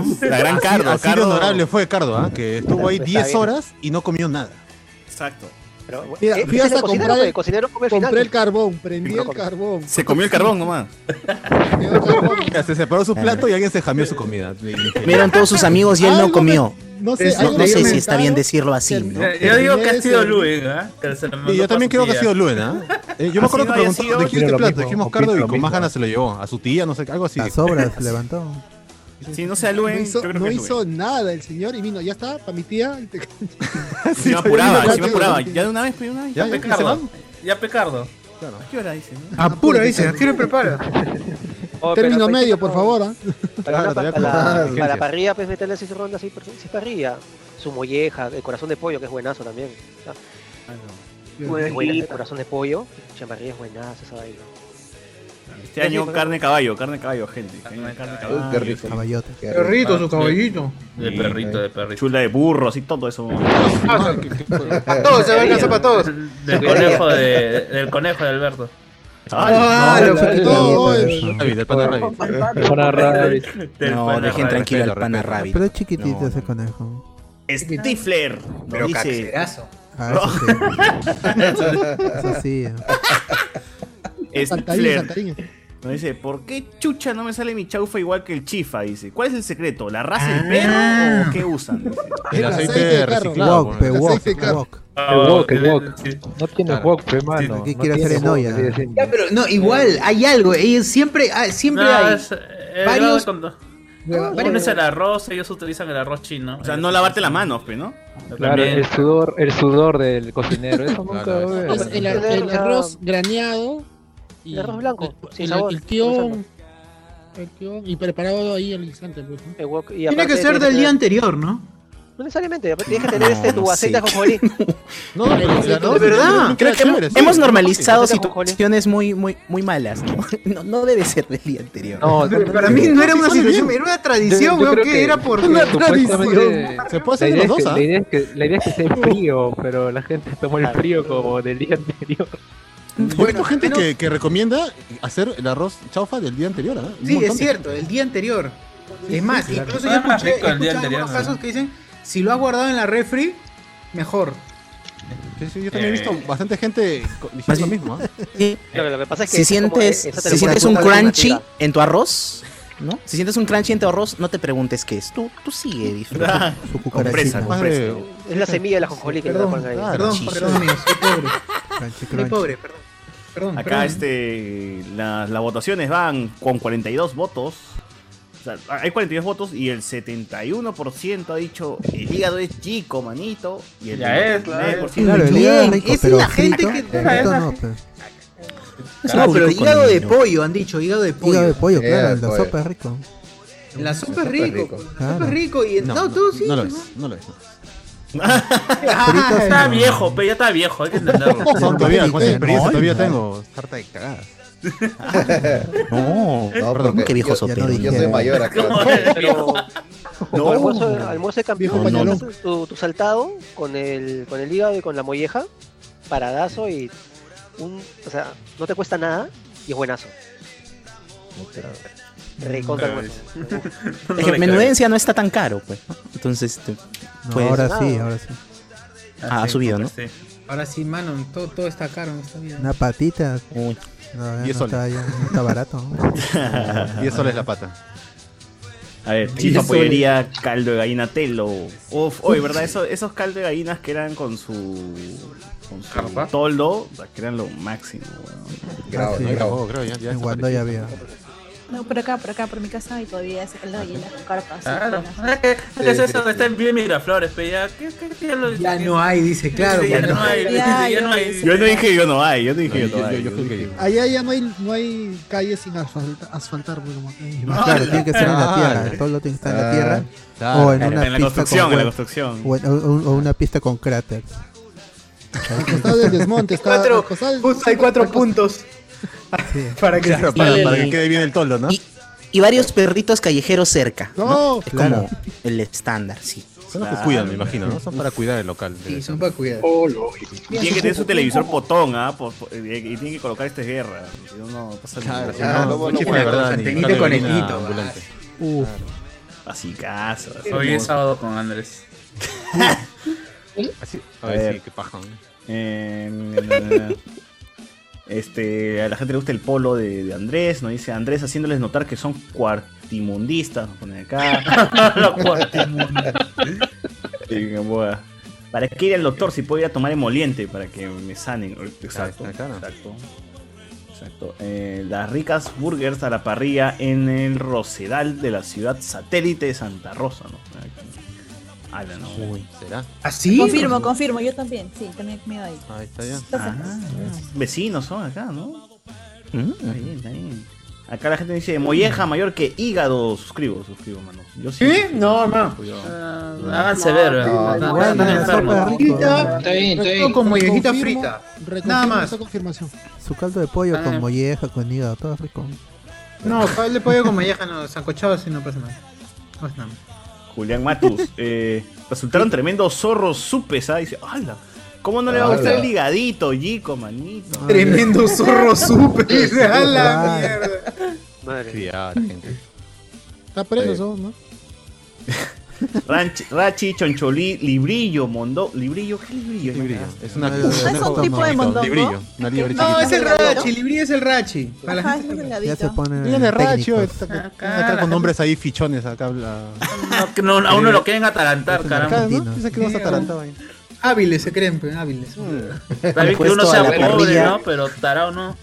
Speaker 7: así.
Speaker 3: La gran
Speaker 4: Así-
Speaker 3: Cardo,
Speaker 4: así de
Speaker 3: Cardo
Speaker 4: honorable
Speaker 3: honorable fue Cardo, ¿ah? que estuvo ahí
Speaker 7: Está
Speaker 3: 10
Speaker 7: bien.
Speaker 3: horas y no comió nada.
Speaker 4: Exacto.
Speaker 7: Pero, bueno,
Speaker 2: Fui a-
Speaker 7: eh,
Speaker 2: fui
Speaker 7: ese
Speaker 2: hasta
Speaker 7: es el cocinero,
Speaker 2: comprar
Speaker 7: pues,
Speaker 2: el-
Speaker 7: el cocinero come al final.
Speaker 2: Compré el carbón, prendí
Speaker 7: No
Speaker 2: el
Speaker 7: come.
Speaker 2: carbón.
Speaker 4: Se comió el carbón nomás.
Speaker 3: [LAUGHS] Se separó su plato y alguien se jamió su comida.
Speaker 19: Vieron todos sus amigos y él
Speaker 3: Ah,
Speaker 19: no
Speaker 2: Algo
Speaker 19: comió.
Speaker 2: me- no sé,
Speaker 19: No-
Speaker 2: algo
Speaker 19: no
Speaker 2: me
Speaker 19: sé si
Speaker 2: comentaron
Speaker 19: está bien decirlo así, ¿no?
Speaker 10: Eh, Yo digo que ha sido Luen, ¿ah? Que se lo mandó
Speaker 3: Y yo también
Speaker 10: para
Speaker 3: creo
Speaker 10: su
Speaker 3: que ha
Speaker 10: tía.
Speaker 3: sido Luen, ¿ah? Eh, Yo me acuerdo que
Speaker 4: Así no haya
Speaker 3: preguntó,
Speaker 4: sido,
Speaker 3: ¿de quién es
Speaker 4: opino
Speaker 3: este
Speaker 4: lo
Speaker 3: plato?
Speaker 4: mismo,
Speaker 3: Dijimos
Speaker 4: opino
Speaker 3: Cardo y
Speaker 4: lo
Speaker 3: con más
Speaker 4: mismo.
Speaker 3: ganas se lo llevó. A su tía, no sé, algo así.
Speaker 6: Las obras levantó.
Speaker 4: Si no se
Speaker 2: No
Speaker 4: alúen,
Speaker 2: hizo,
Speaker 4: yo creo
Speaker 2: no
Speaker 4: que es
Speaker 2: hizo nada el señor y vino, ya está, para mi
Speaker 4: [LAUGHS]
Speaker 2: tía. y te-
Speaker 4: Luen. Si me apuraba, si me apuraba. Ya de una vez, pues, de una vez.
Speaker 10: Ya
Speaker 4: ¿A
Speaker 10: Pecardo. Ya Pecardo.
Speaker 4: qué hora dice?
Speaker 1: Ah,
Speaker 4: no?
Speaker 8: Apura, dice, ¿a qué hora
Speaker 2: [LAUGHS]
Speaker 8: prepara?
Speaker 7: Oh, pero
Speaker 2: Término
Speaker 7: pues,
Speaker 2: medio, por favor. ¿ah?
Speaker 7: Para, una
Speaker 3: Claro,
Speaker 7: pa-
Speaker 3: todavía
Speaker 7: para la-
Speaker 3: con-
Speaker 7: para
Speaker 3: urgencias.
Speaker 7: la parrilla, pues meterle así su ronda, así, por- si es parrilla. Su molleja, el corazón de pollo, que es buenazo también. ¿ah? Es buena- el corazón de pollo, champarrilla es buenazo esa vaina.
Speaker 4: Este año carne de caballo, carne de caballo, gente. eh, Carne de
Speaker 5: Uy, qué rico.
Speaker 6: Caballote.
Speaker 5: Qué
Speaker 8: Perrito, su caballito.
Speaker 10: De perrito, de perrito.
Speaker 4: Chula Ah, de burro, así todo eso.
Speaker 8: Ah, Para todos, se va pues, a alcanzar para todos.
Speaker 10: Del conejo de, del conejo de Alberto.
Speaker 8: Ah, lo fue todo.
Speaker 3: Rabbit, el pana Rabbit.
Speaker 10: Del
Speaker 19: No,
Speaker 10: pana Rabbit.
Speaker 19: dejen tranquilo al
Speaker 3: Respeto,
Speaker 19: pana
Speaker 3: respeto.
Speaker 19: Rabbit.
Speaker 6: Pero es chiquitito ese conejo.
Speaker 4: Stifler.
Speaker 8: Pero
Speaker 4: Nos dice.
Speaker 8: cacerazo.
Speaker 6: Ah, eso sí. [LAUGHS] Eso sí.
Speaker 2: Saltarín,
Speaker 4: Stifler.
Speaker 2: saltarín.
Speaker 4: Nos dice, ¿por qué chucha no me sale mi chaufa igual que el chifa? Dice, ¿cuál es el secreto? ¿La raza
Speaker 6: Ah.
Speaker 4: del perro o qué usan? Dice.
Speaker 3: El
Speaker 2: aceite de
Speaker 3: aceite
Speaker 2: carro.
Speaker 3: reciclado.
Speaker 6: Wok,
Speaker 3: bueno.
Speaker 6: pe,
Speaker 2: Aceite
Speaker 6: wok,
Speaker 2: de carro.
Speaker 6: wok.
Speaker 10: Ah,
Speaker 18: El wok, el
Speaker 10: de-
Speaker 18: wok.
Speaker 10: sí.
Speaker 18: No tiene
Speaker 3: Claro.
Speaker 18: wok, pe, mano.
Speaker 6: ¿Qué
Speaker 18: No
Speaker 6: quiere
Speaker 18: tiene
Speaker 6: hacer
Speaker 18: wok,
Speaker 6: Enoya?
Speaker 18: así de simple.
Speaker 1: Ya, Ah, pero no, igual, hay algo. ellos siempre, ah, siempre
Speaker 10: No,
Speaker 1: hay.
Speaker 10: es- eh,
Speaker 1: varios-
Speaker 10: cuando- Uno es el arroz, ellos utilizan el arroz chino.
Speaker 4: O sea, no lavarte las manos, pe, ¿no?
Speaker 18: Claro, el sudor, el sudor del cocinero. Eso nunca
Speaker 3: Claro,
Speaker 18: lo
Speaker 2: Es
Speaker 18: ves.
Speaker 2: el, ar- el arroz graneado. Y
Speaker 7: El arroz blanco,
Speaker 2: El,
Speaker 7: sin
Speaker 2: el,
Speaker 7: sabor,
Speaker 2: el
Speaker 7: sin
Speaker 2: guión. El guión, Y preparado ahí el instante. Pues, ¿no?
Speaker 7: El wok, y
Speaker 1: Tiene
Speaker 7: aparte
Speaker 1: que ser
Speaker 7: tienes
Speaker 1: del día
Speaker 7: tener-
Speaker 1: anterior, ¿no?
Speaker 7: No necesariamente, aparte tienes que tener este
Speaker 19: No,
Speaker 7: tu
Speaker 19: sí.
Speaker 7: aceite de ajonjolí.
Speaker 3: No, pero el arroz-
Speaker 1: De verdad.
Speaker 3: el-
Speaker 19: Creo que
Speaker 3: chévere,
Speaker 19: hemos,
Speaker 3: sí.
Speaker 19: hemos normalizado
Speaker 7: Aceite con
Speaker 19: situaciones muy, muy, muy malas. ¿no? [LAUGHS] No, no debe ser del día anterior.
Speaker 18: No, no,
Speaker 1: Para
Speaker 18: no,
Speaker 1: mí
Speaker 18: no.
Speaker 1: no era una situación, era una tradición,
Speaker 18: Yo- yo
Speaker 1: weón,
Speaker 18: creo
Speaker 1: que
Speaker 18: que-
Speaker 1: era por
Speaker 18: Supuestamente,
Speaker 3: Se puede
Speaker 18: La
Speaker 3: hacer
Speaker 18: idea,
Speaker 3: de los
Speaker 18: es que,
Speaker 3: dos, ¿ah? Uh.
Speaker 18: la, idea es que, la idea es que sea frío, pero la gente [LAUGHS] tomó el frío como del día anterior.
Speaker 3: Yo he visto gente que, que recomienda hacer el arroz chaufa del día anterior, ¿ah? Un
Speaker 1: Sí,
Speaker 3: montón
Speaker 1: es
Speaker 3: de-
Speaker 1: cierto, el día anterior. Es más, incluso yo
Speaker 10: Ah, más
Speaker 1: escuché,
Speaker 10: rico el día
Speaker 1: escuchaba
Speaker 10: anterior,
Speaker 1: algunos
Speaker 10: ¿no?
Speaker 1: casos que dicen, si lo has guardado en la refri, mejor.
Speaker 3: Sí, sí, yo también he visto bastante gente co- diciendo
Speaker 19: Más
Speaker 3: lo
Speaker 19: bien-
Speaker 3: mismo, ¿ah?
Speaker 19: Sí.
Speaker 7: Lo que, lo que pasa es que
Speaker 19: si
Speaker 7: es como,
Speaker 19: sientes,
Speaker 7: eh, esa
Speaker 19: si
Speaker 7: temporada
Speaker 19: sientes un
Speaker 7: puta bien
Speaker 19: crunchy
Speaker 7: nativa.
Speaker 19: en tu arroz, ¿no? Si sientes un crunchy en tu arroz, no te preguntes qué es. Tú, tú sigue
Speaker 1: Ah,
Speaker 19: disfruta.
Speaker 6: Su
Speaker 19: presa,
Speaker 6: cucarachita.
Speaker 19: con
Speaker 3: Más
Speaker 19: presa.
Speaker 3: de-
Speaker 7: Es la semilla de la jonjolí que te la
Speaker 8: Perdón,
Speaker 7: ponen ahí.
Speaker 3: claro.
Speaker 8: perdón,
Speaker 19: Chis.
Speaker 8: perdón, amigo, soy pobre.
Speaker 6: Crunchy,
Speaker 1: Soy
Speaker 6: crunchy.
Speaker 1: pobre, perdón. Perdón,
Speaker 4: Acá
Speaker 1: perdón.
Speaker 4: este, las, las votaciones van con 42 votos. O sea, hay 42 votos y el 71% ha dicho el hígado es chico, manito. Y el
Speaker 10: Ya es, la
Speaker 4: 99%
Speaker 6: Claro, el
Speaker 1: Bien,
Speaker 6: hígado es rico,
Speaker 1: esa
Speaker 6: pero
Speaker 1: es la gente
Speaker 6: frito,
Speaker 1: que-
Speaker 6: frito no, pe. Ah,
Speaker 1: No, pero
Speaker 19: Público
Speaker 1: hígado de
Speaker 19: colombiano.
Speaker 1: pollo, han dicho, hígado de pollo.
Speaker 6: Hígado de pollo, claro,
Speaker 5: Eh,
Speaker 6: la
Speaker 5: pollo.
Speaker 6: sopa es rico.
Speaker 1: La sopa
Speaker 5: La
Speaker 1: es
Speaker 5: sopa es
Speaker 1: rico,
Speaker 5: rico.
Speaker 1: la sopa
Speaker 6: Claro.
Speaker 1: es rico y no, Ah, todo sí.
Speaker 3: No lo
Speaker 1: sí,
Speaker 3: es, no lo es.
Speaker 6: Fritas
Speaker 10: Está
Speaker 6: no.
Speaker 10: viejo, pero ya está viejo, hay que entenderlo.
Speaker 3: Son todavía, ¿cuánta
Speaker 6: Sí,
Speaker 3: experiencia
Speaker 6: no,
Speaker 3: todavía
Speaker 6: no.
Speaker 3: tengo? Harta de cagadas. [LAUGHS]
Speaker 19: No,
Speaker 5: No,
Speaker 3: Perdón,
Speaker 5: porque
Speaker 19: qué viejo
Speaker 5: yo- yo-
Speaker 19: sopero.
Speaker 3: [LAUGHS]
Speaker 5: Yo soy
Speaker 6: Dijera.
Speaker 5: mayor acá.
Speaker 7: [LAUGHS] Pero, tu almuerzo, almuerzo de campeón,
Speaker 5: Viejo
Speaker 7: mañana
Speaker 5: pañalón.
Speaker 7: tu, tu- tu saltado con el, con el hígado y con la molleja, paradazo y un, o sea, no te cuesta nada y es buenazo. Recontra
Speaker 10: Claro,
Speaker 7: almuerzo.
Speaker 23: [LAUGHS]
Speaker 19: Es que menudencia no está tan caro, pues. ¿no? Entonces, te-
Speaker 6: No,
Speaker 19: Pues-
Speaker 6: ahora sí, ahora sí.
Speaker 19: Ah, ha subido, ¿no?
Speaker 10: Sí.
Speaker 1: Ahora sí, mano, todo, todo está caro en esta vida.
Speaker 6: Una patita.
Speaker 19: uy,
Speaker 6: No, ya
Speaker 3: Diez
Speaker 6: [LAUGHS]
Speaker 2: [LAUGHS]
Speaker 6: no está, ya no está barato. ¿no?
Speaker 3: Y eso es la pata.
Speaker 4: A ver, chifa, pollería, caldo de gallina, telo. Uf, oye, ¿verdad? Eso- esos caldos de gallinas que eran con su. con su toldo, o sea, que eran lo máximo, weón.
Speaker 5: Grabo,
Speaker 4: Sí.
Speaker 5: ¿no?
Speaker 2: Oh,
Speaker 5: Grabo, creo,
Speaker 6: Oh, ya- ya Ah, En Wanda ya había.
Speaker 24: No, por acá, por acá, por mi casa y todavía se caldo de gallina con carpas.
Speaker 10: Claro.
Speaker 24: sí,
Speaker 10: ¿Qué
Speaker 24: Sí,
Speaker 10: qué es
Speaker 24: sí,
Speaker 10: eso? Está en Vive Miraflores, pero ya. ¿Qué, qué, qué lo-
Speaker 1: Ya no hay, dice, claro.
Speaker 10: Ya no hay, ya no hay.
Speaker 4: Yo no dije yo no hay, yo no dije yo, no hay. yo dije-
Speaker 2: Allá ya no hay, no hay calles sin asfalta- asfaltar, pues, como acá.
Speaker 6: No, claro, tiene que ser en la tierra.
Speaker 2: Ah,
Speaker 6: Todo lo tiene que estar en
Speaker 2: ah,
Speaker 6: la tierra.
Speaker 2: claro.
Speaker 6: o en,
Speaker 2: En
Speaker 6: una
Speaker 2: la
Speaker 6: pista
Speaker 2: construcción,
Speaker 6: con
Speaker 2: en la
Speaker 6: hue-
Speaker 2: construcción.
Speaker 6: O, en- o- o una pista con cráter.
Speaker 2: Al costado del desmonte está.
Speaker 1: Cuatro,
Speaker 2: al costado del-
Speaker 1: justo hay cuatro puntos. Para que
Speaker 4: Claro, para- para que quede bien el toldo, ¿no?
Speaker 19: Y, y varios perritos callejeros cerca.
Speaker 2: No,
Speaker 19: Es
Speaker 4: Claro.
Speaker 19: como el estándar, sí.
Speaker 3: Son los que cuidan, me imagino, ¿no? Son para cuidar el local.
Speaker 1: Sí, son para cuidar.
Speaker 4: Y tiene que tener su televisor potón, ¿ah? Por- por- y y tiene que colocar este guerra. Si no, no pasa
Speaker 3: Claro,
Speaker 4: nada.
Speaker 3: si no, no chifa de Ah, verdad. ni
Speaker 1: antenita
Speaker 3: local de
Speaker 1: con
Speaker 3: gallina
Speaker 1: el hito,
Speaker 3: ambulante.
Speaker 6: Uf.
Speaker 4: Así caso. así
Speaker 17: Hoy es
Speaker 4: hermoso.
Speaker 17: sábado con Andrés.
Speaker 4: A
Speaker 3: A
Speaker 4: ver,
Speaker 3: ver,
Speaker 4: ver.
Speaker 3: sí, qué paja. ¿no?
Speaker 4: Eh, este, a la gente le gusta el polo de, de Andrés, nos dice Andrés haciéndoles notar que son cuartimundistas, nos ponen
Speaker 3: [LAUGHS]
Speaker 4: acá. Los cuartimundistas. Sí, qué boda. ¿Para qué ir al doctor si puedo ir a tomar emoliente para que me sanen? Exacto. Exacto. Exacto. Eh, las ricas burgers a la parrilla en el Rosedal de la ciudad satélite de Santa Rosa, ¿no? Ah, no.
Speaker 3: ¿será?
Speaker 1: ¿Así?
Speaker 24: Confirmo, confirmo, yo también. Sí, también he comido ahí.
Speaker 3: Ahí está ya.
Speaker 4: Ah,
Speaker 1: Ah,
Speaker 4: Vecinos son acá, ¿no? Está bien, está bien. Acá la gente dice, molleja mayor que hígado. Suscribo, suscribo, mano. Yo sí.
Speaker 1: ¿Sí? No, hermano. Ah,
Speaker 10: Háganse ver,
Speaker 6: Ah,
Speaker 10: ¿verdad?
Speaker 4: no,
Speaker 10: Están
Speaker 4: no, no,
Speaker 10: enfermos.
Speaker 4: no, no, no,
Speaker 1: Está bien, está bien. Con mollejita
Speaker 2: Confirmo,
Speaker 1: frita.
Speaker 2: reconfirmo
Speaker 1: Nada más.
Speaker 2: esa confirmación.
Speaker 6: Su caldo de pollo
Speaker 1: Ah.
Speaker 6: con molleja, con hígado, todo rico.
Speaker 1: No, le pollo con molleja, no, sancochado así no pasa nada. No pasa nada.
Speaker 4: Julián
Speaker 1: [LAUGHS]
Speaker 4: Matus. eh, resultaron tremendos zorros supes, ¿ah? Dice, ¡hala! ¿Cómo no le va a gustar
Speaker 1: ¡Hala!
Speaker 4: el ligadito, Gico, manito?
Speaker 1: Tremendo zorro
Speaker 4: [LAUGHS]
Speaker 1: súper. A la
Speaker 4: Claro.
Speaker 1: mierda.
Speaker 2: ah,
Speaker 3: Criar, gente.
Speaker 2: Está preso, son, ¿no?
Speaker 4: Ranch- Rachi, Choncholí, Librillo, Mondo. ¿Librillo? ¿Qué librillo? Librillo.
Speaker 3: Es
Speaker 4: una Librillo. Una liebre
Speaker 1: No, es el
Speaker 4: chiquita.
Speaker 1: Rachi, librillo es el Rachi. Para la
Speaker 24: Ajá,
Speaker 1: gente
Speaker 24: es un
Speaker 1: que-
Speaker 24: heladito.
Speaker 3: Díganle Racho.
Speaker 1: la
Speaker 3: Acá con
Speaker 1: gente-
Speaker 3: nombres ahí fichones. Acá habla.
Speaker 10: No, no, a uno lo [LAUGHS] quieren [LAUGHS] atalantar, caramba.
Speaker 3: Dice que no se atarantaba ahí. Mm.
Speaker 1: Hábiles se creen, pues, hábiles.
Speaker 10: Está bien que uno sea pobre, ¿no? Pero tarao no.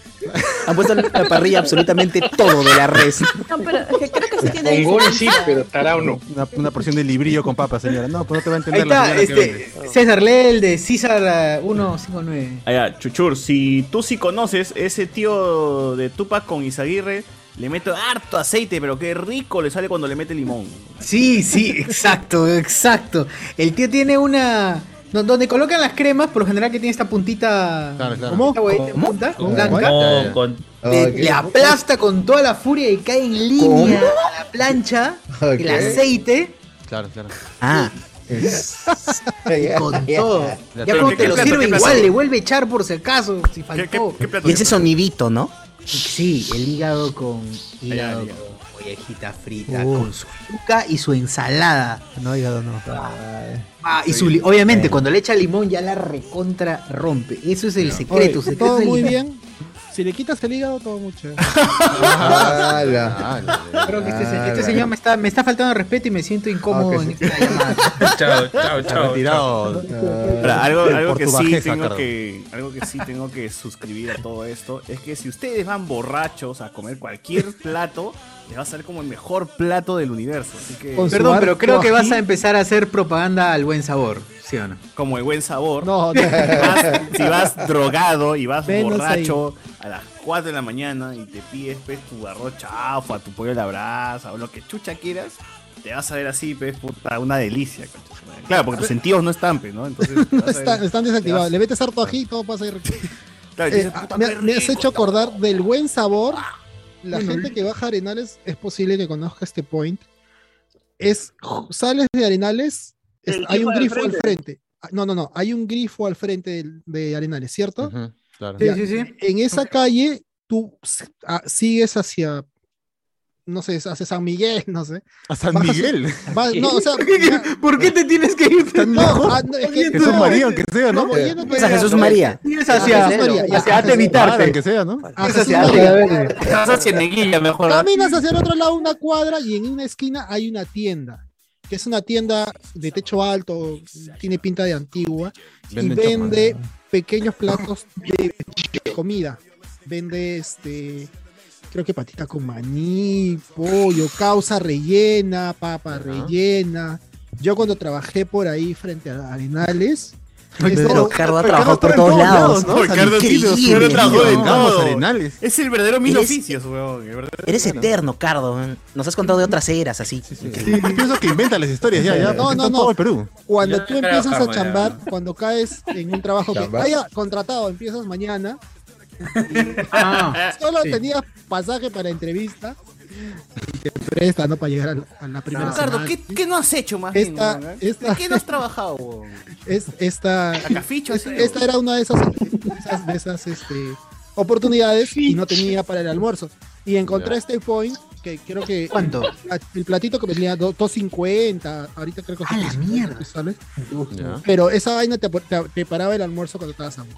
Speaker 19: Han puesto en la
Speaker 25: [LAUGHS]
Speaker 19: parrilla absolutamente todo de la res.
Speaker 24: No, pero es que creo que sí Pues tiene
Speaker 3: pero tarao no. Una, una porción de librillo con papa, señora. No, pues no te va a
Speaker 1: Ahí
Speaker 3: entender
Speaker 1: está,
Speaker 3: la señora que
Speaker 1: este,
Speaker 3: vende.
Speaker 1: César, lee el de César eh, 159.
Speaker 4: Allá, Chuchur, si tú sí conoces ese tío de Tupac con Izaguirre, le meto harto aceite, pero qué rico le sale cuando le mete limón.
Speaker 1: Sí, sí, exacto, exacto. El tío tiene una. do- Donde colocan las cremas, por lo general que tiene esta puntita. ¿Cómo? punta blanca.
Speaker 10: No, con-
Speaker 1: Le, le
Speaker 3: [LAUGHS]
Speaker 1: aplasta con toda la furia y cae en línea
Speaker 10: ¿Cómo?
Speaker 1: a la plancha
Speaker 10: Ok.
Speaker 19: [LAUGHS]
Speaker 1: el aceite
Speaker 3: Claro, claro.
Speaker 19: Ah.
Speaker 1: y con todo.
Speaker 19: Ya,
Speaker 1: Ya
Speaker 19: pero
Speaker 1: cuando
Speaker 19: ¿qué-
Speaker 1: te
Speaker 19: qué
Speaker 1: lo
Speaker 19: plato,
Speaker 1: sirve
Speaker 19: qué plato?
Speaker 1: igual, le vuelve a echar por si acaso, si faltó.
Speaker 19: Y ese sonidito, ¿no?
Speaker 1: Sí, el hígado con hígado
Speaker 19: hígado.
Speaker 1: con mollejita frita,
Speaker 19: Uh.
Speaker 1: con su yuca y su ensalada.
Speaker 6: No, hígado no.
Speaker 1: Ah, y su li- obviamente,
Speaker 19: Eh.
Speaker 1: cuando le echa limón ya la recontra rompe. Eso es el secreto.
Speaker 2: Oye,
Speaker 1: secreto
Speaker 2: todo
Speaker 1: del
Speaker 2: muy
Speaker 1: limón.
Speaker 2: bien. Si le quitas el hígado, todo
Speaker 19: [LAUGHS]
Speaker 1: [LAUGHS]
Speaker 2: mucho.
Speaker 1: Creo que este,
Speaker 2: Ah,
Speaker 1: se- este señor me está, me está faltando respeto y me siento incómodo en este- esta llamada.
Speaker 10: Chao, chao, chao.
Speaker 3: Retirado.
Speaker 4: Ahora, algo,
Speaker 3: Por
Speaker 4: algo que
Speaker 3: tu
Speaker 4: sí
Speaker 3: bajeza,
Speaker 4: tengo
Speaker 3: Cardo.
Speaker 4: que, algo que sí tengo que suscribir a todo esto es que si ustedes van borrachos a comer cualquier plato, les va a salir como el mejor plato del universo. Así que,
Speaker 1: Perdón, pero creo que vas a empezar a hacer propaganda al buen sabor, ¿sí o no?
Speaker 4: como el buen sabor. [LAUGHS] Vas-
Speaker 2: [LAUGHS]
Speaker 4: si vas drogado y vas
Speaker 1: Menos
Speaker 4: borracho a las 4 de la mañana y te pides pues, tu arroz chafa, tu pollo a la brasa o lo que chucha quieras, te vas a ver así, pues, puta, una delicia. concha su madre. Claro, porque tus sentidos no están, pues, ¿no? Entonces, te vas a ver-
Speaker 2: Está- están desactivados.
Speaker 4: te
Speaker 2: Le metes harto ají y todo pasa ahí.
Speaker 4: Claro,
Speaker 2: Eh,
Speaker 4: dices, puta,
Speaker 2: me,
Speaker 4: qué
Speaker 2: me has
Speaker 4: rico,
Speaker 2: hecho acordar del buen sabor. La
Speaker 4: Bueno,
Speaker 2: gente que baja a Arenales es posible que conozca este point. Es ju- sales de Arenales, es-
Speaker 20: El
Speaker 2: hay
Speaker 20: grifo
Speaker 2: un
Speaker 20: del
Speaker 2: grifo al
Speaker 20: frente.
Speaker 2: frente. Ah, No, no, no, hay un grifo al frente del- de, Arenales, ¿cierto?
Speaker 3: Claro.
Speaker 2: Ya, En esa calle tú s- ah, sigues hacia no sé, hacia San Miguel, no sé.
Speaker 3: ¿A San
Speaker 2: Bajas-
Speaker 3: Miguel?
Speaker 2: va- no,
Speaker 1: [LAUGHS]
Speaker 2: o sea,
Speaker 3: ¿Por qué- ¿Por qué te tienes que ir
Speaker 2: [LAUGHS]
Speaker 3: tan lejos?
Speaker 2: ah, no, es que-
Speaker 3: Jesús
Speaker 2: no,
Speaker 3: María,
Speaker 2: es-
Speaker 3: aunque sea, ¿no?
Speaker 2: no, yendo
Speaker 3: Es a
Speaker 2: todavía-
Speaker 3: Jesús María.
Speaker 2: Tienes
Speaker 3: Hacia-
Speaker 2: Jesús María, ya,
Speaker 3: hacia
Speaker 2: a
Speaker 3: Ate
Speaker 2: Jesús
Speaker 3: Vitarte.
Speaker 2: María.
Speaker 3: Aunque sea, ¿no?
Speaker 2: A
Speaker 3: Es
Speaker 2: Jesús
Speaker 3: hacia
Speaker 2: María.
Speaker 3: Ate.
Speaker 20: Estás a Cieneguilla, mejor. ¿ah?
Speaker 2: Caminas hacia el otro lado una cuadra y en una esquina hay una tienda, que es una tienda de techo alto, tiene pinta de antigua,
Speaker 3: Venden
Speaker 2: y vende pequeños platos de comida. Vende este, creo que patita con maní, pollo, causa rellena, papa rellena. Yo cuando trabajé por ahí frente a Arenales,
Speaker 19: Pero Ricardo ha trabajado por
Speaker 2: está en
Speaker 19: todos lados, ¿no?
Speaker 3: Ricardo sí,
Speaker 19: Increíble,
Speaker 3: Ricardo trabajó de
Speaker 19: ¿no?
Speaker 3: todo. Arenales.
Speaker 19: Es el verdadero
Speaker 3: mil
Speaker 19: oficios, weón. Eres eterno, Cardo. man. Nos has contado de otras eras así.
Speaker 3: Sí, pienso que inventa las historias ya,
Speaker 19: [LAUGHS]
Speaker 3: ya.
Speaker 2: No, no,
Speaker 3: Está
Speaker 2: no.
Speaker 3: todo el Perú.
Speaker 2: Cuando
Speaker 3: Ya
Speaker 2: tú
Speaker 3: creo,
Speaker 2: empiezas a
Speaker 3: Carmen, ya.
Speaker 2: chambar, cuando caes en un trabajo que
Speaker 3: Chambar.
Speaker 2: haya contratado, empiezas mañana.
Speaker 20: Ah,
Speaker 2: Solo
Speaker 20: sí.
Speaker 2: tenías pasaje para entrevista. Y te presta, ¿no? Para llegar a la, a la primera
Speaker 1: Ah.
Speaker 26: Ricardo,
Speaker 2: semana.
Speaker 26: ¿qué, ¿qué no has hecho más
Speaker 2: Esta-
Speaker 26: bien? weón?
Speaker 2: esta-
Speaker 26: ¿De qué no has trabajado? weón?
Speaker 2: Es, esta,
Speaker 26: Caficho,
Speaker 2: es-
Speaker 26: sí,
Speaker 2: esta
Speaker 26: weón.
Speaker 2: era una de esas, de esas, de esas, este, oportunidades y no tenía para el almuerzo. Y encontré
Speaker 6: Ya.
Speaker 2: este point que creo que.
Speaker 6: ¿Cuánto?
Speaker 2: la- El platito que venía do- 2.50. Ahorita creo que. ¡A la mierda!
Speaker 20: Ya.
Speaker 2: Pero esa vaina te, ap- te- te paraba el almuerzo cuando estabas hambre.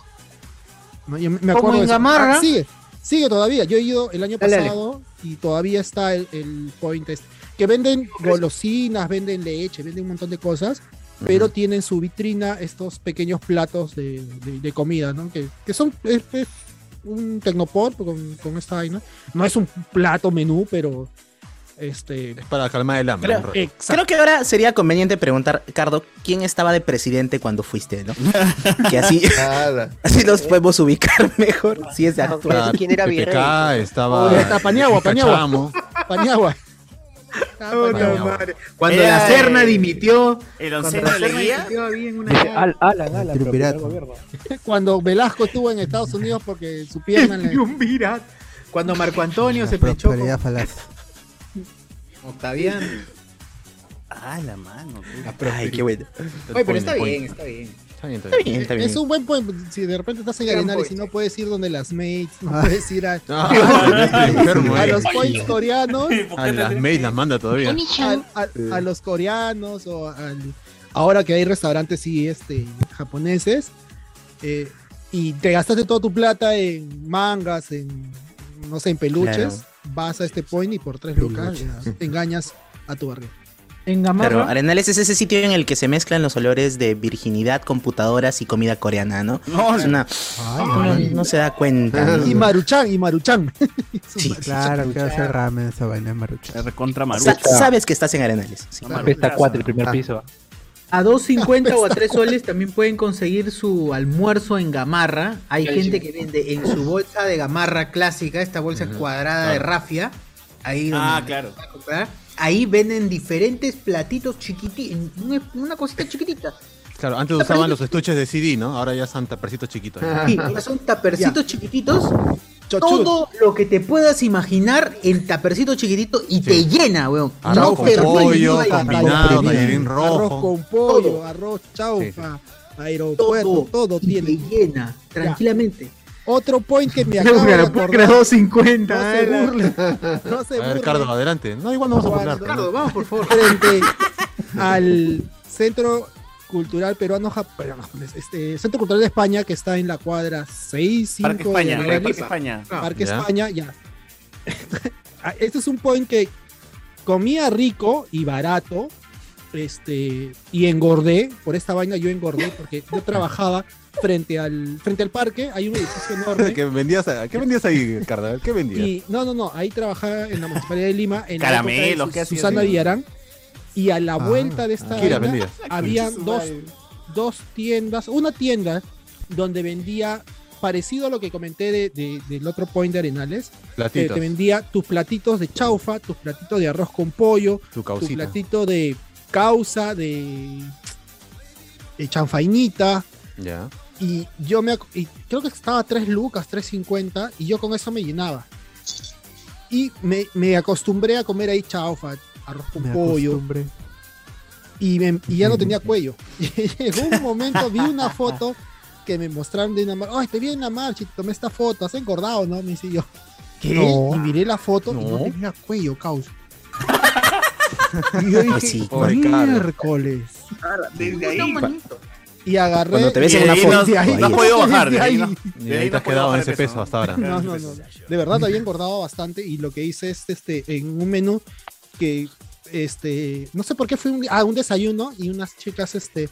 Speaker 2: No, yo me- me acuerdo
Speaker 20: Como en
Speaker 2: de eso.
Speaker 20: Gamarra.
Speaker 2: Ah, Sigue, sigue todavía. Yo he ido el año
Speaker 20: Dale, dale.
Speaker 2: pasado y todavía está el, el point este. Que venden golosinas, venden leche, venden un montón de cosas, pero tienen su vitrina estos pequeños platos de, de- de comida, ¿no? Que, que son es, es un tecnopop con, con esta vaina. No es un plato menú, pero [LAUGHS] este
Speaker 3: Para calmar el hambre. un
Speaker 19: Creo, eh,
Speaker 3: rato.
Speaker 19: creo que ahora sería conveniente preguntar, Cardo, ¿quién estaba de presidente cuando fuiste? ¿no? que así, así nos podemos ubicar mejor. Si es de actual.
Speaker 7: ¿Quién era
Speaker 19: virrey?
Speaker 3: PPK estaba.
Speaker 19: Oye, está Paniagua,
Speaker 1: [LAUGHS]
Speaker 19: Paniagua.
Speaker 3: Cachamo.
Speaker 2: Paniagua.
Speaker 3: Paniagua.
Speaker 1: Cuando
Speaker 19: Era
Speaker 1: la Serna
Speaker 19: el-
Speaker 1: dimitió.
Speaker 19: el
Speaker 1: cuando
Speaker 19: onceno
Speaker 1: la Serna
Speaker 19: Leguía.
Speaker 1: dimitió, había en una-
Speaker 18: Al, Alan, Alan, pero
Speaker 6: Triunvirato.
Speaker 18: primer gobierno.
Speaker 2: cuando Velasco estuvo en Estados Unidos porque su pierna le...
Speaker 1: Cuando Marco Antonio se
Speaker 6: Pero
Speaker 1: pechó con
Speaker 6: Prosperidad falaz.
Speaker 1: [LAUGHS] Octaviano.
Speaker 19: Ah, la mano.
Speaker 1: Ay,
Speaker 19: qué bueno.
Speaker 1: Oye, pero está bien, está bien.
Speaker 3: Está bien,
Speaker 19: está bien. Está bien.
Speaker 2: Es un buen point. Si de repente estás en
Speaker 1: Gran
Speaker 2: Arenales y
Speaker 1: point.
Speaker 2: no puedes ir donde las mates, no
Speaker 3: Ah.
Speaker 2: puedes ir a,
Speaker 3: [LAUGHS]
Speaker 2: [LAUGHS]
Speaker 3: Ah, está enfermo,
Speaker 2: a
Speaker 3: eh.
Speaker 2: los points
Speaker 3: [LAUGHS]
Speaker 2: coreanos,
Speaker 3: A las mails las manda Ah, todavía.
Speaker 2: a, a- a los coreanos o al- ahora que hay restaurantes sí, este, japoneses eh, y te gastaste toda tu plata en mangas, en no sé, en peluches,
Speaker 19: Claro.
Speaker 2: vas a este point y por tres lucas ya, te engañas a tu barrio.
Speaker 10: En
Speaker 19: Claro, Arenales es ese sitio en el que se mezclan los olores de virginidad, computadoras y comida coreana, ¿no?
Speaker 2: No,
Speaker 19: Es una- no, no se da cuenta.
Speaker 2: Y Maruchan, y Maruchan. Sí,
Speaker 6: Claro, que hace ramen esa vaina de marucha.
Speaker 4: Recontra
Speaker 19: Sa- sabes que estás en Arenales. sí.
Speaker 18: Pesta 4, el primer piso.
Speaker 1: A 2.50 o a 3 soles también pueden conseguir su almuerzo en gamarra. Hay
Speaker 10: Sí,
Speaker 1: gente
Speaker 10: sí.
Speaker 1: que vende en su bolsa de gamarra clásica, esta bolsa cuadrada de
Speaker 10: Claro.
Speaker 1: rafia. Ahí
Speaker 26: Ah,
Speaker 1: donde
Speaker 26: claro.
Speaker 1: vas a comprar. Ahí venden diferentes platitos chiquititos, una cosita chiquitita.
Speaker 3: Claro, antes usaban los estuches de CD, ¿no? Ahora ya son tapercitos chiquitos. [LAUGHS]
Speaker 1: Sí, ya son tapercitos chiquititos. Todo lo que te puedas imaginar en tapercito chiquitito y te llena, weón.
Speaker 3: Arroz con
Speaker 1: te
Speaker 3: pollo,
Speaker 1: olvides.
Speaker 3: combinado, tallarín
Speaker 2: Arroz
Speaker 3: rojo.
Speaker 2: con pollo, arroz chaufa, aeropuerto, todo, tiene.
Speaker 1: llena, tranquilamente.
Speaker 2: Otro point que me
Speaker 1: Lucra,
Speaker 2: acabo de
Speaker 1: Lucra
Speaker 2: acordar.
Speaker 1: 2.50,
Speaker 2: No se
Speaker 1: ala.
Speaker 2: burlen, No se
Speaker 3: A ver,
Speaker 2: burlen.
Speaker 3: Cardo, adelante. No, igual no vamos a
Speaker 2: Cuando-
Speaker 3: poner.
Speaker 1: vamos, por favor.
Speaker 2: Frente al Centro Cultural Peruano Japonés, este, Centro Cultural de España, que está en la cuadra 6, 5
Speaker 26: Parque España,
Speaker 2: de
Speaker 26: Parque
Speaker 2: Arenales.
Speaker 26: España.
Speaker 2: Parque
Speaker 26: Ya.
Speaker 2: España, ya. [LAUGHS] Ah, este es un point que comía rico y barato, este, y engordé, por esta vaina yo engordé, porque yo trabajaba frente al, frente al parque, hay un edificio enorme.
Speaker 3: [LAUGHS] ¿Qué vendías, a- ¿Qué vendías ahí, Cardo? ¿Qué vendías?
Speaker 2: Y, no, no, no, ahí trabajaba en la Municipalidad de Lima, en la época
Speaker 3: Caramelos,
Speaker 2: de
Speaker 3: ¿qué
Speaker 2: Sus-
Speaker 3: hacías
Speaker 2: Susana
Speaker 3: ahí?
Speaker 2: Villarán, y a la vuelta de esta
Speaker 3: ¿Qué la
Speaker 2: vaina,
Speaker 3: vendías?
Speaker 2: había
Speaker 3: Concha su
Speaker 2: dos,
Speaker 3: madre.
Speaker 2: dos tiendas, una tienda donde vendía, parecido a lo que comenté de- de- del otro point de Arenales, eh, que
Speaker 3: Platitos.
Speaker 2: te vendía tus platitos de chaufa, tus platitos de arroz con pollo,
Speaker 3: Tu
Speaker 2: tu
Speaker 3: causita.
Speaker 2: platito de causa, de, de chanfainita,
Speaker 3: Ya.
Speaker 2: y yo me ac- y creo que estaba a 3 lucas, 3.50 y yo con eso me llenaba. Y me, me acostumbré a comer ahí chaufa, arroz con
Speaker 6: Me
Speaker 2: pollo
Speaker 6: acostumbré.
Speaker 2: y, me- y ya no tenía cuello. [LAUGHS] Y Llegó un momento, vi una foto que me mostraron de una marcha. Ay, te vi en la marcha y te tomé esta foto, has engordado, ¿no? Me hice yo. ¿Qué?
Speaker 19: No.
Speaker 2: Y miré la foto y no
Speaker 19: No.
Speaker 2: tenía cuello, causa. y
Speaker 1: Ah,
Speaker 2: yo dije,
Speaker 19: Pues sí, pobre cara.
Speaker 2: miércoles.
Speaker 20: Desde ahí.
Speaker 2: Y agarré.
Speaker 3: Cuando te ves
Speaker 2: y
Speaker 3: en una
Speaker 2: desde
Speaker 3: foto-
Speaker 2: ahí-
Speaker 3: no has podido bajar,
Speaker 2: desde
Speaker 3: de ahí
Speaker 2: ahí-
Speaker 3: no- Ni de ahí te has quedado en ese peso hasta ahora.
Speaker 2: [LAUGHS] No, no, no. De verdad había engordado bastante y lo que hice es este en un menú que este no sé por qué fue un, ah, un desayuno y unas chicas este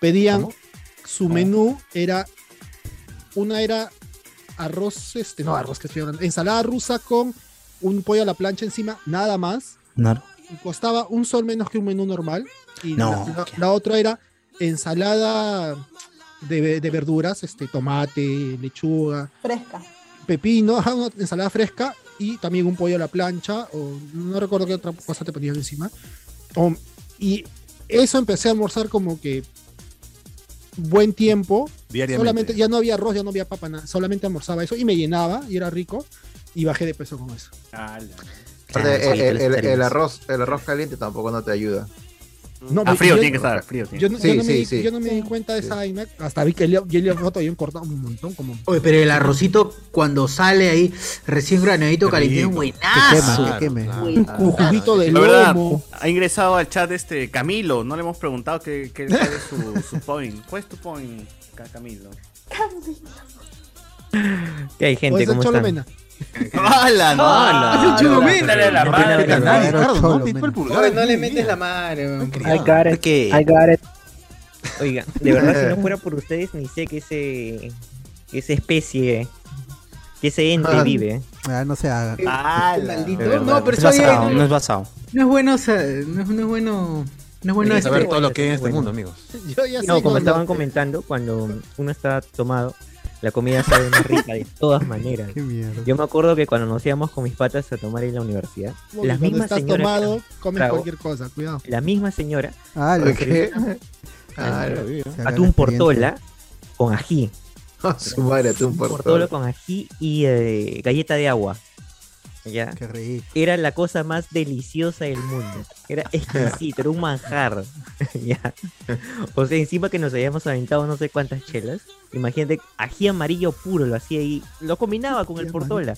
Speaker 2: pedían su menú era una era arroz este no arroz que estoy hablando ensalada rusa con un pollo a la plancha encima nada más
Speaker 19: No.
Speaker 2: y costaba un sol menos que un menú normal. Y
Speaker 19: No,
Speaker 2: la, la- la otra era ensalada de, ve- de verduras, este, tomate, lechuga,
Speaker 9: Fresca.
Speaker 2: pepino, [LAUGHS] ajá, una ensalada fresca y también un pollo a la plancha, o no recuerdo qué otra cosa te ponían encima. Um, y eso empecé a almorzar como que buen tiempo.
Speaker 3: Diariamente.
Speaker 2: Solamente, ya no había arroz, ya no había papa, nada. Solamente almorzaba eso y me llenaba y era rico. Y bajé de peso con eso.
Speaker 5: Aparte,
Speaker 2: Claro,
Speaker 5: el,
Speaker 2: sí,
Speaker 5: el- el-
Speaker 2: cholesteroles.
Speaker 5: el arroz, el arroz caliente tampoco no te ayuda.
Speaker 2: No, Ah, frío yo- tiene que estar,
Speaker 5: frío
Speaker 2: Yo, no- yo
Speaker 5: sí,
Speaker 2: no me,
Speaker 5: sí,
Speaker 2: di-
Speaker 5: sí.
Speaker 2: yo no me di cuenta de esa vaina. Hasta vi que el Jelly Roto habían cortado un montón. Como...
Speaker 1: Oye, pero el arrocito cuando sale ahí, recién granadito calentito, buenazo.
Speaker 4: Que queme, que
Speaker 1: Buen-
Speaker 2: Un juguito de
Speaker 4: La verdad,
Speaker 2: lomo.
Speaker 4: ha ingresado al chat este Camilo. No le hemos preguntado qué, qué cuál es su, su point. ¿Cuál es tu point, Ca- Camilo? [LAUGHS]
Speaker 23: ¿Qué hay, gente?
Speaker 2: Pues,
Speaker 23: ¿Cómo
Speaker 2: Cholo
Speaker 23: están?
Speaker 2: Mena.
Speaker 4: ¡Hala, no!
Speaker 23: ¡Hala!
Speaker 1: ¡Es el Cholo Mena!
Speaker 23: Dale la
Speaker 1: No,
Speaker 23: mano,
Speaker 1: pero-
Speaker 23: dale la
Speaker 1: Ay,
Speaker 23: mano.
Speaker 1: Ricardo, no,
Speaker 23: Cholo
Speaker 1: pico el
Speaker 23: Mena.
Speaker 1: pulgar. Oye, no le metes la mano.
Speaker 23: I
Speaker 2: Ah,
Speaker 23: got it. I got it. Oigan, de verdad,
Speaker 2: [LAUGHS]
Speaker 23: si no
Speaker 1: Eh.
Speaker 23: fuera por ustedes, ni sé que ese. que esa especie. que ese ente
Speaker 6: Ah,
Speaker 23: vive.
Speaker 6: Ah, no se haga.
Speaker 1: Maldito.
Speaker 23: De verdad.
Speaker 1: No, pero
Speaker 23: Es
Speaker 1: eso ahí-
Speaker 23: basado, no es basado.
Speaker 1: No es bueno, o sea, no, es- no es bueno. No es bueno
Speaker 23: Hay que saber
Speaker 1: este-
Speaker 23: todo lo que hay en este Bueno. mundo, amigos.
Speaker 2: Yo ya
Speaker 23: No,
Speaker 2: sé
Speaker 23: como
Speaker 2: cuando-
Speaker 23: estaban comentando, cuando uno está tomado, la comida sabe más rica de todas
Speaker 2: [LAUGHS]
Speaker 23: maneras.
Speaker 6: Qué mierda.
Speaker 23: Yo me acuerdo que cuando nos íbamos con mis patas a tomar en la universidad,
Speaker 2: Uy,
Speaker 23: las
Speaker 2: cuando
Speaker 23: mismas
Speaker 2: estás
Speaker 23: señoras
Speaker 2: tomado, comes
Speaker 23: Claro.
Speaker 2: cualquier cosa, cuidado.
Speaker 23: La misma señora.
Speaker 6: Ah, lo
Speaker 23: nos
Speaker 6: que-
Speaker 23: servía
Speaker 5: Ah, lo vi, ¿eh?
Speaker 23: Atún portola con
Speaker 6: [LAUGHS]
Speaker 23: ají.
Speaker 5: Su madre, atún portola.
Speaker 23: portola con ají y eh, galleta de agua. ¿Ya?
Speaker 6: Qué rico.
Speaker 23: Era la cosa más deliciosa del mundo.
Speaker 6: [LAUGHS]
Speaker 23: Era exquisito, era un manjar. [LAUGHS] ¿Ya? O sea, encima que nos habíamos aventado no sé cuántas chelas. Imagínate, ají amarillo puro lo hacía y lo combinaba con el portola.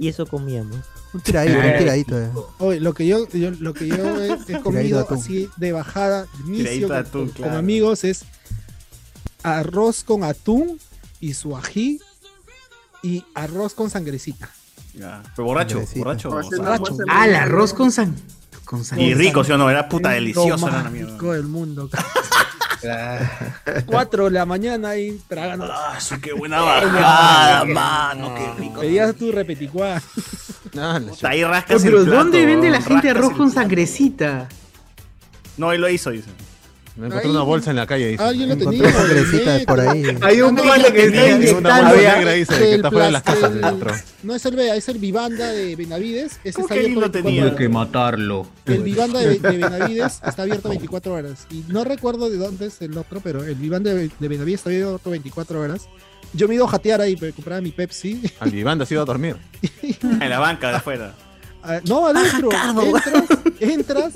Speaker 23: Y eso comíamos.
Speaker 6: Un tiradito, un tiradito. eh.
Speaker 2: Oye, lo que yo, yo- lo
Speaker 4: [LAUGHS]
Speaker 2: que yo he, he
Speaker 6: Tiradito de
Speaker 2: comido
Speaker 6: atún.
Speaker 2: así de bajada, de inicio
Speaker 6: Tiradito de
Speaker 2: con,
Speaker 6: atún,
Speaker 2: con
Speaker 6: claro.
Speaker 2: amigos es arroz con atún y su ají y arroz con sangrecita.
Speaker 4: Pero borracho,
Speaker 6: Pobrecito.
Speaker 4: borracho.
Speaker 2: Borracho,
Speaker 4: o sea,
Speaker 2: borracho.
Speaker 1: Ah, el arroz con san. Con san.
Speaker 4: Y rico, ¿sí o no? Era puta
Speaker 2: Es
Speaker 4: delicioso.
Speaker 2: lo
Speaker 4: Era
Speaker 2: más
Speaker 4: una mierda.
Speaker 2: rico del
Speaker 4: [LAUGHS]
Speaker 2: mundo. 4 de la mañana ahí tragando.
Speaker 4: Ah, su,
Speaker 2: [LAUGHS]
Speaker 4: qué buena bajada, mano, qué rico.
Speaker 2: Pedías tu repeticuá.
Speaker 4: Puta, ahí rascas
Speaker 1: Pero
Speaker 4: el plato,
Speaker 1: ¿dónde vende la
Speaker 4: rascas
Speaker 1: gente arroz
Speaker 4: el-
Speaker 1: con sangrecita?
Speaker 4: No, él lo hizo, dice.
Speaker 3: Me encontré una bolsa en la calle, dice.
Speaker 2: Alguien lo
Speaker 3: Encontré
Speaker 2: tenía.
Speaker 3: una
Speaker 6: sangrecita por ahí.
Speaker 1: Hay un
Speaker 2: pana que está
Speaker 3: Una bolsa negra, dice, que está fuera de las casas.
Speaker 2: del- No es el Vea, es el Vivanda de Benavides. Ese está
Speaker 4: que
Speaker 2: abierto
Speaker 4: alguien lo
Speaker 2: 24
Speaker 4: tenía?
Speaker 2: horas.
Speaker 21: que matarlo.
Speaker 2: El Vivanda de, de Benavides está abierto 24 horas. Y no recuerdo de dónde es el otro, pero el Vivanda de, de Benavides está abierto 24 horas. Yo me iba a jatear ahí, pero compraba mi Pepsi. [LAUGHS]
Speaker 3: Al diván, te has ido a dormir.
Speaker 4: [LAUGHS] En la banca de afuera.
Speaker 2: Ah, No, adentro. Entras, entras,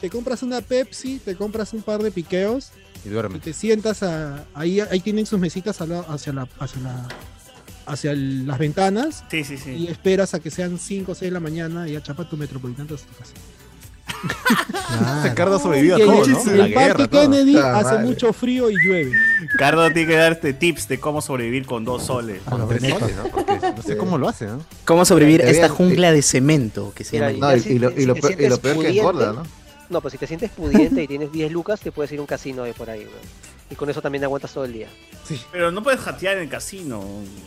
Speaker 2: te compras una Pepsi, te compras un par de piqueos
Speaker 3: Y duerme.
Speaker 2: y te sientas a- ahí. Ahí tienen sus mesitas al lado- hacia, la, hacia, la, hacia el- las ventanas.
Speaker 20: Sí, sí, sí.
Speaker 2: Y esperas a que sean 5 o 6 de la mañana y achapa tu metropolitano hasta tu casa.
Speaker 3: Ese Cardo sobrevivió a
Speaker 2: Y el-
Speaker 3: todo, ¿no?
Speaker 2: y
Speaker 3: La
Speaker 2: El Parque
Speaker 3: guerra, todo.
Speaker 2: Kennedy
Speaker 3: Puta
Speaker 2: hace
Speaker 3: madre.
Speaker 2: mucho frío y llueve.
Speaker 27: Cardo tiene que darte tips de cómo sobrevivir con dos soles.
Speaker 3: Con tres soles, Ah, ¿no? Porque no sé cómo lo hace, ¿eh? ¿no?
Speaker 19: ¿Cómo sobrevivir a
Speaker 3: Te
Speaker 19: esta
Speaker 3: vean,
Speaker 19: jungla de cemento que se
Speaker 7: Mira,
Speaker 19: llama?
Speaker 7: ya si- si te sientes pudiente- No, pues si te sientes pudiente y tienes 10 lucas, te puedes ir a un casino de por ahí, weón. Y con eso también aguantas todo el día.
Speaker 27: Pero no puedes jatear en el casino.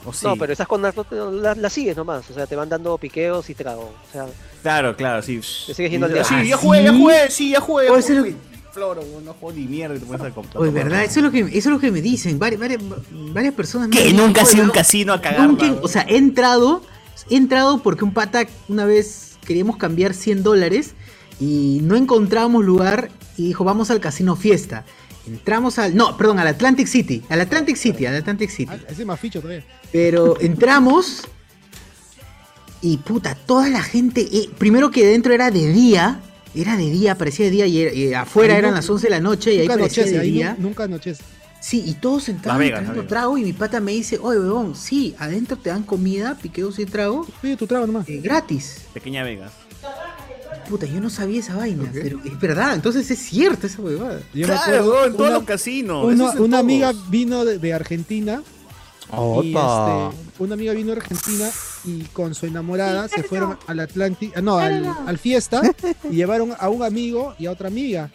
Speaker 19: Oh,
Speaker 27: ¿o sí?
Speaker 7: No, pero esas con narco las la sigues nomás. O sea, te van dando piqueos y trago. O sea,
Speaker 27: Claro, claro, sí.
Speaker 7: Te sigues yendo al día.
Speaker 27: Sí, ya
Speaker 7: ¿Ah,
Speaker 27: jugué,
Speaker 7: sí?
Speaker 27: ya jugué, sí, ya jugué.
Speaker 1: Puede ser Oh, lo
Speaker 27: jugué. Floro, weón, no juego ni mierda y te pones al computador.
Speaker 1: Oye, verdad, eso es lo que, eso es lo que me dicen varias, varias, varias personas.
Speaker 27: Que nunca ha sido un casino a cagar,
Speaker 1: Nunca-
Speaker 27: mano.
Speaker 1: o sea, he entrado, he entrado porque un pata una vez queríamos cambiar 100 dólares y no encontrábamos lugar y dijo, vamos al casino fiesta. Entramos al, no, perdón, al Atlantic City, al Atlantic City, al Atlantic City.
Speaker 2: Ese es más ficho todavía.
Speaker 1: Pero entramos y puta, toda la gente, eh, primero que dentro era de día, era de día, parecía de día y, era- y afuera
Speaker 2: Ahí
Speaker 1: eran
Speaker 2: no-
Speaker 1: las 11 de la noche y ahí
Speaker 2: nunca
Speaker 1: parecía
Speaker 2: anochece,
Speaker 1: de
Speaker 2: ahí nu-
Speaker 1: día.
Speaker 2: nunca anochece.
Speaker 1: Sí, y todos sentados
Speaker 4: Las Vegas,
Speaker 1: tomando
Speaker 4: Las Vegas.
Speaker 1: trago y mi pata me dice, oye, weón, sí, adentro te dan comida, piqueos y trago. Eh,
Speaker 2: Pide tu trago nomás.
Speaker 1: gratis.
Speaker 4: Pequeña Vegas.
Speaker 1: Puta, yo no sabía esa vaina, pero es verdad, entonces es cierto esa huevada.
Speaker 2: Yo me acuerdo
Speaker 4: huevón, en todos
Speaker 2: una-
Speaker 4: los casinos,
Speaker 2: Una,
Speaker 4: eso es en
Speaker 2: una
Speaker 4: todos. Oh.
Speaker 2: amiga vino de, de Argentina. y,
Speaker 4: Opa.
Speaker 2: este, una amiga vino de Argentina y con su enamorada se fueron al Atlántico, ah, no, al,
Speaker 28: Claro.
Speaker 2: al fiesta y llevaron a un amigo y a otra amiga.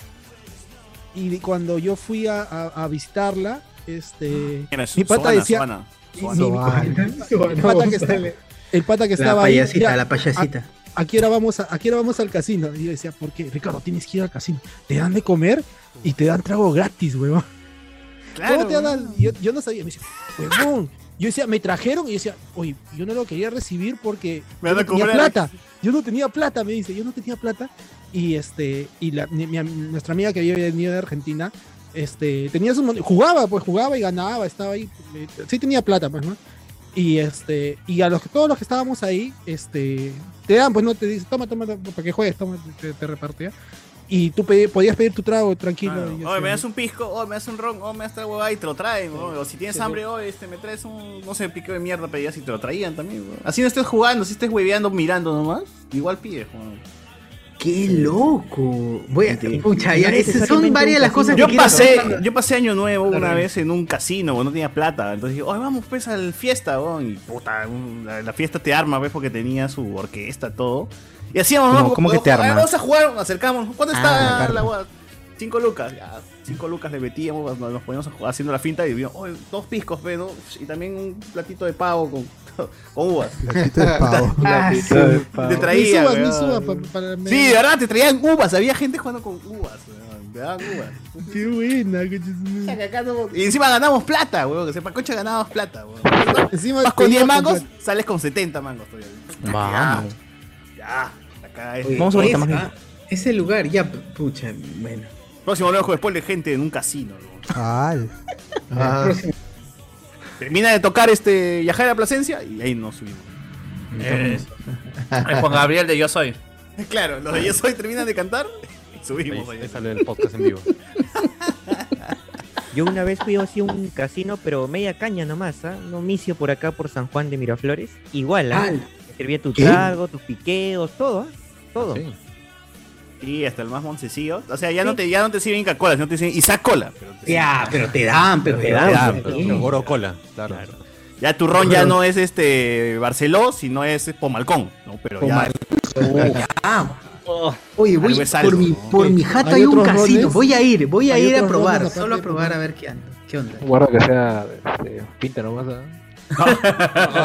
Speaker 2: Y cuando yo fui a, a- a visitarla, este,
Speaker 4: Era su-
Speaker 2: mi pata
Speaker 4: Soana,
Speaker 2: decía,
Speaker 4: Soana,
Speaker 2: y-
Speaker 4: Soana.
Speaker 2: mi-
Speaker 4: Soana.
Speaker 1: [LAUGHS]
Speaker 2: el pata que está- el pata que
Speaker 1: La
Speaker 2: estaba ahí,
Speaker 1: payasita,
Speaker 2: ya,
Speaker 1: la payasita.
Speaker 2: a- aquí ahora vamos a, aquí ahora vamos al casino. Y yo decía, ¿por qué? Ricardo, tienes que ir al casino. Te dan de comer y te dan trago gratis, huevón. ¿Cómo te dan? Yo, yo no sabía. Me decía, huevón. Yo decía, me trajeron y yo decía, oye, yo no lo quería recibir porque
Speaker 4: Me
Speaker 2: yo
Speaker 4: van
Speaker 2: no
Speaker 4: a
Speaker 2: tenía
Speaker 4: cobrar.
Speaker 2: plata. Yo no tenía plata, me dice, yo no tenía plata. Y este, y la- mi- mi- nuestra amiga que había venido de Argentina, este, tenía su mon- jugaba, pues jugaba y ganaba, estaba ahí, eh, sí tenía plata, pues, ¿no? Y este, y a los que todos los que estábamos ahí, este, te dan, pues no te dice, toma, toma, toma, para que juegues, toma, te, te repartía. Y tú pedi- podías pedir tu trago tranquilo. y yo
Speaker 4: Oye, me
Speaker 2: decía,
Speaker 4: das un pisco, oye, me das un ron, oye, me das otra huevada y te lo traen, oye. O si tienes
Speaker 2: Sí, sí.
Speaker 4: hambre, oye, este, me traes un, no sé, pico de mierda pedías y te lo traían también, weón. Así no estés jugando, si estés hueveando, mirando nomás, igual pides, weón.
Speaker 1: ¡Qué loco! Voy a, pucha,
Speaker 4: Y
Speaker 1: ya,
Speaker 4: no
Speaker 1: esas son
Speaker 4: necesariamente
Speaker 1: varias
Speaker 4: un
Speaker 1: las cosas que
Speaker 4: casino.
Speaker 1: quiero
Speaker 4: yo pasé,
Speaker 1: contar.
Speaker 4: yo pasé año nuevo una
Speaker 1: Claro.
Speaker 4: vez en un casino, weón, no tenía plata, entonces dije, oye, vamos pues al fiesta, weón. y puta, un- la, la fiesta te arma, ves, porque tenía su orquesta, todo. Y hacíamos,
Speaker 19: ¿Cómo-
Speaker 4: vamos,
Speaker 19: cómo que
Speaker 4: vamos,
Speaker 19: te
Speaker 4: a-
Speaker 19: arma?
Speaker 4: Vamos a jugar, nos acercamos, ¿cuánto
Speaker 19: Ah, la
Speaker 4: está
Speaker 19: carta.
Speaker 4: la hueá? Cinco lucas, ya, cinco lucas le metíamos, nos, nos poníamos a jugar haciendo la finta y vimos, oye, dos piscos, pe, ¿no? y también un platito de pavo con, [LAUGHS] con uvas.
Speaker 28: Platito de pavo.
Speaker 4: Platito
Speaker 28: Ah,
Speaker 4: de
Speaker 28: sí.
Speaker 4: pavo.
Speaker 28: Ni
Speaker 4: Te traía,
Speaker 2: subas, ni
Speaker 4: weón.
Speaker 2: subas pa- para- me-
Speaker 4: Sí, de verdad, te traían uvas, había gente jugando con uvas, weón, te daban uvas.
Speaker 2: Qué buena, coches.
Speaker 4: Y encima ganamos plata, weón. Que sepa, concha ganamos plata, weón.
Speaker 2: Encima
Speaker 4: Vas con
Speaker 2: te
Speaker 4: 10
Speaker 2: iba a
Speaker 4: mangos,
Speaker 2: comprar.
Speaker 4: sales con 70 mangos todavía.
Speaker 6: Ah,
Speaker 19: Vamos.
Speaker 4: Ya, la cagada es-
Speaker 1: Oye, ah. esa- Ese lugar, ya, pucha, bueno.
Speaker 4: Próximo nuevo juego spoiler, gente, en un casino, weón.
Speaker 28: Ah.
Speaker 4: Termina de tocar este Yajara Plasencia y ahí nos subimos.
Speaker 10: Eh, Es Juan Gabriel de Yo Soy.
Speaker 4: [LAUGHS] Claro, los de Yo Soy terminan de cantar y subimos. Ahí sale el podcast en vivo.
Speaker 23: Yo una vez fui así a un casino, pero media caña nomás, ¿ah? Un omicio por acá, por San Juan de Miraflores. Igual, ¿ah?
Speaker 4: ¡Al!
Speaker 23: Te servía tu
Speaker 4: ¿Qué?
Speaker 23: trago, tus piqueos, todo,
Speaker 2: ¿eh?
Speaker 23: ¿ah? Todo.
Speaker 4: Y hasta el más moncecillo. O sea, ya, no, te, ya no te sirven Inca Cola, sino te sirven Isaac Cola. Pero te
Speaker 1: Ya, pero te dan, pero te dan.
Speaker 3: pero
Speaker 4: sí.
Speaker 3: Goro Cola, claro.
Speaker 4: Ya tu ron ya no es este Barceló, sino es este, Pomalcón, ¿no? Pero ya. Uh.
Speaker 1: Ah. Oye, voy,
Speaker 4: Algo es
Speaker 1: por,
Speaker 4: algo,
Speaker 1: mi,
Speaker 4: ¿no?
Speaker 1: por
Speaker 4: Hay-
Speaker 1: mi jato
Speaker 4: Eh, hay
Speaker 1: hay un
Speaker 4: otros
Speaker 1: casino.
Speaker 4: roles.
Speaker 1: Voy a ir, voy a
Speaker 4: Hay
Speaker 1: ir a
Speaker 4: otros
Speaker 1: probar,
Speaker 4: roles aparte
Speaker 1: solo a
Speaker 4: de
Speaker 1: probar a ver qué onda. ¿Qué onda?
Speaker 13: Guarda que sea este, pinta nomás.
Speaker 18: ¿ah?
Speaker 4: [LAUGHS]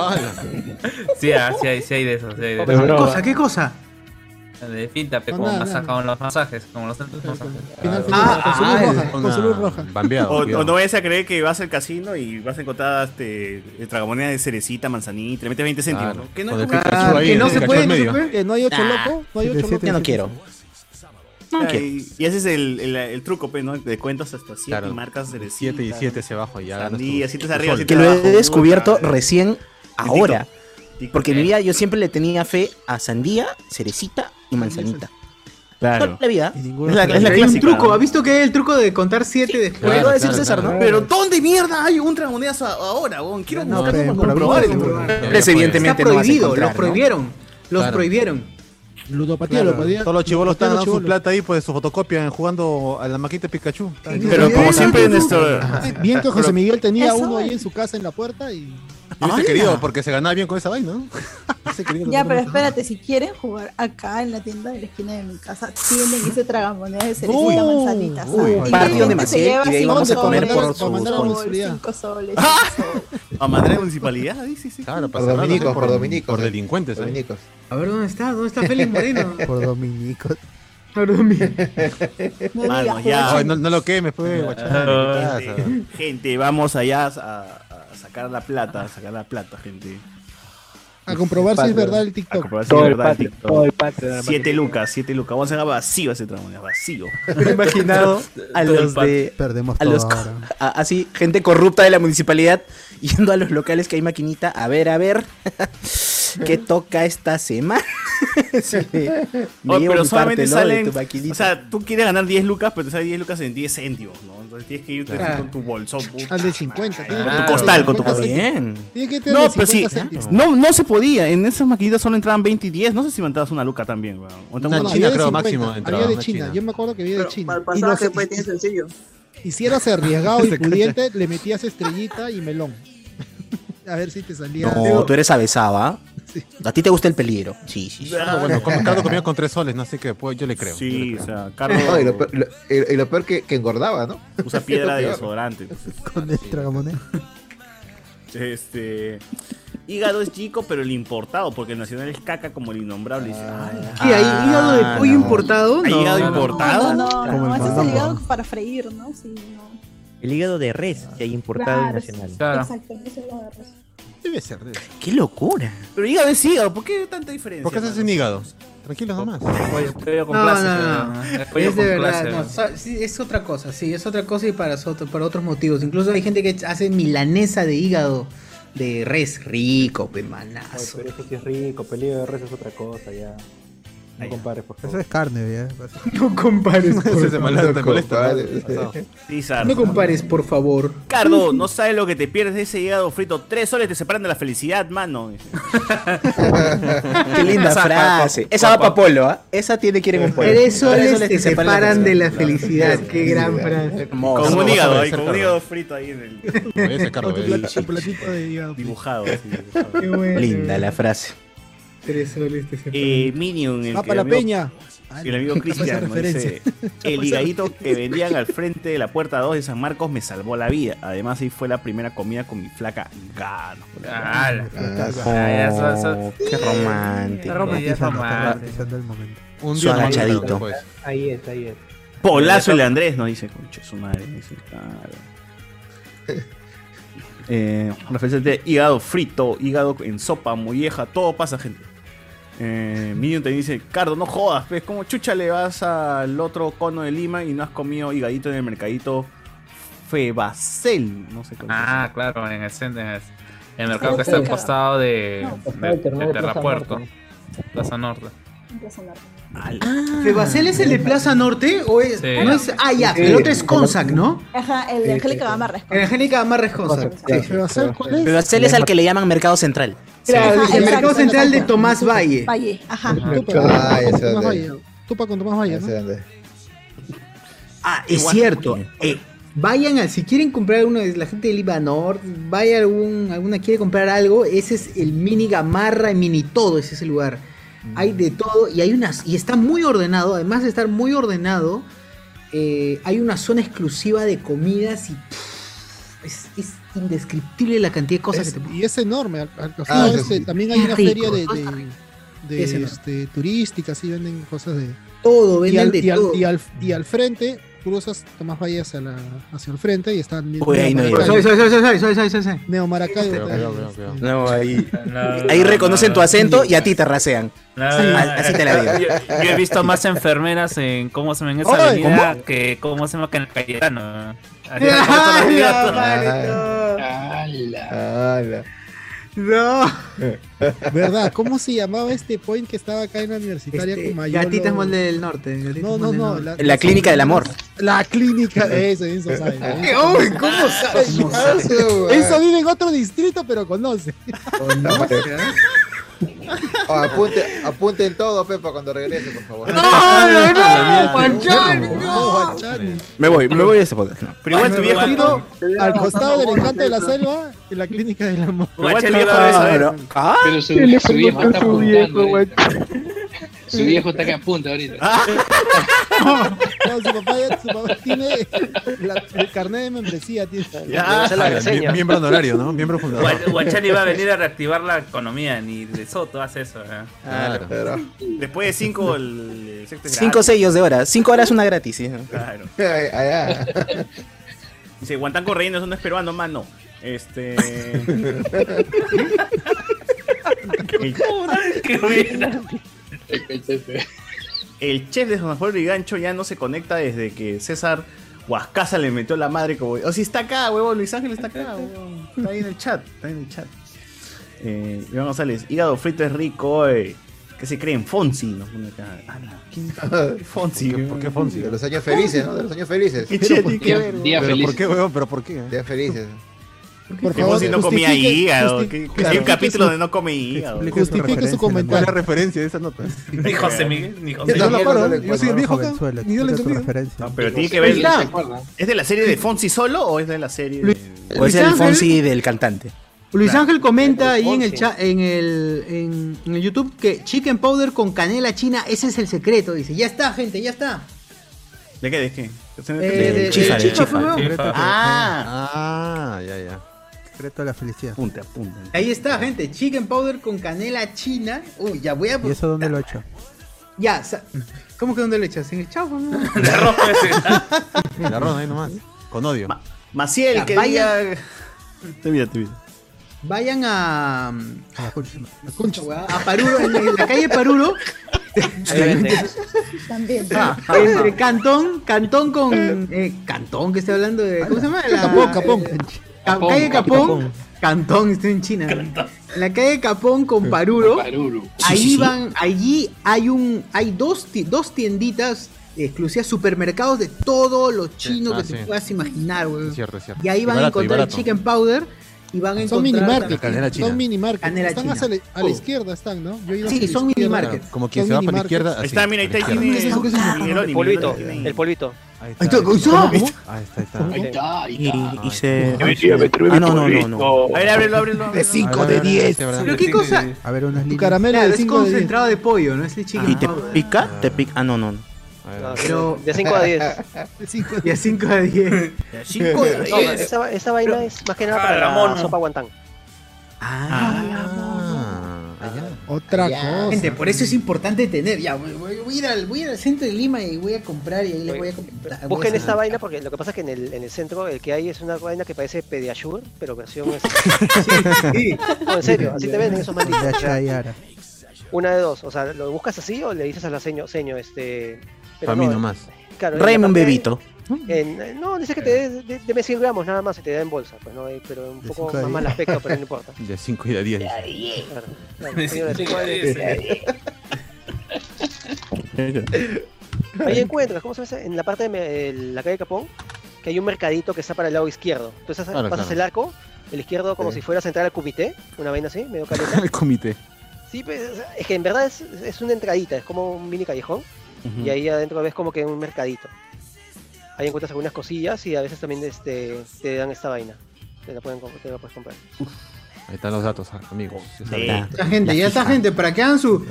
Speaker 10: Sí, ah, sí hay, sí hay de esos. sí hay de
Speaker 13: ¿Qué
Speaker 10: esos.
Speaker 1: cosa? ¿Qué cosa?
Speaker 10: De pinta, pe,
Speaker 2: No,
Speaker 10: como,
Speaker 2: no,
Speaker 10: masa-
Speaker 2: no.
Speaker 10: como los masajes, como los centros de
Speaker 2: Final
Speaker 10: masajes. Ah,
Speaker 2: feliz,
Speaker 3: Ah,
Speaker 2: con su luz roja, con su luz roja.
Speaker 4: o, o no vayas a creer que vas al casino y vas a encontrar este, tragamonedas de cerecita, manzanita, le metes 20 céntimos.
Speaker 3: Claro,
Speaker 4: ¿no? Que no,
Speaker 3: con
Speaker 4: es
Speaker 3: el
Speaker 4: como-
Speaker 3: Pikachu
Speaker 2: Ah,
Speaker 3: ahí, el Pikachu al medio.
Speaker 2: Que no hay ocho
Speaker 4: Nah.
Speaker 2: loco, no hay ocho loco.
Speaker 19: Ya no quiero.
Speaker 4: O sea,
Speaker 19: quiero.
Speaker 4: y, y ese es el, el, el truco, pe, ¿no? De cuentas hasta 7
Speaker 3: Claro.
Speaker 4: y marcas cerecita.
Speaker 3: Siete y siete hacia abajo, ya ganas
Speaker 4: Sandía,
Speaker 3: tu-
Speaker 4: siete
Speaker 3: tu
Speaker 4: arriba,
Speaker 3: sol.
Speaker 4: siete
Speaker 19: Que lo he
Speaker 4: abajo.
Speaker 19: descubierto recién
Speaker 4: TikTok.
Speaker 19: ahora.
Speaker 4: TikTok.
Speaker 19: Porque en mi vida yo siempre le tenía fe a sandía, cerecita y manzanita. Toda la vida. Es la, es la
Speaker 1: Hay un
Speaker 19: clásica.
Speaker 1: truco, ¿ha visto que hay el truco de contar siete después?
Speaker 19: claro, Lo iba a decir claro, César, ¿no? claro.
Speaker 4: Pero ¿dónde mierda hay un tragamonedas a- ahora, weón? Quiero
Speaker 1: No,
Speaker 4: buscar
Speaker 1: pe,
Speaker 4: un-
Speaker 1: para
Speaker 4: comprobar
Speaker 1: mí
Speaker 4: y
Speaker 1: no.
Speaker 4: comprobar.
Speaker 19: Pues, evidentemente
Speaker 1: está
Speaker 19: no vas a
Speaker 1: prohibido,
Speaker 19: encontrar,
Speaker 1: los
Speaker 19: ¿no?
Speaker 1: prohibieron, los
Speaker 3: Claro.
Speaker 1: prohibieron.
Speaker 2: Ludopatía,
Speaker 3: Claro.
Speaker 2: ludopatía.
Speaker 3: Todos los chivolos
Speaker 2: ludopatía
Speaker 3: están
Speaker 2: los
Speaker 3: dando su
Speaker 2: chibolos.
Speaker 3: plata ahí, pues su fotocopia jugando a la maquita Pikachu.
Speaker 4: Pero como siempre, nuestro.
Speaker 2: Bien que José
Speaker 3: Pero-
Speaker 2: Miguel tenía
Speaker 28: Eso
Speaker 2: uno ahí en su casa en la puerta y
Speaker 3: Yo hubiese
Speaker 2: ¡Hala!
Speaker 3: querido, porque se ganaba bien con esa vaina, ¿no? Hubiese querido
Speaker 25: Ya,
Speaker 3: tampoco
Speaker 25: pero
Speaker 3: me-
Speaker 25: espérate, si quieren jugar acá en la tienda de la esquina de mi casa, tienen ese tragamonedas de cerecita
Speaker 19: Uy,
Speaker 25: manzanita.
Speaker 19: uy.
Speaker 25: ¿sabes?
Speaker 19: Partido
Speaker 25: Y la
Speaker 19: de
Speaker 25: gente
Speaker 19: Maciel,
Speaker 25: se lleva
Speaker 19: y de ahí
Speaker 25: cinco
Speaker 19: vamos a comer
Speaker 25: soles,
Speaker 19: por sus-
Speaker 25: mandar a
Speaker 19: por
Speaker 25: un
Speaker 19: sus-
Speaker 25: bolsillo, cinco soles.
Speaker 4: A Madrid Municipalidad, ahí sí, sí.
Speaker 3: Claro,
Speaker 6: Por dominicos, por
Speaker 3: dominicos. Por delincuentes, ¿eh?
Speaker 1: A ver, ¿dónde está? ¿Dónde está Félix [LAUGHS] Moreno?
Speaker 28: Por dominicos.
Speaker 1: [LAUGHS] No digas,
Speaker 4: Mano, ya.
Speaker 3: Ay, no, no lo quemes, pues, guachada. ¿qué pasa?
Speaker 4: Gente, gente, vamos allá a, a sacar la plata, a sacar la plata, gente.
Speaker 2: a comprobar si es verdad el
Speaker 4: A
Speaker 2: TikTok.
Speaker 4: comprobar si es verdad el TikTok. Siete lucas, siete lucas. Vamos a sacar vacío ese tramo,
Speaker 19: [LAUGHS]
Speaker 4: ya, vacío.
Speaker 19: Me he
Speaker 29: [LAUGHS]
Speaker 4: [LAUGHS]
Speaker 19: imaginado a los de.
Speaker 28: Perdemos
Speaker 19: a los,
Speaker 28: todo
Speaker 19: co- a- así, gente corrupta de la municipalidad [LAUGHS] yendo a los locales que hay maquinita. A ver, a ver. ¿Qué toca esta semana? [LAUGHS]
Speaker 4: Oh,
Speaker 19: llevo
Speaker 4: pero
Speaker 19: mi parte, ¿no?
Speaker 4: solamente
Speaker 19: de
Speaker 4: salen.
Speaker 19: tu maquinita.
Speaker 4: o sea, tú quieres ganar 10 lucas, pero te salen 10 lucas en 10 céntimos, ¿no? Entonces tienes que irte
Speaker 2: Claro.
Speaker 4: con tu bolsón. puta
Speaker 2: Al de 50.
Speaker 4: madre, Con tu costal, con tu
Speaker 2: Está
Speaker 4: costal.
Speaker 2: bien. Tiene que tener
Speaker 4: No,
Speaker 2: de
Speaker 4: pero sí.
Speaker 2: 50 céntimos.
Speaker 4: No, no se podía. En esas maquinitas solo entraban 20 y 10. No sé si mantabas una luca también, weón. O
Speaker 3: Una
Speaker 4: una-
Speaker 3: china,
Speaker 4: había de
Speaker 3: creo,
Speaker 4: 50,
Speaker 3: máximo, entraba
Speaker 2: Había de
Speaker 4: una
Speaker 2: China.
Speaker 4: china.
Speaker 2: yo me acuerdo que había de China.
Speaker 30: Para el
Speaker 2: Y, los,
Speaker 30: pasaje, pues, tiene sencillo.
Speaker 2: y si eras arriesgado y
Speaker 4: Se
Speaker 2: pudiente, le metías estrellita y melón. [LAUGHS] A ver si te salía.
Speaker 19: No, tú eres avesaba. A ti te gusta el peligro. Sí, sí. sí.
Speaker 3: Claro, Ah, bueno, como Cardo comió con tres soles, ¿no? así que pues, yo le creo.
Speaker 4: Sí, o sea,
Speaker 5: No, y, lo peor, lo- y- y lo peor que, que engordaba, ¿no?
Speaker 4: Usa
Speaker 5: [LAUGHS]
Speaker 4: piedra de desodorante.
Speaker 2: [LAUGHS]
Speaker 6: Con el tragamoneda.
Speaker 2: ¿eh?
Speaker 4: Este. Hígado es chico, pero el importado, porque el nacional es caca como el innombrable.
Speaker 2: Ah.
Speaker 30: ¿Qué, hay hígado de pollo importado?
Speaker 4: ¿Hay
Speaker 30: No,
Speaker 4: hígado
Speaker 30: no, no.
Speaker 4: importado?
Speaker 7: No, no,
Speaker 23: Como
Speaker 7: no,
Speaker 23: el
Speaker 7: ese es el
Speaker 23: fandango.
Speaker 7: hígado para freír, ¿no? Sí, no.
Speaker 23: El hígado de res, que hay importado
Speaker 7: Claro,
Speaker 23: y nacional.
Speaker 7: Exacto, ese es lo de arroz.
Speaker 4: Debe ser de
Speaker 19: ¡Qué locura!
Speaker 4: Pero hígado es hígado, ¿por qué tanta diferencia?
Speaker 3: ¿Por qué haces sin hígado? Tranquilos nomás.
Speaker 10: Pollo con
Speaker 3: No,
Speaker 10: clase,
Speaker 3: no,
Speaker 10: pero-
Speaker 3: no.
Speaker 10: el pollo con
Speaker 1: Es de verdad,
Speaker 10: clase,
Speaker 1: no,
Speaker 10: ¿no?
Speaker 1: so- sí, es otra cosa, sí, es otra cosa y para, so- para otros motivos. Incluso hay gente que hace milanesa de hígado de res, rico, pe
Speaker 29: Ay,
Speaker 1: manazo.
Speaker 29: pero eso sí es rico, peligro de res es otra cosa, ya. No compares, por favor.
Speaker 6: Eso es carne, ya. [LAUGHS]
Speaker 1: No compares.
Speaker 6: por
Speaker 4: se
Speaker 6: favor.
Speaker 4: molesta, te molesta,
Speaker 6: Compadre.
Speaker 4: Sí, Sar.
Speaker 1: No compares, por favor.
Speaker 4: Cardo, no sabes lo que te pierdes de ese hígado frito. Tres soles te separan de la felicidad, mano.
Speaker 19: [LAUGHS]
Speaker 29: [LAUGHS]
Speaker 19: Qué linda frase. Esa va para Polo, ¿ah? Esa tiene que ir en un Polo.
Speaker 1: Tres soles
Speaker 29: este,
Speaker 19: Tres
Speaker 1: te separan de la felicidad. Qué gran frase.
Speaker 4: Con un hígado ahí, con un hígado frito ahí en el.
Speaker 3: Ese Cardo,
Speaker 2: Tu
Speaker 3: eh.
Speaker 2: plat- tu platito de hígado.
Speaker 4: Dibujado.
Speaker 1: Qué bueno.
Speaker 19: Linda la frase.
Speaker 1: Tres soles te separan.
Speaker 4: Eh, Minion, el,
Speaker 2: Va
Speaker 1: Ah,
Speaker 4: que
Speaker 2: Ah, para la
Speaker 4: el amigo-
Speaker 2: peña. Ah,
Speaker 4: el amigo Cristian nos dice:
Speaker 2: [LAUGHS]
Speaker 4: El higadito que vendían al frente de la puerta 2 de San Marcos me salvó la vida. Además, ahí fue la primera comida con mi flaca Gano. Ah,
Speaker 10: ¡Hala!
Speaker 19: Ah,
Speaker 10: eso- eso-
Speaker 19: Qué romántico.
Speaker 6: Romantizando, romantizando el momento.
Speaker 3: Un
Speaker 19: Su agachadito.
Speaker 29: Ahí es, ahí es.
Speaker 4: pues. Polazo el Andrés nos dice, concha su madre, dice, claro. Eh, referencia de hígado frito, hígado en sopa, molleja, todo pasa, gente. Eh, Minion te dice, Cardo, no jodas, pues como chucha le vas al otro cono de Lima y no has comido higadito en el mercadito Febacel, no sé cómo.
Speaker 10: Ah, claro, en el, centro, en el, en el mercado que está al costado de, de, de Terrapuerto, Plaza Norte.
Speaker 1: ¿Febacel es el de Plaza Norte? ¿O es,
Speaker 10: Sí.
Speaker 1: no es, ah, ya,
Speaker 10: Sí.
Speaker 1: el otro es Consac, ¿no?
Speaker 7: Ajá, el de Angélica Gamarra.
Speaker 1: El Angélica Amarres Consac.
Speaker 19: Pero Acel es al que le llaman Mercado Central.
Speaker 1: Claro,
Speaker 7: Ajá,
Speaker 1: el mercado
Speaker 7: exacto,
Speaker 1: central de
Speaker 7: exacto.
Speaker 1: Tomás Valle.
Speaker 7: Valle, ajá.
Speaker 5: Ah, ese
Speaker 2: Tomás
Speaker 5: Andrés.
Speaker 2: Valle. Tupac con Tomás Valle, ¿no?
Speaker 1: Ah, es cierto. eh, vayan al, si quieren comprar uno, es la gente de Lima Norte, vaya algún, alguna quiere comprar algo, ese es el mini gamarra, el mini todo, ese es el lugar. Hay
Speaker 2: Mm.
Speaker 1: de todo y hay unas, y está muy ordenado, además de estar muy ordenado, eh, hay una zona exclusiva de comidas y pff, es, es indescriptible la cantidad de cosas
Speaker 2: Es-
Speaker 1: que te
Speaker 2: y es enorme. al- al costado,
Speaker 1: Ah, eso
Speaker 2: este,
Speaker 1: sí.
Speaker 2: También hay
Speaker 1: Qué
Speaker 2: una
Speaker 1: rico,
Speaker 2: feria de,
Speaker 1: todo
Speaker 2: de-
Speaker 1: está
Speaker 2: de,
Speaker 1: Es enorme.
Speaker 2: este, turística, así venden cosas de.
Speaker 1: Todo,
Speaker 2: y
Speaker 1: venden
Speaker 2: al,
Speaker 1: de
Speaker 2: y al-
Speaker 1: todo.
Speaker 2: y al-
Speaker 5: [LAUGHS]
Speaker 2: y al frente, cruzas Tomás Valle hacia, la, hacia el frente y están.
Speaker 1: Pues
Speaker 19: Uy, ahí no llego.
Speaker 1: Soy, soy, soy, soy, soy, soy, soy, soy, soy.
Speaker 2: Neo Maracayo.
Speaker 19: Cuidado,
Speaker 2: tal.
Speaker 19: cuidado, No, ahí. Ahí reconocen tu acento y a ti te rasean. Al- Así te la digo.
Speaker 10: Ah, Yo, yo he visto más enfermeras en cómo se llama en esa
Speaker 19: Ay,
Speaker 10: avenida que cómo se llama que en el Cayetano.
Speaker 1: [LAUGHS]
Speaker 10: Así que
Speaker 1: No.
Speaker 2: ¿Verdad? ¿Cómo se llamaba este point que estaba acá en la universitaria
Speaker 1: Este,
Speaker 2: con mayor?
Speaker 1: Gatitas Molde del Norte. gatitas
Speaker 2: No, no,
Speaker 1: Molde del
Speaker 2: no.
Speaker 1: Norte.
Speaker 19: La clínica del amor.
Speaker 2: La clínica, eso, eso saben.
Speaker 1: Ay,
Speaker 2: [LAUGHS]
Speaker 1: uy, ¿cómo sabe? ¿Cómo sabe?
Speaker 2: Eso vive en otro distrito, pero conoce.
Speaker 5: Oh, apunte, apunten todo, Pepa, cuando regrese, por favor.
Speaker 2: no,
Speaker 5: no,
Speaker 19: Me voy, me voy de ese podcast. no.
Speaker 4: Pero
Speaker 1: Ah,
Speaker 4: igual tu viejo.
Speaker 2: Tiro al costado del encante de la selva, en la clínica del amor.
Speaker 4: Pero igual tu viejo debe saber.
Speaker 19: Ah,
Speaker 13: Pero su,
Speaker 2: ¿Qué le
Speaker 13: su viejo
Speaker 2: preguntó
Speaker 13: está
Speaker 2: a
Speaker 13: apuntando.
Speaker 2: su
Speaker 13: ahorita. Su viejo está que apunta ahorita.
Speaker 4: Ah.
Speaker 2: [LAUGHS] No, su papá, ya- su papá tiene la- el carnet de membresía. Tiene.
Speaker 10: Ya. Hacer la
Speaker 3: Ah,
Speaker 10: reseña.
Speaker 3: mie- miembro honorario, ¿no? Miembro fundador.
Speaker 10: Guach- Guachani va a venir a reactivar la economía, ni de Soto hace eso. ¿eh?
Speaker 3: Claro.
Speaker 4: Después de 5 el, el sexto es
Speaker 19: Cinco
Speaker 4: gratis.
Speaker 19: sellos de hora. Cinco horas una gratis. ¿sí?
Speaker 4: Claro.
Speaker 5: Ah, ya.
Speaker 4: [LAUGHS] Dice, Guantanco Reino, eso no es peruano, mano. Este. El chef de San Juan y Gancho ya no se conecta desde que César Huascaza le metió la madre como. O si está acá, huevo, Luis Ángel está acá, huevón. Está ahí en el chat, está ahí en el chat. Eh, Iván González, hígado frito es rico, eh. que se creen Fonsi. "Ah, ¿no? Pone acá. Ala, ¿quién-
Speaker 5: [LAUGHS]
Speaker 4: Fonsi. ¿Por qué Fonsi?
Speaker 5: De los años felices, ¿no? De los años felices.
Speaker 4: ¿Qué chévere tiene que ver?
Speaker 5: Pero ¿por qué,
Speaker 3: weón? ¿Pero por qué?
Speaker 5: Días felices.
Speaker 4: Por Que favor, Fonsi no comía justifique- hígado, justi- que- que claro, hay un justifique capítulo su- de no come hígado. explique su
Speaker 2: Justifique su
Speaker 4: referencia,
Speaker 2: comentario.
Speaker 3: La referencia de esa nota.
Speaker 2: Ni José Miguel, ni José
Speaker 4: Yo
Speaker 2: Miguel.
Speaker 4: no la paro, ¿eh?
Speaker 2: Yo
Speaker 4: yo soy el viejo acá.
Speaker 6: Jovenzuela,
Speaker 4: Ni yo la
Speaker 6: explica su
Speaker 4: entendí.
Speaker 6: referencia.
Speaker 4: No, pero tiene que ver. ¿Es de la serie de Fonsi solo o es de la serie de...
Speaker 19: O es el
Speaker 1: Ángel.
Speaker 19: Fonsi del cantante.
Speaker 1: Luis
Speaker 4: Claro.
Speaker 1: Ángel comenta ahí en el chat, en el, en, en el YouTube que chicken powder con canela china, ese es el secreto. Dice, ya está, gente, ya está.
Speaker 27: ¿De qué? ¿De
Speaker 6: Eh,
Speaker 27: qué?
Speaker 1: de- de chifa, de chifa, pues, weón.
Speaker 3: Ah. Ah, ya, ya.
Speaker 6: Secreto de la felicidad.
Speaker 4: Punta, punta.
Speaker 1: Ahí está, gente, chicken powder con canela china. Uy, ya voy a
Speaker 6: ¿Y eso dónde lo he hecho?
Speaker 1: Ya, sa- ¿cómo que dónde lo echas? En el chat, pues, weón.
Speaker 3: La ronda ahí nomás. Con odio.
Speaker 4: Maciel,
Speaker 1: Ya,
Speaker 4: que
Speaker 1: vaya.
Speaker 4: diga... Te mira, te mira.
Speaker 1: Vayan a. weá, A Paruro, en la, en la calle Paruro. [LAUGHS]
Speaker 9: También.
Speaker 10: Ah,
Speaker 1: Entre Ah, eh, Cantón, Cantón con. eh, Cantón, que estoy hablando de. ¿Cómo se llama? La, eh,
Speaker 2: Capón, Capón.
Speaker 1: Ca-
Speaker 2: Capón,
Speaker 1: calle Capón.
Speaker 2: Capón.
Speaker 1: Cantón, estoy en China. En la calle Capón con Paruro. Ahí
Speaker 2: Sí, sí, sí.
Speaker 1: van, allí hay un, hay dos, ti- dos tienditas exclusivas, supermercados de todos los chinos
Speaker 3: ah,
Speaker 1: que te
Speaker 3: sí.
Speaker 1: puedas imaginar, weón.
Speaker 3: Cierto, es cierto.
Speaker 1: Y ahí van a
Speaker 3: barato,
Speaker 1: encontrar el
Speaker 3: barato.
Speaker 1: chicken powder y van a encontrar
Speaker 2: Son mini markets.
Speaker 1: también-
Speaker 2: Son mini markets.
Speaker 1: Canela
Speaker 2: Están
Speaker 1: china.
Speaker 2: hacia la- a la
Speaker 1: Oh.
Speaker 2: izquierda, están, ¿no? Yo he ido
Speaker 1: Sí,
Speaker 2: hacia la
Speaker 1: son mini
Speaker 2: izquierda.
Speaker 1: markets.
Speaker 3: Como quien se va para la izquierda.
Speaker 2: Ahí
Speaker 3: así,
Speaker 2: está, mira, ahí
Speaker 3: para la
Speaker 2: está,
Speaker 3: izquierda.
Speaker 2: ahí tiene-
Speaker 7: El polvito, el polvito.
Speaker 3: Ahí
Speaker 7: está, ahí está.
Speaker 3: Ahí está, ahí está.
Speaker 7: Ahí está, ahí
Speaker 19: Y, y se...
Speaker 6: Debería meterme
Speaker 19: Eh, Ah, no, no, no,
Speaker 6: polvito.
Speaker 19: no.
Speaker 6: A ver, ábrelo, ábrelo, ábrelo.
Speaker 19: De 5 de
Speaker 6: A ver, a ver,
Speaker 19: 10.
Speaker 1: este,
Speaker 6: a ver, a ver. Pero qué cosa- A ver, unas líneas.
Speaker 1: Claro, es concentrado de pollo, no es el chicken
Speaker 19: Ah, ¿Y te
Speaker 1: powder.
Speaker 19: pica? Te pica. Ah, no, no. no.
Speaker 1: Pero...
Speaker 7: De 5 a 10.
Speaker 1: [LAUGHS] De 5 a 10.
Speaker 19: De
Speaker 7: No, esa, esa vaina es más que
Speaker 2: ah,
Speaker 7: nada para
Speaker 1: Ramón,
Speaker 7: la
Speaker 1: ¿no?
Speaker 7: sopa guantán.
Speaker 2: Otra
Speaker 1: Ya,
Speaker 2: cosa.
Speaker 1: Gente, por eso es importante tener. Ya, voy, voy- voy a ir al, voy a ir al centro de Lima y voy a comprar y ahí le voy a comprar.
Speaker 7: Busquen esta vaina porque lo que pasa es que en el, en el centro el que hay es una vaina que parece Pediasure, pero versión es...
Speaker 1: sí.
Speaker 7: [LAUGHS] No, en serio, así te venden esos malditos.
Speaker 6: Ya, ya, ya, ya.
Speaker 7: Una de dos, o sea, ¿lo buscas así o le dices a la seño, seño, este... pero
Speaker 19: Pa' mí
Speaker 7: no,
Speaker 19: nomás.
Speaker 7: claro, en la
Speaker 19: Raymond
Speaker 7: parte-
Speaker 19: Bebito.
Speaker 7: en- eh, no, dice que te
Speaker 3: Eh.
Speaker 7: dé- de- deme 100 gramos nada más y te da en bolsa, pues no, Eh, pero un poco
Speaker 3: cinco a
Speaker 7: más mal
Speaker 3: diez.
Speaker 7: aspecto, pero no importa.
Speaker 3: [LAUGHS] De 5 y de 10.
Speaker 7: Claro, claro, señora, cinco a diez. Ahí encuentras, ¿cómo se dice? En la parte de me- el- la calle Capón, que hay un mercadito que está para el lado izquierdo. Entonces
Speaker 3: Claro,
Speaker 7: pasas el
Speaker 3: claro.
Speaker 7: arco, el izquierdo como si fueras a entrar al comité, una vaina así, medio caleta.
Speaker 3: El comité.
Speaker 7: sí, pues, es que en verdad es, es una entradita, es como un mini callejón.
Speaker 3: Ujú.
Speaker 7: Y ahí adentro ves como que un mercadito. Ahí encuentras algunas cosillas y a veces también este, te dan esta vaina. Te la, pueden, comp- te la puedes comprar.
Speaker 3: Ahí están los datos, ah, amigos.
Speaker 1: Ya, gente, ya está, gente, para que hagan su.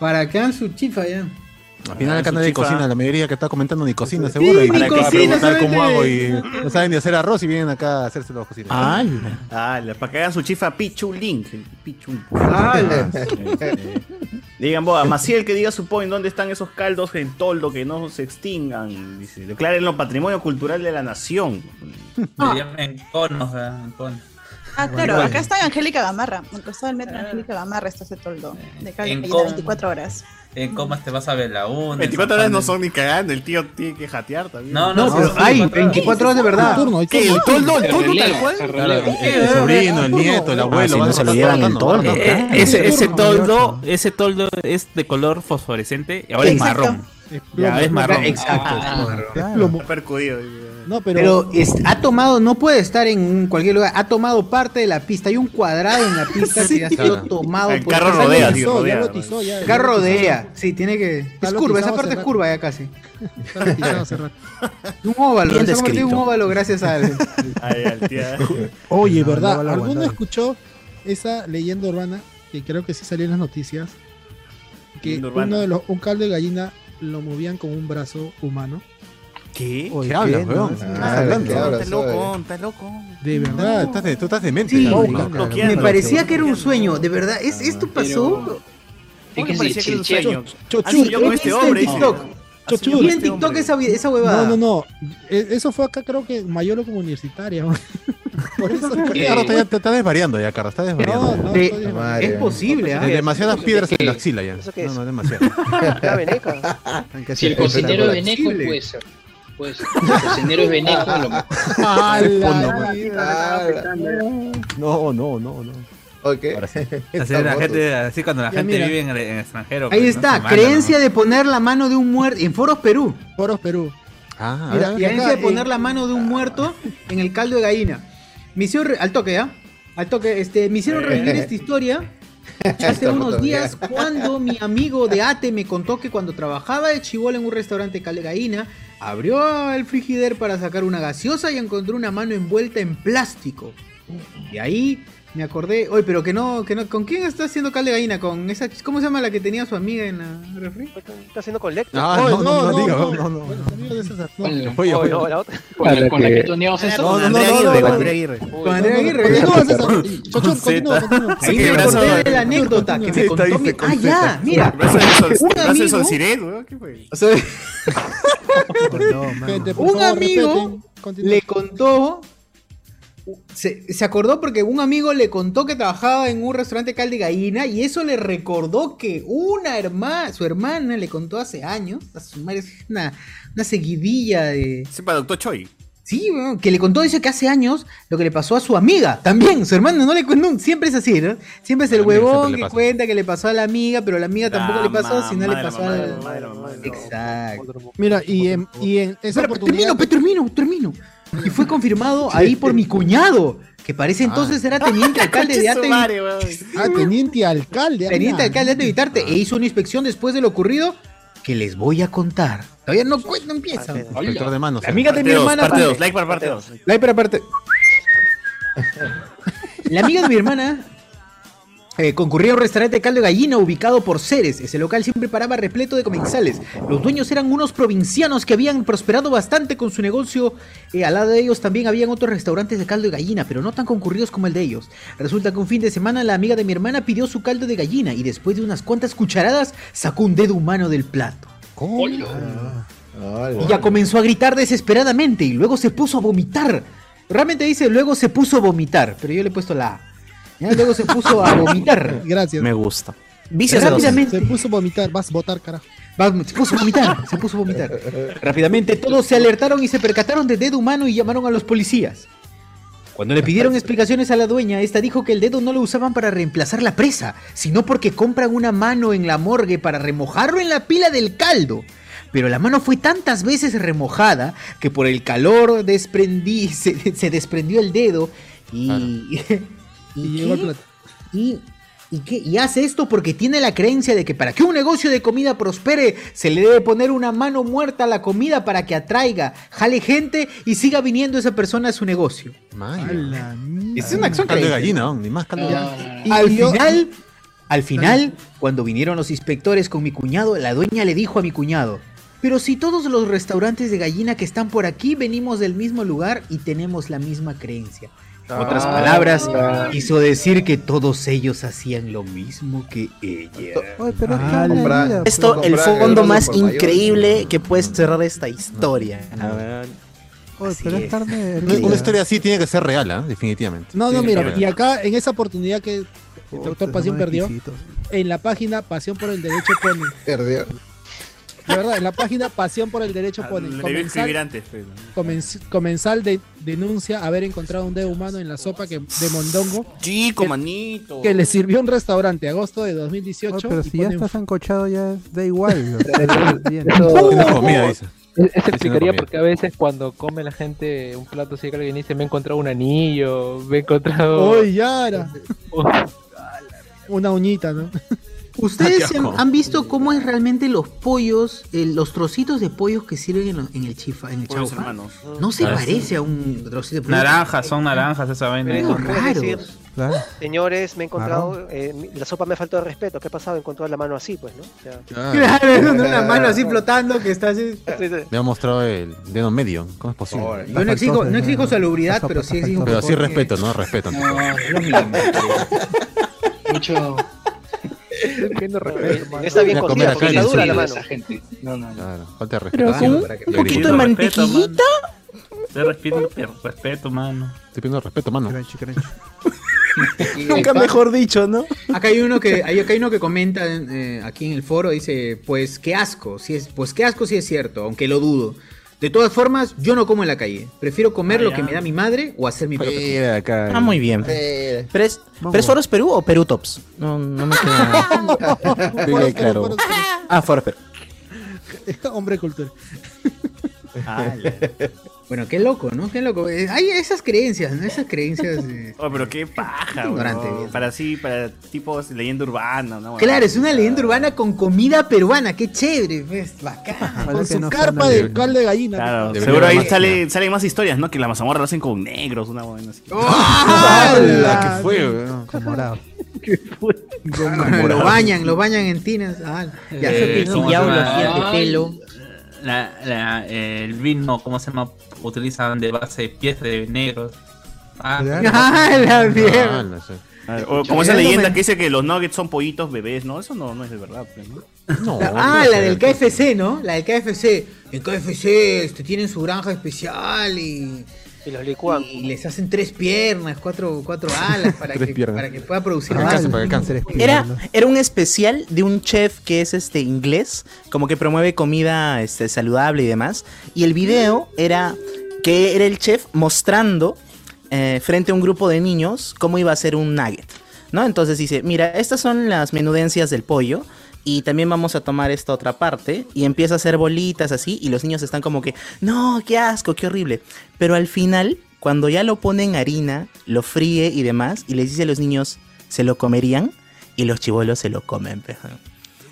Speaker 1: Para que hagan su chifa ya.
Speaker 3: Al final acá
Speaker 1: su
Speaker 3: nadie
Speaker 1: chifa.
Speaker 3: cocina, la mayoría que está comentando ni cocina seguro.
Speaker 1: ni
Speaker 3: y para que
Speaker 1: cocina,
Speaker 3: preguntar
Speaker 1: solamente-
Speaker 3: cómo hago y no saben ni hacer arroz y vienen acá a hacerse los cocineros.
Speaker 27: Ala, Ah, para que hagan su chifa Pichu Link. Pichu.
Speaker 3: Ala.
Speaker 27: [LAUGHS] Digan, a Maciel que diga su point, ¿dónde están esos caldos en toldo que no se extingan? Dice, declárenlo patrimonio cultural de la nación.
Speaker 20: Dirían En conos, o sea, en conos.
Speaker 24: Ah, claro,
Speaker 27: Igual.
Speaker 24: acá está Angélica Gamarra. Al costado del metro, Angélica Gamarra está ese toldo.
Speaker 1: Eh,
Speaker 24: De calle
Speaker 20: En
Speaker 24: Peña,
Speaker 20: com-
Speaker 24: 24 horas.
Speaker 20: En comas te vas a ver la una.
Speaker 27: 24 horas no son ni cagando, el tío tiene que jatear también.
Speaker 20: No, no, No, pero sí, hay 24 horas de verdad. Turno, hay
Speaker 27: ¿Qué? ¿El
Speaker 20: turno.
Speaker 27: toldo? ¿El
Speaker 20: Se
Speaker 27: toldo tal
Speaker 20: releva,
Speaker 27: cual?
Speaker 20: se
Speaker 27: Claro,
Speaker 20: releva.
Speaker 27: el- el
Speaker 10: Ah,
Speaker 27: sobrino, el nieto, el abuelo.
Speaker 19: si
Speaker 27: van
Speaker 19: no
Speaker 27: a
Speaker 19: se lo
Speaker 27: estar
Speaker 19: llevan en
Speaker 27: tratando,
Speaker 19: toldo.
Speaker 27: ¿no?
Speaker 19: Eh,
Speaker 20: Ese, ese toldo, ese toldo es de color fosforescente y ahora es
Speaker 1: Exacto.
Speaker 20: marrón. Ya, es marrón. Ah,
Speaker 27: Está percudido.
Speaker 2: No,
Speaker 1: Pero, es- ha tomado, no puede estar en cualquier lugar, ha tomado parte de la pista. Hay un cuadrado en la pista que ha sido
Speaker 3: Claro.
Speaker 1: tomado
Speaker 3: El carro rodea, tío,
Speaker 1: Botizó,
Speaker 3: rodea.
Speaker 1: ya botizó, ya- El carro rodea, sí, tiene que. Es curva, esa
Speaker 2: botizado
Speaker 1: parte
Speaker 2: hace
Speaker 1: es curva ya casi. Un
Speaker 2: Bien
Speaker 1: óvalo, se ha convertido en
Speaker 2: descrito.
Speaker 1: un óvalo
Speaker 27: [LAUGHS]
Speaker 1: gracias al.
Speaker 2: Oye,
Speaker 1: No,
Speaker 2: ¿verdad?
Speaker 1: no la
Speaker 2: ¿Alguno
Speaker 1: aguantaron.
Speaker 2: escuchó esa leyenda urbana que creo que sí salió en las noticias? Que
Speaker 27: Leyenda urbana.
Speaker 2: uno de los, un caldo de gallina lo movían con un brazo humano.
Speaker 27: ¿Qué? Ah,
Speaker 2: Oye,
Speaker 3: ¿Qué hablas,
Speaker 2: ¿qué?
Speaker 3: weón?
Speaker 2: No,
Speaker 3: ¿Qué
Speaker 2: no,
Speaker 3: estás
Speaker 2: no,
Speaker 3: hablando?
Speaker 2: no,
Speaker 3: Hablas,
Speaker 2: estás
Speaker 3: oye.
Speaker 2: loco,
Speaker 27: estás loco.
Speaker 2: De
Speaker 3: Tú
Speaker 2: verdad.
Speaker 3: estás de- Tú estás demente.
Speaker 1: Sí,
Speaker 3: cabrón.
Speaker 1: me parecía que era un sueño, de verdad. ¿Es, ¿Esto pasó?
Speaker 27: ¿Cómo que
Speaker 1: sí,
Speaker 27: parecía que era un
Speaker 1: sí, sí.
Speaker 27: sueño?
Speaker 1: Cho-
Speaker 27: Así
Speaker 1: cho-
Speaker 27: yo con
Speaker 1: he
Speaker 27: este
Speaker 1: visto
Speaker 27: hombre,
Speaker 1: en
Speaker 27: dice.
Speaker 1: TikTok.
Speaker 27: Así yo
Speaker 1: Yo
Speaker 27: con
Speaker 1: vi en
Speaker 27: este
Speaker 1: TikTok
Speaker 27: hombre.
Speaker 1: esa, vi- esa huevada.
Speaker 2: No, no, no. E- Eso fue acá, creo que en Mayolo como universitaria. Por eso.
Speaker 3: Porque Carlos está, está- está desvariando ya, Carlos, está desvariando.
Speaker 2: No, no,
Speaker 3: Sí.
Speaker 2: estoy desvariando.
Speaker 1: Es posible, ¿ah?
Speaker 3: De- Demasiadas
Speaker 1: ¿Eso
Speaker 3: piedras
Speaker 1: qué
Speaker 3: en la
Speaker 1: es?
Speaker 3: axila ya.
Speaker 1: ¿Eso qué es?
Speaker 3: No, no,
Speaker 5: [LAUGHS]
Speaker 3: demasiado.
Speaker 7: La veneca.
Speaker 13: Si el cocinero es veneco, puede
Speaker 7: pues.
Speaker 13: ser. Puede ser. Si el cocinero es veneco, a lo mejor.
Speaker 3: Ah, el
Speaker 13: Ala,
Speaker 3: fondo,
Speaker 13: ala,
Speaker 3: man. No, no, no, no.
Speaker 10: Así, la
Speaker 5: Estamos
Speaker 10: gente, así cuando la
Speaker 5: Ya,
Speaker 10: gente
Speaker 5: mira.
Speaker 10: vive en el, en el extranjero. pues,
Speaker 1: Ahí
Speaker 10: ¿no?
Speaker 1: está,
Speaker 10: Se manda,
Speaker 1: creencia de poner la mano de un muerto en Foros Perú.
Speaker 2: Foros Perú.
Speaker 10: Ah,
Speaker 1: Mira,
Speaker 10: ah.
Speaker 1: creencia
Speaker 10: acá,
Speaker 1: de poner
Speaker 10: eh,
Speaker 1: la mano de un muerto en el caldo de gallina. Me hicieron re- al toque, ¿ah? Al toque, este, me hicieron
Speaker 8: Eh.
Speaker 1: revivir esta historia hace
Speaker 8: Esta
Speaker 1: unos
Speaker 8: foto,
Speaker 1: días
Speaker 8: ya.
Speaker 1: cuando mi amigo de Ate me contó que cuando trabajaba de chivolo en un restaurante de caldo de gallina, abrió el frigider para sacar una gaseosa y encontró una mano envuelta en plástico. Y ahí me acordé, oye, pero que no, que no, ¿con quién está haciendo caldo de gallina? ¿Con esa, ch- cómo se llama la que tenía su amiga en la refri?
Speaker 7: Está haciendo colecta.
Speaker 3: Ah, no, no, no, diga, no, no, no.
Speaker 7: Con-
Speaker 3: Oye,
Speaker 7: oh,
Speaker 3: oye.
Speaker 7: no, la otra.
Speaker 3: Con la- con la que
Speaker 7: tuneamos
Speaker 3: eso.
Speaker 7: No, no,
Speaker 3: Andrea
Speaker 7: no, no,
Speaker 3: Aguirre,
Speaker 7: no, no. Uy,
Speaker 3: con Andrea Aguirre.
Speaker 1: Con
Speaker 7: no,
Speaker 1: Andrea
Speaker 7: no,
Speaker 1: Aguirre.
Speaker 7: no,
Speaker 1: Continúa,
Speaker 7: no,
Speaker 1: César.
Speaker 7: no,
Speaker 1: Chochón, continúa, continúa. Ahí me acordé de la anécdota que me contó mi... Ah, ya, mira.
Speaker 27: Brazo de sol-
Speaker 1: Un
Speaker 27: brazo de sol
Speaker 1: amigo-
Speaker 27: Siret, weón, ¿qué fue?
Speaker 1: O sea,
Speaker 2: [LAUGHS]
Speaker 3: Oh,
Speaker 2: Gente, por
Speaker 1: un
Speaker 2: favor,
Speaker 1: amigo
Speaker 2: respeten. Continúa.
Speaker 1: le contó, se, se acordó porque un amigo le contó que trabajaba en un restaurante calde gallina y eso le recordó que una hermana, su hermana le contó hace años, a su madre, es una, una seguidilla de...
Speaker 27: Sepa, doctor Choi.
Speaker 1: Sí, weón, que le contó, dice que hace años lo que le pasó a su amiga, también, su hermano, no le cuenta, siempre es así, ¿no? Siempre es el
Speaker 27: amiga siempre
Speaker 1: huevón
Speaker 27: le
Speaker 1: que
Speaker 27: pasa.
Speaker 1: cuenta que le pasó a la amiga, pero la amiga tampoco
Speaker 27: La
Speaker 1: le pasó,
Speaker 27: mamá
Speaker 1: sino le
Speaker 27: de la
Speaker 1: pasó
Speaker 27: mamá
Speaker 1: a
Speaker 27: de
Speaker 1: la...
Speaker 27: la mamá de la mamá de la mamá.
Speaker 1: Exacto.
Speaker 2: Mira, y en, y en esa
Speaker 1: Espera,
Speaker 2: oportunidad.
Speaker 1: pe, termino, pe, termino, termino. Y fue confirmado ahí por mi cuñado, que parece
Speaker 3: Ah.
Speaker 1: entonces
Speaker 2: [LAUGHS]
Speaker 1: era [LAUGHS] teniente alcalde de Ate.
Speaker 2: Ah, teniente alcalde.
Speaker 1: Teniente
Speaker 2: ala.
Speaker 1: alcalde de Ate Vitarte, e hizo una inspección después de lo ocurrido que les voy a contar. Todavía no, cu- no empieza.
Speaker 3: Inspector de manos.
Speaker 1: La amiga de mi
Speaker 3: Parte dos,
Speaker 1: hermana
Speaker 3: Parte
Speaker 1: también.
Speaker 3: 2, like para parte 2.
Speaker 1: Like para parte. La amiga de mi hermana eh, concurría a un restaurante de caldo de gallina ubicado por Ceres. Ese local siempre paraba repleto de comensales. Los dueños eran unos provincianos que habían prosperado bastante con su negocio. Eh, al lado de ellos también habían otros restaurantes de caldo de gallina, pero no tan concurridos como el de ellos. Resulta que un fin de semana la amiga de mi hermana pidió su caldo de gallina y después de unas cuantas cucharadas sacó un dedo humano del plato. Y ya comenzó a gritar desesperadamente y luego se puso a vomitar. Realmente dice, luego se puso a vomitar, pero yo le he puesto la A. Ya, Luego se puso a vomitar.
Speaker 2: [LAUGHS] Gracias.
Speaker 19: Me gusta.
Speaker 1: Rápidamente.
Speaker 2: Se puso a vomitar, vas a votar, carajo.
Speaker 1: Va- Se puso a vomitar, se puso a vomitar.
Speaker 2: [LAUGHS]
Speaker 1: Rápidamente todos se alertaron y se percataron de dedo humano y llamaron a los policías. Cuando le pidieron explicaciones a la dueña, esta dijo que el dedo no lo usaban para reemplazar la presa, sino porque compran una mano en la morgue para remojarlo en la pila del caldo. Pero la mano fue tantas veces remojada que por el calor desprendí, [LAUGHS] se, se desprendió el dedo y... [LAUGHS] ¿Y,
Speaker 2: llegó
Speaker 1: qué?
Speaker 2: al plato.
Speaker 1: ¿Y, y qué? Y hace esto porque tiene la creencia de que para que un negocio de comida prospere, se le debe poner una mano muerta a la comida para que atraiga, jale gente y siga viniendo esa persona a su negocio. Es una acción
Speaker 3: Caldo de
Speaker 1: creíble.
Speaker 3: gallina, ¿no? ni más caldo de gallina.
Speaker 1: Y- Al final, al final, cuando vinieron los inspectores con mi cuñado, la dueña le dijo a mi cuñado, pero si todos los restaurantes de gallina que están por aquí venimos del mismo lugar y tenemos la misma creencia. En otras
Speaker 8: Ah,
Speaker 1: palabras,
Speaker 8: ya.
Speaker 1: quiso decir que todos ellos hacían lo Ah, mismo que ella.
Speaker 2: Ah,
Speaker 19: Esto, el fondo más increíble que puedes cerrar esta historia. A ver.
Speaker 2: Oye, pero es carne.
Speaker 3: Una- Una historia así tiene que ser real, ¿ah? definitivamente.
Speaker 2: No, no,
Speaker 3: Tiene que
Speaker 2: mira,
Speaker 3: ser
Speaker 2: y
Speaker 3: real.
Speaker 2: acá en esa oportunidad que el doctor
Speaker 5: no
Speaker 2: Pasión
Speaker 5: me
Speaker 2: perdió,
Speaker 5: exquisito.
Speaker 2: en la página Pasión por el Derecho pone.
Speaker 5: Perdió.
Speaker 2: De verdad, en la página Pasión por el Derecho pone.
Speaker 27: Debió Ah, escribir
Speaker 2: Comensal,
Speaker 27: antes. pues. pero-
Speaker 2: comenz- comensal de- denuncia haber encontrado un dedo humano en la sopa que, de mondongo.
Speaker 27: Chico,
Speaker 2: que-
Speaker 27: manito.
Speaker 2: Que le sirvió un restaurante, agosto de 2018.
Speaker 6: Oye, pero
Speaker 2: y
Speaker 6: si ya
Speaker 2: pone-
Speaker 6: estás ancochado, ya es- da igual.
Speaker 7: [LAUGHS]
Speaker 18: E- Eso explicaría por qué a veces cuando come la gente un plato así que alguien dice, me he encontrado un anillo, me he encontrado...
Speaker 2: ¡Oy, Yara! Una uñita, ¿no?
Speaker 1: [LAUGHS]
Speaker 3: [LAUGHS]
Speaker 1: ¿Ustedes se han, han visto cómo es realmente los pollos, eh, los trocitos de pollos que sirven en, lo- en el chifa, en el
Speaker 27: Pollos
Speaker 1: chaufa?
Speaker 27: hermanos.
Speaker 1: No se
Speaker 10: Ah, sí.
Speaker 1: parece a un trocito de pollo.
Speaker 10: Naranjas, son naranjas esa vaina.
Speaker 1: Pero
Speaker 10: Raros.
Speaker 1: raros.
Speaker 7: Señores, me he encontrado. eh, mi- la sopa me ha faltado de respeto. ¿Qué ha pasado? Encontrar la mano así, pues, ¿no? O sea,
Speaker 1: Claro, [LAUGHS] es una mano así flotando que está así.
Speaker 3: Le ha mostrado el dedo medio. ¿Cómo es posible?
Speaker 1: Yo no exijo, no exijo salubridad, pero sí exijo.
Speaker 3: Pero sí
Speaker 1: porque-
Speaker 3: respeto, ¿no? Respeto.
Speaker 1: No,
Speaker 3: Dios
Speaker 1: mío.
Speaker 13: Mucho.
Speaker 7: Está bien cocida,
Speaker 3: La comida
Speaker 7: porque
Speaker 3: acá
Speaker 7: está
Speaker 3: en
Speaker 7: dura
Speaker 3: el
Speaker 7: la
Speaker 3: sur.
Speaker 7: mano. gente. No, no,
Speaker 3: Claro, falta de respeto.
Speaker 7: Pero con un
Speaker 3: Le grito.
Speaker 7: poquito de
Speaker 10: mantequillita. Te respeto, respeto, mano.
Speaker 3: Estoy pidiendo respeto, mano.
Speaker 19: Nunca mejor dicho, ¿no?
Speaker 1: Acá hay uno [LAUGHS] que, hay, acá hay uno que comenta eh, aquí en el foro, dice, pues qué asco, si es, pues qué asco si es cierto, aunque lo dudo. De todas formas, yo no como en la calle. Prefiero comer lo que me da mi madre o hacer mi propia comida.
Speaker 19: Ah, muy bien. ¿Pres, ¿Pres Foros Perú o Perú Tops? No, no me
Speaker 2: [LAUGHS]
Speaker 19: queda.
Speaker 2: Dile, claro.
Speaker 19: claro. Ah, Foros
Speaker 2: [LAUGHS]
Speaker 19: Perú.
Speaker 2: Hombre cultura.
Speaker 1: bueno, qué loco, ¿no? Qué loco. Eh, Hay esas creencias, ¿no? Esas creencias.
Speaker 2: [LAUGHS]
Speaker 1: eh.
Speaker 27: Oh, pero qué paja,
Speaker 1: Ignorante,
Speaker 27: bro. Para sí, para tipos leyenda urbana, ¿no?
Speaker 1: Claro, es una leyenda urbana con comida peruana. Qué chévere, pues. Bacán.
Speaker 2: Con su carpa de cal de gallina.
Speaker 27: Claro,
Speaker 2: Debería
Speaker 27: seguro ahí
Speaker 2: haber-
Speaker 27: sale, salen más historias, ¿no? Que la mazamorra la hacen con negros, una buena así.
Speaker 1: ¡Oh! ¡Hala!
Speaker 27: ¿Qué Ah, fue, weón?
Speaker 2: Con morado.
Speaker 19: [LAUGHS]
Speaker 1: Ah, Lo bañan, lo bañan en tinas. Ah, ya. Ah,
Speaker 10: Eh, ¿cómo se llama?
Speaker 1: Ay.
Speaker 10: La- la- el vino, ¿cómo se llama? Utilizan de base pies de negros. Ah,
Speaker 1: Ah, la mierda.
Speaker 27: Ah, no sé. O como esa
Speaker 1: Ya no
Speaker 27: leyenda
Speaker 1: me-
Speaker 27: que dice que los nuggets son pollitos bebés, ¿no? Eso no, no es de verdad. pues, ¿no?
Speaker 1: Ah, la del KFC, ¿no? La del KFC. En KFC este, tienen su granja especial y.
Speaker 7: los licuan.
Speaker 1: Y les hacen tres piernas, cuatro, cuatro alas
Speaker 19: [LAUGHS]
Speaker 1: para,
Speaker 3: Tres
Speaker 1: que,
Speaker 3: piernas.
Speaker 1: para que pueda producir
Speaker 3: Para el
Speaker 1: más.
Speaker 3: cáncer, para el cáncer.
Speaker 19: Era, era un especial de un chef que es este inglés, como que promueve comida este, saludable y demás. Y el video era que era el chef mostrando eh, frente a un grupo de niños cómo iba a ser un nugget. ¿no? Entonces dice, mira, estas son las menudencias del pollo. Y también vamos a tomar esta otra parte. Y empieza a hacer bolitas así. Y los niños están como que, no, qué asco, qué horrible. Pero al final, cuando ya lo pone en harina, lo fríe y demás. Y les dice a los niños, ¿se lo comerían? Y los chivolos se lo comen. pe.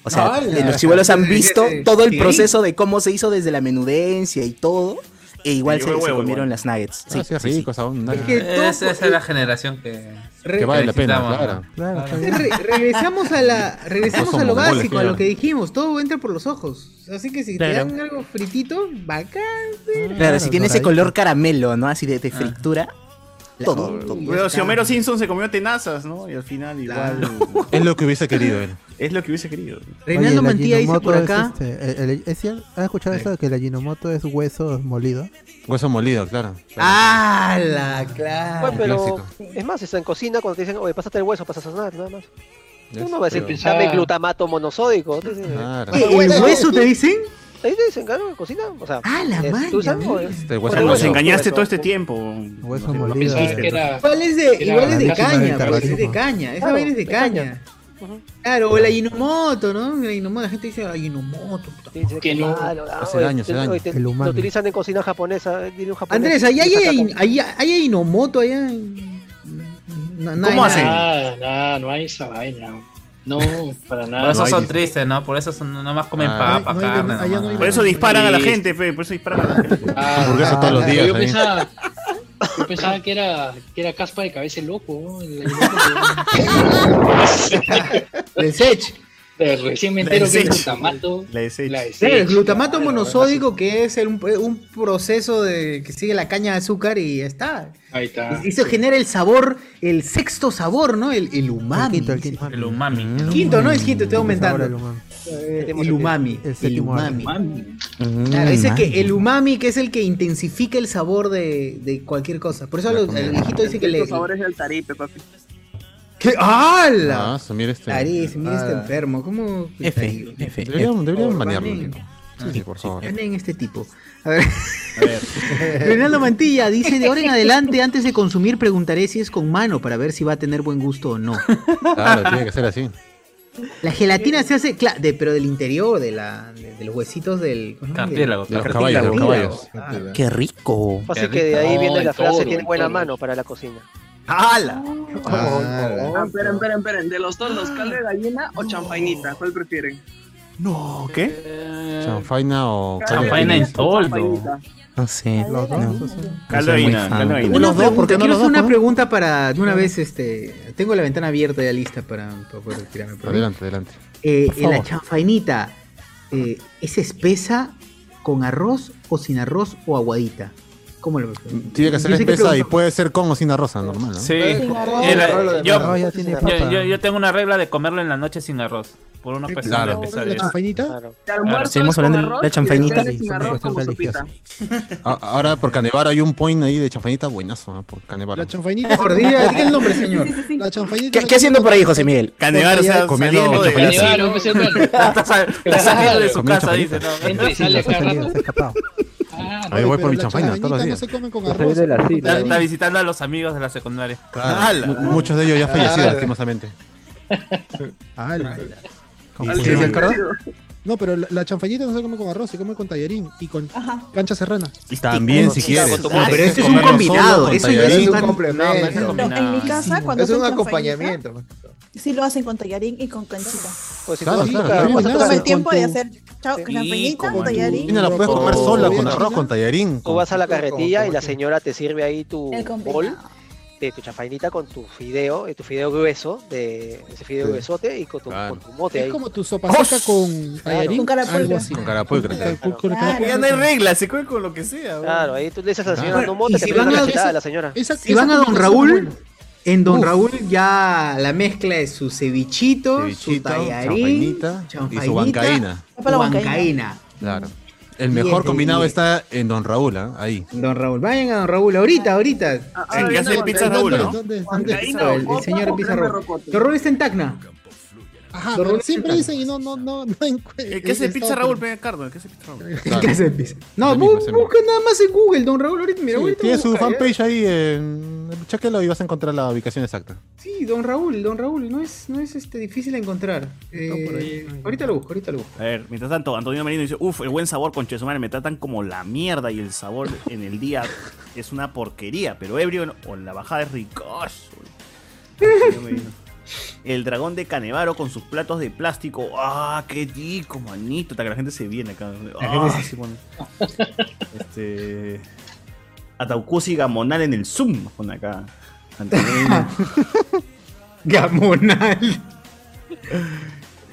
Speaker 19: O sea,
Speaker 1: ¡Hala!
Speaker 19: los chivolos han visto
Speaker 1: Sí.
Speaker 19: todo el proceso de cómo se hizo desde la menudencia y todo. E igual
Speaker 27: Y
Speaker 19: se,
Speaker 27: huevo,
Speaker 19: se
Speaker 27: huevo, huevo.
Speaker 19: comieron las nuggets.
Speaker 3: Ah, sí, rico, sabón, nugget.
Speaker 10: Eh, Esa esa es la generación que,
Speaker 3: Que vale la pena,
Speaker 10: necesitamos,
Speaker 3: claro.
Speaker 10: ¿no?
Speaker 1: Re- regresamos a la regresamos
Speaker 3: Somos
Speaker 1: a lo
Speaker 3: mongoles,
Speaker 1: básico, a
Speaker 3: claro.
Speaker 1: lo que dijimos, todo entra por los ojos. Así que si te
Speaker 19: Claro.
Speaker 1: dan algo fritito, bacán.
Speaker 19: Claro, si tiene ese color caramelo, ¿no? Así de, de fritura. Todo, todo.
Speaker 27: Pero si Homero Simpson se comió tenazas, ¿no? Y al final igual.
Speaker 3: Es lo que hubiese querido él.
Speaker 27: Es lo que hubiese querido.
Speaker 6: Oye, la
Speaker 1: Mantilla dice
Speaker 6: Ajinomoto
Speaker 1: por
Speaker 6: es,
Speaker 1: acá-
Speaker 6: este, el- el- ¿es cierto? ¿Has escuchado eso de que el Ajinomoto es hueso molido?
Speaker 3: Hueso molido, claro.
Speaker 1: ¡Hala! Claro.
Speaker 7: Bueno, pero
Speaker 3: Clásico.
Speaker 7: es más, está en cocina cuando te dicen, oye, pásate el hueso, pasas a sanar, nada más. Tú no vas a
Speaker 3: pero-
Speaker 7: decir, dame
Speaker 3: Ah.
Speaker 7: glutamato monosódico. Te dicen,
Speaker 3: Claro.
Speaker 7: "Oye,
Speaker 1: ¿El hueso te dicen?
Speaker 7: Ahí te dicen, claro, en cocina. O sea,
Speaker 1: ¡Ah, la
Speaker 7: es-
Speaker 1: madre,
Speaker 7: ¿tú sabes?
Speaker 1: mira!
Speaker 7: o es-
Speaker 3: Este
Speaker 27: O
Speaker 3: hueso
Speaker 27: sea, nos
Speaker 3: molido.
Speaker 27: engañaste todo este tiempo.
Speaker 6: Hueso
Speaker 27: No sé,
Speaker 6: molido.
Speaker 27: pensabas que era-
Speaker 1: Igual es de,
Speaker 27: Era
Speaker 1: igual es de
Speaker 27: la cáscara
Speaker 1: caña,
Speaker 27: del
Speaker 1: pues, es de
Speaker 27: carbono.
Speaker 1: caña, esa
Speaker 7: Claro,
Speaker 1: vaina es de
Speaker 7: de caña.
Speaker 1: caña. Claro, o el Ajinomoto, ¿no? El Ajinomoto, la gente dice Ajinomoto. puta
Speaker 7: Te dicen,
Speaker 1: madre".
Speaker 7: claro, ah,
Speaker 3: Hace
Speaker 7: oye,
Speaker 3: daño, hace
Speaker 7: te-
Speaker 3: daño.
Speaker 7: oye, te-
Speaker 3: El humano.
Speaker 7: Lo utilizan en cocina japonesa. eh, Dile un japonés.
Speaker 1: Andrés, ahí hay,
Speaker 7: Saca-
Speaker 1: ahí- ahí hay Ajinomoto allá. en- No, no hay nada.
Speaker 13: Nada, nada, Ah, no hay esa vaina. No, para nada.
Speaker 10: Por eso son tristes, ¿no? Por eso son, nomás comen
Speaker 3: Ah,
Speaker 10: papa, carne. nomás.
Speaker 27: Por eso disparan a la gente, fe, por eso disparan a la gente.
Speaker 13: Ah,
Speaker 3: Hamburguesas
Speaker 13: ah,
Speaker 3: todos los días
Speaker 13: Yo
Speaker 3: ahí.
Speaker 13: pensaba, yo pensaba que era, que era caspa de cabeza el loco. ¿no? El-
Speaker 1: Del Sech.
Speaker 13: Eh, Recién me entero
Speaker 1: La
Speaker 13: que es
Speaker 1: desecho.
Speaker 13: glutamato.
Speaker 27: La desecho.
Speaker 13: La
Speaker 1: Claro, el
Speaker 13: desecho,
Speaker 1: glutamato
Speaker 13: claro,
Speaker 1: monosódico que es el- un, un proceso de, que sigue la caña de azúcar y ya está.
Speaker 13: Ahí está.
Speaker 1: Y Eso genera el sabor, el sexto sabor, ¿no? El, el umami. El quinto,
Speaker 10: El umami.
Speaker 13: Mm.
Speaker 1: ¿no? El quinto, estoy aumentando.
Speaker 6: El humano.
Speaker 1: El, umami. El,
Speaker 6: séptimo
Speaker 1: umami.
Speaker 13: Mami.
Speaker 1: Claro, dice que el umami que es el que intensifica el sabor de, de cualquier cosa. Por eso los- el viejito dice que le...
Speaker 20: Por favor, es el taripe,
Speaker 23: [LAUGHS]
Speaker 20: papi.
Speaker 1: ¡Qué ¡Hala!
Speaker 3: Ah, su- mira este.
Speaker 1: Clarice, mira este
Speaker 3: Ah.
Speaker 1: enfermo. ¿Cómo?
Speaker 3: F,
Speaker 19: F.
Speaker 3: Deberíamos, deberíamos
Speaker 1: Por
Speaker 3: banearlo,
Speaker 1: favor,
Speaker 3: tío. Sí, por favor.
Speaker 1: Ganen este tipo. A ver. [LAUGHS] Reinaldo Mantilla dice, de ahora en adelante, antes de consumir, preguntaré si es con mano para ver si va a tener buen gusto o no.
Speaker 3: Claro, tiene que ser así.
Speaker 1: La gelatina se hace, cla- de, pero del interior, de, la, de, de los huesitos del... ¿cómo se llama?
Speaker 10: Cartílago,
Speaker 1: Del-
Speaker 3: Los
Speaker 1: del
Speaker 3: caballos, los
Speaker 1: cartílago.
Speaker 3: caballos.
Speaker 1: Claro.
Speaker 19: Qué rico.
Speaker 7: Así que de ahí
Speaker 13: No,
Speaker 7: viene
Speaker 13: el
Speaker 7: la frase,
Speaker 13: toro,
Speaker 7: tiene
Speaker 13: el
Speaker 7: buena
Speaker 13: toro.
Speaker 7: mano para la cocina.
Speaker 19: ¡Hala!
Speaker 1: Oh,
Speaker 20: Ah, esperen, esperen, esperen. De los dos, los cal de gallina o champainita, ¿cuál prefieren?
Speaker 27: No, ¿qué?
Speaker 3: Chanfaina o
Speaker 10: Chanfaina en toldo.
Speaker 20: Champainita.
Speaker 19: No sé.
Speaker 6: Los dos, o sea.
Speaker 27: Caldo de
Speaker 3: Soy muy
Speaker 1: Ah,
Speaker 27: gallina,
Speaker 3: fan.
Speaker 27: caldo de gallina.
Speaker 1: Una
Speaker 19: Los dos, ¿por
Speaker 1: pregunta,
Speaker 19: qué no
Speaker 1: quiero
Speaker 19: los
Speaker 1: hacer
Speaker 19: dos,
Speaker 1: una
Speaker 19: no?
Speaker 1: pregunta para de una vez, este, tengo la ventana abierta ya lista para, para poder tirarme por ahí.
Speaker 3: Adelante, adelante.
Speaker 1: Eh,
Speaker 19: Por
Speaker 1: en la
Speaker 19: favor.
Speaker 1: chanfainita, eh, ¿es espesa con arroz o sin arroz o aguadita? ¿Cómo lo
Speaker 3: Tiene que ser
Speaker 1: Yo sé que
Speaker 3: espesa y
Speaker 1: pregunto-
Speaker 3: puede ser con o sin arroz, ah, normal, ¿no?
Speaker 10: Sí.
Speaker 13: Sin arroz.
Speaker 10: Eh, la-
Speaker 13: Sin arroz, lo
Speaker 10: yo,
Speaker 6: No, ya tiene
Speaker 10: yo-
Speaker 6: papa.
Speaker 10: yo- yo tengo una regla de comerlo en la noche sin arroz. Por una cuestión de
Speaker 3: Claro.
Speaker 6: ¿La
Speaker 10: pesadez.
Speaker 6: champainita?
Speaker 7: Claro.
Speaker 20: De almuerzo
Speaker 19: seguimos
Speaker 20: es con
Speaker 19: hablando de la
Speaker 20: arroz y de
Speaker 19: champainita.
Speaker 20: cena es
Speaker 6: Sí,
Speaker 20: sin
Speaker 6: son
Speaker 20: arroz
Speaker 6: cuestión
Speaker 20: como sopita.
Speaker 3: A- Ah, ahora por Canevaro hay un point ahí de chanfainita buenazo, ¿no? Por Canevaro.
Speaker 2: La chanfainita.
Speaker 1: Por día, diga el nombre, señor.
Speaker 2: La chanfainita.
Speaker 19: ¿Qué, qué haciendo por ahí, José Miguel?
Speaker 27: Canevaro, o sea,
Speaker 3: Comiendo
Speaker 27: saliendo de-
Speaker 3: chanfainita.
Speaker 27: [LAUGHS]
Speaker 13: Claro, empecé a hablar.
Speaker 10: Está sal- está saliendo de su
Speaker 3: Comida
Speaker 10: casa, dice.
Speaker 3: chapanita.
Speaker 10: ¿no?
Speaker 13: Entra y
Speaker 6: Sí,
Speaker 13: sale
Speaker 6: se ha
Speaker 13: cada
Speaker 6: salido,
Speaker 13: rato.
Speaker 6: se ha escapado.
Speaker 13: Ah,
Speaker 3: A ver, voy por mi champaña todos los
Speaker 2: no
Speaker 3: días.
Speaker 2: se comen con
Speaker 3: Yo
Speaker 2: arroz.
Speaker 3: soy de la ¿eh?
Speaker 2: puta,
Speaker 3: silla.
Speaker 10: Está,
Speaker 2: ahí.
Speaker 10: está visitando a los amigos de la secundaria.
Speaker 3: Claro. Mu- Muchos de ellos ya fallecidos, lastimosamente.
Speaker 2: Ala.
Speaker 3: ¿Cómo se llama?
Speaker 2: No, pero la, la chanfañita no se come con arroz, se come con tallarín y con cancha serrana.
Speaker 3: Y también, si
Speaker 2: sí,
Speaker 3: quieres.
Speaker 2: con tu Ah, pero
Speaker 1: este
Speaker 2: ese es un
Speaker 3: Comerlo
Speaker 2: combinado,
Speaker 3: solo con
Speaker 2: eso ya es
Speaker 3: tallarín.
Speaker 2: un No, no es
Speaker 5: complemento. Ah,
Speaker 31: No, en mi casa, cuando
Speaker 5: es un
Speaker 31: hacen
Speaker 5: acompañamiento.
Speaker 31: Sí lo hacen con tallarín y con canchita.
Speaker 5: Pues si
Speaker 3: Claro,
Speaker 5: tú-
Speaker 3: claro,
Speaker 5: claro,
Speaker 3: claro.
Speaker 5: pues
Speaker 31: Se
Speaker 5: tú-
Speaker 31: toma el
Speaker 5: con
Speaker 31: tiempo de
Speaker 5: tu-
Speaker 31: hacer chao, champanita,
Speaker 5: con tu-
Speaker 31: tallarín.
Speaker 3: China la puedes comer sola, con arroz, con tallarín.
Speaker 7: Tú vas a la
Speaker 5: Como-
Speaker 7: carretilla y
Speaker 5: como
Speaker 7: la señora te sirve ahí tu
Speaker 31: El combinado.
Speaker 7: bol de tu chafainita con tu fideo, eh, tu fideo grueso, de ese fideo
Speaker 2: Sí.
Speaker 7: gruesote y con tu, con tu mote
Speaker 2: Es
Speaker 7: ahí.
Speaker 2: como tu sopa seca con tallarín.
Speaker 7: Con carapulcra.
Speaker 2: algo así.
Speaker 3: Con carapulcra, claro.
Speaker 2: Con- con-
Speaker 7: Ah,
Speaker 2: con-
Speaker 32: Ya no hay reglas, se come con lo que sea. weón.
Speaker 7: Claro, ahí tú le dices a la señora,
Speaker 1: Claro.
Speaker 7: no mote,
Speaker 1: Y
Speaker 7: te
Speaker 1: si
Speaker 7: pide
Speaker 1: van
Speaker 7: una
Speaker 1: a-
Speaker 7: cachetada a la señora.
Speaker 1: Si van a Don Raúl, en Don Raúl ya la mezcla es su cevichito, su
Speaker 3: Cevichito,
Speaker 1: tallarín,
Speaker 3: champañita y su
Speaker 1: champañita,
Speaker 3: huancaína.
Speaker 1: su huancaína.
Speaker 3: Claro. El
Speaker 1: Y
Speaker 3: mejor
Speaker 1: el-
Speaker 3: combinado está en Don Raúl, ¿ah? ahí.
Speaker 1: Don Raúl, vayan a Don Raúl ahorita, ahorita.
Speaker 3: ah, El que hace
Speaker 1: pizza
Speaker 3: Raúl, ¿no?
Speaker 1: Pizarro, el, el señor Pizarro. Don Raúl está en Tacna.
Speaker 2: Ajá,
Speaker 1: Don
Speaker 2: pero
Speaker 1: Raúl
Speaker 2: siempre
Speaker 1: está-
Speaker 2: dicen y no, no, no, no encuentro.
Speaker 4: Eh,
Speaker 32: El que hace pizza Raúl, pega Cardo, el que hace pizza Raúl.
Speaker 1: ¿Qué hace pizza? No, bu- busca nada más en Google, Don Raúl ahorita. Mira, ahorita
Speaker 3: Tiene su
Speaker 1: busca, ya.
Speaker 3: fanpage ahí, en... chequelo y vas a encontrar la ubicación exacta.
Speaker 1: Sí, Don Raúl, Don Raúl, no es, no es este, difícil de encontrar. Eh, ahorita lo busco, ahorita lo busco.
Speaker 4: [LAUGHS] A ver, mientras tanto, Antonio Merino dice, uff, el buen sabor con Chesumare, me tratan como la mierda y el sabor en el día es una porquería, pero ebrio o en la bajada es ricoso. Antonio Merino. El dragón de Canevaro con sus platos de plástico. ¡Ah, qué rico, manito! Hasta que la gente se viene acá.
Speaker 3: La
Speaker 32: gente
Speaker 4: Ah, sí, bueno. Este. Ataucusi Gamonal en el Zoom. Pone acá. Antonio Merino.
Speaker 1: Gamonal.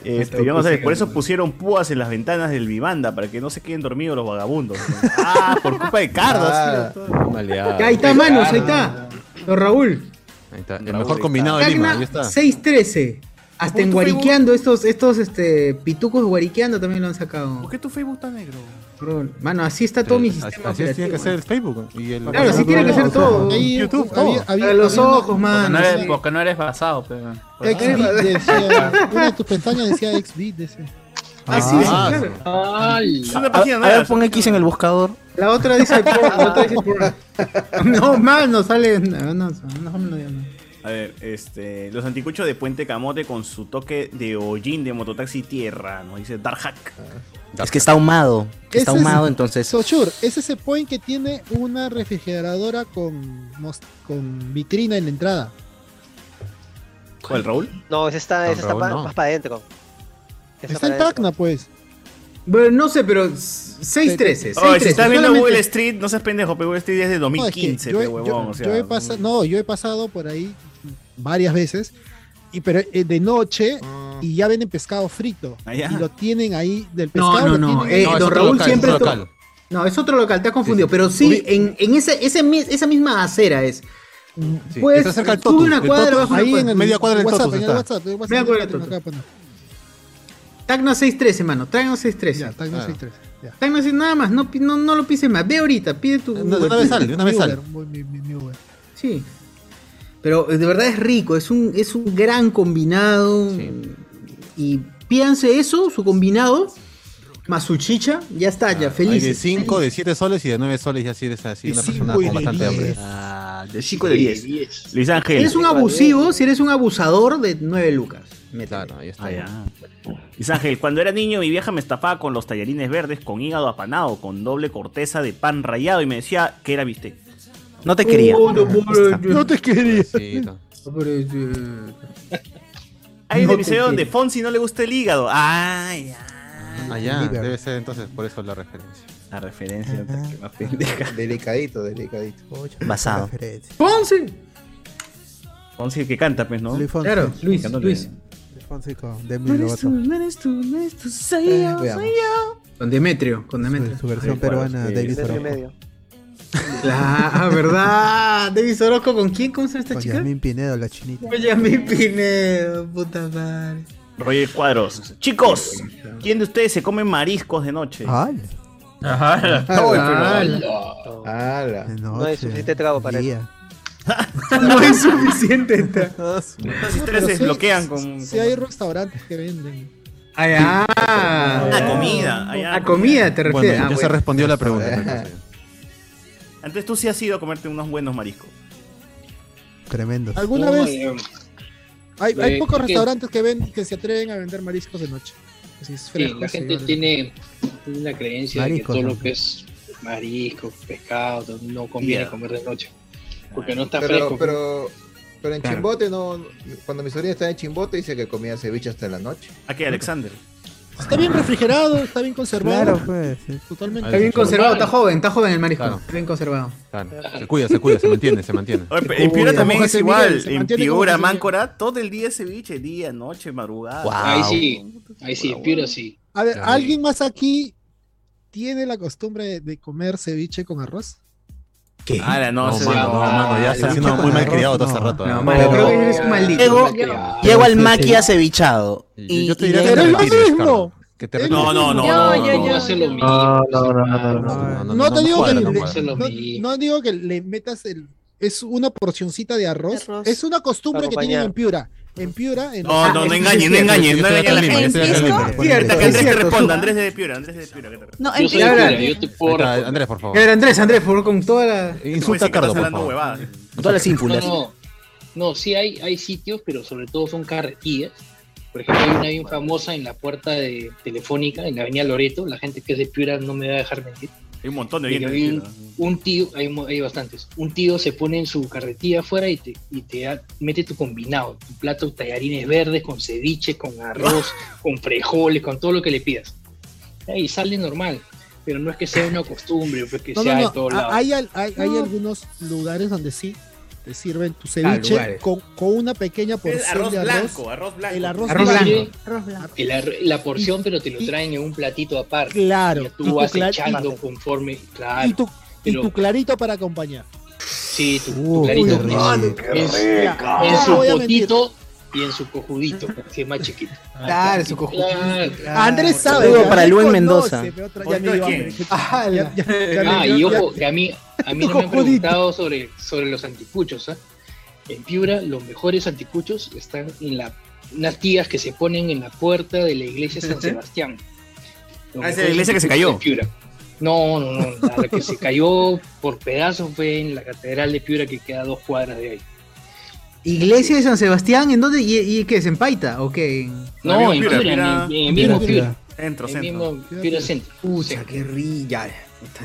Speaker 4: Este, yo no sé, por eso pusieron púas en las ventanas del Vivanda, para que no se queden dormidos los vagabundos. Ah, por culpa de Cardo.
Speaker 3: Ah,
Speaker 4: sí,
Speaker 3: maleado.
Speaker 1: Ya, ahí está, manos, ahí está. Don Raúl.
Speaker 3: Ahí está, El mejor combinado de Lima,
Speaker 1: Tacna
Speaker 3: ahí está.
Speaker 1: 613. Hasta en Guariqueando, estos, estos este, pitucos Guariqueando también lo han sacado.
Speaker 4: ¿Por qué tu Facebook está negro?
Speaker 1: Bro, Mano, así está todo mi
Speaker 3: Así,
Speaker 1: sistema.
Speaker 3: así es, tiene que
Speaker 1: operativo,
Speaker 3: ser el Facebook. Y el...
Speaker 1: Claro, así tiene que ser todo.
Speaker 2: ahí,
Speaker 3: YouTube,
Speaker 2: había-
Speaker 3: todo.
Speaker 2: había-
Speaker 1: Para los
Speaker 2: había una-
Speaker 1: ojos,
Speaker 10: Porque no
Speaker 1: mano.
Speaker 10: eres,
Speaker 1: sí.
Speaker 10: porque no eres basado, pero.
Speaker 2: XB decía, una de tus pestañas decía XB, decía.
Speaker 1: Ah, sí, sí, claro.
Speaker 32: Es una página
Speaker 19: A ver, pon X en el buscador.
Speaker 1: La otra [LAUGHS] dice porn, la otra dice porn. [LAUGHS] No, más no sale. No, no, no, no, no.
Speaker 4: A ver, este, los anticuchos de Puente Camote con su toque de hollín de mototaxi tierra, nos dice Dark Hack.
Speaker 19: Es que está ahumado. Está
Speaker 2: Ese es-
Speaker 19: ahumado, entonces.
Speaker 2: Sochur, es ese point que tiene una refrigeradora con, mos- con vitrina en la entrada.
Speaker 4: ¿Cuál, Raúl?
Speaker 7: No, esa está,
Speaker 4: Don
Speaker 7: esa está
Speaker 4: Raúl,
Speaker 7: pa-
Speaker 4: no.
Speaker 7: más para adentro. Esa
Speaker 2: Está
Speaker 7: para
Speaker 2: en
Speaker 7: adentro.
Speaker 2: Tacna, pues.
Speaker 1: Bueno, no sé, pero 613.
Speaker 4: Oye, si estás viendo Google
Speaker 1: solamente-
Speaker 4: Street, no seas pendejo, pero Google Street es de
Speaker 2: No, es que
Speaker 4: 2015,
Speaker 2: yo,
Speaker 4: pe
Speaker 2: he- yo-
Speaker 4: huevón. o sea,
Speaker 2: yo he pasado, no, yo he pasado por ahí varias veces, y, pero eh, de noche, y ya venden pescado frito.
Speaker 4: Ah, ya.
Speaker 2: Y lo tienen ahí del pescado.
Speaker 1: No, no,
Speaker 2: lo
Speaker 1: no.
Speaker 2: tienen ahí.
Speaker 1: eh, don Raúl siempre. estuvo- No, es otro local, te has confundido. Pero sí, en, en ese, ese mi- esa misma acera es. Pues,
Speaker 3: está cerca del
Speaker 1: sube
Speaker 3: Totus,
Speaker 1: una
Speaker 3: del
Speaker 1: cuadra,
Speaker 3: Totus.
Speaker 1: baja una
Speaker 3: Ahí en el- media cuadra del
Speaker 2: WhatsApp,
Speaker 3: Totus
Speaker 2: en el
Speaker 3: está.
Speaker 2: WhatsApp, en el WhatsApp
Speaker 1: Media
Speaker 2: del
Speaker 1: cuadra del
Speaker 2: Totus,
Speaker 1: Totus.
Speaker 2: acá, pana.
Speaker 1: Tacna 613, mano. Tacna 613. Ya,
Speaker 2: Tacna 613, ya.
Speaker 1: Tacna 6 nada más. No, pi- no, no lo pises más. Ve ahorita, pide tu.
Speaker 3: de una vez sale, de una vez
Speaker 2: Mi
Speaker 3: sale.
Speaker 2: Uber, muy- mi- mi- mi Uber.
Speaker 1: Sí. Pero eh, de verdad es rico, es un, es un gran combinado. Y pídanse eso, su combinado, más su chicha, ya está, ya
Speaker 3: Ah, Hay
Speaker 1: feliz.
Speaker 3: de 5, de 7 soles y de 9 soles ya sí eres así,
Speaker 1: De
Speaker 3: una
Speaker 1: cinco
Speaker 3: persona
Speaker 1: y
Speaker 3: con
Speaker 1: de
Speaker 3: bastante hambre.
Speaker 1: diez.
Speaker 3: Ah,
Speaker 1: de
Speaker 4: cinco de Sí, diez. Luis Ángel.
Speaker 1: Eres un abusivo, si eres un abusador de 9 lucas.
Speaker 3: Claro, ahí está.
Speaker 4: Ah, ya. Dice Ángel, cuando era niño mi vieja me estafaba con los tallarines verdes con hígado apanado, con doble corteza de pan rallado y me decía que era bistec.
Speaker 19: No te quería.
Speaker 1: Oh, no, pobre- eh,
Speaker 4: No te
Speaker 3: quería.
Speaker 1: Pobrecito.
Speaker 4: Hay
Speaker 3: No
Speaker 4: un
Speaker 3: te
Speaker 4: episodio donde
Speaker 3: quiere.
Speaker 4: Fonsi no le gusta el hígado. Ay,
Speaker 3: Ah, ya, debe ser entonces, por eso la referencia.
Speaker 4: La referencia, que más pendeja.
Speaker 5: Delicadito, delicadito.
Speaker 4: Basado.
Speaker 1: ¡Ponce!
Speaker 4: Fonsi el que canta, pues, ¿no?
Speaker 6: Luis Fonsi.
Speaker 1: Claro, Luis,
Speaker 4: Cantándole.
Speaker 1: Luis.
Speaker 6: Fonsi con Demi
Speaker 1: No eres
Speaker 6: Lovato.
Speaker 1: tú, no eres tú, no eres tú, soy yo,
Speaker 6: veamos.
Speaker 1: soy yo. Eh, Con Demetrio, con Demetrio.
Speaker 6: Su versión peruana, David
Speaker 7: Metro y
Speaker 6: Orozco.
Speaker 7: medio.
Speaker 1: Ah, ¿verdad? David Orozco, ¿con quién? ¿Cómo se llama esta
Speaker 6: Con
Speaker 1: chica?
Speaker 6: Yasmín Pinedo, la chinita.
Speaker 1: Oye, mi Pinedo, puta
Speaker 6: [LAUGHS]
Speaker 1: madre.
Speaker 4: Roger
Speaker 7: [LAUGHS]
Speaker 4: Cuadros. Chicos, ¿quién de ustedes se come mariscos de noche?
Speaker 6: Ay.
Speaker 7: Ah,
Speaker 6: Ah,
Speaker 4: Ajá. No, pero-
Speaker 7: No hay suficiente trago para eso. [LAUGHS]
Speaker 1: No
Speaker 6: [LAUGHS]
Speaker 1: es suficiente.
Speaker 2: Ah,
Speaker 4: Las
Speaker 2: Pero
Speaker 4: historias se
Speaker 2: sí-
Speaker 4: desbloquean
Speaker 2: sí-
Speaker 4: con.
Speaker 2: Sí, hay restaurantes que venden.
Speaker 1: Allá.
Speaker 6: Ah,
Speaker 2: Ah,
Speaker 4: comida, allá.
Speaker 13: Ah.
Speaker 1: A comida te
Speaker 6: Ah, [LAUGHS]
Speaker 1: refieres.
Speaker 3: Bueno, ya se respondió la pregunta. entonces.
Speaker 4: Entonces tú sí has ido a comerte unos buenos mariscos.
Speaker 6: Tremendo.
Speaker 2: ¿Alguna
Speaker 4: No,
Speaker 2: vez?
Speaker 4: eh,
Speaker 2: Hay, hay
Speaker 4: eh,
Speaker 2: pocos
Speaker 4: ¿qué?
Speaker 2: restaurantes que ven, que se atreven a vender mariscos de noche. Así es
Speaker 13: Sí,
Speaker 2: fresco,
Speaker 13: Pues, la
Speaker 2: sí,
Speaker 13: gente
Speaker 2: vale.
Speaker 13: tiene, tiene la creencia
Speaker 2: Mariscos,
Speaker 13: de que
Speaker 2: ¿no?
Speaker 13: todo lo que es marisco, pescado, no conviene
Speaker 5: Ya.
Speaker 13: comer de noche. Porque no está
Speaker 5: pero,
Speaker 13: fresco.
Speaker 5: Pero, pero en
Speaker 13: Claro.
Speaker 5: Chimbote no. Cuando mi sobrina estaba en Chimbote dice que comía ceviche hasta la noche.
Speaker 4: Aquí, Alexander.
Speaker 2: Está bien refrigerado, está bien conservado.
Speaker 5: Claro,
Speaker 6: pues.
Speaker 2: Totalmente.
Speaker 1: Está bien conservado, está joven, está joven el marisco. Está bien conservado.
Speaker 3: Claro, Se cuida, se cuida, se mantiene, se mantiene.
Speaker 4: En Piura también es igual.
Speaker 3: se
Speaker 4: En
Speaker 3: mantiene como
Speaker 4: Piura,
Speaker 3: José Miguel.
Speaker 4: Máncora, todo el día ceviche, día, noche, madrugada.
Speaker 3: Wow.
Speaker 13: Ahí sí, ahí sí, en Piura sí.
Speaker 2: A ver,
Speaker 4: Claro.
Speaker 2: ¿alguien más aquí tiene la costumbre de, de comer ceviche con arroz?
Speaker 4: ¿Qué? Ahora, Ah, no,
Speaker 3: No,
Speaker 4: se-
Speaker 3: mano, no, mano, ya está siendo muy malcriado todo hace rato. ¿eh?
Speaker 19: Llego, llego al maqui acevichado.
Speaker 3: Yo-
Speaker 19: Y,
Speaker 3: yo te
Speaker 19: y
Speaker 3: diría
Speaker 19: de-
Speaker 3: que te Pero es lo retires, mismo. Carlos. Que te retires.
Speaker 2: No, no, no,
Speaker 3: no, no,
Speaker 2: No
Speaker 3: no
Speaker 2: te digo que
Speaker 3: cuadra,
Speaker 2: le-
Speaker 3: no
Speaker 2: no
Speaker 3: cuadra.
Speaker 2: no digo que le metas el es una porcioncita de arroz,
Speaker 6: Arroz.
Speaker 2: es una costumbre que tienen
Speaker 6: Acompañado.
Speaker 2: en Piura. En Piura, en
Speaker 4: No, no, no engañen, no engañen, no engañen a la gente. Que Andrés te responda, Andrés de Piura, Andrés de Piura. que te responda.
Speaker 24: No,
Speaker 1: en Yo soy Piura. de Piura, yo
Speaker 3: te puedo Andrés, por
Speaker 1: A
Speaker 3: favor.
Speaker 1: ver, Andrés, Andrés, por favor, con toda la.
Speaker 3: Insulta a Cardo, por favor.
Speaker 19: Con todas las ínfulas.
Speaker 13: No, no, no, sí hay, hay sitios, pero sobre todo son carretillas. Por ejemplo, hay una bien famosa en la puerta de Telefónica, en la avenida Loreto. La gente que es de Piura no me va a dejar mentir.
Speaker 4: Hay un montón de
Speaker 13: Pero
Speaker 4: gente
Speaker 13: hay
Speaker 4: de
Speaker 13: un, un tío, hay, mo- hay bastantes. Un tío se pone en su carretilla afuera y te, y te da- mete tu combinado, tu plato, tallarines verdes con ceviche, con
Speaker 4: [LAUGHS]
Speaker 13: arroz, con frijoles, con todo lo que le pidas. Y sale normal, pero no es que sea una costumbre, pues que
Speaker 2: No,
Speaker 13: sea
Speaker 2: no, no,
Speaker 13: de todos
Speaker 2: a-
Speaker 13: lados.
Speaker 2: Hay, al- hay, hay
Speaker 13: No.
Speaker 2: algunos lugares donde sí te sirven tu
Speaker 13: Ah, lugares.
Speaker 2: ceviche con, con una pequeña porción
Speaker 4: arroz
Speaker 2: de arroz.
Speaker 4: blanco, arroz blanco.
Speaker 2: El arroz,
Speaker 13: Arroz
Speaker 2: blanco.
Speaker 13: blanco. El ar- la porción, pero te lo traen en un platito aparte.
Speaker 2: Claro.
Speaker 13: Y
Speaker 2: Y
Speaker 13: tú
Speaker 2: tu
Speaker 13: vas
Speaker 2: cla-
Speaker 13: echando conforme. Claro.
Speaker 2: Y tu, y
Speaker 13: pero
Speaker 2: tu clarito para acompañar.
Speaker 13: sí, tu, tu clarito.
Speaker 2: qué
Speaker 13: en-
Speaker 2: rico, qué
Speaker 13: en,
Speaker 2: rico.
Speaker 13: en su
Speaker 2: Ah, voy a
Speaker 13: potito y en su cojudito, que es más chiquito.
Speaker 1: Claro, su cojudito,
Speaker 2: Ah, Andrés sabe.
Speaker 13: Saludo
Speaker 2: ya,
Speaker 13: para
Speaker 2: él
Speaker 13: Luis
Speaker 2: conoce,
Speaker 13: Mendoza.
Speaker 2: pero otra- ya
Speaker 13: ¿Potito
Speaker 2: me dio
Speaker 13: de
Speaker 2: hambre.
Speaker 13: quién?
Speaker 2: Ya- ya-
Speaker 4: [LAUGHS]
Speaker 2: ya me
Speaker 13: Ah,
Speaker 2: dio-
Speaker 13: y
Speaker 2: ya-
Speaker 13: ojo, que a mí, a mí
Speaker 2: [LAUGHS] Tu
Speaker 13: no me han
Speaker 2: cojudito.
Speaker 13: preguntado sobre, sobre los anticuchos. ¿ah? En Piura, los mejores anticuchos están en la, unas tías que se ponen en la puerta de la iglesia
Speaker 4: [LAUGHS]
Speaker 13: San Sebastián. Los
Speaker 4: Ah, esa es la
Speaker 13: mejores
Speaker 4: iglesia que se
Speaker 13: anticuchos
Speaker 4: cayó.
Speaker 13: de Piura. No, no, no. La que se cayó por pedazos fue en la catedral de Piura, que queda a dos cuadras de ahí.
Speaker 1: Iglesia de San Sebastián, ¿en dónde? ¿Y, y qué? ¿Es en Paita? ¿O qué?
Speaker 13: No, en Piura, en, en el mismo Piura.
Speaker 4: Centro,
Speaker 13: En
Speaker 1: centro.
Speaker 13: mismo Piura Centro.
Speaker 1: Pucha, qué rilla.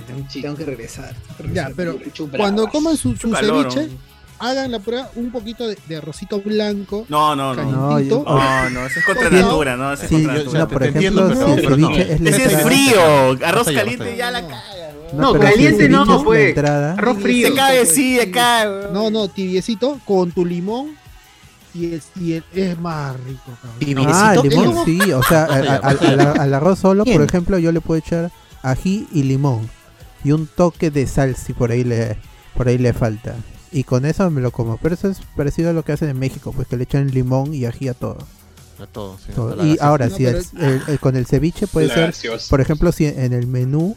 Speaker 1: Tengo, tengo que regresar. tengo que
Speaker 2: Ya,
Speaker 1: regresar.
Speaker 2: pero
Speaker 1: Chupa.
Speaker 2: cuando coman su, su
Speaker 1: Chupa el oro.
Speaker 2: ceviche, hagan la prueba un poquito de, de arrocito blanco.
Speaker 4: No, no, no.
Speaker 2: calientito.
Speaker 4: No, yo- no, no, eso es contra
Speaker 2: Con-
Speaker 4: natura, no, eso es contra natura.
Speaker 6: no, por
Speaker 4: Te
Speaker 6: ejemplo,
Speaker 4: entiendo, pero-
Speaker 6: si el
Speaker 4: pero no.
Speaker 6: ceviche es la
Speaker 4: Ese es
Speaker 6: entrada-
Speaker 4: frío, arroz
Speaker 6: Basta ya,
Speaker 4: caliente
Speaker 6: basta
Speaker 4: ya la
Speaker 6: No, pero si el
Speaker 4: caliente no,
Speaker 6: ceviche es la
Speaker 4: pues.
Speaker 6: entrada-
Speaker 4: Arroz frío. Se cae, eh, sí, se cae.
Speaker 2: No, no, tibiecito con tu limón y es, y el- es más rico, cabrón.
Speaker 6: Ah, limón, sí. O
Speaker 2: [LAUGHS]
Speaker 6: sea,
Speaker 2: Basta
Speaker 6: al,
Speaker 2: ya,
Speaker 6: al-
Speaker 2: basta ya.
Speaker 6: al- al arroz solo,
Speaker 2: Bien.
Speaker 6: por ejemplo, yo le puedo echar ají y limón. Y un toque de sal si por ahí le, por ahí le falta. Y con eso me lo como. Pero eso es parecido a lo que hacen en México, pues que le echan limón y ají a todo.
Speaker 3: A todo, sí,
Speaker 6: Todo.
Speaker 3: hasta la
Speaker 6: Y
Speaker 3: gaseosa.
Speaker 6: ahora,
Speaker 3: No,
Speaker 6: si
Speaker 3: pero
Speaker 6: el-
Speaker 3: es-
Speaker 6: el- el- con el ceviche puede
Speaker 3: La
Speaker 6: ser,
Speaker 3: gaseosa.
Speaker 6: por ejemplo, si en el menú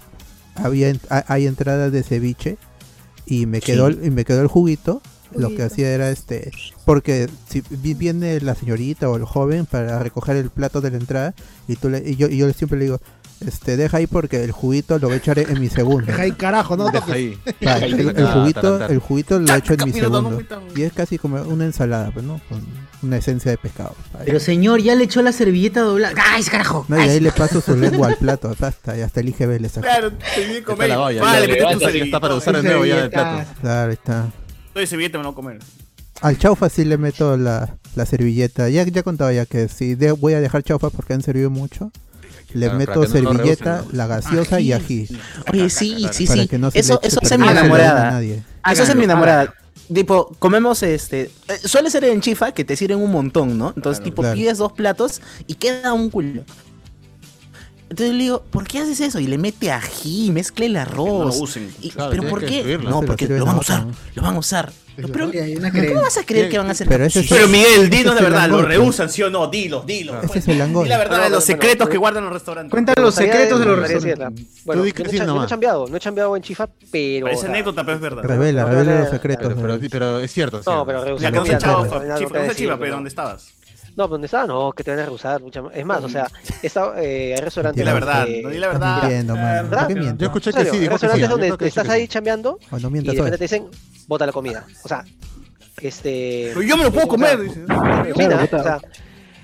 Speaker 6: había en- ha- hay entrada de ceviche y me quedó
Speaker 2: Sí.
Speaker 6: el- y me quedó el juguito, lo que
Speaker 2: Juguito.
Speaker 6: hacía era este, porque si vi- viene la señorita o el joven para recoger el plato de la entrada y tú le- y yo, y yo siempre le digo este, deja ahí porque el juguito lo voy a echar en mi segundo.
Speaker 2: Deja ahí, carajo, no
Speaker 6: eh, Deja
Speaker 2: toques. [LAUGHS]
Speaker 6: ahí.
Speaker 2: Deja ahí.
Speaker 6: el, el
Speaker 2: Ah,
Speaker 6: juguito,
Speaker 2: tarantar.
Speaker 6: el juguito lo echo en mi
Speaker 2: Camilo, dame
Speaker 6: segundo. Y es casi como una ensalada, pues, ¿no? Con una esencia de pescado. Ahí.
Speaker 1: Pero señor, ya le echó la servilleta doblada. ¡Ay, ese carajo!
Speaker 6: No, y
Speaker 1: ¡Ay,
Speaker 6: de ahí
Speaker 1: ese
Speaker 6: le paso su lengua al plato, hasta, y hasta el IGB le saco.
Speaker 4: Claro, tenía que comer.
Speaker 3: la olla, ya,
Speaker 4: Vale, metes tu
Speaker 3: levanta,
Speaker 4: servilleta.
Speaker 3: que está para usar de nuevo ya en el plato.
Speaker 6: Claro, ahí está.
Speaker 4: Estoy servilleta, me lo voy a comer.
Speaker 6: Al chaufa sí le meto la, la servilleta. Ya, ya contaba ya que si de- voy a dejar chaufa porque han servido mucho. Le
Speaker 4: Claro,
Speaker 6: meto
Speaker 4: para que no lo
Speaker 6: servilleta,
Speaker 4: rehúsen, ¿no?
Speaker 6: la gaseosa y ají.
Speaker 19: Oye, sí, sí,
Speaker 6: Para
Speaker 19: sí.
Speaker 6: que no se le
Speaker 19: eso
Speaker 6: eche
Speaker 19: eso hace mi
Speaker 6: perdido la gana a
Speaker 19: enamorada.
Speaker 6: nadie.
Speaker 19: Eso hace
Speaker 6: Háganlo,
Speaker 19: mi enamorada. Tipo, comemos este. eh, suele ser en chifa que te sirven un montón, ¿no? Entonces, tipo,
Speaker 6: claro.
Speaker 19: pides dos platos y queda un culo. Entonces le digo, ¿por qué haces eso? Y le mete ají, mezcla el arroz.
Speaker 4: usen.
Speaker 19: Y-
Speaker 4: Claro,
Speaker 19: ¿Pero
Speaker 4: tienes
Speaker 19: por
Speaker 4: que
Speaker 19: qué?
Speaker 4: destruirlo.
Speaker 19: No,
Speaker 4: Se lo
Speaker 19: porque
Speaker 4: sirven
Speaker 19: lo van a
Speaker 4: a
Speaker 19: usar.
Speaker 4: otro.
Speaker 19: Lo van a usar. No, Pero, ¿Cómo
Speaker 4: creencia.
Speaker 19: vas a creer que van a hacer
Speaker 6: Pero ese es-
Speaker 19: Pero Miguel,
Speaker 6: ese es
Speaker 19: dinos la
Speaker 6: el
Speaker 19: verdad, lo
Speaker 6: angol, pues.
Speaker 19: rehusan, ¿sí o no? Dilo, dilo.
Speaker 6: Ese es el angol.
Speaker 19: Di la verdad de los secretos que guardan los restaurantes.
Speaker 1: Cuenta
Speaker 19: los secretos de los
Speaker 7: restaurantes. Bueno, yo
Speaker 19: Tú di
Speaker 7: no,
Speaker 19: que
Speaker 7: he
Speaker 19: sí
Speaker 7: cha- yo no he
Speaker 19: nomás.
Speaker 7: chambeado, no he chambeado en chifa, pero.
Speaker 19: Parece
Speaker 7: o sea,
Speaker 19: anécdota, pero es verdad.
Speaker 6: Revela, revela los secretos.
Speaker 3: Pero, pero, pero es cierto.
Speaker 7: No, pero rehusando.
Speaker 19: Ya que no se
Speaker 7: Ya,
Speaker 19: echaba,
Speaker 7: no, no hay nada
Speaker 19: Chifa,
Speaker 7: que
Speaker 19: no se
Speaker 7: decir,
Speaker 19: chiva, pero
Speaker 7: no.
Speaker 19: ¿dónde estabas?
Speaker 7: No, donde estaba no, que te van a rehusar. mucha ma- Es más, o sea, está, eh, hay restaurantes.
Speaker 6: Dile la verdad,
Speaker 7: donde-
Speaker 6: no di la verdad. Mintiendo, mano.
Speaker 7: ¿Verdad?
Speaker 6: ¿Por qué miento? Yo escuché que
Speaker 7: En serio,
Speaker 6: sí, dijo
Speaker 7: Hay
Speaker 6: que sí,
Speaker 7: restaurantes
Speaker 6: yo creo
Speaker 7: donde
Speaker 6: que
Speaker 7: estás
Speaker 6: escuché
Speaker 7: ahí
Speaker 6: que sí.
Speaker 7: chambeando.
Speaker 6: Cuando
Speaker 7: y
Speaker 6: mientas,
Speaker 7: de repente
Speaker 6: sabes.
Speaker 7: te dicen, bota la comida. O sea, este.
Speaker 6: Pero yo me lo puedo comer, dice.
Speaker 7: Mira,
Speaker 2: Claro,
Speaker 7: o sea.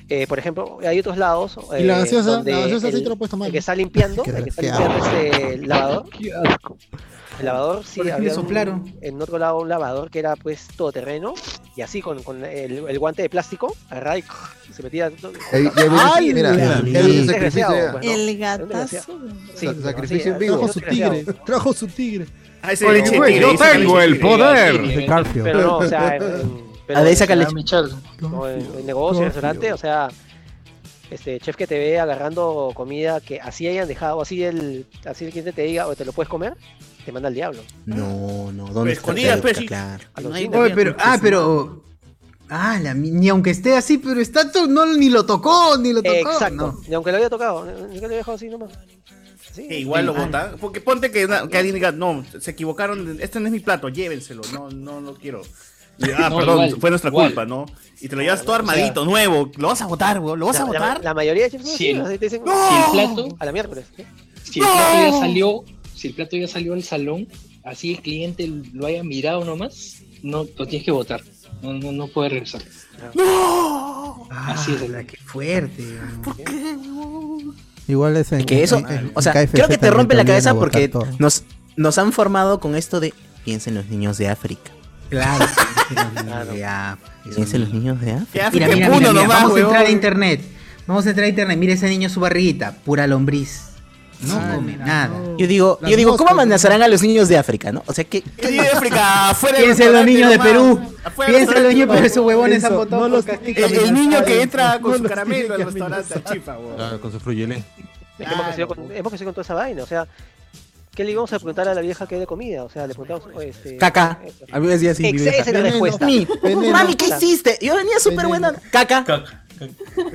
Speaker 7: eh, por ejemplo, hay otros lados.
Speaker 2: Y la
Speaker 7: eh,
Speaker 2: gaseosa-
Speaker 7: donde
Speaker 2: la gaseosa sí
Speaker 7: el-
Speaker 2: te lo puedes tomar,
Speaker 7: El que está limpiando,
Speaker 2: Qué
Speaker 7: el que está
Speaker 2: qué
Speaker 7: limpiando
Speaker 2: asco.
Speaker 1: eh,
Speaker 7: este el lavador.
Speaker 2: [LAUGHS] Qué asco.
Speaker 7: El lavador sí
Speaker 1: Por ahí me
Speaker 7: había un-
Speaker 1: soplaron.
Speaker 7: en otro lado un lavador que era pues todoterreno y así con, con el, el guante de plástico agarraba y [LAUGHS] se metía todo-
Speaker 5: Ahí- ya viene-
Speaker 7: ¡Ay,
Speaker 5: mira,
Speaker 7: la-
Speaker 5: ya viene
Speaker 7: el
Speaker 5: el sacrificio
Speaker 7: desgraciado,
Speaker 5: ya.
Speaker 7: pues, ¿no?
Speaker 24: El
Speaker 7: Era un desgraciado.
Speaker 24: gatazo.
Speaker 7: Sí, ah,
Speaker 5: Sa-
Speaker 7: pero
Speaker 5: sacrificio
Speaker 7: así,
Speaker 5: en
Speaker 7: era
Speaker 5: vivo.
Speaker 7: un
Speaker 2: Trajo su
Speaker 7: desgraciado.
Speaker 2: tigre, trajo su tigre.
Speaker 27: Ah,
Speaker 5: ese Oye, leche güey, tigre, yo ese tengo leche el tigre. poder.
Speaker 7: Sí,
Speaker 5: Garfield.
Speaker 7: Pero no, o
Speaker 4: [LAUGHS]
Speaker 7: sea, en- pero
Speaker 19: Ah, de ahí saca
Speaker 7: en-
Speaker 19: leche.
Speaker 7: no, en, en negocio, en restaurante, o sea, este chef que te ve agarrando comida que así hayan dejado, así el, así el cliente te diga, o te lo puedes comer, te manda al diablo.
Speaker 1: No, no,
Speaker 7: Pues,
Speaker 1: ¿dónde está?
Speaker 7: escondidas,
Speaker 1: Claro,
Speaker 7: pues, sí.
Speaker 1: claro.
Speaker 7: A los indios.
Speaker 1: Oye, pero, ah, pero. Ah, la mi- ni aunque esté así, pero está todo, no, ni lo tocó, ni lo tocó.
Speaker 7: Exacto.
Speaker 1: no.
Speaker 7: Y aunque lo haya tocado, eh, ni que lo haya dejado así nomás. Sí.
Speaker 27: Que igual lo botan. Porque ponte que, una- que alguien diga, no, se equivocaron, este no es mi plato, llévenselo, no, no lo quiero. Y, ah,
Speaker 7: No,
Speaker 27: perdón,
Speaker 7: igual,
Speaker 27: fue nuestra
Speaker 7: igual.
Speaker 27: culpa, ¿no? Y te lo llevas todo
Speaker 7: O sea-
Speaker 27: armadito, nuevo. Lo vas a botar, weón, lo vas
Speaker 7: La-
Speaker 27: a
Speaker 7: la-
Speaker 27: botar.
Speaker 7: La, mayoría de chefs son
Speaker 27: Sí,
Speaker 7: así,
Speaker 27: el-
Speaker 7: o sea, te dicen,
Speaker 27: ¡No!
Speaker 7: si el
Speaker 2: Oh.
Speaker 7: plato, a la miércoles.
Speaker 13: Si el plato ya salió, si el plato ya salió al salón, así el cliente lo haya mirado nomás, no lo tienes que votar. No, no, no puede regresar. Ah,
Speaker 1: ¡No!
Speaker 13: Así es.
Speaker 1: qué fuerte. ¿Por qué?
Speaker 6: Igual es en.
Speaker 19: Que eso,
Speaker 6: en- en-
Speaker 19: o sea,
Speaker 6: en KFC
Speaker 19: creo que te
Speaker 6: también
Speaker 19: rompe la
Speaker 6: vienen a
Speaker 19: cabeza
Speaker 6: botar
Speaker 19: porque
Speaker 6: todo.
Speaker 19: nos, nos han formado con esto de piensa en los niños de África.
Speaker 27: [LAUGHS]
Speaker 1: Claro.
Speaker 19: Piensa en los niños de África.
Speaker 1: Mira, mira, mira, mira, vamos a entrar a internet. Vamos a entrar a internet. Mira ese niño su barriguita, pura lombriz. No come nada.
Speaker 19: Ah, Yo digo, yo digo, ¿cómo amenazarán a los niños de África, no? O sea, que
Speaker 27: niños de África! ¡Fuera del
Speaker 1: Piensa en los
Speaker 27: restaurante,
Speaker 1: niños de
Speaker 27: nomás!
Speaker 1: Perú.
Speaker 27: ¡Afuera del
Speaker 1: Piensa en los niños de Perú, esos huevones han
Speaker 27: Eso,
Speaker 1: botado
Speaker 27: no
Speaker 1: por
Speaker 27: los-
Speaker 1: castigo.
Speaker 27: El, el niño que entra con
Speaker 1: No
Speaker 27: su
Speaker 1: los
Speaker 27: caramelo al
Speaker 1: tiene que
Speaker 27: restaurante,
Speaker 1: amenazar.
Speaker 27: chifa, weón.
Speaker 3: Claro, con su fruyelé.
Speaker 7: Hemos crecido con, hemos crecido con toda esa vaina, o sea, ¿qué le íbamos a preguntar a la vieja que hay de comida? O sea, le preguntamos, oye, este...
Speaker 19: Caca. A mí me decía así, mi
Speaker 7: Ex-
Speaker 19: vieja.
Speaker 7: Esa es la
Speaker 19: Veneno.
Speaker 7: respuesta.
Speaker 19: Mi- Mami, ¿qué hiciste? Yo venía súper buena. Caca.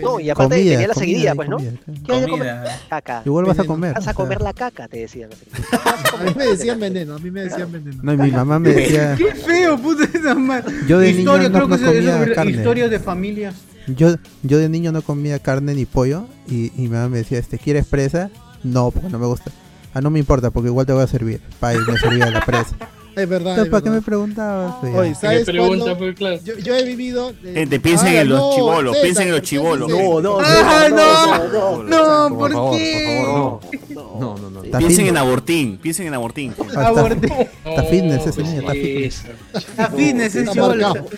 Speaker 7: No, y aparte
Speaker 6: Comida,
Speaker 7: tenía la
Speaker 6: comida,
Speaker 7: seguidilla, pues, ¿no?
Speaker 6: comida.
Speaker 7: ¿Qué hay de comer? Caca.
Speaker 6: Igual vas a comer,
Speaker 7: Vas
Speaker 6: o
Speaker 7: a
Speaker 6: sea.
Speaker 7: comer la caca, te decían.
Speaker 2: A mí me decían veneno, a mí me decían veneno.
Speaker 6: No, y mi mamá me
Speaker 1: [LAUGHS]
Speaker 6: decía.
Speaker 1: Qué feo, puta esa madre.
Speaker 6: Yo de niño no- no
Speaker 1: eso- eso-
Speaker 6: comía carne.
Speaker 1: historias de familia.
Speaker 6: Yo, yo de niño no comía carne ni pollo y, y mi mamá me decía, este, ¿quieres presa? No, porque no me gusta. Ah, no me importa, porque igual te voy a servir. Pa, y me servía la presa.
Speaker 2: Es verdad.
Speaker 6: Entonces,
Speaker 2: es
Speaker 6: ¿para qué
Speaker 2: verdad.
Speaker 6: me preguntabas? Sí,
Speaker 2: Oye,
Speaker 6: ya.
Speaker 2: ¿sabes cuándo? yo, yo he vivido. eh,
Speaker 27: Gente, piensen
Speaker 2: ah,
Speaker 27: en los
Speaker 2: no,
Speaker 27: chibolos,
Speaker 2: César,
Speaker 27: piensen en los
Speaker 2: ¿por qué
Speaker 27: chibolos.
Speaker 2: dices?
Speaker 27: No, no,
Speaker 1: Ah,
Speaker 27: no,
Speaker 1: no,
Speaker 27: no,
Speaker 1: no, ¿por qué?
Speaker 3: No, no, no.
Speaker 27: Piensen en abortín, piensen en abortín.
Speaker 6: Ah, está- Está fitness ese niño, está fitness.
Speaker 1: Está fitness, ese
Speaker 2: Está
Speaker 1: chivolo.
Speaker 2: marcado.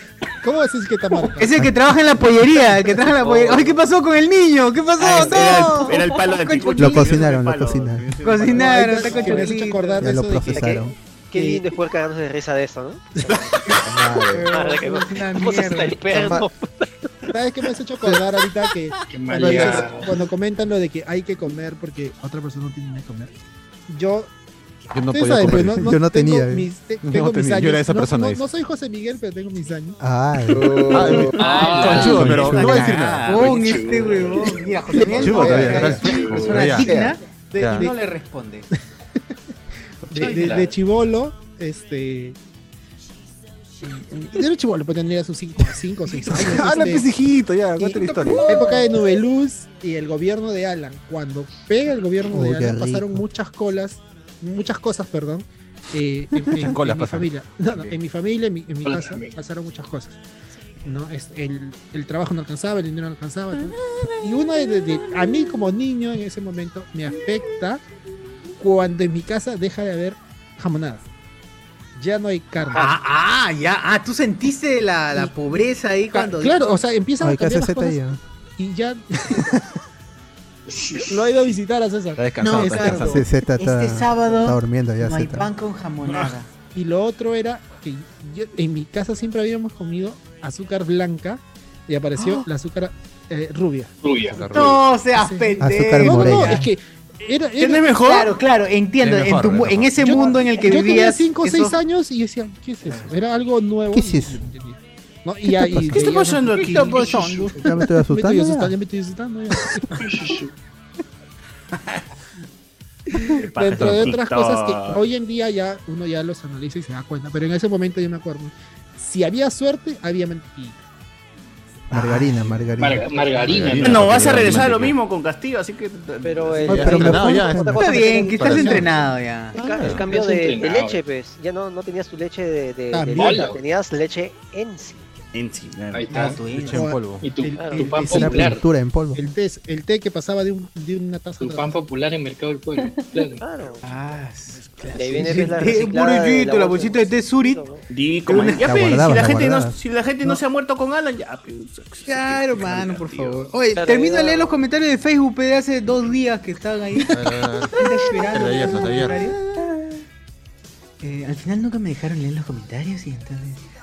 Speaker 2: ¿Cómo decís que está marcado?
Speaker 1: Es el que trabaja en la pollería, el que trabaja en la pollería. Ay, ¿qué pasó con el niño? ¿Qué pasó?
Speaker 27: Ah, era
Speaker 1: no.
Speaker 27: el- era el palo del
Speaker 1: Concha-
Speaker 6: Lo cocinaron, lo cocinaron.
Speaker 1: Cocinaron,
Speaker 2: Ay,
Speaker 1: está con
Speaker 2: que me has hecho acordar
Speaker 6: Ya
Speaker 2: de
Speaker 6: lo
Speaker 2: eso de que-
Speaker 6: procesaron.
Speaker 7: Qué lindo es poder cagarnos de risa de eso, ¿no? Madre, que- ¿Cómo se está el perro?
Speaker 2: ¿Sabes qué me has hecho acordar ahorita que cuando,
Speaker 7: maleado.
Speaker 2: dices- cuando comentan lo de que hay que comer porque otra persona no tiene que comer? Yo
Speaker 3: Yo no
Speaker 2: ustedes
Speaker 3: podía
Speaker 2: saben,
Speaker 3: comer.
Speaker 2: pues,
Speaker 6: Yo no
Speaker 2: tengo
Speaker 6: tenía, eh.
Speaker 2: mis- te-
Speaker 3: No
Speaker 2: tengo mis
Speaker 3: tenía, yo
Speaker 2: años.
Speaker 3: era esa
Speaker 2: No-
Speaker 3: persona,
Speaker 2: No,
Speaker 3: dice.
Speaker 2: no soy José Miguel, pero tengo mis años.
Speaker 6: Ay.
Speaker 3: Conchudo, pero no voy a decir
Speaker 2: Ah,
Speaker 3: nada. Oh,
Speaker 1: Huevón, este huevón. Mira, José Miguel,
Speaker 3: Chulo,
Speaker 1: es
Speaker 3: todavía,
Speaker 1: una
Speaker 3: todavía.
Speaker 1: persona
Speaker 3: Ya.
Speaker 1: digna
Speaker 2: De-
Speaker 1: y
Speaker 2: de-
Speaker 1: no le responde.
Speaker 2: de, de- de chivolo, este. Yo era chivolo, pues tendría sus 5
Speaker 27: [LAUGHS]
Speaker 2: o 6 años.
Speaker 27: Habla,
Speaker 2: este,
Speaker 27: pues, hijito, ya, cuéntale la historia.
Speaker 2: Época de Nubeluz y el gobierno de Alan. Cuando pega el gobierno
Speaker 27: Uy,
Speaker 2: de
Speaker 27: qué
Speaker 2: Alan,
Speaker 27: rico.
Speaker 2: pasaron muchas colas, muchas cosas, perdón. eh, en, en-
Speaker 27: Muchas colas
Speaker 2: en mi
Speaker 27: pasaron.
Speaker 2: familia. No, no, en mi familia, en mi, en mi
Speaker 27: Colas
Speaker 2: casa, pasaron muchas cosas. ¿no? Es- el, el trabajo no alcanzaba, el dinero no alcanzaba. ¿no? Y uno de, de- de- a mí como niño en ese momento me afecta cuando en mi casa deja de haber jamonadas. Ya no hay carne.
Speaker 1: Ah, ah, ya. Ah, tú sentiste la, la pobreza ahí cuando.
Speaker 2: Claro, o sea, empiezan
Speaker 1: Ay,
Speaker 2: a cambiar las
Speaker 1: KCZ
Speaker 2: cosas
Speaker 1: ya.
Speaker 2: y
Speaker 1: [LAUGHS]
Speaker 2: ya lo ha ido a visitar a César.
Speaker 1: Está descansado, No, está claro. descansado.
Speaker 6: Sí, Zeta está,
Speaker 1: Este sábado
Speaker 6: está durmiendo ya.
Speaker 1: no hay
Speaker 6: Zeta.
Speaker 1: pan con jamonada.
Speaker 2: Y lo otro era que yo- en mi casa siempre habíamos comido azúcar blanca y apareció
Speaker 1: [GASPS] ¡Ah!
Speaker 2: la azúcar eh, rubia.
Speaker 1: Rubia. No seas pendejo.
Speaker 2: No, no, es que era,
Speaker 1: ¿Qué no es mejor? Claro, claro, entiendo, Es en mejor, tu mu- es mejor. en ese mundo en el que
Speaker 2: yo Tenía
Speaker 1: vivías,
Speaker 2: 5 o
Speaker 1: eso-
Speaker 2: 6 años y decía, ¿qué es eso? Era algo nuevo. ¿Qué es eso? No, y ahí-
Speaker 6: ¿Qué está
Speaker 2: veíamos-
Speaker 6: pasando aquí?
Speaker 2: ¿Qué está pasando?
Speaker 6: [LAUGHS]
Speaker 2: [LAUGHS]
Speaker 6: Ya me estoy asustando, ya.
Speaker 2: asustando, ya me estoy asustando. ya. Dentro de otras cosas que hoy en día ya uno ya los analiza y se da cuenta, pero en ese momento yo me acuerdo. Si había suerte, había mantequilla.
Speaker 6: Margarina, margarina.
Speaker 13: Marga- margarina.
Speaker 27: Bueno, vas a regresar a lo mismo con Castillo, así que.
Speaker 7: Pero el-
Speaker 27: Ay,
Speaker 7: pero me
Speaker 27: entrenado
Speaker 7: pongo-
Speaker 27: ya,
Speaker 7: otra
Speaker 27: es-
Speaker 7: cosa que tengo- Para-
Speaker 4: Ah,
Speaker 7: El, ca-
Speaker 27: Claro.
Speaker 7: el cambio de, de
Speaker 27: Entrenado.
Speaker 7: leche, pues. Ya no, no tenías tu leche de, de, de
Speaker 27: También.
Speaker 7: lata, tenías leche en sí.
Speaker 27: En sí, claro.
Speaker 7: Ahí está.
Speaker 27: Ah, tu
Speaker 7: Leche
Speaker 27: hijo.
Speaker 7: en polvo.
Speaker 13: Y tu-
Speaker 2: El-
Speaker 13: tu
Speaker 2: el-
Speaker 13: pan
Speaker 2: esa era
Speaker 13: popular.
Speaker 6: pintura en polvo.
Speaker 2: El té, el té que pasaba de, un, de una taza.
Speaker 13: Tu pan popular en Mercado del Pueblo. Claro.
Speaker 7: De ahí
Speaker 13: viene,
Speaker 7: viene
Speaker 13: pues,
Speaker 7: la
Speaker 13: la
Speaker 27: Eh,
Speaker 7: reciclada
Speaker 27: puro
Speaker 7: de
Speaker 27: Yuyito, la bolsita de té Surit. Pero una- Ya,
Speaker 6: La
Speaker 27: pe, si
Speaker 6: guardaban,
Speaker 27: la
Speaker 6: la
Speaker 27: gente no-
Speaker 6: guardaban.
Speaker 27: si la gente no se ha muerto con Alan, ya. pe,
Speaker 1: Claro, mano, por favor. Oye, termina de leer los comentarios de Facebook pe, de hace dos días que estaban
Speaker 27: [LAUGHS]
Speaker 1: ahí. Gente esperando,
Speaker 3: Hasta ayer,
Speaker 1: ¿no?
Speaker 3: hasta ayer.
Speaker 1: Horario. [LAUGHS] Eh, al final nunca me dejaron leer los comentarios y entonces.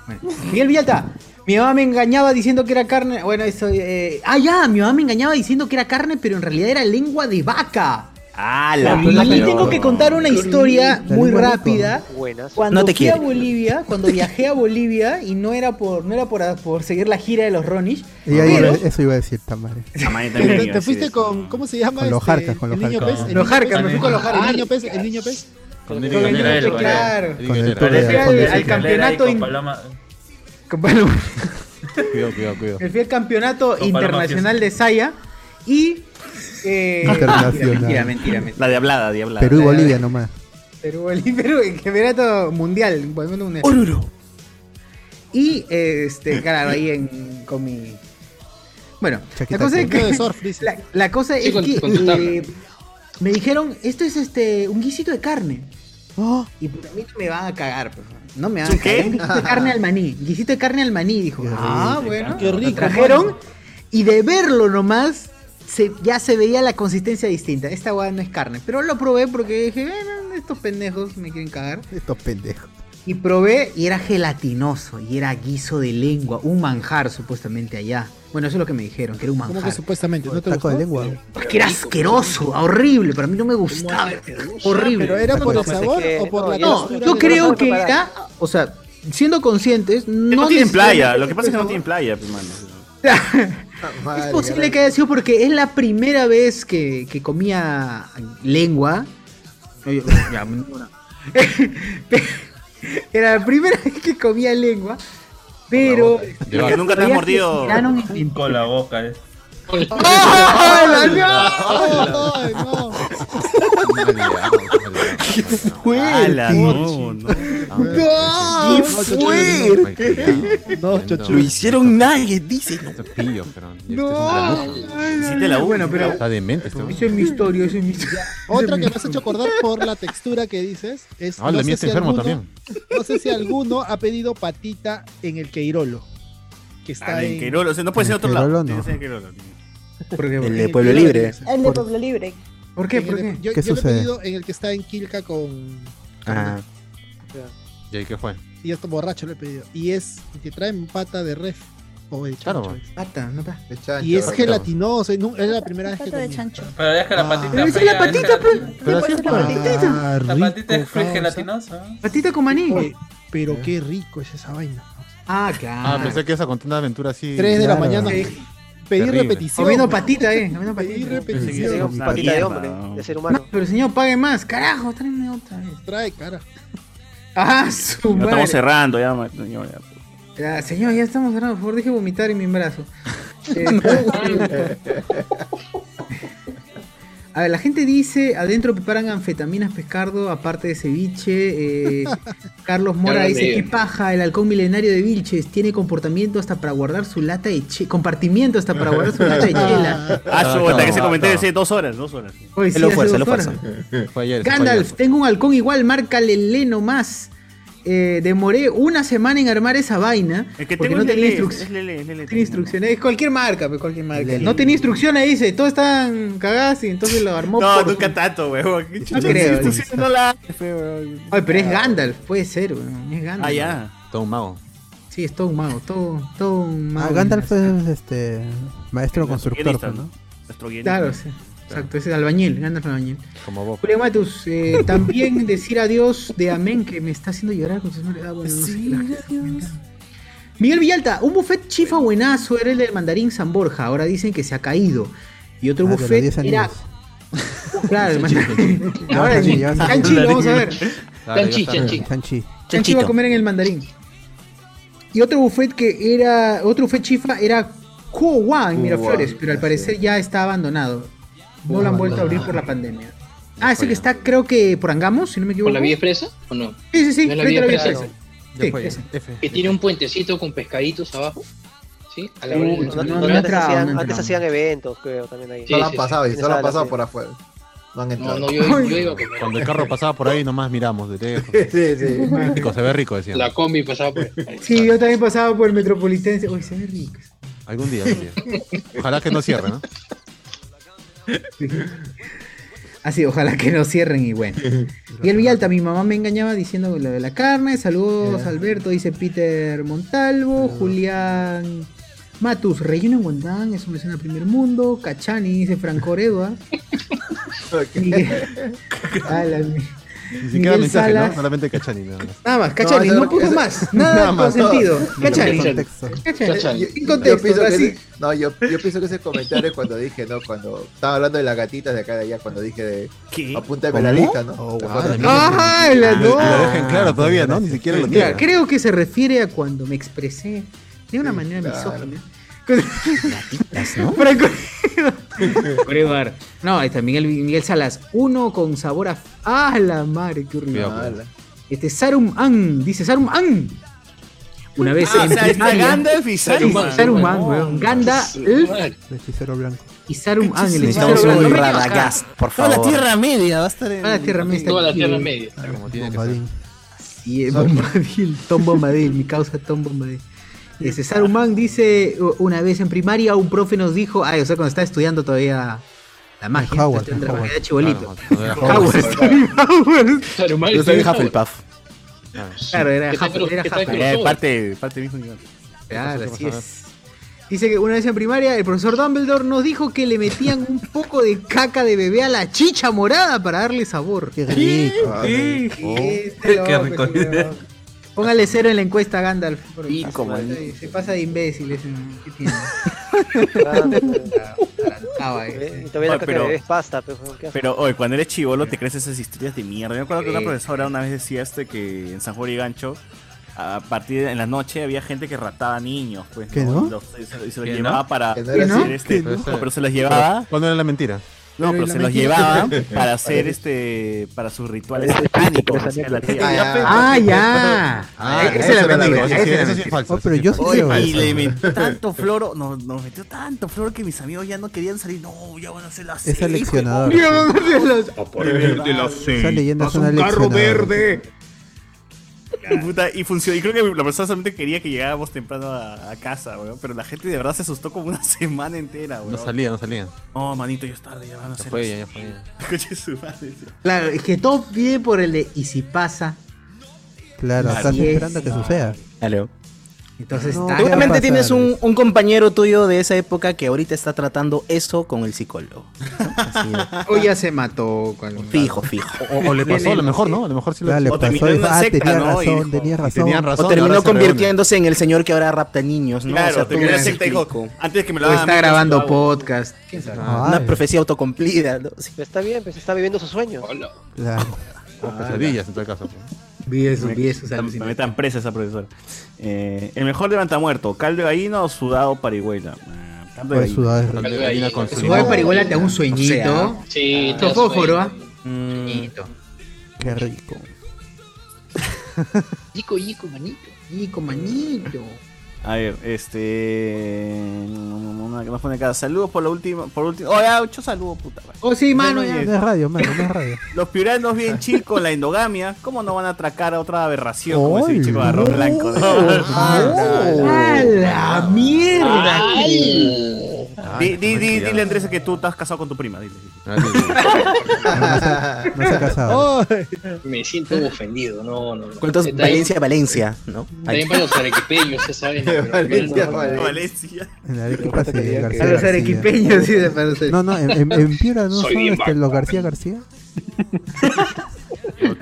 Speaker 1: Bueno. Miguel Villalta, mi mamá me engañaba diciendo que era carne. Bueno, eso. eh, Ah, ya, mi mamá me engañaba diciendo que era carne, pero en realidad era lengua de vaca.
Speaker 27: Ah,
Speaker 1: la Y tengo que contar una historia
Speaker 27: Oh, La
Speaker 1: muy
Speaker 27: lengua de
Speaker 1: rápida.
Speaker 7: Buenas.
Speaker 1: Cuando
Speaker 27: No te
Speaker 1: fui
Speaker 27: quiere.
Speaker 1: a Bolivia, cuando viajé a Bolivia y no era por no era por, por seguir la gira de los Ronish,
Speaker 6: Y ahí
Speaker 1: pero-
Speaker 6: eso iba a decir Tamari.
Speaker 2: Te- Te, fuiste con, ¿cómo se llama?
Speaker 6: Con los
Speaker 2: este,
Speaker 6: jarcas, con los
Speaker 2: el niño
Speaker 6: jarcas.
Speaker 2: pez,
Speaker 6: Los
Speaker 2: el niño
Speaker 6: jarcas,
Speaker 2: pez,
Speaker 6: me fui con los jarcas.
Speaker 2: El niño pez, el niño pez.
Speaker 10: Con
Speaker 2: el
Speaker 10: Eric
Speaker 2: niño
Speaker 10: Gabriel,
Speaker 2: pez,
Speaker 10: con
Speaker 2: claro.
Speaker 10: Eric.
Speaker 2: Con el
Speaker 10: Eric
Speaker 2: tour de-
Speaker 10: Gabriel.
Speaker 2: con el-
Speaker 10: Con
Speaker 1: al campeonato
Speaker 10: Galera y
Speaker 1: in-
Speaker 10: con Paloma-
Speaker 3: Cuidado, cuidado, cuidado.
Speaker 1: me fui al campeonato
Speaker 3: Con Paloma
Speaker 1: internacional de Saya y eh,
Speaker 6: Internacional.
Speaker 1: mentira, mentira, mentira.
Speaker 27: La diablada, diablada.
Speaker 6: Perú y Bolivia nomás.
Speaker 1: [LAUGHS] Perú, el Perú, el campeonato mundial, el campeonato mundial. Y eh, este, claro, ahí en, con mi. Bueno, la
Speaker 6: Chaqueta
Speaker 1: cosa es
Speaker 6: corta.
Speaker 1: que.
Speaker 6: De surf,
Speaker 1: la, la cosa
Speaker 6: Sí,
Speaker 1: es
Speaker 6: con-
Speaker 1: que.
Speaker 6: con tu
Speaker 1: eh,
Speaker 6: tabla.
Speaker 1: me dijeron, esto es este un guisito de carne. Y puta, a mí no me van a cagar, pues. No me van a
Speaker 27: ¿Qué?
Speaker 1: cagar. Un guisito de carne al maní. Guisito de carne al maní, dijo. ah,
Speaker 27: rico.
Speaker 1: bueno.
Speaker 27: Qué
Speaker 1: Lo
Speaker 27: rico,
Speaker 1: trajeron
Speaker 27: mano.
Speaker 1: y de verlo nomás. se- ya se veía la consistencia distinta. Esta hueá no es carne. Pero lo probé porque dije, "Bueno, estos pendejos me quieren cagar.
Speaker 6: Estos pendejos.
Speaker 1: Y probé y era gelatinoso y era guiso de lengua, un manjar supuestamente allá. Bueno, eso es lo que me dijeron, que era un
Speaker 2: ¿Cómo
Speaker 1: manjar.
Speaker 2: que supuestamente? ¿No te gustó?
Speaker 1: Porque era asqueroso, horrible, para mí no me gustaba. Horrible.
Speaker 2: ¿Pero era por el sabor o por la
Speaker 1: No,
Speaker 2: textura
Speaker 1: yo
Speaker 2: del
Speaker 1: creo
Speaker 2: sabor?
Speaker 1: que era, o sea, siendo conscientes, no,
Speaker 27: No, tienen
Speaker 1: necesariamente
Speaker 27: playa, lo que pasa es que no
Speaker 1: sabor.
Speaker 27: tienen playa, pues, mano.
Speaker 1: Es posible que haya sido porque es la primera vez que, que comía lengua. [LAUGHS] Oye, ya, bueno. Era la primera vez que comía lengua, pero...
Speaker 27: Lo que nunca te has
Speaker 1: Sabía que
Speaker 27: mordido
Speaker 1: tiraron en-
Speaker 10: Con la boca, eh.
Speaker 1: ¡Ah,
Speaker 10: ¡Ay,
Speaker 1: no!
Speaker 3: ¡Qué
Speaker 27: ¡Hala, no, no!
Speaker 1: ¡No!
Speaker 27: ¡Qué
Speaker 1: Chochu,
Speaker 27: fuerte!
Speaker 2: No,
Speaker 27: Lo hicieron nadie, dice. ¿no?
Speaker 3: Pillo, pero.
Speaker 1: No,
Speaker 27: Hiciste la
Speaker 1: Bueno,
Speaker 27: última.
Speaker 1: pero-
Speaker 3: Está demente este
Speaker 1: Esa es mi historia, esa es mi historia.
Speaker 2: Otra que me has hecho acordar por la textura que dices es.
Speaker 3: Ah, la mía está enfermo
Speaker 2: No sé si alguno ha pedido patita en el Queirolo. Que está
Speaker 27: Ah, en
Speaker 2: en
Speaker 27: Quirolo, o sea, no puede
Speaker 2: En
Speaker 27: ser otro
Speaker 2: Quirolo
Speaker 27: lado.
Speaker 2: no.
Speaker 27: Tiene que ser en Quirolo.
Speaker 1: El
Speaker 2: de Pueblo Libre.
Speaker 9: El de Pueblo Libre.
Speaker 1: ¿Por qué?
Speaker 2: en
Speaker 1: ¿Por
Speaker 2: el-
Speaker 1: qué?
Speaker 2: Yo,
Speaker 1: ¿Qué
Speaker 2: yo lo he
Speaker 1: sucede?
Speaker 2: pedido en el que está en Quilca con.
Speaker 3: Ah. ¿Y ahí qué fue?
Speaker 2: Y esto borracho lo he pedido. Y es. Y te traen pata de ref. O de chancho.
Speaker 3: Claro.
Speaker 2: es.
Speaker 1: Pata, no pata.
Speaker 2: Y es
Speaker 3: chancho.
Speaker 2: gelatinoso. y nu- Es la primera vez que.
Speaker 24: Pata de chancho.
Speaker 10: Pero es que la patita. pues,
Speaker 1: Pero esa es
Speaker 10: fría
Speaker 1: la patita, pues. pe-
Speaker 10: Pero
Speaker 1: esa es la
Speaker 2: patita.
Speaker 10: La patita es fría
Speaker 2: causa.
Speaker 10: gelatinosa.
Speaker 1: Patita con maní.
Speaker 2: Pero qué rico es esa vaina.
Speaker 1: Ah, claro.
Speaker 3: Ah, pensé que ibas a contar una aventura así.
Speaker 2: 3 de la mañana. Pedí
Speaker 3: Terrible.
Speaker 2: repetición.
Speaker 1: Comiendo patita, eh. Comiendo patita.
Speaker 2: repetición.
Speaker 7: Patita de
Speaker 2: Mierda,
Speaker 7: hombre, de ser humano.
Speaker 1: No, pero señor, pague más. Carajo, tráeme otra vez.
Speaker 2: Trae, cara.
Speaker 1: Ah, su
Speaker 27: Ya
Speaker 1: madre.
Speaker 27: estamos cerrando, ya, ma- ya, ya.
Speaker 1: Ya, señor, ya estamos cerrando. Por favor, deje vomitar en mi brazo. Eh, A ver, la gente dice, adentro preparan anfetaminas pescardo, aparte de ceviche. eh, Carlos Mora
Speaker 13: Ya lo
Speaker 1: dice,
Speaker 13: leí.
Speaker 1: qué paja, el halcón milenario de Vilches tiene comportamiento hasta para guardar su lata de chela. Compartimiento hasta para guardar su lata de chela.
Speaker 27: Ah, su, hasta que se comenté
Speaker 3: no.
Speaker 27: hace dos horas, dos horas.
Speaker 1: Oye, sí, Lo hace fuerza, dos lo horas. fuerza.
Speaker 3: Fue ayer.
Speaker 1: Gandalf, tengo un halcón igual, márcale le nomás. Eh, demoré una semana en armar esa vaina.
Speaker 27: El que
Speaker 1: porque
Speaker 27: tengo
Speaker 1: no tenía
Speaker 27: es
Speaker 1: instrucciones.
Speaker 27: Lele, es Lele, es Lele.
Speaker 1: No tiene instrucciones, es cualquier marca, pe, cualquier marca.
Speaker 27: Lele.
Speaker 1: No tenía instrucciones, dice, todos estaban cagadas y entonces lo armó.
Speaker 27: No,
Speaker 1: por-
Speaker 27: nunca tanto, weón. ¿Qué chucha
Speaker 1: creo,
Speaker 27: [LAUGHS] es esto?
Speaker 1: dice.
Speaker 27: Si no la hace, weón.
Speaker 1: Ay, pero es Gandalf, puede ser, weón, es Gandalf.
Speaker 27: Ah, ya.
Speaker 3: Todo un mago.
Speaker 1: Sí, es todo un mago, todo, todo un mago.
Speaker 6: Ah, Gandalf es este maestro constructor,
Speaker 27: guionista,
Speaker 6: pues, ¿no?
Speaker 27: Nuestro guionista.
Speaker 1: Claro, sí. Exacto, ese es albañil, Gandalf albañil.
Speaker 3: Como vos.
Speaker 1: Julio Matus, eh, también decir adiós de amén, que me está haciendo llorar con sus ah, bueno, no sé, la gente comenta. Miguel Villalta, un buffet chifa buenazo era el del mandarín San Borja, ahora dicen que se ha caído. Y otro
Speaker 6: Ah, de los
Speaker 1: buffet
Speaker 6: 10
Speaker 1: era.
Speaker 6: anillos.
Speaker 1: [LAUGHS] Claro, el [LAUGHS] mandarín.
Speaker 6: Ya
Speaker 1: ahora
Speaker 6: van
Speaker 1: el
Speaker 6: allí, ya van allí.
Speaker 1: Chanchi, lo vamos a ver.
Speaker 3: Dale, Chanchi, ya está. chanchi.
Speaker 6: Chanchi.
Speaker 1: Chanchi va a comer en el mandarín. Y otro buffet que era. Otro buffet chifa era Kuo Wan, Miraflores,
Speaker 33: Wan,
Speaker 1: pero al parecer ya está abandonado. No lo han vuelto a abrir por la pandemia. Ah, ese que está, creo que por Angamos, si no me equivoco.
Speaker 13: ¿Por la vía expresa o no?
Speaker 1: Sí, sí, sí,
Speaker 13: ¿No es la
Speaker 1: frente
Speaker 13: vía
Speaker 1: a la vía
Speaker 13: expresa?
Speaker 1: expresa. Sí, ese.
Speaker 13: Que tiene un puentecito con pescaditos abajo. ¿Sí? A la
Speaker 7: Sí,
Speaker 13: hora del-
Speaker 7: Uh, no, no, no Antes entraba, hacían- no antes entraba. hacían eventos, pues. creo, también ahí.
Speaker 5: Solo
Speaker 7: Sí,
Speaker 5: han
Speaker 7: sí,
Speaker 5: pasado,
Speaker 7: sí.
Speaker 5: y solo
Speaker 7: Esa
Speaker 5: han pasado
Speaker 7: la-
Speaker 5: por afuera. No han entrado.
Speaker 13: no, yo- yo iba a comer.
Speaker 3: Cuando el carro pasaba por ahí, nomás miramos de lejos.
Speaker 5: Sí, sí.
Speaker 3: Rico, se ve rico, decían.
Speaker 13: La combi pasaba por ahí.
Speaker 1: Sí, yo también pasaba por el Metropolitense. Uy, se ve rico.
Speaker 3: Algún día, algún día. Ojalá que no cierre, ¿no?
Speaker 1: Así, ojalá que no cierren y bueno. Y el Villalta, mi mamá me engañaba diciendo lo de la carne. Saludos, Alberto, dice Peter Montalvo, Julián Matus, relleno en Guandán, eso me suena a primer mundo. Cachani, dice Franco Edua.
Speaker 3: Ni siquiera
Speaker 1: Miguel
Speaker 3: mensaje, ¿no?
Speaker 1: Salas.
Speaker 3: Solamente cachani, nada más.
Speaker 1: Nada más, Cachani, no,
Speaker 5: [LAUGHS]
Speaker 1: puso más. Nada, con sentido. Cachani. Cachani.
Speaker 5: Yo-
Speaker 1: Sin
Speaker 5: yo
Speaker 1: contexto,
Speaker 5: pienso que
Speaker 1: así.
Speaker 5: ese- No, yo, yo pienso que ese comentario es cuando dije, ¿no? Cuando estaba hablando de las gatitas de acá de allá, cuando dije de. Apúntame la
Speaker 3: ¿Cómo?
Speaker 5: lista, ¿no? ¿Te acuerdas?
Speaker 1: Ah, la-
Speaker 3: Lo-
Speaker 1: no.
Speaker 3: Lo dejan claro todavía, ¿no? Ni siquiera lo
Speaker 1: Mira,
Speaker 3: tienen.
Speaker 1: creo que se refiere a cuando me expresé de una manera misógina. Franco No, ahí está Miguel, Miguel Salas. Uno con sabor a. ¡Ah, la madre! ¡Qué horrible!
Speaker 3: Cuidado, cuidado.
Speaker 1: Este Sarum An. Dice Sarum An. Una vez
Speaker 4: Ah, o sea, está
Speaker 1: primaria-
Speaker 4: Gandalf y
Speaker 1: Sarum
Speaker 4: Saruman.
Speaker 1: An. Sarum An,
Speaker 4: Oh,
Speaker 1: weón. Gandalf
Speaker 6: El hechicero blanco.
Speaker 1: y Sarum An. el
Speaker 6: Necesitamos
Speaker 1: hechicero
Speaker 6: un
Speaker 1: blanco.
Speaker 6: Radagast, por Toda la favor. Tierra Media va a estar en-
Speaker 1: Toda la Tierra Media. está
Speaker 6: Toda la
Speaker 1: aquí.
Speaker 6: Tierra Media.
Speaker 3: Como tiene que ser.
Speaker 1: Sí, es Eh, Bombadil, Tom Bombadil, mi causa Tom Bombadil. Ese Saruman dice, u- una vez en primaria un profe nos dijo, ay, o sea, cuando estaba estudiando todavía la magia,
Speaker 6: Howard,
Speaker 1: estudiando la
Speaker 6: Howard.
Speaker 1: magia de chibolito.
Speaker 6: Claro, cuando era
Speaker 1: Howard,
Speaker 6: Howard.
Speaker 1: Saruman, [LAUGHS] Howard.
Speaker 13: Saruman
Speaker 4: Yo soy
Speaker 1: Howard.
Speaker 3: Ah,
Speaker 4: Hufflepuff.
Speaker 1: Claro, era
Speaker 4: ¿Qué tal
Speaker 1: Hufflepuff,
Speaker 4: cru-
Speaker 1: era
Speaker 4: qué tal
Speaker 1: Hufflepuff.
Speaker 4: crossover? Eh, parte, parte mismo
Speaker 1: Claro, así es. Dice que una vez en primaria el profesor Dumbledore nos dijo que le metían un poco de caca de bebé a la chicha morada para darle sabor. Qué
Speaker 6: rico.
Speaker 23: Qué rico.
Speaker 1: Póngale cero en la encuesta, Gandalf. por favor. Sí, Se pasa de imbécil ese. ¿Qué tiene? Ah, Tarantaba, eh.
Speaker 7: Y todavía
Speaker 4: Oye,
Speaker 7: la caca de
Speaker 4: pero-
Speaker 7: bebé es pasta, pues, ¿qué haces?
Speaker 4: Pero hoy, cuando eres chivolo, te crees esas historias de mierda. Yo me acuerdo que una
Speaker 7: Sí.
Speaker 4: profesora una vez decía este que en San Juan y Gancho, a partir de en la noche había gente que rataba niños, pues.
Speaker 6: ¿Que
Speaker 4: ¿no?
Speaker 6: no?
Speaker 4: Y los- y se, y se los
Speaker 3: ¿Que no?
Speaker 4: llevaba para
Speaker 3: ¿Que no
Speaker 4: para
Speaker 3: era así?
Speaker 4: hacer este.
Speaker 3: ¿Que no?
Speaker 4: no, pero se los llevaba.
Speaker 3: ¿Cuándo era la mentira?
Speaker 4: No, pero,
Speaker 3: ¿y la
Speaker 4: se los
Speaker 3: mentira? [LAUGHS]
Speaker 4: llevaba para hacer
Speaker 3: Para-
Speaker 4: este. para sus rituales satánicos. decía la tía.
Speaker 1: Ah, ya.
Speaker 4: Ah,
Speaker 1: Esa
Speaker 4: esa
Speaker 1: es
Speaker 4: era
Speaker 1: la
Speaker 4: la
Speaker 1: mentira.
Speaker 4: cosa,
Speaker 1: esa
Speaker 4: sí,
Speaker 1: es la
Speaker 4: eso sí es
Speaker 1: mentira.
Speaker 4: falso,
Speaker 6: Oh, pero yo sí
Speaker 4: Oye,
Speaker 6: creo
Speaker 4: y
Speaker 6: eso.
Speaker 4: le metió [LAUGHS] tanto floro, nos, nos metió tanto floro que mis amigos ya no querían salir. No, ya van a hacer la
Speaker 6: Es aleccionador.
Speaker 1: Ya van a hacer las-
Speaker 6: Esa leyenda es una leccionadora.
Speaker 4: Puta, y funcionó. Y creo que la persona solamente quería que llegáramos temprano a, a casa, weón. Pero la gente de verdad se asustó como una semana entera, weón.
Speaker 3: No salía, no salía.
Speaker 4: No, manito, yo es tarde, ya van a hacer.
Speaker 3: fue,
Speaker 4: las-
Speaker 3: ya, ya fue,
Speaker 4: [LAUGHS]
Speaker 3: ya.
Speaker 4: Coche su madre.
Speaker 1: Claro, es que todo viene por el de. ¿Y si pasa?
Speaker 6: Claro,
Speaker 1: Así
Speaker 6: estás
Speaker 1: es.
Speaker 6: esperando que suceda.
Speaker 4: Hello.
Speaker 1: Entonces
Speaker 6: No,
Speaker 1: está.
Speaker 6: ¿qué va a
Speaker 19: Seguramente
Speaker 6: pasar?
Speaker 19: tienes un, un compañero tuyo de esa época que ahorita está tratando eso con el psicólogo.
Speaker 4: [LAUGHS]
Speaker 1: O ya se mató. Con
Speaker 19: Fijo, fijo.
Speaker 3: O, o le pasó a lo mejor, ¿no? A lo mejor sí
Speaker 6: Ya le pasó
Speaker 3: O terminó
Speaker 6: y
Speaker 3: en
Speaker 6: dijo,
Speaker 3: una
Speaker 6: ah,
Speaker 3: secta,
Speaker 6: tenía
Speaker 3: ¿no?
Speaker 6: razón,
Speaker 3: Y dijo-
Speaker 6: tenía
Speaker 3: y
Speaker 6: razón.
Speaker 3: tenían razón.
Speaker 19: o terminó
Speaker 3: ahora se reúnen.
Speaker 19: convirtiéndose en el señor que ahora rapta niños, ¿no?
Speaker 4: Claro,
Speaker 19: O sea,
Speaker 4: terminó
Speaker 19: ¿cómo
Speaker 4: en
Speaker 19: me
Speaker 4: secta, dijo,
Speaker 19: explico?
Speaker 4: antes que me lo
Speaker 1: O
Speaker 4: hagan
Speaker 1: está
Speaker 4: amigos,
Speaker 1: grabando
Speaker 4: lo hago.
Speaker 1: podcast. ¿Quién sabe?
Speaker 19: Una profecía autocumplida, ¿no?
Speaker 3: [LAUGHS]
Speaker 19: Sí.
Speaker 7: Pero Está bien, pues está viviendo sus sueños.
Speaker 3: O pesadillas, en todo caso.
Speaker 1: Vi eso,
Speaker 4: Me-
Speaker 1: vi eso.
Speaker 4: tam- Me metan presa esa profesora. Eh, el mejor levantamuerto, caldo de gallina o sudado parihuela. Ah, caldo
Speaker 6: Pues,
Speaker 4: de gallina.
Speaker 6: sudado es
Speaker 4: Caldo de
Speaker 6: rico.
Speaker 4: gallina con
Speaker 1: Su
Speaker 4: limón.
Speaker 1: juego parihuela te da un sueñito.
Speaker 4: sea,
Speaker 13: sí,
Speaker 1: Tu
Speaker 13: te da
Speaker 1: fósforo, ¿ah?
Speaker 6: Qué rico.
Speaker 13: Yico, yico, manito.
Speaker 1: Yico, manito.
Speaker 4: A ver, este. Una que nos pone acá. Saludos por la última. Por último. Oh, ya, ocho saludos, puta. madre.
Speaker 1: Oh, sí, mano,
Speaker 6: No
Speaker 1: ya.
Speaker 6: es radio, mano, no es radio.
Speaker 4: Los piuranos bien chill con la endogamia. ¿Cómo no van a atracar a otra aberración como ese
Speaker 6: ¡Ay,
Speaker 4: chico de arroz
Speaker 6: no! [LAUGHS]
Speaker 4: blanco?
Speaker 1: ¡A la mierda!
Speaker 4: Di- di- di- Dile, Andrés, que tú estás casado con tu prima. Dile.
Speaker 13: Ah,
Speaker 6: No se ha casado.
Speaker 13: [LAUGHS]
Speaker 19: Oh.
Speaker 13: Me siento ofendido, no, no. no.
Speaker 19: ¿Cuántos
Speaker 13: Está bien-
Speaker 19: Valencia, Valencia? ¿no?
Speaker 13: está bien para los arequipeños, ya saben. pero-
Speaker 5: Valencia, Valencia.
Speaker 4: Valencia.
Speaker 6: En Arequipa sí,
Speaker 5: que-
Speaker 6: García.
Speaker 1: A los
Speaker 6: García.
Speaker 1: arequipeños, sí, de para los
Speaker 6: No, no, en, en, en Piura no
Speaker 13: Soy
Speaker 6: son
Speaker 13: bien
Speaker 6: este, los García García.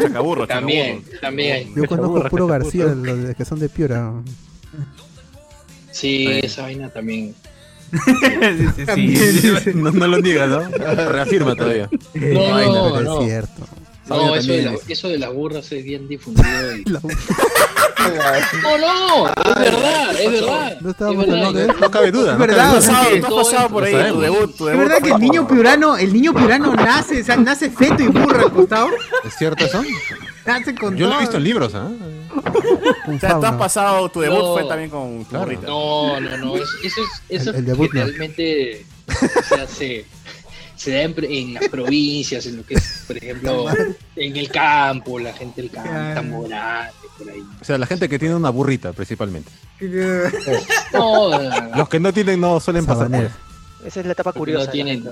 Speaker 4: Chacaburro,
Speaker 13: También, también hay.
Speaker 6: Yo conozco puro García, los de- que son de Piura.
Speaker 13: Sí, esa vaina
Speaker 4: [LAUGHS]
Speaker 13: también.
Speaker 6: [LAUGHS]
Speaker 3: No, no lo digas, ¿no? [LAUGHS] Reafirma todavía.
Speaker 13: No, no, no.
Speaker 6: Eh, es cierto.
Speaker 13: No, eso de, la- eso de las burras es bien
Speaker 4: [LAUGHS]
Speaker 13: difundido. y- ¡No, no! Es verdad, es verdad.
Speaker 6: No
Speaker 13: estaba
Speaker 3: No cabe duda.
Speaker 1: Es
Speaker 3: no cabe
Speaker 1: verdad,
Speaker 3: duda.
Speaker 1: o sea que-
Speaker 3: Todo esto lo sabemos.
Speaker 1: ¿Es verdad que el niño piurano, el niño piurano nace, o sea, nace feto y burro al costado?
Speaker 3: ¿Es cierto eso?
Speaker 1: Nace con
Speaker 3: Yo lo he
Speaker 1: todo.
Speaker 3: visto en libros, ¿ah?
Speaker 4: [LAUGHS] O sea, tú has pasado, tu debut
Speaker 13: No.
Speaker 4: fue también con tu burrita.
Speaker 13: No, no, no. es- Eso es, eso
Speaker 4: El- el debut, no.
Speaker 13: realmente se, se da en, pre- en las provincias, en lo que es, por ejemplo, en el campo, la gente del campo, Tamborante, por ahí.
Speaker 3: O sea, la gente que tiene una burrita, principalmente.
Speaker 13: Este, No,
Speaker 3: Los que no tienen no suelen pasar. por eso.
Speaker 7: Esa es la etapa
Speaker 13: curiosa.
Speaker 7: curiosa.
Speaker 13: No tienen.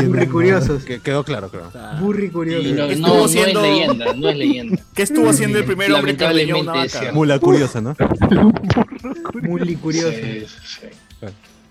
Speaker 1: Burri curiosos.
Speaker 3: Que- Quedó claro, creo.
Speaker 1: Burri curioso.
Speaker 13: Ah. No,
Speaker 1: ¿Qué
Speaker 13: no,
Speaker 1: estuvo
Speaker 13: no
Speaker 1: siendo-
Speaker 13: es leyenda, no es leyenda.
Speaker 4: [LAUGHS]
Speaker 1: Mm.
Speaker 4: ¿Qué estuvo haciendo el primer hombre que ordeñó una
Speaker 13: Lamentablemente es
Speaker 4: vaca?
Speaker 13: cierto.
Speaker 3: Mula curiosa, ¿no?
Speaker 4: Muy curioso.
Speaker 13: Sí,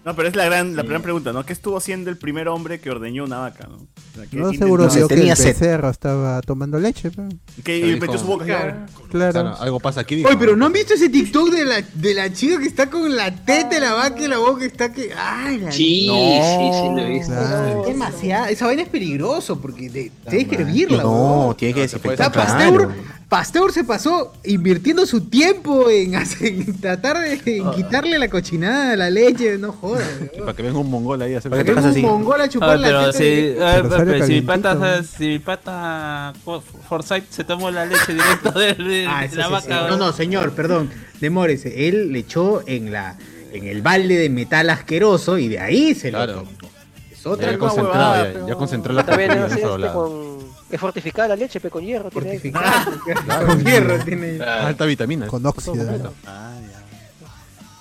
Speaker 4: No, pero es la gran, la gran pregunta, ¿no? ¿Qué estuvo haciendo el primer hombre que ordeñó una vaca, no? O sea, ¿qué
Speaker 6: No
Speaker 4: intentó-
Speaker 6: seguro vio que el becerro estaba tomando leche. pe.
Speaker 4: Que y metió su boca.
Speaker 1: Claro.
Speaker 6: Claro.
Speaker 3: algo pasa aquí.
Speaker 1: Oye, pero ¿no han visto ese TikTok de la, de la chica que está con la teta, la vaca y la boca está que... ¡Ay, la
Speaker 13: Sí,
Speaker 1: no!
Speaker 13: sí, sí, lo he visto.
Speaker 1: Es demasiado, esa vaina es peligroso porque te- tienes que hervirla. huevón.
Speaker 19: No, tiene que
Speaker 3: Pues,
Speaker 1: O sea,
Speaker 19: desinfectar.
Speaker 1: Pasteur, Pasteur se pasó invirtiendo su tiempo en, hacer- en tratar de en quitarle la cochinada, la leche, no jodas.
Speaker 3: Para que venga un mongol ahí a hacer
Speaker 1: Para que venga un mongol a chupar la
Speaker 10: Ah, pero
Speaker 1: teta
Speaker 10: si,
Speaker 1: de-
Speaker 10: a ver,
Speaker 1: Pero
Speaker 10: pero
Speaker 1: sale
Speaker 10: si eh. mi
Speaker 1: calentito,
Speaker 10: pata, si mi pata For- Forsyth se tomó la leche directa de, de-
Speaker 1: Ah,
Speaker 10: de
Speaker 1: eso
Speaker 10: la
Speaker 1: sí,
Speaker 10: vaca.
Speaker 1: sí. No, no, señor, perdón, demórese. Él le echó en la en el balde de metal asqueroso y de ahí se lo tomó. Es otra
Speaker 3: Ya
Speaker 1: cosa.
Speaker 3: concentrado, ya, ya concentró la
Speaker 7: También
Speaker 3: comida
Speaker 7: es,
Speaker 3: en
Speaker 7: este,
Speaker 3: otro lado.
Speaker 7: con, es fortificada la leche, pe, con hierro.
Speaker 1: Fortificada.
Speaker 7: Tiene...
Speaker 1: Con hierro tiene.
Speaker 3: Ah, Alta vitamina.
Speaker 6: Con óxido.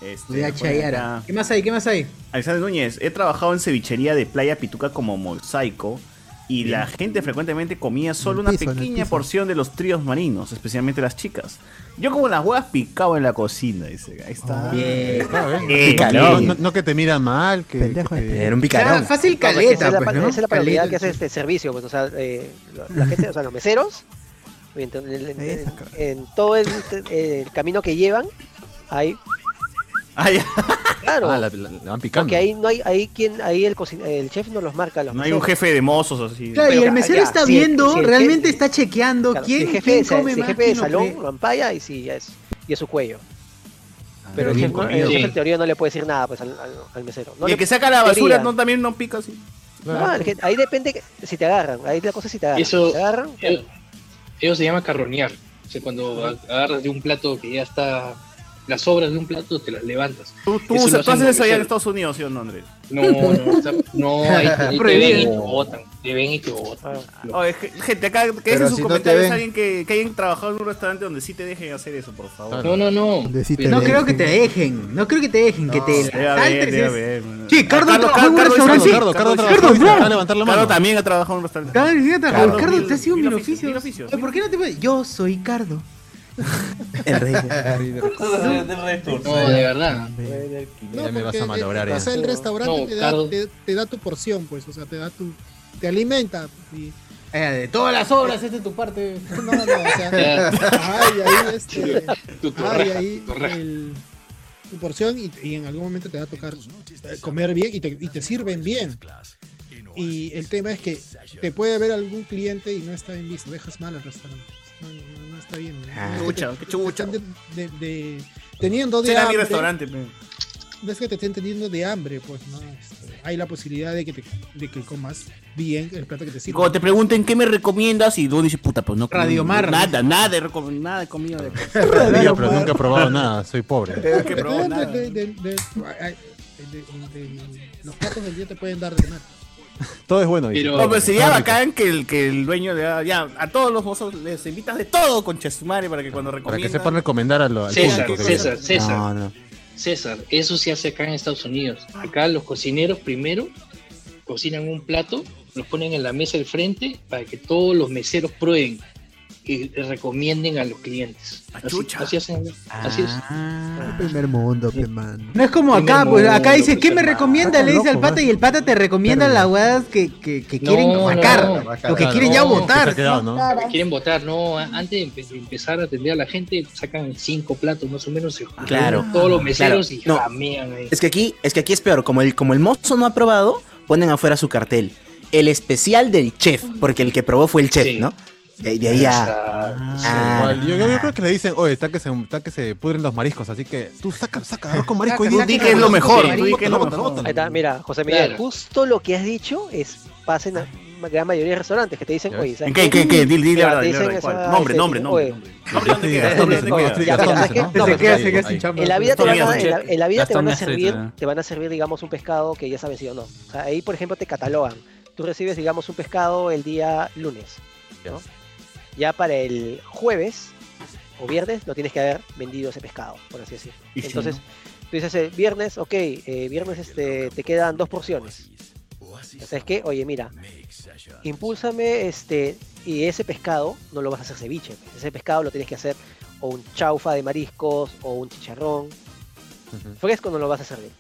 Speaker 4: Este,
Speaker 1: Voy a
Speaker 4: por
Speaker 1: chayara.
Speaker 4: acá.
Speaker 1: ¿Qué más hay? ¿Qué más hay?
Speaker 4: Alexander Núñez, he trabajado en cevichería de Playa Pituca como mosaico y la gente frecuentemente comía solo una
Speaker 6: piso, en el
Speaker 4: pequeña
Speaker 6: piso.
Speaker 4: porción de los tríos marinos, especialmente las chicas. Yo como las huevas picaba en la cocina, dice. Ahí está.
Speaker 3: Bien.
Speaker 4: Eh,
Speaker 3: No,
Speaker 4: picarón.
Speaker 3: no- no que te miran mal, que, que-
Speaker 4: Era un
Speaker 7: Ah,
Speaker 4: picarón.
Speaker 1: fácil
Speaker 7: No, pues,
Speaker 1: caleta,
Speaker 7: esa es la,
Speaker 1: pues,
Speaker 7: pa-
Speaker 1: ¿no?
Speaker 7: esa es la particularidad
Speaker 1: Caleta,
Speaker 7: que hace este servicio, pues, o sea, eh, lo- la gente, o sea, los meseros, en, en- en- en todo el, el camino que llevan, hay... Claro,
Speaker 3: Ah, la, la- la van picando.
Speaker 7: porque ahí no hay, ahí quien, ahí el, cocin- el chef no los marca, los
Speaker 4: No hay un jefe de mozos así.
Speaker 1: Claro, y
Speaker 7: Pero
Speaker 1: el mesero
Speaker 7: ya,
Speaker 1: está
Speaker 7: si el-
Speaker 1: viendo,
Speaker 7: si el
Speaker 1: realmente está chequeando
Speaker 7: Claro,
Speaker 1: quién,
Speaker 7: si el jefe,
Speaker 1: quién
Speaker 7: si el-
Speaker 1: come
Speaker 7: si el
Speaker 1: más.
Speaker 7: jefe de
Speaker 1: quién no
Speaker 7: salón
Speaker 1: cree.
Speaker 7: lo ampalla y si ya es, y es su cuello.
Speaker 4: pero
Speaker 7: Pero el
Speaker 4: Ah, bien
Speaker 7: jefe, no- el
Speaker 4: comido.
Speaker 7: jefe
Speaker 4: Sí.
Speaker 7: en teoría no le puede decir nada pues, al, al- al mesero. No
Speaker 4: y
Speaker 7: le-
Speaker 4: el que saca la basura
Speaker 7: teoría.
Speaker 4: no también no pica así.
Speaker 7: No, el jefe- ahí depende que- si te agarran. Ahí la cosa es si te agarran.
Speaker 13: Eso,
Speaker 7: Si te agarran,
Speaker 13: eh, ellos se llama carronear. O sea, cuando a- agarras de un plato que ya está, las sobras de un plato te las levantas.
Speaker 4: Tú, tú
Speaker 13: Eso lo
Speaker 4: usas- tú
Speaker 13: hacen
Speaker 4: haces eso allá en
Speaker 13: los meseros.
Speaker 4: Estados Unidos, ¿sí o no, Andrés?
Speaker 13: No, no, está- no, ahí, ahí
Speaker 2: [LAUGHS]
Speaker 13: te ven y te
Speaker 4: Prohibido.
Speaker 13: botan. Te ven y te botan.
Speaker 4: Ah, Oye, ge- gente, acá que
Speaker 13: Pero
Speaker 4: dejen sus
Speaker 13: si no te
Speaker 4: comentarios
Speaker 13: ven.
Speaker 4: alguien que, que hayan trabajado en un restaurante donde sí te dejen hacer eso, por favor.
Speaker 13: No, no, no.
Speaker 1: No creo que te dejen, no creo que te dejen, que te
Speaker 4: debe haber, debe haber.
Speaker 1: Sí, Cardo
Speaker 4: Carlos,
Speaker 1: trabajó en un
Speaker 4: Carlos,
Speaker 1: restaurante.
Speaker 4: Carlos, Carlos, Carlos,
Speaker 1: Cardo,
Speaker 4: Carlos,
Speaker 1: bro.
Speaker 4: Carlos, levantar la mano. Carlos también ha trabajado en un restaurante.
Speaker 1: Cardo, sí, Cardo,
Speaker 4: Cardo,
Speaker 1: Cardo,
Speaker 4: mil-
Speaker 1: te has sido
Speaker 4: mil
Speaker 1: mil
Speaker 4: oficios,
Speaker 1: oficios.
Speaker 4: mil oficios.
Speaker 1: Oye, ¿Por qué no te puedes? Yo soy Cardo.
Speaker 19: El rey.
Speaker 13: No, de verdad.
Speaker 2: No,
Speaker 3: Ya me vas
Speaker 2: porque eh,
Speaker 3: a malograr,
Speaker 2: el- O
Speaker 3: ya.
Speaker 2: sea, el restaurante
Speaker 13: No,
Speaker 2: te, da,
Speaker 13: Cardo.
Speaker 2: te, te da tu porción, pues. O sea, te da tu. Te alimenta. y-
Speaker 1: Eh, de todas las obras, esta es tu [LAUGHS] parte.
Speaker 2: No, no, o
Speaker 13: [LAUGHS]
Speaker 2: sea. ay, ahí este.
Speaker 13: Tu
Speaker 2: ay,
Speaker 13: torreja,
Speaker 2: ahí
Speaker 13: tu torreja.
Speaker 2: el- tu porción y, y en algún momento te va a tocar eh, comer bien y te, y te sirven bien. Y el tema es que te puede ver algún cliente y no está bien visto, dejas mal al restaurante. No, no- no está bien.
Speaker 4: Ah.
Speaker 2: No es que te-
Speaker 4: Chucha, qué chucha.
Speaker 2: te están de- de- de- teniendo de
Speaker 4: Será mi
Speaker 2: hambre,
Speaker 4: restaurante. pe.
Speaker 2: no es que te estén teniendo de hambre, pues no. Este, Hay la posibilidad de que, te, de que comas bien el plato que te
Speaker 23: Y
Speaker 2: sirve.
Speaker 23: cuando te pregunten qué me recomiendas y tú dices, puta, pues no comí
Speaker 2: Radio Mar.
Speaker 23: Nada, nada de, recom- nada de comida.
Speaker 2: [LAUGHS]
Speaker 23: De...
Speaker 3: Diga, pero nunca he probado nada, soy pobre.
Speaker 2: Te pueden dar de- de- de- ay, de- de- de- Los platos del día te pueden dar de comer.
Speaker 3: Todo es bueno, dice. Ah,
Speaker 4: No, pero sería bacán que el, que el dueño le da, ya, a todos los mozos les invitas de todo con Chesumare para que cuando
Speaker 3: Para que
Speaker 4: recomiendan.
Speaker 3: sepan recomendar a lo- al
Speaker 13: César,
Speaker 3: público. que
Speaker 13: César,
Speaker 3: viene.
Speaker 13: César.
Speaker 3: No, no.
Speaker 13: César, eso se hace acá en Estados Unidos. Acá los cocineros primero cocinan un plato, los ponen en la mesa del frente para que todos los meseros prueben y recomienden a los clientes. Así, así hacen. Así es.
Speaker 6: El primer mundo, pe, man.
Speaker 1: No es como acá,
Speaker 6: No,
Speaker 1: pues
Speaker 6: no,
Speaker 1: acá
Speaker 6: no,
Speaker 1: dice,
Speaker 6: pues,
Speaker 1: ¿qué me
Speaker 6: hermano.
Speaker 1: recomienda? Le
Speaker 6: Está
Speaker 1: dice al
Speaker 6: loco,
Speaker 1: pata y el pata te recomienda las huevadas que, que, que
Speaker 13: No,
Speaker 1: quieren
Speaker 13: no,
Speaker 1: sacar,
Speaker 13: no.
Speaker 1: lo que quieren ya
Speaker 13: No,
Speaker 1: votar.
Speaker 13: Lo que Quieren votar, no. a- Antes de empe- de empezar a atender a la gente, sacan cinco platos más o menos. se juntan
Speaker 19: Claro.
Speaker 13: Todos los meseros
Speaker 19: Claro.
Speaker 13: y
Speaker 19: No.
Speaker 13: jamean ahí.
Speaker 19: [LAUGHS] Es que aquí, es que aquí es peor, como el, como el mozo no ha probado, ponen afuera su cartel. el especial del chef, porque el que probó fue el chef, ¿no? De, de ahí a...
Speaker 3: Ah, igual. yo, yo creo que le dicen, oye, está que, se, está que se pudren los mariscos, así que tú saca, saca arroz con marisco
Speaker 7: Saca,
Speaker 3: y
Speaker 7: saca,
Speaker 3: di
Speaker 7: saca,
Speaker 3: que es lo
Speaker 7: saca,
Speaker 3: mejor.
Speaker 7: saca,
Speaker 3: tú di que es lo
Speaker 7: bótalo, bótalo.
Speaker 3: mejor, bótalo.
Speaker 7: Ahí está, mira, José Miguel,
Speaker 3: Claro.
Speaker 7: justo lo que has dicho es pasa en la gran mayoría de restaurantes que te dicen, oye, ¿sabes
Speaker 4: ¿Qué, qué, qué? Dile, dile
Speaker 7: Mira,
Speaker 4: la verdad,
Speaker 7: te
Speaker 4: dile la
Speaker 7: dicen
Speaker 4: verdad,
Speaker 7: esa-
Speaker 4: ¿cuál? Nombre,
Speaker 7: te
Speaker 4: nombre,
Speaker 7: dicen,
Speaker 4: nombre,
Speaker 7: oye,
Speaker 4: nombre. Nombre, ¿dónde queda?
Speaker 7: Gastón,
Speaker 4: ¿Dónde
Speaker 7: Gastón,
Speaker 4: queda?
Speaker 7: ya,
Speaker 4: Gastón,
Speaker 7: mira, ¿sabes qué?
Speaker 4: Gastón,
Speaker 7: No,
Speaker 4: se
Speaker 7: pero
Speaker 4: queda,
Speaker 7: está
Speaker 4: se queda
Speaker 7: bien.
Speaker 4: sin chamba.
Speaker 7: En la vida te
Speaker 4: Gastón
Speaker 7: van a-
Speaker 4: Gastón.
Speaker 7: en la- en la vida te van a
Speaker 4: Gastón
Speaker 7: servir,
Speaker 4: Gastón.
Speaker 7: te van a servir, digamos, un pescado que ya sabes si o no. O sea, ahí, por ejemplo, te catalogan. Tú recibes, digamos, un pescado el día lunes. ¿no? Ya para el jueves o viernes lo tienes que haber vendido ese pescado, por así decirlo.
Speaker 4: Y si
Speaker 7: Entonces,
Speaker 4: no.
Speaker 7: tú dices, eh, viernes, ok, eh, viernes este, te quedan dos porciones. ¿Sabes qué? Oye, mira, impúlsame este, y ese pescado no lo vas a hacer ceviche. pues. Ese pescado lo tienes que hacer o un chaufa de mariscos o un chicharrón. Fresco no lo vas a servir.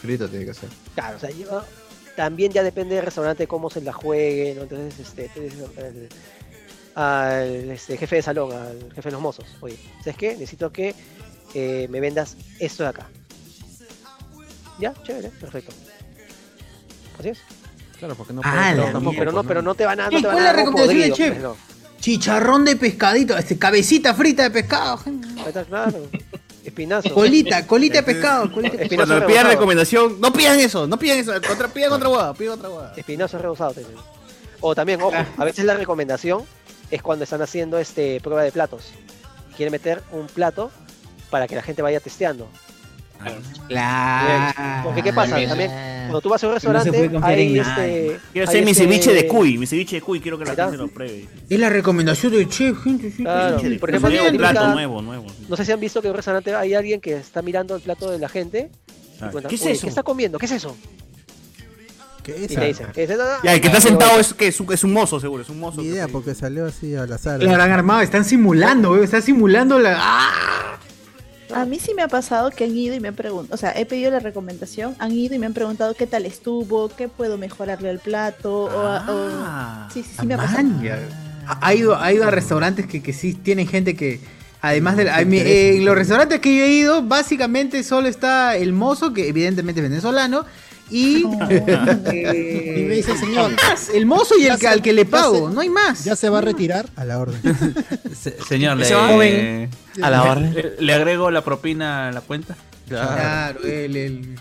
Speaker 5: Frito tiene que ser.
Speaker 7: Claro, o sea, yo- también ya depende del restaurante cómo se la juegue, ¿no? Entonces, este, tú dices al, al, este, jefe de salón, al jefe de los mozos, oye, ¿sabes qué? Necesito que eh, me vendas esto de acá. Ya, chévere, perfecto. Así es.
Speaker 3: Claro, porque no
Speaker 7: Ah,
Speaker 3: puedes
Speaker 7: la
Speaker 3: probar tampoco,
Speaker 7: mierda. Pero no,
Speaker 3: pues,
Speaker 7: pero no te van a. No
Speaker 1: ¿Y
Speaker 7: te van
Speaker 1: cuál
Speaker 7: a
Speaker 1: es
Speaker 7: dar
Speaker 1: la
Speaker 7: algo
Speaker 1: recomendación del
Speaker 7: podrido, pues,
Speaker 1: chef?
Speaker 7: no.
Speaker 1: Chicharrón de pescadito, este, cabecita frita de pescado. gente.
Speaker 7: Ahí está, claro. Espinazo. Este,
Speaker 1: Colita, colita
Speaker 2: Este
Speaker 1: de pescado. Colita de pescado.
Speaker 7: Espinazo
Speaker 4: Cuando me pidan
Speaker 7: rebozado.
Speaker 4: recomendación, no pidan eso, no pidan eso. Contra, pidan otra hueá, pidan otra Ah. hueá.
Speaker 7: Espinazo rebozado. te digo. O también, ojo, a veces la recomendación es cuando están haciendo este prueba de platos. Y quieren meter un plato para que la gente vaya testeando.
Speaker 1: Claro.
Speaker 7: Porque qué pasa, también cuando tú vas a un restaurante, hay este. hay
Speaker 4: Quiero hacer mi
Speaker 7: este-
Speaker 4: ceviche de cuy, mi ceviche de cuy, quiero que la
Speaker 7: Ahí está.
Speaker 4: gente lo pruebe.
Speaker 1: Es la recomendación del chef, gente. sí,
Speaker 7: Claro,
Speaker 1: sí, sí.
Speaker 7: por ejemplo,
Speaker 4: nuevo,
Speaker 7: en
Speaker 4: plato
Speaker 7: Ica,
Speaker 4: nuevo, nuevo.
Speaker 7: No sé si han visto que en un restaurante hay alguien que está mirando el plato de la gente. y
Speaker 4: Claro.
Speaker 7: cuenta,
Speaker 4: ¿Qué es
Speaker 7: "Oye,
Speaker 4: eso?
Speaker 7: ¿Qué está comiendo? ¿Qué es eso?
Speaker 6: ¿Qué
Speaker 7: Y te dicen, "Es eso".
Speaker 4: "Eh, Ya, el que está sentado es, que es, un, es un mozo, seguro, es un mozo.
Speaker 6: Ni idea, porque salió así al azar.
Speaker 1: La habrán armado, están simulando, weón, están simulando la. ¡Ah!
Speaker 10: A mí sí me ha pasado que han ido y me han preguntado, o sea, he pedido la recomendación, han ido y me han preguntado qué tal estuvo, qué puedo mejorarle al plato. o a- o, Sí, sí, sí, me ha pasado.
Speaker 1: Manja. Ah, Ha ha ido, ha ido a restaurantes que, que sí tienen gente que. Además de. la- a mí,
Speaker 6: interesa,
Speaker 1: eh,
Speaker 6: te
Speaker 1: en los restaurantes que yo he ido, básicamente solo está el mozo, que evidentemente es venezolano.
Speaker 2: [LAUGHS]
Speaker 1: Y. [LAUGHS] eh,
Speaker 2: Y me dice, "Señor,
Speaker 1: El mozo y el que, al que le
Speaker 2: ya
Speaker 1: pago.
Speaker 2: se-
Speaker 1: no hay más. Ya
Speaker 2: se va a retirar.
Speaker 6: A la orden.
Speaker 34: Señor, le,
Speaker 1: Ese joven.
Speaker 6: A la orden.
Speaker 34: le- le agrego la propina a la cuenta.
Speaker 1: Claro, el. el-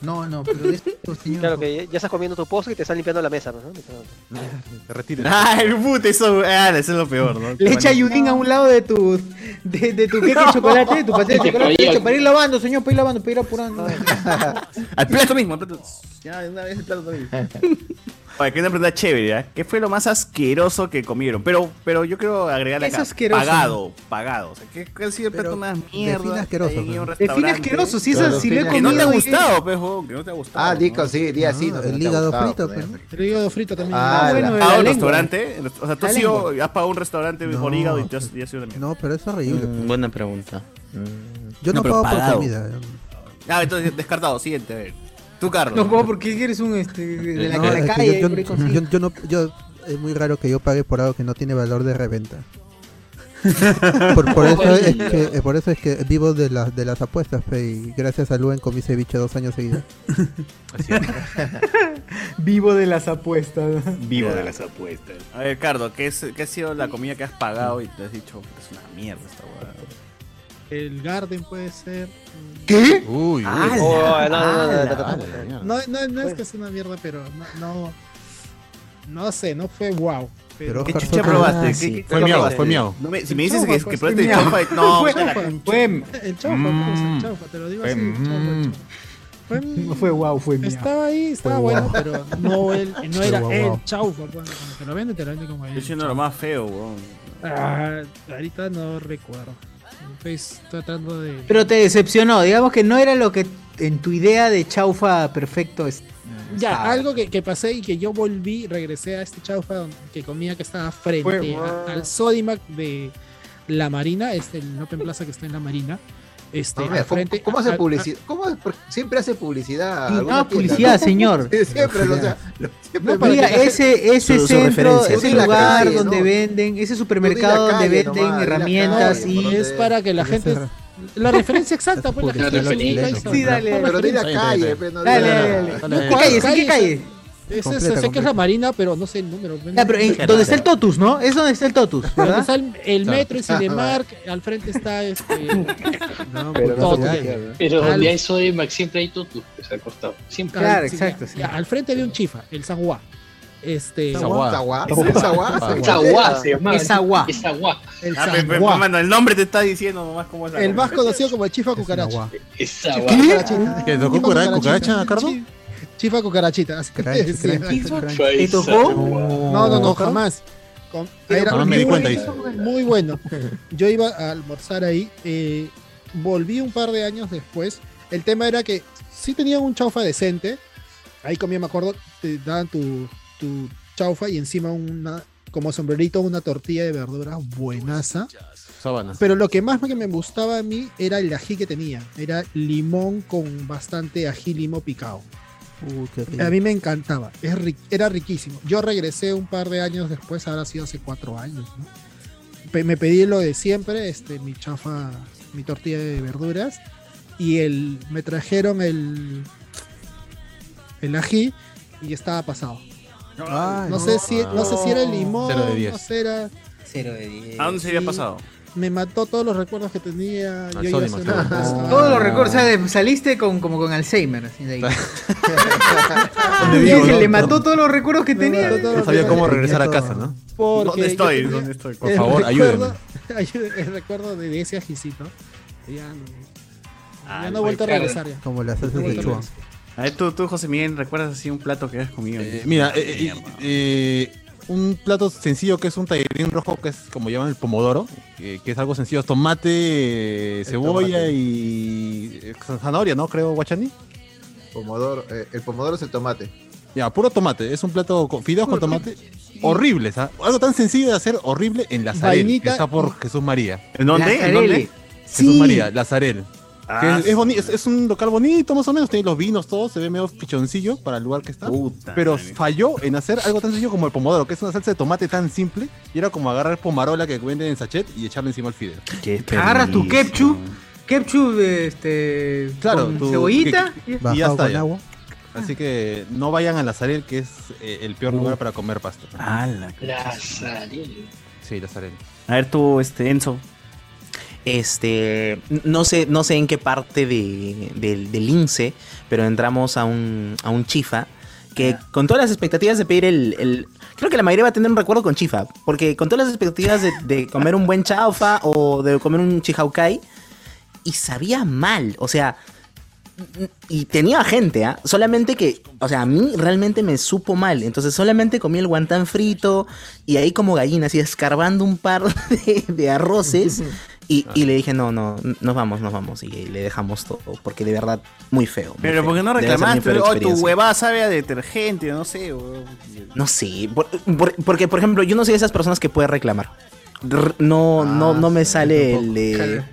Speaker 1: No, no, pero este es-
Speaker 7: Claro que ya- ya estás comiendo tu postre y te están limpiando la mesa, ¿no?
Speaker 13: [LAUGHS]
Speaker 3: Te retiras.
Speaker 4: Ah, el puto, eso, ah, eso es lo peor, ¿no?
Speaker 1: Le echa ayudín a un lado de tu. De, de tu queque
Speaker 4: [LAUGHS]
Speaker 1: de chocolate, de tu pastel de
Speaker 4: Te
Speaker 1: chocolate,
Speaker 4: proyecta.
Speaker 1: para ir lavando, señor, para ir lavando, para ir apurando.
Speaker 4: Al plato mismo, al plato. Ya, de una vez el plato también. Oye, que una pregunta chévere, ¿eh? ¿Qué fue lo más asqueroso que comieron? Pero, pero yo quiero agregarle
Speaker 1: Eso
Speaker 4: acá.
Speaker 1: asqueroso.
Speaker 4: Pagado, pagado. O sea, ¿qué, ¿Cuál ha sido el plato más mierda?
Speaker 6: define
Speaker 4: que
Speaker 6: asqueroso,
Speaker 4: hay en un
Speaker 6: pues.
Speaker 4: restaurante?
Speaker 6: Define asqueroso, si esa-
Speaker 4: Claro,
Speaker 6: si la he
Speaker 4: Que no te ha
Speaker 6: comido,
Speaker 4: gustado, pejo, que no te ha gustado.
Speaker 5: Ah, Dico, sí, día sí.
Speaker 6: el hígado frito, pues, ¿no?
Speaker 2: El hígado frito también.
Speaker 5: Ah,
Speaker 4: Ah,
Speaker 5: la-
Speaker 6: eh,
Speaker 4: bueno,
Speaker 5: la
Speaker 4: un
Speaker 5: lengua.
Speaker 4: restaurante? O sea, tú has,
Speaker 5: La
Speaker 4: ido-
Speaker 5: lengua.
Speaker 4: has pagado un restaurante por
Speaker 6: No,
Speaker 4: hígado y te has, y has ido a la mierda.
Speaker 6: No, pero es horrible.
Speaker 19: Buena pregunta.
Speaker 6: Mm, Yo no,
Speaker 4: No, pero
Speaker 6: pago
Speaker 4: pagado.
Speaker 6: por comida. yo-
Speaker 4: Ah, entonces descartado, siguiente, a ver. Tú, Carlos.
Speaker 1: No, ¿por qué eres un este, de la,
Speaker 6: No,
Speaker 1: de la
Speaker 6: es que
Speaker 2: eh,
Speaker 1: calle?
Speaker 6: yo,
Speaker 1: por ahí
Speaker 6: yo-
Speaker 1: consigo?
Speaker 6: yo- yo no, yo- es muy raro que yo pague por algo que no tiene valor de [LAUGHS] reventa. por, por eso es que, eh, por eso es que vivo de las de las apuestas pe, y gracias a Luen comí ceviche dos años seguidos.
Speaker 1: Vivo de las apuestas.
Speaker 4: Vivo de las apuestas. A ver, Cardo, ¿qué, es, qué ha sido la comida que has pagado y te has dicho, "Puta, es una mierda esta hueá?
Speaker 2: [LAUGHS] El Garden puede ser. mm,
Speaker 4: ¿Qué? Uy, uy.
Speaker 2: ¡Ala!
Speaker 4: Oh, no, no, no, no,
Speaker 2: ¡Ala!
Speaker 4: no, no, no, no, no.
Speaker 2: No, no, no es que sea una mierda, pero no, no, no sé, no fue wow.
Speaker 6: Pero
Speaker 2: Pero,
Speaker 6: ¿qué Oscar,
Speaker 4: chucha probaste? ¿Qué- qué-
Speaker 2: Fue
Speaker 4: qué
Speaker 2: miau,
Speaker 4: probaste?
Speaker 2: fue miau.
Speaker 4: No me- si me dices que,
Speaker 2: Chaufa,
Speaker 4: que
Speaker 2: pues,
Speaker 4: probaste
Speaker 2: miau.
Speaker 4: chaufa,
Speaker 2: [LAUGHS]
Speaker 4: no,
Speaker 2: Fue
Speaker 4: puta, la
Speaker 2: chaufa.
Speaker 4: concha.
Speaker 2: Fue- el chaufa,
Speaker 4: Mm.
Speaker 2: pues, el chaufa, te lo digo
Speaker 4: Fue-
Speaker 2: así, el chaufa, el chaufa. Fue-
Speaker 1: mm. No fue guau, fue mía.
Speaker 2: Estaba ahí, estaba
Speaker 1: Fue
Speaker 2: bueno,
Speaker 1: guau.
Speaker 2: pero no,
Speaker 1: [LAUGHS]
Speaker 2: el- no
Speaker 1: Fue
Speaker 2: era
Speaker 1: guau, guau.
Speaker 2: el chaufa. Cuando, cuando te lo venden, te lo venden como
Speaker 4: Estoy
Speaker 2: el
Speaker 4: siendo lo más feo, weón.
Speaker 2: Ah, ahorita no recuerdo. Pues, Estoy tratando de.
Speaker 1: Pero te decepcionó, digamos que no era lo que en tu idea de chaufa perfecto es.
Speaker 2: Ya,
Speaker 1: estaba.
Speaker 2: algo que, que pasé y que yo volví, regresé a este chaufa donde- que comía que estaba frente
Speaker 1: Fue-
Speaker 2: a- al Sodimac de la Marina, este, el Open Plaza que está en la Marina. Este,
Speaker 5: Ah, mira,
Speaker 2: al
Speaker 5: ¿cómo-
Speaker 2: frente,
Speaker 5: ¿Cómo hace
Speaker 2: al-
Speaker 5: publicidad? ¿Cómo hace- por- siempre hace publicidad?
Speaker 1: Sí,
Speaker 5: alguna
Speaker 1: ah,
Speaker 5: tienda,
Speaker 1: publicidad,
Speaker 5: ¿no?
Speaker 1: señor.
Speaker 5: [LAUGHS] Sí, siempre, o sea, lo- siempre
Speaker 1: No, mira,
Speaker 5: para que-
Speaker 1: ese, ese
Speaker 5: Su- su
Speaker 1: centro,
Speaker 5: referencia.
Speaker 1: ese
Speaker 5: Tú di la
Speaker 1: lugar
Speaker 5: calle,
Speaker 1: donde
Speaker 5: ¿no?
Speaker 1: venden, ese
Speaker 5: Tú
Speaker 1: supermercado
Speaker 5: di la
Speaker 1: donde
Speaker 5: calle
Speaker 1: venden
Speaker 5: nomás, di la
Speaker 1: herramientas
Speaker 5: calle,
Speaker 1: y.
Speaker 5: por
Speaker 2: Es para que la gente. La referencia exacta, pues la
Speaker 5: Claro,
Speaker 2: gente lo
Speaker 5: feliz,
Speaker 2: ubica y
Speaker 5: eso,
Speaker 2: sabe.
Speaker 5: Sí, dale,
Speaker 2: Por
Speaker 5: pero di la
Speaker 2: referencia.
Speaker 5: calle, pe, no di
Speaker 1: Dale,
Speaker 5: la-
Speaker 1: dale, dale.
Speaker 5: Dale.
Speaker 1: ¿Qué calle? ¿Sí, qué calle?
Speaker 2: Es- es- sé que
Speaker 1: Completa,
Speaker 2: es la
Speaker 1: completa.
Speaker 2: marina, pero no sé el número.
Speaker 1: Ya, Ah, pero en- donde está el Totus, ¿no? Es donde está el Totus,
Speaker 2: Donde
Speaker 1: ¿verdad?
Speaker 2: pues está el, el
Speaker 1: Claro.
Speaker 2: metro, el
Speaker 5: Ah,
Speaker 2: Cinemark, al frente está este.
Speaker 13: Pero,
Speaker 2: todo.
Speaker 13: pero
Speaker 2: Al-
Speaker 13: donde hay Sodimac siempre hay Totus, que se ha pues, cortado. Siempre.
Speaker 2: al- sí, ya, ya, al frente había un chifa, el Sanguá. Este.
Speaker 13: Zaguá.
Speaker 2: Zaguá.
Speaker 13: Zaguá.
Speaker 2: ¿Es el Zaguá?
Speaker 13: Zaguá.
Speaker 2: Zaguá.
Speaker 13: Zaguá se llamaba.
Speaker 2: Es Zaguá.
Speaker 13: Es Zaguá.
Speaker 2: El
Speaker 27: Ah, pe- pe-
Speaker 2: Zaguá.
Speaker 27: mano, el nombre te está diciendo nomás cómo es la
Speaker 2: El
Speaker 27: cosa.
Speaker 2: más conocido como el Chifa Cucaracha.
Speaker 13: Esa
Speaker 2: Chifa
Speaker 27: ¿Qué?
Speaker 2: Cucarachita.
Speaker 27: ¿Te tocó
Speaker 2: Chifa
Speaker 27: cucara- cucaracha, Cardo?
Speaker 2: Chi- Chifa Cucarachita. así que [LAUGHS]
Speaker 27: Cucaracha,
Speaker 2: decía.
Speaker 27: cucaracha. ¿Te tocó?
Speaker 2: No, no, no,
Speaker 27: ¿Tocó?
Speaker 2: jamás. Con-
Speaker 27: Pero
Speaker 2: era
Speaker 27: Ah, no me di
Speaker 2: muy
Speaker 27: cuenta,
Speaker 2: bueno, Muy bueno. Yo iba a almorzar ahí. eh, volví un par de años después. El tema era que sí tenían un chaufa decente. Ahí comía, me acuerdo, te daban tu, tu chaufa y encima una, como sombrerito, una tortilla de verduras buenaza.
Speaker 3: Sábanas.
Speaker 2: Pero lo que más que me gustaba a mí era el ají que tenía. Era limón con bastante ají limo picado. A mí me encantaba, es ri- era riquísimo. Yo regresé un par de años después, habrá sido hace cuatro años. ¿no? Pe- me pedí lo de siempre, este, mi chafa, mi tortilla de verduras y el, me trajeron el, el ají y estaba pasado.
Speaker 6: Ay,
Speaker 2: no, sé si, no sé si era el limón,
Speaker 27: Cero de diez.
Speaker 2: no sé era... Ah,
Speaker 1: Cero de 10.
Speaker 27: ¿A dónde se había pasado?
Speaker 2: Me mató todos los recuerdos que tenía. Ah,
Speaker 1: Ah,
Speaker 2: Yo iba a hacer una cosa.
Speaker 1: Todos los recuerdos, o sea, de- saliste con, como con Alzheimer. así de ahí. [LAUGHS]
Speaker 27: ¿Dónde
Speaker 1: Y
Speaker 27: vivo,
Speaker 1: se
Speaker 27: no?
Speaker 1: le mató todos los recuerdos que tenía.
Speaker 27: No sabía cómo regresar a casa, ¿no?
Speaker 2: Porque
Speaker 27: ¿Dónde
Speaker 2: yo
Speaker 27: estoy?
Speaker 2: tenía
Speaker 27: ¿Dónde estoy?
Speaker 2: el
Speaker 27: Por favor,
Speaker 2: recuerdo-
Speaker 27: ayúdenme.
Speaker 2: [LAUGHS] ayú- El recuerdo de ese ajicito. Ya no,
Speaker 4: Ah,
Speaker 2: ya
Speaker 27: Ay,
Speaker 2: no he vuelto a
Speaker 27: claro.
Speaker 2: regresar ya.
Speaker 6: Como las haces
Speaker 2: No he
Speaker 6: de
Speaker 2: vuelto a
Speaker 6: Chua.
Speaker 2: regresar.
Speaker 27: A ver, tú, tú, José Miguel, ¿recuerdas así un plato que has comido?
Speaker 3: Eh, mira, eh, eh, eh, un plato sencillo que es un tallerín rojo, que es como llaman el pomodoro, que, que es algo sencillo, tomate, eh, cebolla y eh, [LAUGHS] zanahoria, ¿no? Creo, guachani.
Speaker 5: Pomodoro, eh, el pomodoro es el tomate.
Speaker 3: Ya, puro tomate, es un plato con fideos con tomate. Horrible, ¿sabes? Algo tan sencillo de hacer, horrible en la
Speaker 2: Vainita.
Speaker 3: que está por Jesús María.
Speaker 27: ¿En dónde?
Speaker 3: Jesús
Speaker 27: ¿En dónde?
Speaker 3: Jesús
Speaker 27: Sí.
Speaker 3: María, Lazarel.
Speaker 27: Ah,
Speaker 3: Que es,
Speaker 27: sí.
Speaker 3: es boni- es- es un local bonito, más o menos. Tiene los vinos, todo. Se ve medio pichoncillo para el lugar que está. pero falló en hacer algo tan sencillo como el pomodoro, que es una salsa de tomate tan simple. Y era como agarrar pomarola que venden en sachet y echarle encima el fideo.
Speaker 1: Agarras tu ketchup, ketchup este,
Speaker 3: Claro,
Speaker 1: con
Speaker 3: tu-
Speaker 1: cebollita.
Speaker 3: que- que- y ya está. ya. Así que no vayan a Lazarel, que es eh, el
Speaker 27: Uh.
Speaker 3: peor lugar para comer pasta.
Speaker 27: Ah,
Speaker 13: Lazarel.
Speaker 3: Sí, Lazarel.
Speaker 19: A ver tú, este, Enzo.
Speaker 27: Este,
Speaker 19: no sé, no sé en qué parte de- del, del INSE, pero entramos a un, a un chifa que con todas las expectativas de pedir el, el- Creo que la mayoría va a tener un recuerdo con chifa, porque con todas las expectativas de, de comer un buen chaufa o de comer un chihaukai, y sabía mal, o sea, y tenía gente, ¿ah? Solamente que, o sea, a mí realmente me supo mal. Entonces solamente comí el guantán frito y ahí como gallina, así escarbando un par [LAUGHS] de, de arroces. Y, y le dije, no, no, nos vamos, nos vamos. Y le dejamos todo, porque de verdad, muy feo. muy
Speaker 27: Pero
Speaker 19: feo.
Speaker 27: ¿por qué no
Speaker 19: Debe ser mi
Speaker 27: reclamaste?
Speaker 19: peor
Speaker 27: Oh, tu
Speaker 19: experiencia.
Speaker 27: huevada sabe a detergente, no sé, huevón.
Speaker 19: No sé, por- por- porque por ejemplo, yo no soy de esas personas que puede reclamar. R- no, no, no me sale el de...
Speaker 1: Re-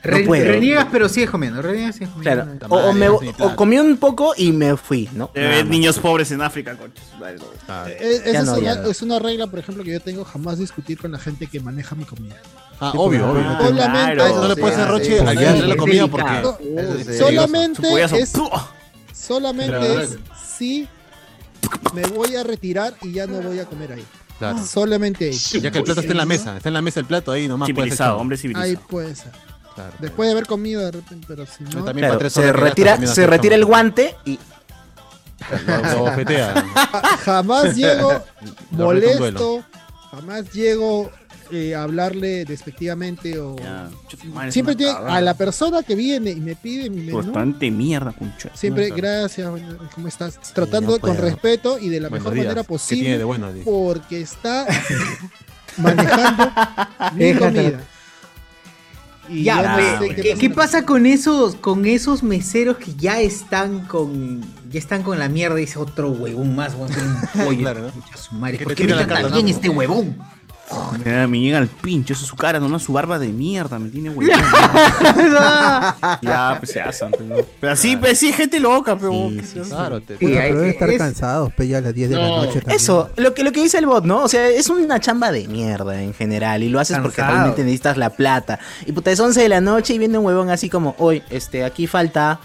Speaker 1: Ah,
Speaker 19: No puedo.
Speaker 1: Reniegas, pero sigues comiendo. Reniegas, sigues comiendo.
Speaker 19: Claro. O, o me- o comí un poco y me fui, ¿no?
Speaker 27: Debe
Speaker 19: Nada
Speaker 27: haber
Speaker 19: más.
Speaker 27: Eh, niños pobres en África, coño.
Speaker 2: Eh,
Speaker 19: Ya
Speaker 2: esa
Speaker 19: no,
Speaker 2: es,
Speaker 19: ya
Speaker 2: una,
Speaker 19: no.
Speaker 2: es una regla, por ejemplo, que yo tengo jamás discutir con la gente que maneja mi comida.
Speaker 3: Ah,
Speaker 2: Sí,
Speaker 3: obvio,
Speaker 2: porque-
Speaker 3: obvio.
Speaker 2: Obviamente,
Speaker 3: Claro, eso no le puedes hacer roche al que hace la comida porque
Speaker 2: No,
Speaker 3: es peligroso. Su
Speaker 2: solamente
Speaker 3: pollazo.
Speaker 2: es,
Speaker 3: ¡Puah!
Speaker 2: solamente
Speaker 3: Claro.
Speaker 2: es si me voy a retirar y ya no voy a comer ahí.
Speaker 3: Claro.
Speaker 2: Solamente ahí.
Speaker 3: Ya que el plato está en la mesa, está en la mesa el plato ahí nomás. puede ser
Speaker 27: Civilizado, Ah,
Speaker 3: chavo.
Speaker 27: hombre
Speaker 2: Ahí puede ser.
Speaker 3: Claro.
Speaker 2: Después de haber comido de repente, pero si no.
Speaker 3: también
Speaker 19: Claro,
Speaker 3: para tres
Speaker 19: se
Speaker 3: horas que ya
Speaker 19: retira,
Speaker 3: estás
Speaker 19: se
Speaker 3: comiendo
Speaker 19: retira el
Speaker 3: chamba.
Speaker 19: guante y
Speaker 3: Lo, lo bofetea.
Speaker 2: [LAUGHS] Jamás llego
Speaker 3: Lo reto un
Speaker 2: molesto,
Speaker 3: duelo.
Speaker 2: jamás llego eh, a hablarle despectivamente o
Speaker 27: madre,
Speaker 2: siempre
Speaker 27: es una
Speaker 2: tiene
Speaker 27: cagada.
Speaker 2: a la persona que viene y me pide mi menú.
Speaker 27: Bastante mierda, concha.
Speaker 2: eh, Siempre,
Speaker 27: No, claro.
Speaker 2: gracias, bueno, ¿cómo estás? Tratando
Speaker 27: no
Speaker 2: con
Speaker 27: puedo.
Speaker 2: respeto y de la
Speaker 27: Buenos
Speaker 2: mejor
Speaker 27: días.
Speaker 2: manera
Speaker 27: ¿Qué
Speaker 2: posible.
Speaker 27: tiene de bueno, dice?
Speaker 2: porque está [LAUGHS] [LAUGHS] manejando mi
Speaker 1: Déjatela.
Speaker 2: comida. Y
Speaker 1: Ya,
Speaker 2: ya no
Speaker 1: oye,
Speaker 2: sé
Speaker 1: ¿qué,
Speaker 2: qué
Speaker 1: qué
Speaker 2: pasa.
Speaker 1: pasa con esos, con esos meseros que ya están con, ya están con la mierda y dice otro huevón más, voy
Speaker 27: [LAUGHS]
Speaker 1: a hacer un pollo. Pucha su madre,
Speaker 27: Que
Speaker 1: ¿Por
Speaker 27: te
Speaker 1: qué
Speaker 27: tira
Speaker 1: me
Speaker 27: la
Speaker 1: trata
Speaker 27: carta,
Speaker 1: bien
Speaker 27: ¿no?
Speaker 1: este huevón?
Speaker 27: [LAUGHS]
Speaker 6: [LAUGHS]
Speaker 27: Me da- me llega el pincho, eso es su cara, nomás su barba de mierda, me tiene huevón.
Speaker 2: Ah.
Speaker 27: ya, pues se asan, pero, pero así, pues sí, gente loca, pero. ¿qué te hace?
Speaker 6: Bueno, pero deben
Speaker 19: ahí-
Speaker 6: estar
Speaker 19: es-
Speaker 6: cansados, pe, ya a las 10 de la noche también.
Speaker 19: Eso, lo que, lo que dice el bot, ¿no? O sea, es una chamba de mierda en general y lo haces porque
Speaker 1: Cansado.
Speaker 19: realmente necesitas la plata. Y puta, es 11 de la noche y viene un huevón así como, hoy, este, aquí falta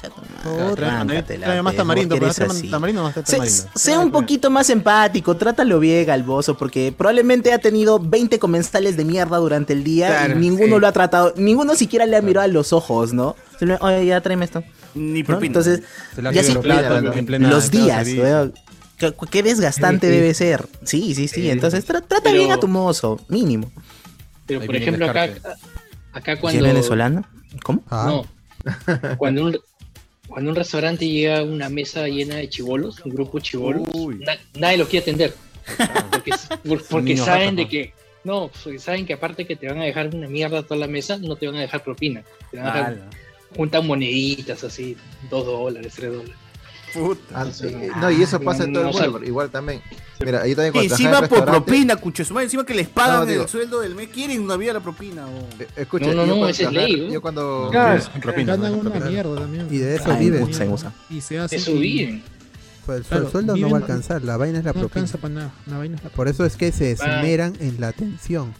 Speaker 19: Claro, trae-
Speaker 3: trae más tamarindo, pero no trae tamarindo, no trae
Speaker 19: Se-
Speaker 3: tamarindo.
Speaker 19: Sea un poquito más empático, trátalo bien al bozo, porque probablemente ha tenido 20 comensales de mierda durante el día
Speaker 1: Claro,
Speaker 19: y ninguno
Speaker 1: sí.
Speaker 19: lo ha tratado, ninguno siquiera le ha mirado a los ojos, ¿no? Solo, Oye, ya tráeme esto.
Speaker 27: Ni
Speaker 19: ¿No? Entonces,
Speaker 3: Se la
Speaker 19: y así,
Speaker 3: pide en plata, en plena-
Speaker 19: los
Speaker 3: en plena
Speaker 19: días,
Speaker 3: servicio.
Speaker 19: weón. Qué, qué desgastante
Speaker 3: Sí, sí.
Speaker 19: debe ser. Sí, sí, sí. Entonces, tra- trata
Speaker 13: Pero-
Speaker 19: bien a tu mozo, mínimo.
Speaker 13: Pero
Speaker 19: Ahí
Speaker 13: por
Speaker 19: viene
Speaker 13: ejemplo, acá,
Speaker 19: Descarte.
Speaker 13: acá
Speaker 19: ¿Si es
Speaker 13: cuando.
Speaker 19: venezolano? ¿Cómo?
Speaker 1: Ah.
Speaker 13: No. Cuando un, cuando un restaurante llega a una mesa llena de chivolos, un grupo de chivolos, na- nadie los quiere atender. Porque,
Speaker 27: [LAUGHS]
Speaker 13: por- porque
Speaker 22: Niños
Speaker 13: saben
Speaker 22: ratas,
Speaker 13: de
Speaker 22: ¿no?
Speaker 13: que. No, porque saben que aparte que te van a dejar una mierda toda la mesa, no te van a dejar propina. Te van a dejar-
Speaker 5: Ala.
Speaker 13: juntan moneditas así, dos dólares, tres dólares.
Speaker 5: Ah, eh, no, y eso pasa en todo el
Speaker 13: No
Speaker 5: mundo.
Speaker 13: sal-
Speaker 5: Igual también. Mira, yo también cuando
Speaker 27: Encima
Speaker 5: trabajaba en
Speaker 27: por
Speaker 5: restaurante-
Speaker 27: propina, cuchesuma, encima que les pagan
Speaker 5: No, digo- eh,
Speaker 27: el sueldo del mes, quieren todavía la propina. weón.
Speaker 5: Escucha, yo cuando trabajaba- Yo cuando.
Speaker 2: ganan una mierda también.
Speaker 6: Y de eso
Speaker 2: Ay,
Speaker 6: vive.
Speaker 2: usa, usa. Y se hace.
Speaker 13: Eso viven.
Speaker 6: Pues el
Speaker 2: Claro,
Speaker 6: sueldo no
Speaker 2: viven
Speaker 6: va a
Speaker 2: pa-
Speaker 6: alcanzar, la vaina es la
Speaker 2: No
Speaker 6: propina.
Speaker 2: alcanza para nada. La vaina es la
Speaker 6: Por eso es que se
Speaker 2: Ah.
Speaker 6: esmeran en la atención.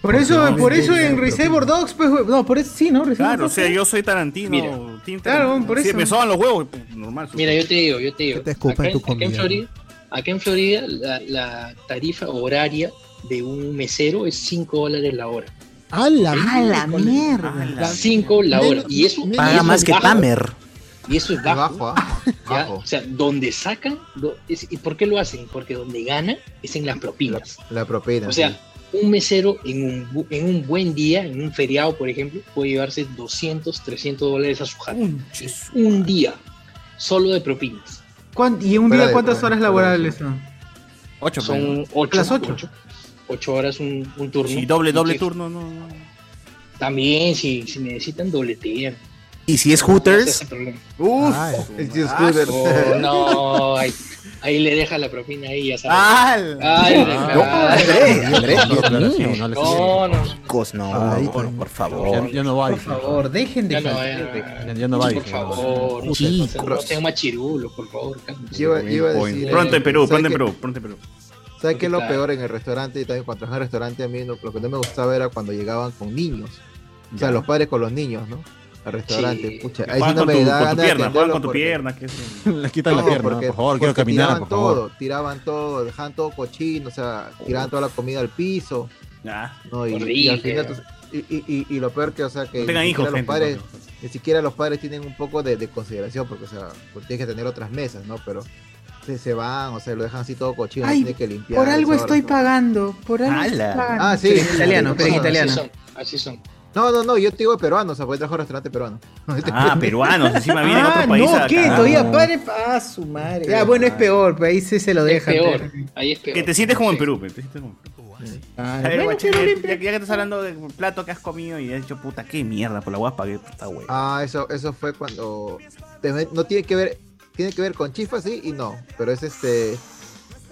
Speaker 22: Por eso, por eso en Reservoir Dogs, pues, we- no, por eso sí, ¿no? Reservoir
Speaker 27: Claro, o
Speaker 22: Dogs,
Speaker 27: sea,
Speaker 22: sí.
Speaker 27: yo soy Tarantino.
Speaker 13: Mira.
Speaker 27: Tim
Speaker 22: Claro,
Speaker 27: Tarantino.
Speaker 22: por
Speaker 27: Si
Speaker 22: eso.
Speaker 27: me soban los huevos, pues, normal.
Speaker 13: Mira, yo te digo, yo te digo.
Speaker 6: escupen
Speaker 13: acá,
Speaker 6: tu
Speaker 13: acá en
Speaker 6: comida.
Speaker 13: Florida, acá en Florida la, la tarifa horaria de un mesero es 5 dólares la hora.
Speaker 2: ¡A la,
Speaker 19: mierda!
Speaker 13: 5 la hora. Y eso, y
Speaker 19: Paga
Speaker 13: eso
Speaker 19: más
Speaker 13: es
Speaker 19: que
Speaker 13: bajo.
Speaker 19: Pamer.
Speaker 13: Y eso es bajo. ¿ya? O sea, donde sacan, do- es- ¿y por qué lo hacen? Porque donde ganan es en las propinas.
Speaker 5: La propina.
Speaker 13: O
Speaker 5: sí.
Speaker 13: sea, un mesero en un, bu- en un buen día, en un feriado, por ejemplo, puede llevarse 200, 300 dólares a su jata. Un, día, solo de propinas.
Speaker 22: ¿Cuán- ¿Y un
Speaker 13: Fuera
Speaker 22: día
Speaker 13: de-
Speaker 22: cuántas
Speaker 13: fuera
Speaker 22: horas
Speaker 13: de-
Speaker 22: laborables son?
Speaker 27: Ocho,
Speaker 13: Son
Speaker 27: pues.
Speaker 13: 8.
Speaker 22: Las ocho.
Speaker 13: horas un, un turno.
Speaker 27: Sí, doble, doble
Speaker 13: que-
Speaker 27: turno, no, no.
Speaker 13: También, si, si necesitan dobletear.
Speaker 19: Y si es Hooters,
Speaker 27: Uf,
Speaker 5: el
Speaker 13: Ah, no, ahí, ahí le deja la propina ahí, ya sabes. Ah,
Speaker 27: ¡Al!
Speaker 13: Ay, le deja-
Speaker 19: No, Andrés, Andrés, Dios
Speaker 3: claro, sí,
Speaker 19: mío.
Speaker 3: no le-
Speaker 13: No, no.
Speaker 19: Chicos, no, por, por favor.
Speaker 3: Ya, ya no va.
Speaker 19: Por
Speaker 3: dice.
Speaker 19: favor, dejen de
Speaker 13: Ya no,
Speaker 19: joder.
Speaker 13: eh,
Speaker 3: Ya- ya no va,
Speaker 13: Por
Speaker 3: dice.
Speaker 13: favor, no sean- no sean- no sean machirulos, por favor. cálmense.
Speaker 5: Yo iba- yo iba a decir,
Speaker 27: Pronto en Perú,
Speaker 5: Este, ¿sabes
Speaker 27: pronto en
Speaker 5: qué?
Speaker 27: Perú, pronto en Perú.
Speaker 5: ¿Sabes qué es lo
Speaker 13: Claro.
Speaker 5: peor en el restaurante? Y también cuando trabajaba en el restaurante, a mí no- lo que no me gustaba era cuando llegaban con niños. O sea,
Speaker 27: Ya.
Speaker 5: los padres con los niños, ¿no? Al restaurante.
Speaker 27: Sí.
Speaker 5: Pucha,
Speaker 27: Que
Speaker 5: ahí sí
Speaker 27: juegan
Speaker 5: no
Speaker 27: con
Speaker 5: me
Speaker 27: tu-
Speaker 5: da
Speaker 27: con tu
Speaker 5: ganas
Speaker 27: pierna, juegan
Speaker 5: de atenderlo
Speaker 27: con tu
Speaker 5: porque-
Speaker 27: pierna, que es
Speaker 3: [LAUGHS]
Speaker 27: un-
Speaker 3: Les quitan la pierna, por favor, quiero
Speaker 5: porque
Speaker 3: caminar,
Speaker 5: tiraban
Speaker 3: por favor. Oh.
Speaker 5: todo, tiraban todo, dejaban todo cochino, o sea, tiraban toda la comida al piso. ¿no? Y, y al
Speaker 27: horrible.
Speaker 5: final, tú- y, y- y- y lo peor que, o sea, que
Speaker 27: No tengan
Speaker 5: ni
Speaker 27: hijos,
Speaker 5: siquiera los
Speaker 27: gente,
Speaker 5: padres, ni siquiera los padres tienen un poco de, de consideración, porque, o sea, porque tienes que tener otras mesas, ¿no? Pero se, se van, o sea, lo dejan así todo cochino,
Speaker 22: Ay,
Speaker 5: tiene que limpiar.
Speaker 22: Por algo
Speaker 5: esa hora.
Speaker 22: estoy pagando, por algo estoy
Speaker 5: Ala.
Speaker 22: pagando.
Speaker 5: Ah, sí.
Speaker 22: Pero
Speaker 5: en italiano, pero en italiano.
Speaker 13: Así son, así son.
Speaker 5: No, no, no, yo te digo peruano, o sea, porque trabajo en restaurante peruano.
Speaker 1: [LAUGHS]
Speaker 27: Ah, peruanos, encima vienen
Speaker 22: Ah,
Speaker 27: otro país.
Speaker 22: no,
Speaker 27: a
Speaker 22: ¿qué?
Speaker 27: cagar.
Speaker 22: Todavía
Speaker 26: padre, ah, su madre. Ah, bueno, es peor, pues ahí sí se lo dejan.
Speaker 27: peor,
Speaker 26: pero-
Speaker 13: Ahí es peor.
Speaker 27: Que Eh, te sientes como en Perú, pe, te sientes como en Perú.
Speaker 26: Ah,
Speaker 27: A ver,
Speaker 26: bueno,
Speaker 27: guachín,
Speaker 26: pero
Speaker 27: ya,
Speaker 26: limpia.
Speaker 27: ya que estás hablando del plato que has comido y has dicho, puta, qué mierda, por la guapa que puta wey.
Speaker 5: Ah, eso, eso fue cuando. te met- No tiene que ver. Tiene que ver con chifa, sí y no. Pero es este.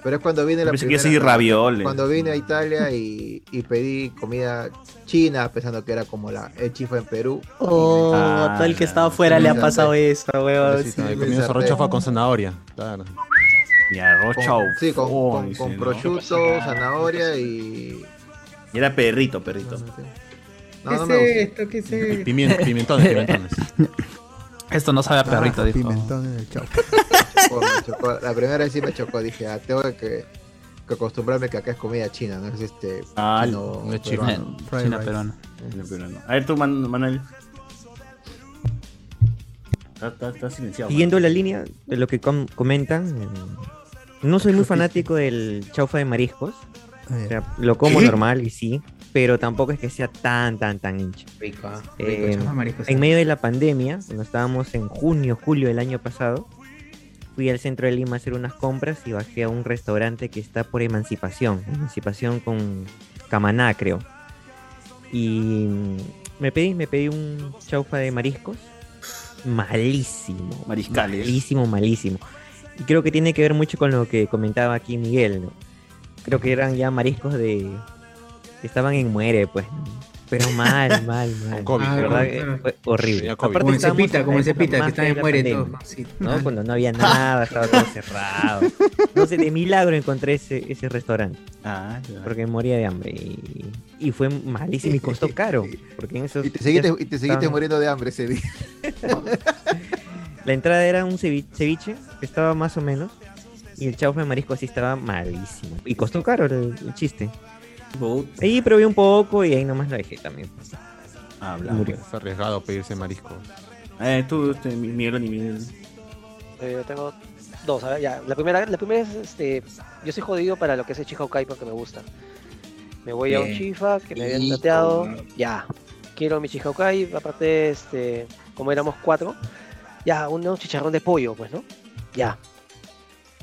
Speaker 5: Pero es cuando vine la
Speaker 27: Pensé que
Speaker 5: primera
Speaker 27: iba a decir ravioles.
Speaker 5: Cuando vine a Italia y, y pedí comida china, pensando que era como la el chifa en Perú.
Speaker 19: Oh,
Speaker 5: Ah,
Speaker 19: a todo el que estaba afuera le ha pasado eso, weón.
Speaker 5: Pobrecito,
Speaker 19: sí.
Speaker 5: ahí
Speaker 3: Comiendo arroz chafa con zanahoria. Claro.
Speaker 27: Y arroz
Speaker 5: Con-
Speaker 27: chau.
Speaker 5: sí, con, con-
Speaker 27: dice,
Speaker 5: con
Speaker 27: ¿no?
Speaker 5: prosciutto, zanahoria y.
Speaker 27: Y era perrito, perrito.
Speaker 5: No, no
Speaker 26: ¿Qué
Speaker 5: me
Speaker 26: es
Speaker 5: gusta.
Speaker 26: esto? ¿Qué es esto?
Speaker 3: Pimiento, pimentones, pimentones.
Speaker 17: Esto no sabe a perrito, dijo.
Speaker 6: Pimentón en el chau.
Speaker 5: chocó, me chocó. La primera vez sí me chocó, dije, ah, tengo que, que acostumbrarme que acá es comida china, no es este.
Speaker 27: Ah,
Speaker 5: chino
Speaker 27: no es chino.
Speaker 5: peruano.
Speaker 27: Fried China rice. peruano. Chino peruano. A ver tú, Man- Manuel. Está- Está está silenciado.
Speaker 23: Siguiendo la línea de lo que com- comentan, eh, no soy muy fanático del chaufa de mariscos. O sea, lo como
Speaker 26: ¿Qué?
Speaker 23: normal y sí, pero tampoco es que sea tan, tan, tan hincha.
Speaker 26: Rico, ah, rico,
Speaker 23: Eh,
Speaker 26: chaufa de mariscos.
Speaker 23: en medio de la pandemia, cuando estábamos en junio, julio del año pasado, fui al centro de Lima a hacer unas compras y bajé a un restaurante que está por Emancipación. Emancipación con Camaná, creo. Y mm, me pedí, me pedí un chaufa de mariscos. Malísimo.
Speaker 27: Mariscales.
Speaker 23: Malísimo, malísimo. Y creo que tiene que ver mucho con lo que comentaba aquí Miguel, ¿no? Creo que eran ya mariscos de. que estaban en muere, pues. ¿no? Pero
Speaker 26: [LAUGHS]
Speaker 23: mal, mal, mal.
Speaker 26: COVID.
Speaker 23: La
Speaker 26: Ah,
Speaker 23: verdad
Speaker 26: claro,
Speaker 23: que
Speaker 26: claro.
Speaker 23: fue horrible.
Speaker 26: Ya COVID. Como en
Speaker 23: estábamos
Speaker 26: Cepita,
Speaker 23: en la
Speaker 26: como en
Speaker 23: época
Speaker 26: Cepita, que
Speaker 23: más
Speaker 26: están en
Speaker 23: fea de la
Speaker 26: muere
Speaker 23: pandemia,
Speaker 26: todos, sí.
Speaker 23: ¿no? Cuando no había nada, estaba
Speaker 26: [LAUGHS]
Speaker 23: todo cerrado. No sé, de milagro encontré ese, ese restaurante.
Speaker 26: Ah,
Speaker 23: Porque moría de hambre. Y, y fue
Speaker 26: [LAUGHS]
Speaker 23: malísimo y costó caro. Porque en esos
Speaker 5: Y te seguiste,
Speaker 23: días
Speaker 5: y te seguiste
Speaker 7: [LAUGHS]
Speaker 23: estaban-
Speaker 5: muriendo de hambre ese día.
Speaker 23: La entrada era un cevi- ceviche, que estaba más o menos. Y el chaufa de marisco así estaba malísimo. Y costó caro el, el chiste. Ahí probé un poco y ahí nomás la dejé también.
Speaker 3: Habla.
Speaker 23: Murió.
Speaker 3: Es arriesgado pedirse marisco.
Speaker 27: pues. Eh, tú, este, mi- Miguel ni Miguel.
Speaker 7: Eh, yo tengo dos, a ver, ya. La primera, la primera es, este, yo soy jodido para lo que es el Chihuahua porque me gusta. Me voy a un
Speaker 13: Bien.
Speaker 7: chifa que me habían
Speaker 13: Rico,
Speaker 7: plateado,
Speaker 13: mano.
Speaker 7: ya. Quiero mi Chihuahua, aparte, este, como éramos cuatro, ya, un, un chicharrón de pollo, pues, ¿no? Ya.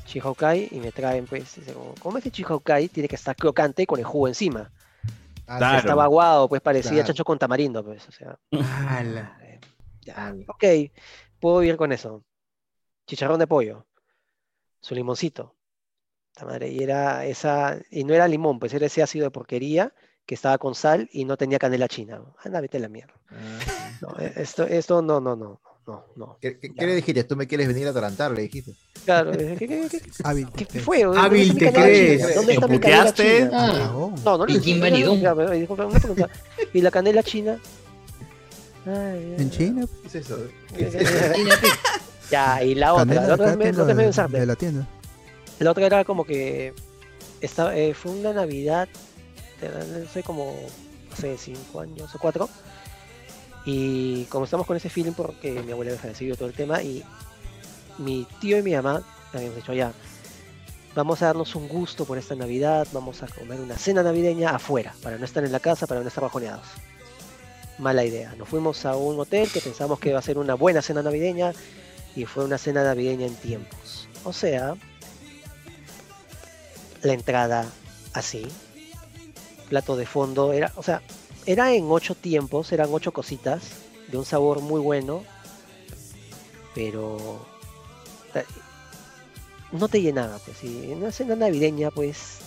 Speaker 7: Chihuahua y me traen, pues, dice, como, como este Chihuahua tiene que estar crocante con el jugo encima.
Speaker 1: Ah,
Speaker 7: O sea,
Speaker 13: Claro.
Speaker 7: Estaba aguado, pues parecía
Speaker 13: Claro.
Speaker 7: chancho con tamarindo, pues, o sea. Eh, ya, ok, puedo vivir con eso. Chicharrón de pollo, su limoncito. Esta madre, y era esa, y no era limón, pues era ese ácido de porquería que estaba con sal y no tenía canela china. Anda, vete a la mierda. No, eh, esto, esto no, no, no, no, no.
Speaker 5: Ah, ¿Qué, qué, qué le dijiste? ¿Tú me quieres venir a atarantar? Le dijiste.
Speaker 7: Claro, eh, ¿qué, qué, qué, qué-
Speaker 6: Hábil.
Speaker 7: qué fue? ¿Dónde
Speaker 5: Hábil,
Speaker 7: está mi
Speaker 5: ¿te
Speaker 7: canela
Speaker 5: crees?
Speaker 7: china? ¿Dónde
Speaker 5: ¿Lo
Speaker 7: está mi canela
Speaker 5: puteaste?
Speaker 7: china?
Speaker 5: Ah.
Speaker 7: No, no, le
Speaker 5: ¿Y quién
Speaker 7: dije,
Speaker 5: validó?
Speaker 7: no, no, no, disculpa, una pregunta. ¿Y la canela
Speaker 5: [LAUGHS]
Speaker 7: china? [LAUGHS] Ay, ay.
Speaker 6: En China. pues.
Speaker 5: ¿Qué es eso?
Speaker 7: ya, y la otra,
Speaker 6: Canela,
Speaker 7: la otra,
Speaker 6: acá
Speaker 7: es me-
Speaker 6: tengo
Speaker 7: la otra es medio
Speaker 6: de-
Speaker 7: sarde.
Speaker 6: de la tienda.
Speaker 7: La otra era como que estaba, eh, fue una Navidad, de- no sé, como hace cinco años o cuatro. Y como estamos con ese feeling porque mi abuela había fallecido todo el tema y mi tío y mi mamá habíamos dicho ya, vamos a darnos un gusto por esta Navidad, vamos a comer una cena navideña afuera, para no estar en la casa, para no estar bajoneados. Mala idea. Nos fuimos a un hotel que pensamos que iba a ser una buena cena navideña y fue una cena navideña en tiempos. O sea, la entrada así, plato de fondo, era, o sea, era en ocho tiempos, eran ocho cositas, de un sabor muy bueno, pero ta- no te llenaba, pues, y en una cena navideña, pues,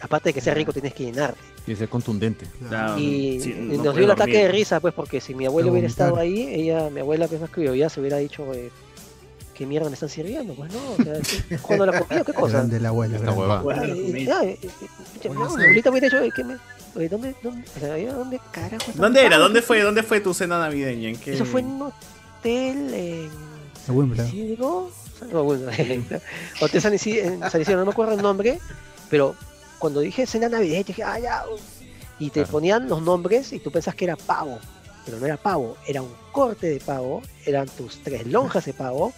Speaker 7: aparte de que sea rico, tienes que llenarte.
Speaker 3: Y ser contundente.
Speaker 7: Y, y nos dio el ataque de risa, pues, porque si mi abuelo hubiera estado ahí, ella, mi abuela, que es más que yo, ya se hubiera dicho, eh, ¿qué mierda me están sirviendo? Pues no, o sea, ¿qué- ¿cuándo la comí o qué cosa?
Speaker 6: Grande la abuela. grande.
Speaker 7: Ah, eh, ah, eh, eh, pucha, no, mi abuelita hubiera dicho, eh, ¿qué me- eh, ¿Dónde, dónde, o sea, eh, dónde carajo estamos
Speaker 27: ¿Dónde era?
Speaker 7: parados?
Speaker 27: ¿Dónde fue? ¿Dónde fue tu cena navideña? ¿En qué?
Speaker 7: Eso fue en un hotel en
Speaker 6: A Wimbledon.
Speaker 7: ¿sí digo? No, [LAUGHS] bueno, hotel San Isidro, en San Isidro, no me acuerdo el nombre, pero cuando dije cena navideña, dije, ah, ya, uh, y te ponían los nombres y tú pensás que era pavo, pero no era pavo, era un corte de pavo, eran tus tres lonjas de pavo,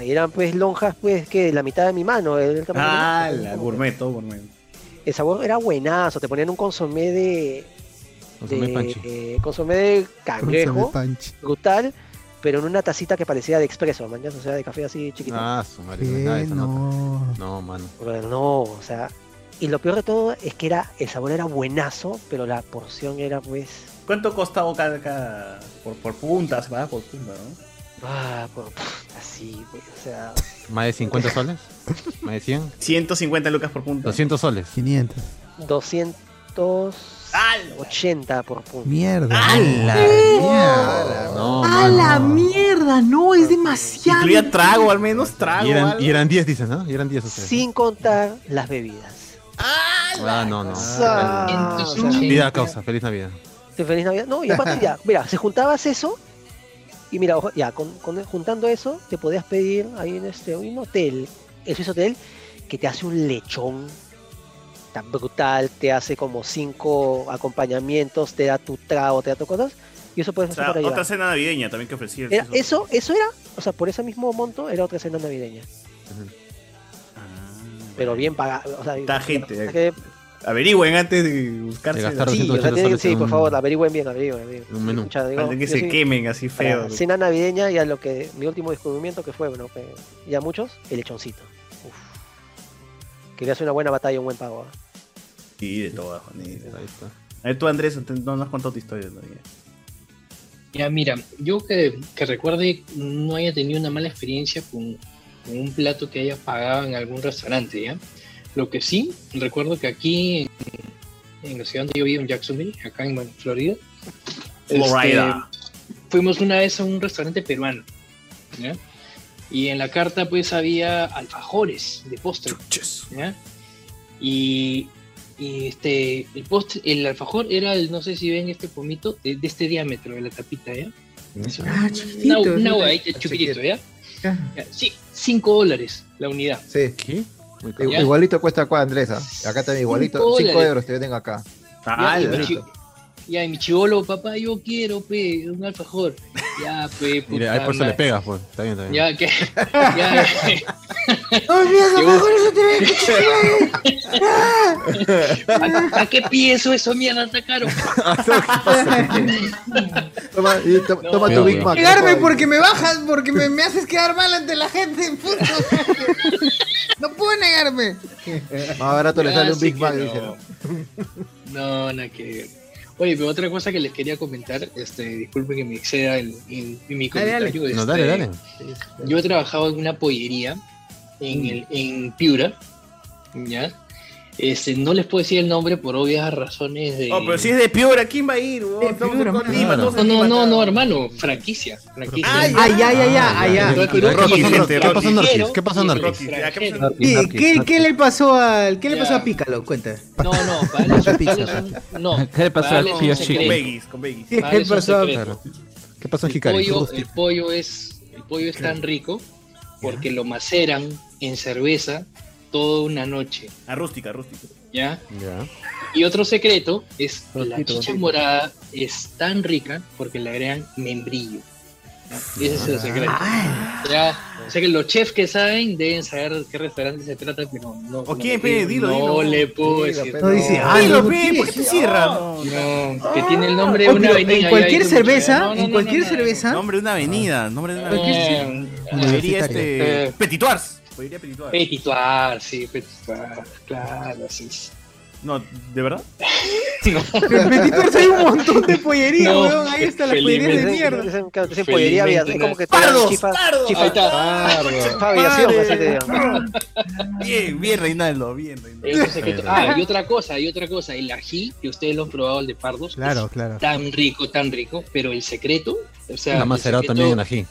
Speaker 7: y eran pues lonjas pues que la mitad de mi mano, el tamaño de mi mano,
Speaker 27: Ah,
Speaker 7: pues,
Speaker 27: la
Speaker 7: como-
Speaker 27: gourmet, todo gourmet.
Speaker 7: el sabor era buenazo, te ponían un consomé de.
Speaker 27: Consomé
Speaker 7: de-
Speaker 27: panchi.
Speaker 7: eh, consomé de cangrejo.
Speaker 6: Consomé panchi.
Speaker 7: Brutal, pero en una tacita que parecía de expreso, mañana, o sea, de café así chiquito.
Speaker 3: Ah, su madre.
Speaker 6: Sí,
Speaker 3: nada de esa nota.
Speaker 6: no.
Speaker 3: No, mano.
Speaker 7: Pero no, o sea. Y lo peor de todo es que era, el sabor era buenazo, pero la porción era pues.
Speaker 27: ¿Cuánto costaba cada, cada- por, por puntas, va? Por punta, ¿no?
Speaker 7: Ah, por, pff, así, pues, o sea.
Speaker 3: ¿Más de 50 soles? ¿Más de 100?
Speaker 27: 150 lucas por punta.
Speaker 3: 200 soles.
Speaker 6: 500.
Speaker 7: 280 por punto.
Speaker 6: Mierda.
Speaker 27: ¡Ala!
Speaker 3: No,
Speaker 26: ¡A
Speaker 3: mano.
Speaker 26: la mierda! No, es demasiado.
Speaker 27: Incluía trago, al menos trago.
Speaker 3: Y eran,
Speaker 27: algo.
Speaker 3: y eran 10, dices, ¿no? Y eran 10 ustedes.
Speaker 7: Sin contar las bebidas.
Speaker 3: Ah, no, no.
Speaker 7: Ah, o sea,
Speaker 3: Vida causa, feliz Navidad.
Speaker 7: de feliz Navidad. No, y aparte ya, mira, se juntabas eso y mira, ojo, ya, con, con- juntando eso, te podías pedir ahí en este, un hotel, el Swiss Hotel, que te hace un lechón tan brutal, te hace como cinco acompañamientos, te da tu trago, te da tus cosas, y eso puedes
Speaker 27: O
Speaker 7: hacer
Speaker 27: sea,
Speaker 7: para llevar.
Speaker 27: otra cena navideña también que ofrecía. el
Speaker 7: Era-
Speaker 27: Jesús.
Speaker 7: eso, eso era, o sea, por ese mismo monto era otra cena navideña. Pero bien pagada. O sea,
Speaker 27: Está gente. eh.
Speaker 7: que-
Speaker 27: Averigüen antes de buscarse.
Speaker 3: De gastar
Speaker 7: Sí, o sea,
Speaker 3: 180
Speaker 7: tiene que-
Speaker 3: soles
Speaker 7: sí,
Speaker 3: en
Speaker 7: por
Speaker 3: un-
Speaker 7: favor, averigüen bien, averigüen bien.
Speaker 3: un menú.
Speaker 7: Pucha, digo,
Speaker 27: Antes que
Speaker 7: yo
Speaker 27: se
Speaker 7: sí,
Speaker 27: quemen así
Speaker 7: para
Speaker 27: feo.
Speaker 7: Cena navideña y a lo que mi último descubrimiento que fue, bueno, que ya muchos, el lechoncito. Uf. Que le hace una buena batalla, un buen pago. ¿ah?
Speaker 27: Sí, de todas, Juanita. A ver, tú, Andrés, ent- no nos has contado tu historia todavía.
Speaker 13: Ya, mira, yo que, que recuerde no haya tenido una mala experiencia con, con un plato que haya pagado en algún restaurante, ¿ya? Lo que sí, recuerdo que aquí, en, en la ciudad donde yo vivo, en Jacksonville, acá en Florida, este,
Speaker 27: Florida.
Speaker 13: fuimos una vez a un restaurante peruano, ¿ya? Y en la carta pues había alfajores de postre, ¿ya? Y, y, este, el postre, el alfajor era, el, no sé si ven este pomito, de, de este diámetro de la tapita, ¿ya? Ah,
Speaker 35: chiquitito,
Speaker 13: Una, una
Speaker 35: sí.
Speaker 13: huevadita chiquitito, ¿ya? Ya, Sí, 5 dólares la unidad.
Speaker 5: Sí.
Speaker 13: Ya.
Speaker 5: Igualito cuesta acá, Andrés. ah. Acá está igualito.
Speaker 13: Cinco
Speaker 5: 5
Speaker 13: dólares.
Speaker 5: euros te tengo acá. Ah,
Speaker 13: Ya, y, mi chi- ya, y mi chivolo, papá, yo quiero, pe, un alfajor. Ya, pe, puta
Speaker 3: Mira, ahí por eso le
Speaker 13: madre.
Speaker 3: pegas, pues. Está bien, está
Speaker 5: [LAUGHS]
Speaker 3: bien.
Speaker 13: Ya, que. Ya. [LAUGHS] ¿A, a qué pie eso, eso mierda está
Speaker 5: [LAUGHS]
Speaker 13: caro?
Speaker 5: Toma, y to- toma tu
Speaker 3: Cuidado,
Speaker 5: Big
Speaker 3: cuidado.
Speaker 5: Mac.
Speaker 2: Pegarme
Speaker 5: por favor.
Speaker 2: porque me bajas, porque me, me haces quedar mal ante la gente.
Speaker 6: [LAUGHS]
Speaker 2: puta. No puedo negarme.
Speaker 5: Más barato le
Speaker 13: Ya,
Speaker 5: sale un
Speaker 13: sí
Speaker 5: Big
Speaker 13: que
Speaker 5: Mac,
Speaker 13: no.
Speaker 5: dice. ¿no?
Speaker 13: No, nada que ver. Oye, pero otra cosa que les quería comentar, este, disculpen que me exceda en, en- en mi
Speaker 35: Dale, dale.
Speaker 13: comentario.
Speaker 35: No, dale,
Speaker 13: este,
Speaker 35: dale.
Speaker 13: Yo he trabajado en una pollería en, el,
Speaker 5: Mm.
Speaker 13: en Piura, ¿ya? Este, no les puedo decir el nombre por obvias razones de...
Speaker 4: Oh, pero si es de Piura, ¿quién va a ir? huevón? Estamos en Lima, todos
Speaker 13: No,
Speaker 4: en
Speaker 13: no,
Speaker 4: Lima.
Speaker 13: no, no, hermano, franquicia, franquicia.
Speaker 4: Ay,
Speaker 3: Ah,
Speaker 4: Ah, ay, ay, ay, ay, ay.
Speaker 13: Todo el Perú
Speaker 3: ¿Qué pasó,
Speaker 13: extranjero,
Speaker 3: Norquis? ¿Qué pasó, Norquis? ¿Qué pasó,
Speaker 13: y
Speaker 3: Norquis?
Speaker 13: extranjero.
Speaker 1: ¿Qué, qué, qué le pasó al qué le pasó a Pícalo? Cuenta.
Speaker 13: No,
Speaker 1: [LAUGHS]
Speaker 13: no, para eso- para eso- no.
Speaker 1: ¿Qué le pasó
Speaker 13: para
Speaker 1: al
Speaker 13: eso
Speaker 1: tío
Speaker 13: es un
Speaker 1: Chico?
Speaker 13: secreto.
Speaker 1: Con Vegas, con Vegas. ¿Qué
Speaker 13: Para eso es un
Speaker 1: pasó?
Speaker 13: secreto.
Speaker 3: ¿Qué pasó en
Speaker 13: El
Speaker 3: Hikari?
Speaker 13: pollo, el pollo es, el pollo es tan rico porque lo maceran en cerveza toda una noche,
Speaker 4: A rústica, rústica.
Speaker 13: ¿ya?
Speaker 3: Ya.
Speaker 13: Y otro secreto es que la
Speaker 4: Rojito,
Speaker 13: chicha
Speaker 4: rojito.
Speaker 13: morada es tan rica porque le agregan membrillo. ¿ya? Ese es
Speaker 4: Ah.
Speaker 13: el secreto. Ya, o sea que los chefs que saben deben saber de qué restaurante se trata, pero no.
Speaker 4: ¿O
Speaker 13: no
Speaker 4: quién,
Speaker 13: me
Speaker 4: pe?
Speaker 13: pido,
Speaker 4: Dilo,
Speaker 13: no
Speaker 4: dilo.
Speaker 13: le puedo
Speaker 4: Dilo,
Speaker 13: decir.
Speaker 4: pe, No dice, no. ay, Dilo, no, pe, ¿por qué te cierras?
Speaker 13: No, que tiene el nombre
Speaker 1: Oye,
Speaker 27: Oh,
Speaker 13: de una
Speaker 1: pero
Speaker 13: avenida.
Speaker 1: en
Speaker 13: ya hay
Speaker 1: cualquier
Speaker 13: como-
Speaker 1: cerveza,
Speaker 13: No, no,
Speaker 1: en
Speaker 13: no,
Speaker 1: cualquier
Speaker 13: no, no.
Speaker 1: cerveza.
Speaker 4: Nombre de una avenida, nombre de una
Speaker 13: Cualquier-
Speaker 4: avenida. Pollería,
Speaker 13: Universitaria.
Speaker 4: este. Petituars. Pollería Petituars.
Speaker 13: Petituar, sí, Petituar, claro, sí.
Speaker 4: No, ¿de
Speaker 13: [LAUGHS]
Speaker 4: verdad?
Speaker 1: [LAUGHS] En Petituars hay un montón de pollerías,
Speaker 13: No,
Speaker 1: weón. Ahí está la pollería de
Speaker 7: felizmente
Speaker 1: mierda.
Speaker 7: no. Dicen- claro, dicen pollería, había- es como que te dan
Speaker 1: ¡Pardos!
Speaker 7: chifa-
Speaker 1: ¡Pardos!
Speaker 7: chifa-
Speaker 1: Ahí está.
Speaker 7: chifa aviación, así te digo.
Speaker 13: [LAUGHS]
Speaker 4: Bien, bien, Reinaldo, bien, Reinaldo.
Speaker 13: Eso es secreto. Ah, y otra cosa, y otra cosa, el ají, que ustedes lo han probado, el de pardos,
Speaker 6: Claro, claro.
Speaker 13: es tan rico, tan rico, pero el secreto, o sea...
Speaker 3: La
Speaker 13: el
Speaker 3: macerado
Speaker 13: secreto-
Speaker 3: también en ají.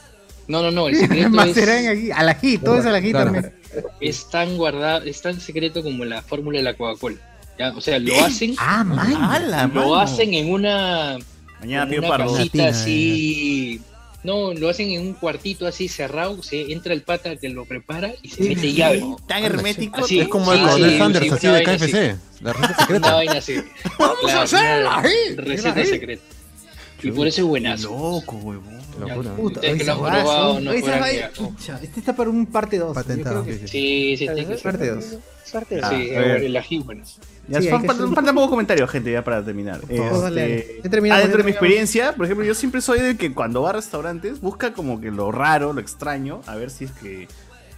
Speaker 13: No, no, no,
Speaker 3: [LAUGHS]
Speaker 1: [LAUGHS]
Speaker 13: el secreto
Speaker 1: Maceran
Speaker 13: es,
Speaker 1: aquí, al ají, todo es al ají
Speaker 3: Claro.
Speaker 1: también.
Speaker 13: es tan guardado, es tan secreto como la fórmula de la Coca-Cola. ¿ya? O sea, lo
Speaker 3: ¡Eh!
Speaker 13: hacen...
Speaker 1: Ah, mala,
Speaker 13: lo hacen en una...
Speaker 4: Mañana
Speaker 13: en
Speaker 4: pido
Speaker 13: una
Speaker 4: pardos.
Speaker 13: casita así... No, lo hacen en un cuartito así cerrado, se entra el pata que lo prepara y se mete llave.
Speaker 4: Tan hermético.
Speaker 13: Así,
Speaker 3: es como el
Speaker 13: sí,
Speaker 3: coronel
Speaker 13: sí,
Speaker 3: Sanders,
Speaker 13: sí,
Speaker 3: así
Speaker 13: una
Speaker 3: de
Speaker 13: vaina
Speaker 3: KFC. La receta
Speaker 13: Una
Speaker 3: secreta.
Speaker 13: vaina [LAUGHS] así.
Speaker 3: Vamos
Speaker 13: Claro,
Speaker 3: a hacerla,
Speaker 13: una
Speaker 3: ahí,
Speaker 13: Receta
Speaker 3: ahí.
Speaker 13: secreta. Y por eso es buenazo.
Speaker 4: Loco, huevón.
Speaker 3: Locura.
Speaker 13: Puta,
Speaker 1: Oye,
Speaker 13: Ustedes que lo han
Speaker 1: esa hueá,
Speaker 13: probado
Speaker 1: son-
Speaker 13: no
Speaker 1: oye, esa
Speaker 13: podrán
Speaker 1: hueá,
Speaker 13: negar.
Speaker 1: pucha, Este está para un parte 2.
Speaker 13: Ah,
Speaker 6: Patentado.
Speaker 13: Sí, sí, tiene que ser.
Speaker 1: Parte 2.
Speaker 13: Parte
Speaker 4: Ah,
Speaker 13: dos, sí,
Speaker 4: a ver.
Speaker 13: el ají, bueno.
Speaker 4: Ya
Speaker 1: Sí, hay
Speaker 4: fan-
Speaker 1: que
Speaker 4: fan-
Speaker 1: hacer-
Speaker 4: faltan pocos comentarios, gente, ya para terminar. Este,
Speaker 1: favor, dale, dale. Ya terminamos,
Speaker 4: adentro de
Speaker 1: ya
Speaker 4: mi
Speaker 1: terminamos.
Speaker 4: experiencia, por ejemplo, yo siempre soy del que cuando va a restaurantes busca como que lo raro, lo extraño, a ver si es que.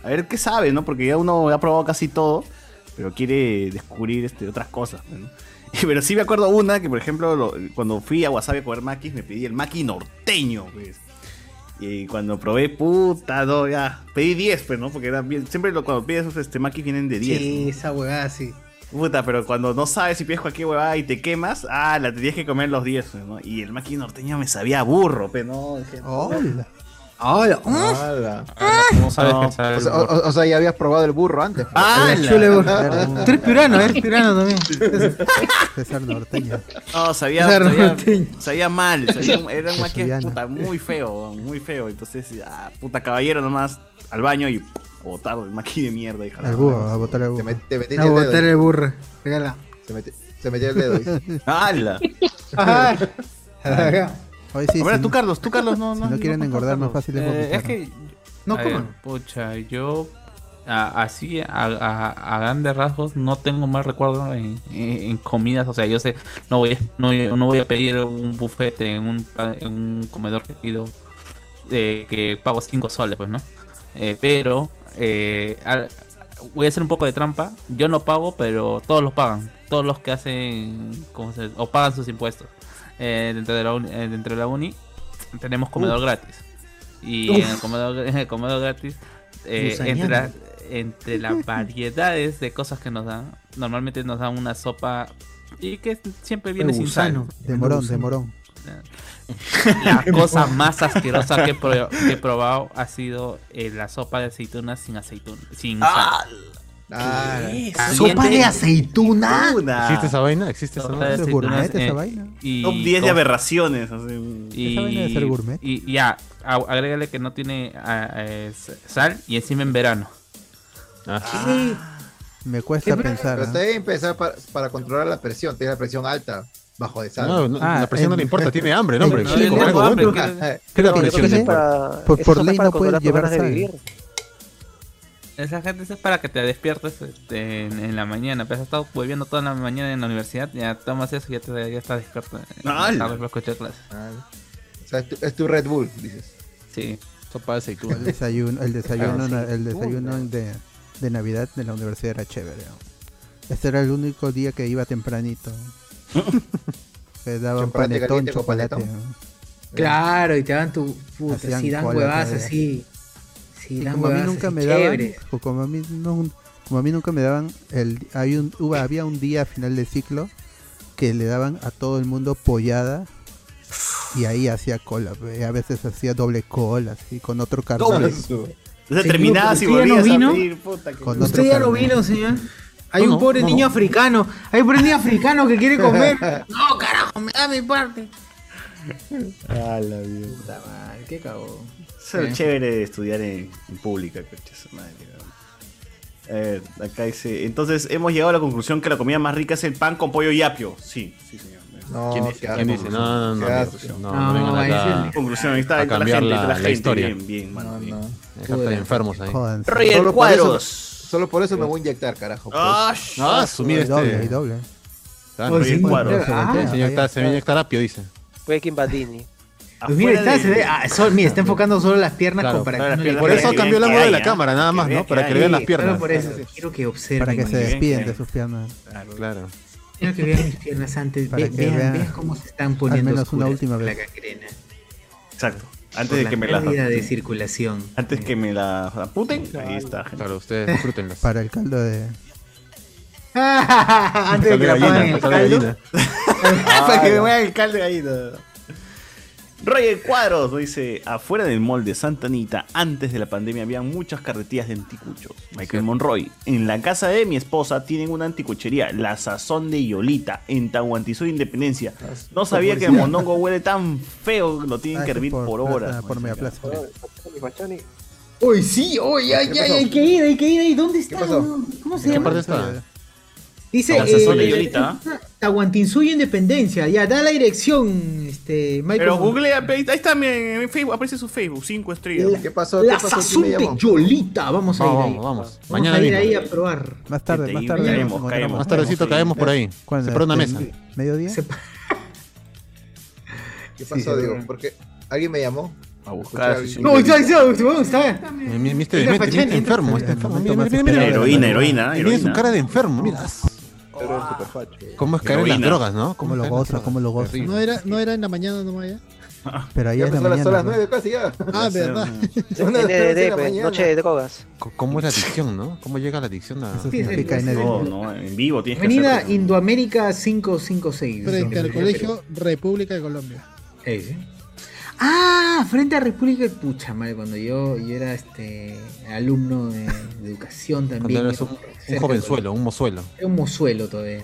Speaker 4: A ver qué sabe, ¿no? Porque ya uno ha probado casi todo, pero quiere descubrir este, otras cosas, ¿no? [LAUGHS] Pero sí me acuerdo una que, por ejemplo, lo- cuando fui a Wasabi a comer maquis, me pedí el maqui norteño, pues. Y cuando probé, puta, no, ya. Pedí 10, pues, ¿no? Porque era bien. Siempre lo- cuando pides esos este, maquis vienen de 10. ¿no?
Speaker 1: Sí, esa huevada, sí.
Speaker 4: Puta, pero cuando no sabes si pides cualquier huevada y te quemas, ah, la tenías que comer los 10, ¿no? Y el maqui norteño me sabía a burro, pero no. dije,
Speaker 1: Oh.
Speaker 6: Hola.
Speaker 1: Hola.
Speaker 5: Hola.
Speaker 4: ¿Cómo
Speaker 10: sabes que
Speaker 5: O
Speaker 10: sabe el
Speaker 5: sea, o-
Speaker 10: burro?
Speaker 5: o- o sea, ya habías probado el burro antes.
Speaker 4: ¡Ah!
Speaker 1: Chule, burro. Tú eres pirano, eres pirano también.
Speaker 6: [LAUGHS] César Norteño.
Speaker 4: No, sabía,
Speaker 1: Claro,
Speaker 4: sabía,
Speaker 1: norteño.
Speaker 4: sabía mal. sabía- era un maqui
Speaker 6: Suyana.
Speaker 4: puta, muy feo, muy feo. Entonces, ah, puta caballero nomás al baño y a botar el maqui de mierda, hija.
Speaker 6: Al búho, a botar al búho.
Speaker 5: Te, met- te metiste
Speaker 1: A
Speaker 5: el
Speaker 1: botar
Speaker 5: dedo.
Speaker 1: el burro. Regala.
Speaker 5: Se, meti- se metió el dedo. dice.
Speaker 4: ¡Hala!
Speaker 1: Ajá.
Speaker 6: Oye, sí,
Speaker 4: Ahora
Speaker 6: si
Speaker 4: tú,
Speaker 6: no-
Speaker 4: Carlos, tú, Carlos, no.
Speaker 6: si no quieren engordar, más fácil es
Speaker 10: Eh,
Speaker 6: vomitar.
Speaker 10: es que.
Speaker 6: No
Speaker 10: a ver,
Speaker 6: coman.
Speaker 10: pucha, yo. a- así, a, a- a grandes rasgos, no tengo más recuerdo en, en- en comidas. O sea, yo sé, no voy, no, voy- no voy a pedir un bufete en un, pa- en un comedor que pido. eh, que pago 5 soles, pues, ¿no? Eh, pero. eh, al- voy a hacer un poco de trampa. Yo no pago, pero todos los pagan. Todos los que hacen. ¿cómo se dice? O pagan sus impuestos. Eh, dentro, de la uni, eh, dentro de la uni tenemos comedor gratis. Y en el comedor, en el comedor gratis, eh,
Speaker 1: Gusañada.
Speaker 10: entre, la- entre las variedades de cosas que nos dan, normalmente nos dan una sopa y que siempre viene sin sal.
Speaker 6: De morón, de morón.
Speaker 10: [LAUGHS] La cosa más asquerosa que he,
Speaker 6: [LAUGHS]
Speaker 3: Ah,
Speaker 10: pro- que he probado ha sido eh, la sopa de aceitunas sin aceituna, sin sal.
Speaker 1: ¿Sopa de aceituna?
Speaker 3: ¿Existe esa vaina? ¿Existe esa
Speaker 4: Sopa
Speaker 3: vaina?
Speaker 4: de
Speaker 3: ¿Es
Speaker 4: aceitunas,
Speaker 3: gourmet esa
Speaker 4: eh,
Speaker 3: vaina?
Speaker 4: y-
Speaker 3: Top 10 de
Speaker 4: y-
Speaker 3: aberraciones,
Speaker 4: así. Y,
Speaker 6: Esa vaina debe ser gourmet.
Speaker 4: Y y ya, a- agrégale que no tiene ah, eh, s- sal y encima en verano.
Speaker 6: Me cuesta pensar.
Speaker 5: Pero
Speaker 6: ¿ah?
Speaker 5: te debe empezar para, para controlar la presión. Tiene la presión alta, bajo de sal.
Speaker 3: No, no, Ah, la presión no en-
Speaker 5: [LAUGHS]
Speaker 3: le importa, tiene hambre el hombre.
Speaker 5: En
Speaker 3: No, tiene
Speaker 5: Chile,
Speaker 3: hambre,
Speaker 5: huevón,
Speaker 3: ¿qué-
Speaker 5: Ah, pero-
Speaker 3: qué le
Speaker 5: No,
Speaker 3: presión
Speaker 5: yo creo que
Speaker 3: le
Speaker 5: sí,
Speaker 3: importa?
Speaker 5: para-
Speaker 6: Por,
Speaker 5: eso
Speaker 6: por
Speaker 5: es
Speaker 6: ley
Speaker 5: para
Speaker 6: no
Speaker 5: controlar
Speaker 6: puedes
Speaker 5: tus
Speaker 6: llevar
Speaker 5: ganas de
Speaker 6: sal.
Speaker 5: vivir.
Speaker 10: Esa gente esa es para que te despiertes este, en, en la mañana. Pues has estado bebiendo toda la mañana en la universidad. Ya tomas eso y ya, te, ya estás despierto.
Speaker 5: ¡Hala!
Speaker 10: Tarde para escuchar clases.
Speaker 5: O sea, es tu, es tu Red Bull, dices.
Speaker 10: Sí.
Speaker 4: Sopa de aceituna.
Speaker 6: El desayuno, el desayuno,
Speaker 5: Claro, sí.
Speaker 6: el desayuno de, de Navidad de la universidad era chévere. ¿no? Este era el único día que iba tempranito.
Speaker 10: [LAUGHS]
Speaker 6: Te daban
Speaker 1: Chocolate
Speaker 6: panetón,
Speaker 1: caliente con
Speaker 6: chocolate.
Speaker 1: panetón.
Speaker 6: ¿no?
Speaker 1: Claro, y te dan tu. Puta,
Speaker 6: Hacían
Speaker 1: si dan
Speaker 6: cola
Speaker 1: huevadas
Speaker 6: todavía.
Speaker 1: así. Si
Speaker 6: Y
Speaker 1: dan
Speaker 6: como a mí
Speaker 1: huevadas
Speaker 6: nunca
Speaker 1: así,
Speaker 6: me daban,
Speaker 1: chévere.
Speaker 6: o como a mí, no- como a mí nunca me daban, el, hay un, hubo- había un día a final de ciclo que le daban a todo el mundo pollada y ahí hacía cola, pe, y a veces hacía doble cola, así con otro carnal.
Speaker 4: Entonces terminabas y
Speaker 1: ¿Usted ya no
Speaker 4: volvías
Speaker 1: vino?
Speaker 4: a pedir, puta que...
Speaker 6: Con
Speaker 1: Usted
Speaker 6: otro
Speaker 1: ya lo
Speaker 6: carnal.
Speaker 1: vino, señor. Hay
Speaker 6: No,
Speaker 1: un
Speaker 6: no,
Speaker 1: pobre
Speaker 6: no,
Speaker 1: niño
Speaker 6: no.
Speaker 1: africano. Hay un pobre niño africano que quiere comer. No, carajo, me da mi parte. Pues
Speaker 4: Ah, la vida.
Speaker 1: qué Eh. cagón.
Speaker 4: Eso es lo chévere de estudiar en, en pública, coche su madre, weón. A ver, acá dice. Entonces hemos llegado a la conclusión que la comida más rica es el pan con pollo y apio. Sí, sí, señor.
Speaker 5: No,
Speaker 4: ¿Quién
Speaker 5: [LAUGHS]
Speaker 4: dice?
Speaker 5: qué
Speaker 4: ¿Quién
Speaker 5: asco.
Speaker 4: dice?
Speaker 5: Qué
Speaker 4: No, no, no.
Speaker 5: asco.
Speaker 4: conclusión.
Speaker 5: No, no vengan
Speaker 4: ahí
Speaker 5: acá
Speaker 4: dice- Conclusión, ahí está,
Speaker 5: a
Speaker 4: ahí está la
Speaker 5: cambiar
Speaker 4: gente,
Speaker 5: la-
Speaker 4: ahí está la
Speaker 5: la
Speaker 4: gente.
Speaker 5: historia.
Speaker 4: Bien, bien, mano. bien.
Speaker 3: Deja estar enfermos ahí.
Speaker 6: Jodan.
Speaker 4: Rey
Speaker 5: Solo
Speaker 4: el
Speaker 5: por eso-
Speaker 4: cuadros.
Speaker 5: Solo por eso me voy a inyectar, carajo. pues.
Speaker 4: Ah,
Speaker 3: Ah, sumir
Speaker 6: Hay
Speaker 3: este.
Speaker 6: doble, hay doble.
Speaker 3: Ah,
Speaker 6: Oh,
Speaker 3: Rey
Speaker 6: sí,
Speaker 3: el cuadro.
Speaker 6: bueno, se
Speaker 3: Ah,
Speaker 6: voltea,
Speaker 3: Se inyecta-
Speaker 6: ahí
Speaker 3: se va a inyectar apio, dice.
Speaker 7: Breaking Badini.
Speaker 1: Pues mira, está, se ve- ah, sol- mira, está enfocando solo las piernas
Speaker 3: Claro,
Speaker 1: comparativas.
Speaker 3: claro, por eso cambió el ángulo de la cámara, nada más, ¿no? Para que le vean las piernas.
Speaker 1: Solo por eso, quiero que observen.
Speaker 6: Para que se
Speaker 1: weón.
Speaker 6: despiden de sus piernas.
Speaker 3: Claro, claro.
Speaker 1: Quiero que vean mis piernas antes.
Speaker 6: Para
Speaker 1: Ve-
Speaker 6: que
Speaker 1: vean,
Speaker 6: vean
Speaker 1: vean cómo se están poniendo.
Speaker 6: al menos una última
Speaker 1: La
Speaker 6: vez.
Speaker 1: gangrena.
Speaker 4: Exacto.
Speaker 1: Por
Speaker 4: Antes de
Speaker 1: la
Speaker 4: que me la
Speaker 1: pérdida de circulación.
Speaker 4: Antes que me la aputen, ahí está.
Speaker 1: [LAUGHS]
Speaker 4: Claro, ustedes disfrútenlas.
Speaker 6: Para el caldo de.
Speaker 1: Antes de que la pongan en el caldo. [LAUGHS]
Speaker 5: [LAUGHS]
Speaker 2: Ah,
Speaker 4: Para que me
Speaker 1: mueva
Speaker 4: el caldo ahí. Roger Cuadros nos dice, afuera del mall de Santa Anita, antes de la pandemia había muchas carretillas de anticuchos. Michael Monroy, en la casa de mi esposa tienen una anticuchería, La Sazón de Yolita, en Tahuantinsuyo Independencia.
Speaker 3: Ah,
Speaker 4: No sabía que el
Speaker 6: publicidad.
Speaker 4: mondongo huele tan feo,
Speaker 3: [LAUGHS]
Speaker 4: lo tienen que hervir por, horas.
Speaker 6: Por media plaza.
Speaker 1: Uy, sí, uy, ay,
Speaker 4: ¿Qué
Speaker 1: ay,
Speaker 4: pasó?
Speaker 1: hay que ir, hay que ir ahí. ¿Dónde está?
Speaker 4: pasó?
Speaker 1: weón? ¿Cómo se
Speaker 4: ¿En qué
Speaker 1: llama?
Speaker 4: parte está?
Speaker 1: Dice.
Speaker 4: La Sazón de
Speaker 1: eh,
Speaker 4: Yolita.
Speaker 1: Tahuantinsuyo Independencia. Ya, da la dirección, este, Michael.
Speaker 4: Pero googlea, ahí está mi- mi Facebook, aparece su Facebook, 5 estrellas.
Speaker 1: La- La sazón de Yolita. Vamos a ir
Speaker 3: Vamos,
Speaker 1: ahí.
Speaker 3: vamos, vamos.
Speaker 1: Vamos
Speaker 3: Mañana
Speaker 1: a ir
Speaker 3: mismo.
Speaker 1: ahí a probar.
Speaker 6: Más tarde,
Speaker 4: Gente,
Speaker 6: más
Speaker 4: Este, y
Speaker 6: tarde.
Speaker 4: caemos,
Speaker 6: nos encontramos.
Speaker 4: caemos.
Speaker 3: Más tardecito caemos por ahí.
Speaker 6: ¿Cuándo?
Speaker 3: Se para una mesa.
Speaker 6: ¿Mediodía? [LAUGHS]
Speaker 5: ¿Qué pasó, Diego? Porque alguien me llamó.
Speaker 4: A
Speaker 5: buscar.
Speaker 1: No, está, está, está, está.
Speaker 3: Mister,
Speaker 1: Mira,
Speaker 3: mister,
Speaker 1: Pachani,
Speaker 3: mister enfermo, está enfermo. Mira, mira, mira, mira.
Speaker 4: Heroína, heroína,
Speaker 3: Tiene su
Speaker 4: heroína.
Speaker 3: cara de enfermo, mira. ¿Cómo es caer en las
Speaker 4: Heroína.
Speaker 3: drogas, no?
Speaker 6: ¿Cómo lo
Speaker 3: caer en las
Speaker 6: goza? ¿Cómo lo goza?
Speaker 2: No era, no era en la mañana nomás [LAUGHS] ya.
Speaker 6: Pero ahí
Speaker 5: Ya
Speaker 6: es la
Speaker 5: empezó a
Speaker 6: mañana.
Speaker 5: las- son las
Speaker 6: ¿no?
Speaker 5: nueve casi ya.
Speaker 2: Ah, verdad.
Speaker 5: Son las tres de la mañana.
Speaker 7: noche de drogas.
Speaker 3: drogas? ¿Cómo es la adicción, no? ¿Cómo llega la adicción a.?
Speaker 6: Eso significa en el-
Speaker 4: No, no, en vivo tienes que
Speaker 1: Avenida
Speaker 4: hacer.
Speaker 1: Indoamérica
Speaker 2: [LAUGHS]
Speaker 1: 556.
Speaker 2: Frente al
Speaker 1: Independencia, Perú.
Speaker 2: colegio República de Colombia.
Speaker 1: Ahí, sí. Ah, frente a República. Pucha madre, cuando yo, yo era este alumno de, de educación
Speaker 3: Cuando
Speaker 1: también.
Speaker 3: eres un,
Speaker 1: era
Speaker 3: un
Speaker 1: cerca
Speaker 3: jovenzuelo, un mozuelo.
Speaker 1: del- Era un mozuelo
Speaker 3: [LAUGHS]
Speaker 1: todavía.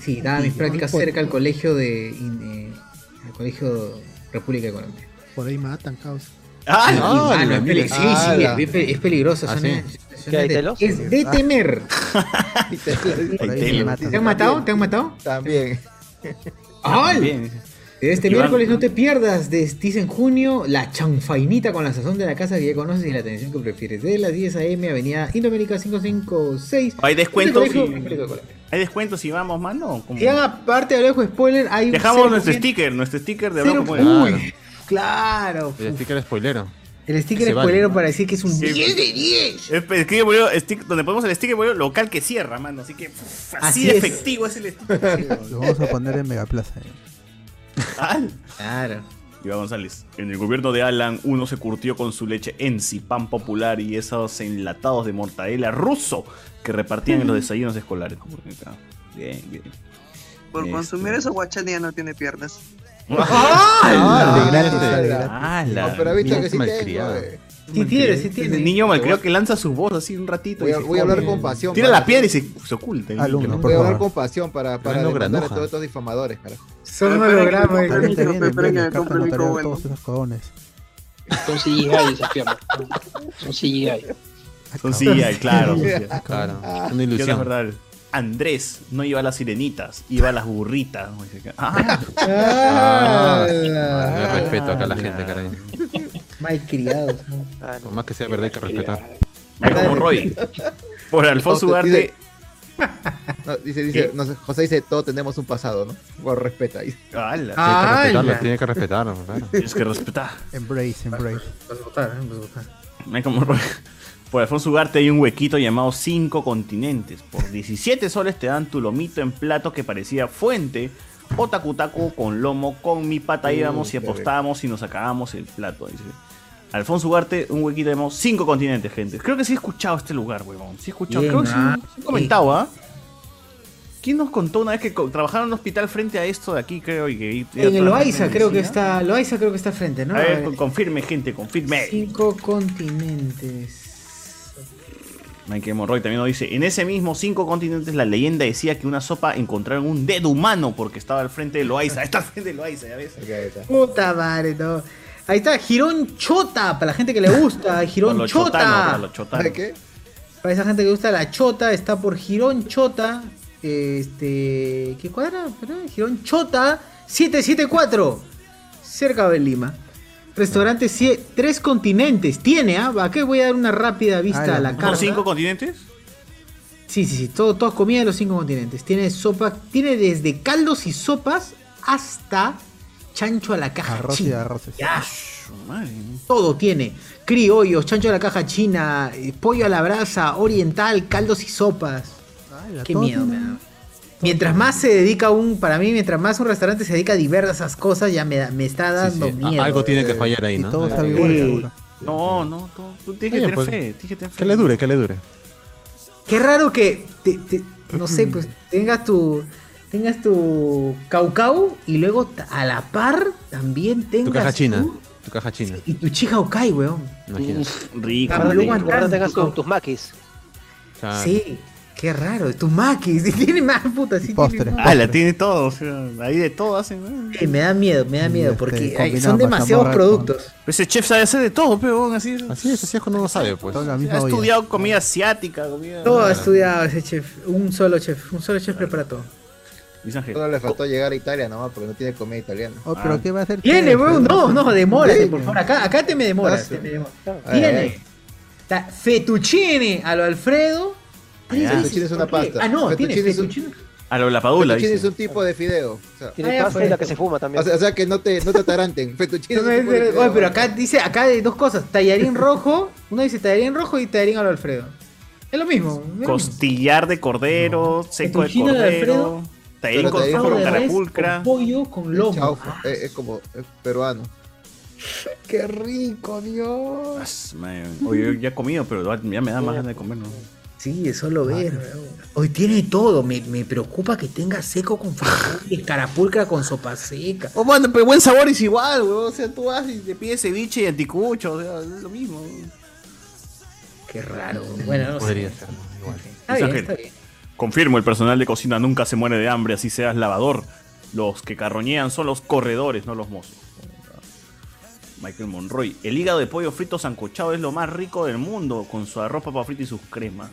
Speaker 1: Sí, daba mis prácticas cerca al colegio de. in- eh, al colegio República de Colombia.
Speaker 2: Por ahí matan, causa.
Speaker 1: Ah, no, ah, no, es peli- sí, sí,
Speaker 2: Ah,
Speaker 1: es, pe- es peligroso.
Speaker 2: Ah,
Speaker 1: son-
Speaker 2: sí.
Speaker 1: son
Speaker 7: ¿Qué hay,
Speaker 1: de-
Speaker 7: telos?
Speaker 1: es de temer.
Speaker 6: Por ahí
Speaker 4: Telo.
Speaker 6: me matan.
Speaker 1: ¿Te han matado? ¿Te han matado?
Speaker 5: También.
Speaker 1: ¡Ay! Este
Speaker 4: Iván.
Speaker 1: miércoles no te pierdas, de, dice en junio, la chanfainita con la sazón de la casa que ya conoces y la atención que prefieres. De las 10 a.m. Avenida Indoamérica 556.
Speaker 4: Hay descuentos
Speaker 1: Frente al
Speaker 4: y-
Speaker 1: colegio-
Speaker 4: ¿Hay descuentos si vamos, mano? Como-
Speaker 1: Y aparte, Alejo, spoiler, hay...
Speaker 4: Dejamos nuestro
Speaker 1: 0%.
Speaker 4: sticker, nuestro sticker de
Speaker 1: Cero-
Speaker 4: Blanco Puebla.
Speaker 1: Uy, Claro.
Speaker 3: El sticker es spoilero.
Speaker 1: El sticker
Speaker 3: Se
Speaker 1: es
Speaker 3: vale.
Speaker 1: polero para decir que es un
Speaker 4: Sí. pues,
Speaker 1: 10 de 10.
Speaker 4: Es- es que, boludo, stick- donde ponemos el sticker, boludo, local que cierra, mano. Así que pff, así,
Speaker 1: Así
Speaker 4: de
Speaker 1: es.
Speaker 4: efectivo es el sticker.
Speaker 6: Lo vamos a poner en
Speaker 5: [LAUGHS]
Speaker 6: Megaplaza. ¿eh?
Speaker 1: Claro.
Speaker 4: Iván González. En el gobierno de Alan, uno se curtió con su leche Ensi, pan popular y esos enlatados de mortadela ruso que repartían en los desayunos escolares. Bien, bien. [LAUGHS]
Speaker 36: Por consumir eso, Guachani ya no tiene piernas.
Speaker 6: Ah,
Speaker 5: No, pero viste que sí tengo,
Speaker 4: malcriado.
Speaker 5: eh.
Speaker 4: Sí tiene, sí tiene. El niño
Speaker 5: Te voy-
Speaker 4: malcriado que lanza su voz así un ratito.
Speaker 5: Voy a-
Speaker 4: y se
Speaker 5: voy a hablar
Speaker 4: come.
Speaker 5: con pasión,
Speaker 4: Tira
Speaker 5: para-
Speaker 4: la piedra y se, se oculta. ¿eh? el niño.
Speaker 5: Voy a hablar con pasión para, para
Speaker 4: Fernando
Speaker 5: demandar a
Speaker 4: Granuja.
Speaker 5: todos estos difamadores, carajo.
Speaker 37: Son
Speaker 5: Espera que
Speaker 37: hologramas,
Speaker 5: me compre
Speaker 37: eh.
Speaker 5: el micro,
Speaker 37: Vienen,
Speaker 5: espera que me
Speaker 37: vienen,
Speaker 5: compre el
Speaker 6: Para
Speaker 5: micro,
Speaker 6: traer
Speaker 5: bueno.
Speaker 6: todos esos codones.
Speaker 38: Son CGI esas piernas. Son CGI.
Speaker 4: Son CGI, claro.
Speaker 38: Sí,
Speaker 4: claro.
Speaker 3: Una ilusión.
Speaker 4: Jonas Bernal, Andrés no iba a las sirenitas, iba a las burritas. ¿no? Dice que- Ah.
Speaker 37: Ah,
Speaker 3: Ah, no hay respeto acá a la gente, caray.
Speaker 1: Malcriados.
Speaker 3: Por más que sea verdad hay que respetar.
Speaker 4: Como Roy. Por Alfonso
Speaker 5: Dice-
Speaker 4: Ugarte.
Speaker 5: [LAUGHS] No, dice, dice, no sé, José dice, todos tenemos un pasado, ¿no? Por respeta. dice.
Speaker 4: ¡Hala!
Speaker 3: tiene que respetarlo,
Speaker 6: Ah,
Speaker 3: claro.
Speaker 4: Tienes que respetar.
Speaker 6: Embrace, embrace.
Speaker 1: Vas a votar, ¿eh? Vas a votar.
Speaker 4: No hay como Roy. Por Alfonso Ugarte hay un huequito llamado Cinco Continentes. Por 17 soles te dan tu lomito en plato que parecía fuente. O tacutaco con lomo, con mi pata
Speaker 3: Uh,
Speaker 4: íbamos y
Speaker 3: qué rico.
Speaker 4: apostábamos y nos sacábamos el plato. Dice. Alfonso Ugarte, un huequito llamado Cinco Continentes, gente. Creo que sí he escuchado este lugar, huevón. Sí he escuchado.
Speaker 3: Bien,
Speaker 4: Creo que sí,
Speaker 3: ah.
Speaker 4: sí he comentado, ¿ah? ¿Quién nos contó una vez que co- trabajaba en un hospital frente a esto de aquí, creo? Y que, y-
Speaker 1: En el Loaiza
Speaker 4: medicina?
Speaker 1: creo que está. Loaiza creo que está frente, ¿no?
Speaker 4: A ver,
Speaker 1: A ver,
Speaker 4: con- confirme, gente, confirme.
Speaker 1: Cinco continentes.
Speaker 4: Michael Monroy también nos dice, en ese mismo cinco continentes la leyenda decía que una sopa encontraron un dedo humano porque estaba al frente de Loaiza. [LAUGHS] Está al frente de Loaiza, ya ves.
Speaker 1: Puta madre, no. Ahí está, Girón Chota, para la gente que le
Speaker 4: [LAUGHS]
Speaker 1: gusta, Girón
Speaker 4: Para los
Speaker 1: Chota.
Speaker 4: chotanos, para los chotanos. ¿Para qué?
Speaker 1: Para esa gente que le gusta la Chota, está por Girón Chota. Este. ¿Qué cuadra? Espera, Girón Chota 774. Cerca de Lima. Restaurante cie- Tres Continentes. Tiene, ¿ah? ¿A qué voy a dar una rápida
Speaker 4: Ah,
Speaker 1: vista a la
Speaker 4: ¿Con
Speaker 1: carta?
Speaker 4: cinco continentes?
Speaker 1: Sí, sí, sí. Todo, todas comidas de los cinco continentes. Tiene sopa, tiene desde caldos y sopas hasta chancho a la caja
Speaker 6: Arroz y
Speaker 1: china.
Speaker 6: arroces.
Speaker 1: Ya. Todo tiene. Criollos, chancho a la caja china, eh, pollo a la brasa, oriental, caldos y sopas. Qué
Speaker 6: todo
Speaker 1: miedo,
Speaker 6: tiene-
Speaker 1: me da. Mientras más se dedica un, para mí, mientras más un restaurante se dedica a diversas cosas, ya me, da- me está dando
Speaker 4: Ah,
Speaker 3: Sí, a-
Speaker 1: miedo.
Speaker 3: Ah, Algo tiene que fallar ahí, ¿no?
Speaker 6: todo sabe
Speaker 3: Eh,
Speaker 6: igual,
Speaker 3: eh,
Speaker 6: seguro.
Speaker 4: No, no, tú, tú tienes que
Speaker 3: Oye,
Speaker 4: tener
Speaker 3: pues,
Speaker 4: fe, tienes que tener fe.
Speaker 3: Que le dure, que le dure.
Speaker 1: Qué raro que, te- te- no sé,
Speaker 4: [LAUGHS]
Speaker 1: pues tengas tu, tengas tu caucau y luego ta- a la par también tengas
Speaker 3: Tu caja china.
Speaker 1: tu-
Speaker 3: Tu caja china.
Speaker 1: y tu chihaukai, weón.
Speaker 3: Imagínate.
Speaker 4: Rico.
Speaker 1: Para luego andar
Speaker 39: Ahora tengas
Speaker 1: tu-
Speaker 39: tus maquis.
Speaker 4: Ah.
Speaker 3: Claro.
Speaker 1: Sí, qué raro. Tu maquis, [LAUGHS] sí tiene más puta, sí tiene más.
Speaker 4: Ah, la tiene todo, o sea, ahí de todo hacen.
Speaker 1: Sí, me da miedo, me da miedo,
Speaker 4: este,
Speaker 1: porque ay,
Speaker 4: combinado
Speaker 1: son demasiados
Speaker 4: mazamorra
Speaker 1: productos.
Speaker 4: Ese chef sabe hacer de todo, peón, así es.
Speaker 3: Así es, así es cuando uno sabe, pues.
Speaker 4: Ha estudiado comida asiática, comida...
Speaker 1: Todo ha estudiado ese chef, un solo chef, un solo chef prepara todo.
Speaker 5: Solo le faltó llegar a Italia nomás porque no tiene comida italiana.
Speaker 6: Oh, pero
Speaker 4: Ah.
Speaker 6: ¿qué va a hacer?
Speaker 1: Tiene, Ah. weón, no, no, demórate,
Speaker 6: Viene.
Speaker 1: por favor. Acá, acá te me demoras.
Speaker 6: Gracias.
Speaker 1: te me demoras.
Speaker 5: Ay, ay,
Speaker 1: Tiene. Está fettuccine a lo Alfredo.
Speaker 5: ay. Fettuccine es una pasta.
Speaker 1: Ah, no, tiene
Speaker 5: Fettuccine es un-
Speaker 1: fettuccine.
Speaker 4: A Ah, lo de la padula,
Speaker 5: Fettuccine es
Speaker 4: dice.
Speaker 5: un tipo de fideo. o sea.
Speaker 1: Tiene Ah, ya pasta fue. y la que se
Speaker 5: fuma también. O sea, o sea que no te, no te ataranten. [LAUGHS] Fettuccine es un tipo de fideo.
Speaker 1: Oye, pero acá dice, acá hay dos cosas, tallarín rojo, uno dice tallarín rojo y tallarín a lo Alfredo. Es lo mismo.
Speaker 2: [LAUGHS]
Speaker 1: es lo mismo.
Speaker 4: Costillar de cordero, seco de
Speaker 1: Fettuccine de
Speaker 4: cordero,
Speaker 1: Alfredo.
Speaker 4: tallarín
Speaker 5: Pero
Speaker 4: con
Speaker 5: tallarín
Speaker 4: con
Speaker 5: con res,
Speaker 4: carapulcra.
Speaker 1: Pollo con
Speaker 5: Es
Speaker 1: lomo.
Speaker 5: chaufo, es, es como es peruano.
Speaker 37: Qué rico, Dios.
Speaker 4: As- man. Oye, yo ya he comido, pero ya me da más ganas de comer, ¿no?
Speaker 1: Sí, eso lo ver. weón. Hoy tiene todo. Me, me preocupa que tenga seco con frijoles, carapulcra con sopa seca.
Speaker 4: Oh, bueno, pero buen sabor es igual, weón. O sea, tú vas y te pides ceviche y anticucho, o sea, es lo mismo.
Speaker 1: Qué raro. Bueno, no
Speaker 3: Podría
Speaker 1: sé.
Speaker 3: ser.
Speaker 1: Está bien, está bien.
Speaker 4: Confirmo, el personal de cocina nunca se muere de hambre, así seas lavador. Los que carroñean son los corredores, no los mozos. Michael Monroy. El hígado de pollo frito sancochado es lo más rico del mundo, con su arroz, papa frita y sus cremas.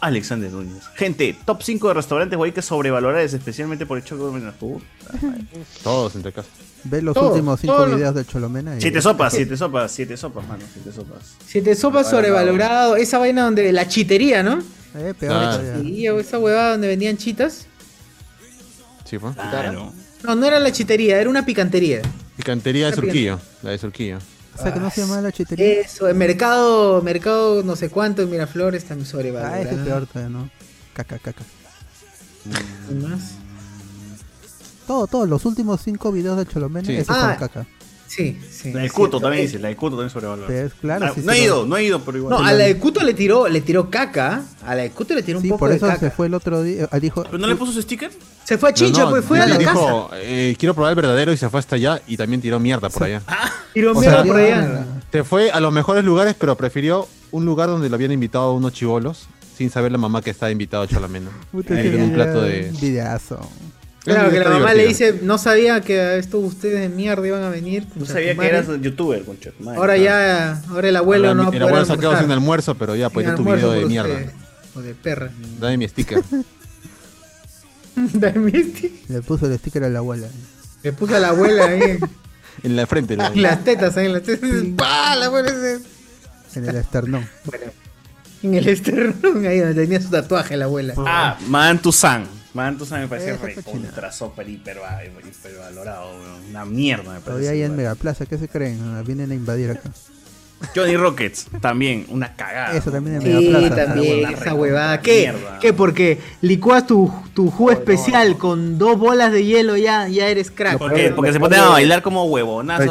Speaker 4: Alexander Núñez. Gente, top 5 de restaurantes, güey, que sobrevalorares, especialmente por el choque de la
Speaker 3: Todos, entre casa.
Speaker 6: Ve los
Speaker 1: Todo,
Speaker 6: últimos cinco
Speaker 1: todo lo-
Speaker 6: videos del Cholomena. y-
Speaker 4: Siete sopas, siete sopas, siete sopas, mano, siete sopas.
Speaker 1: Siete sopas sobrevalorado. Esa vaina donde la chitería,
Speaker 6: Eh,
Speaker 1: ¿no? Ah,
Speaker 4: Claro.
Speaker 6: peor todavía.
Speaker 1: Sí, o esa huevada donde vendían chitas.
Speaker 3: Sí, pues.
Speaker 4: Claro.
Speaker 1: No, no era la chitería, era una picantería.
Speaker 3: Picantería de Surquillo. La de Surquillo.
Speaker 6: O sea, que no se llama la chitería.
Speaker 1: Eso, el mercado, mercado no sé cuánto en Miraflores también sobrevalorado.
Speaker 6: Ah, ese es peor todavía, ¿no? Caca, caca.
Speaker 1: ¿Qué
Speaker 3: Mm.
Speaker 1: más?
Speaker 6: Todo, todos los últimos cinco videos del Cholomena,
Speaker 1: Sí.
Speaker 6: esos
Speaker 1: Ah.
Speaker 6: son caca.
Speaker 1: Sí, sí.
Speaker 4: La
Speaker 1: es
Speaker 4: de Cuto
Speaker 1: cierto.
Speaker 4: también
Speaker 1: Eh,
Speaker 4: dice, la de Cuto también sobrevalorada.
Speaker 6: Pero es claro,
Speaker 4: Ah,
Speaker 6: sí,
Speaker 4: no
Speaker 6: sí,
Speaker 4: he
Speaker 6: lo-
Speaker 4: ido, no he ido, pero igual.
Speaker 1: No, a la de Cuto le tiró, le tiró caca. A la de Cuto le tiró un
Speaker 6: Sí,
Speaker 1: poco
Speaker 6: por
Speaker 1: de
Speaker 6: eso
Speaker 1: caca.
Speaker 6: se fue el otro día. ah, Dijo,
Speaker 4: ¿Pero no le puso su sticker?
Speaker 1: Se fue a Chincha, pues fue a la
Speaker 3: dijo, eh, quiero probar el verdadero y se fue hasta allá y también tiró mierda por allá.
Speaker 1: Tiró
Speaker 3: O
Speaker 1: mierda
Speaker 3: sea,
Speaker 1: por allá.
Speaker 3: Se fue a los mejores lugares, pero prefirió un lugar donde lo habían invitado a unos chivolos sin saber la mamá que estaba invitado a Cholameno.
Speaker 6: Puta,
Speaker 3: Ahí
Speaker 6: sí,
Speaker 3: en un plato
Speaker 6: un
Speaker 3: de...
Speaker 6: videazo.
Speaker 1: Claro, que la
Speaker 3: Está
Speaker 1: mamá le
Speaker 3: divertido.
Speaker 1: dice, no sabía que a estos ustedes de mierda iban a venir.
Speaker 4: No
Speaker 1: pucha,
Speaker 4: sabía
Speaker 1: tu
Speaker 4: que
Speaker 1: madre".
Speaker 4: eras youtuber, concha. tu madre.
Speaker 1: Ahora ya, ahora el abuelo
Speaker 3: Ahora
Speaker 1: no va a
Speaker 3: mi- El
Speaker 1: poder
Speaker 3: abuelo se ha quedado
Speaker 1: almorzar.
Speaker 3: sin almuerzo, pero ya, pues
Speaker 1: Sin
Speaker 3: de tu
Speaker 1: almuerzo pues,
Speaker 3: video de
Speaker 1: por
Speaker 3: mierda.
Speaker 1: ustedes, O [LAUGHS] de perra.
Speaker 3: Dame mi sticker.
Speaker 6: Le puso el sticker a la abuela.
Speaker 1: Le puso a la abuela ahí
Speaker 6: [LAUGHS]
Speaker 1: en-
Speaker 3: en la frente. la-
Speaker 1: en las tetas, ahí en las tetas. ¡Pah! La abuela se-
Speaker 6: En el esternón.
Speaker 1: En el esternón, [LAUGHS] ahí donde tenía su tatuaje la abuela.
Speaker 4: Ah, Man Tuzan. Man Tuzan me parece
Speaker 6: Esa
Speaker 4: recontra super hiper, hipervalorado, weón. Una mierda me
Speaker 6: Todavía ahí
Speaker 4: parece.
Speaker 6: en Megaplaza, ¿qué se creen? Ah, Vienen a invadir acá.
Speaker 4: Johnny Rockets, también, una cagada.
Speaker 6: Eso también en
Speaker 1: Sí,
Speaker 6: Megaplaza.
Speaker 1: también,
Speaker 6: Ah,
Speaker 1: esa huevada. ¿Qué? ¿Qué? Porque licuas tu, tu jugo especial con dos bolas de hielo ya, ya eres crack. Pues
Speaker 4: ¿Por qué? Porque se ponen a bailar como huevonazos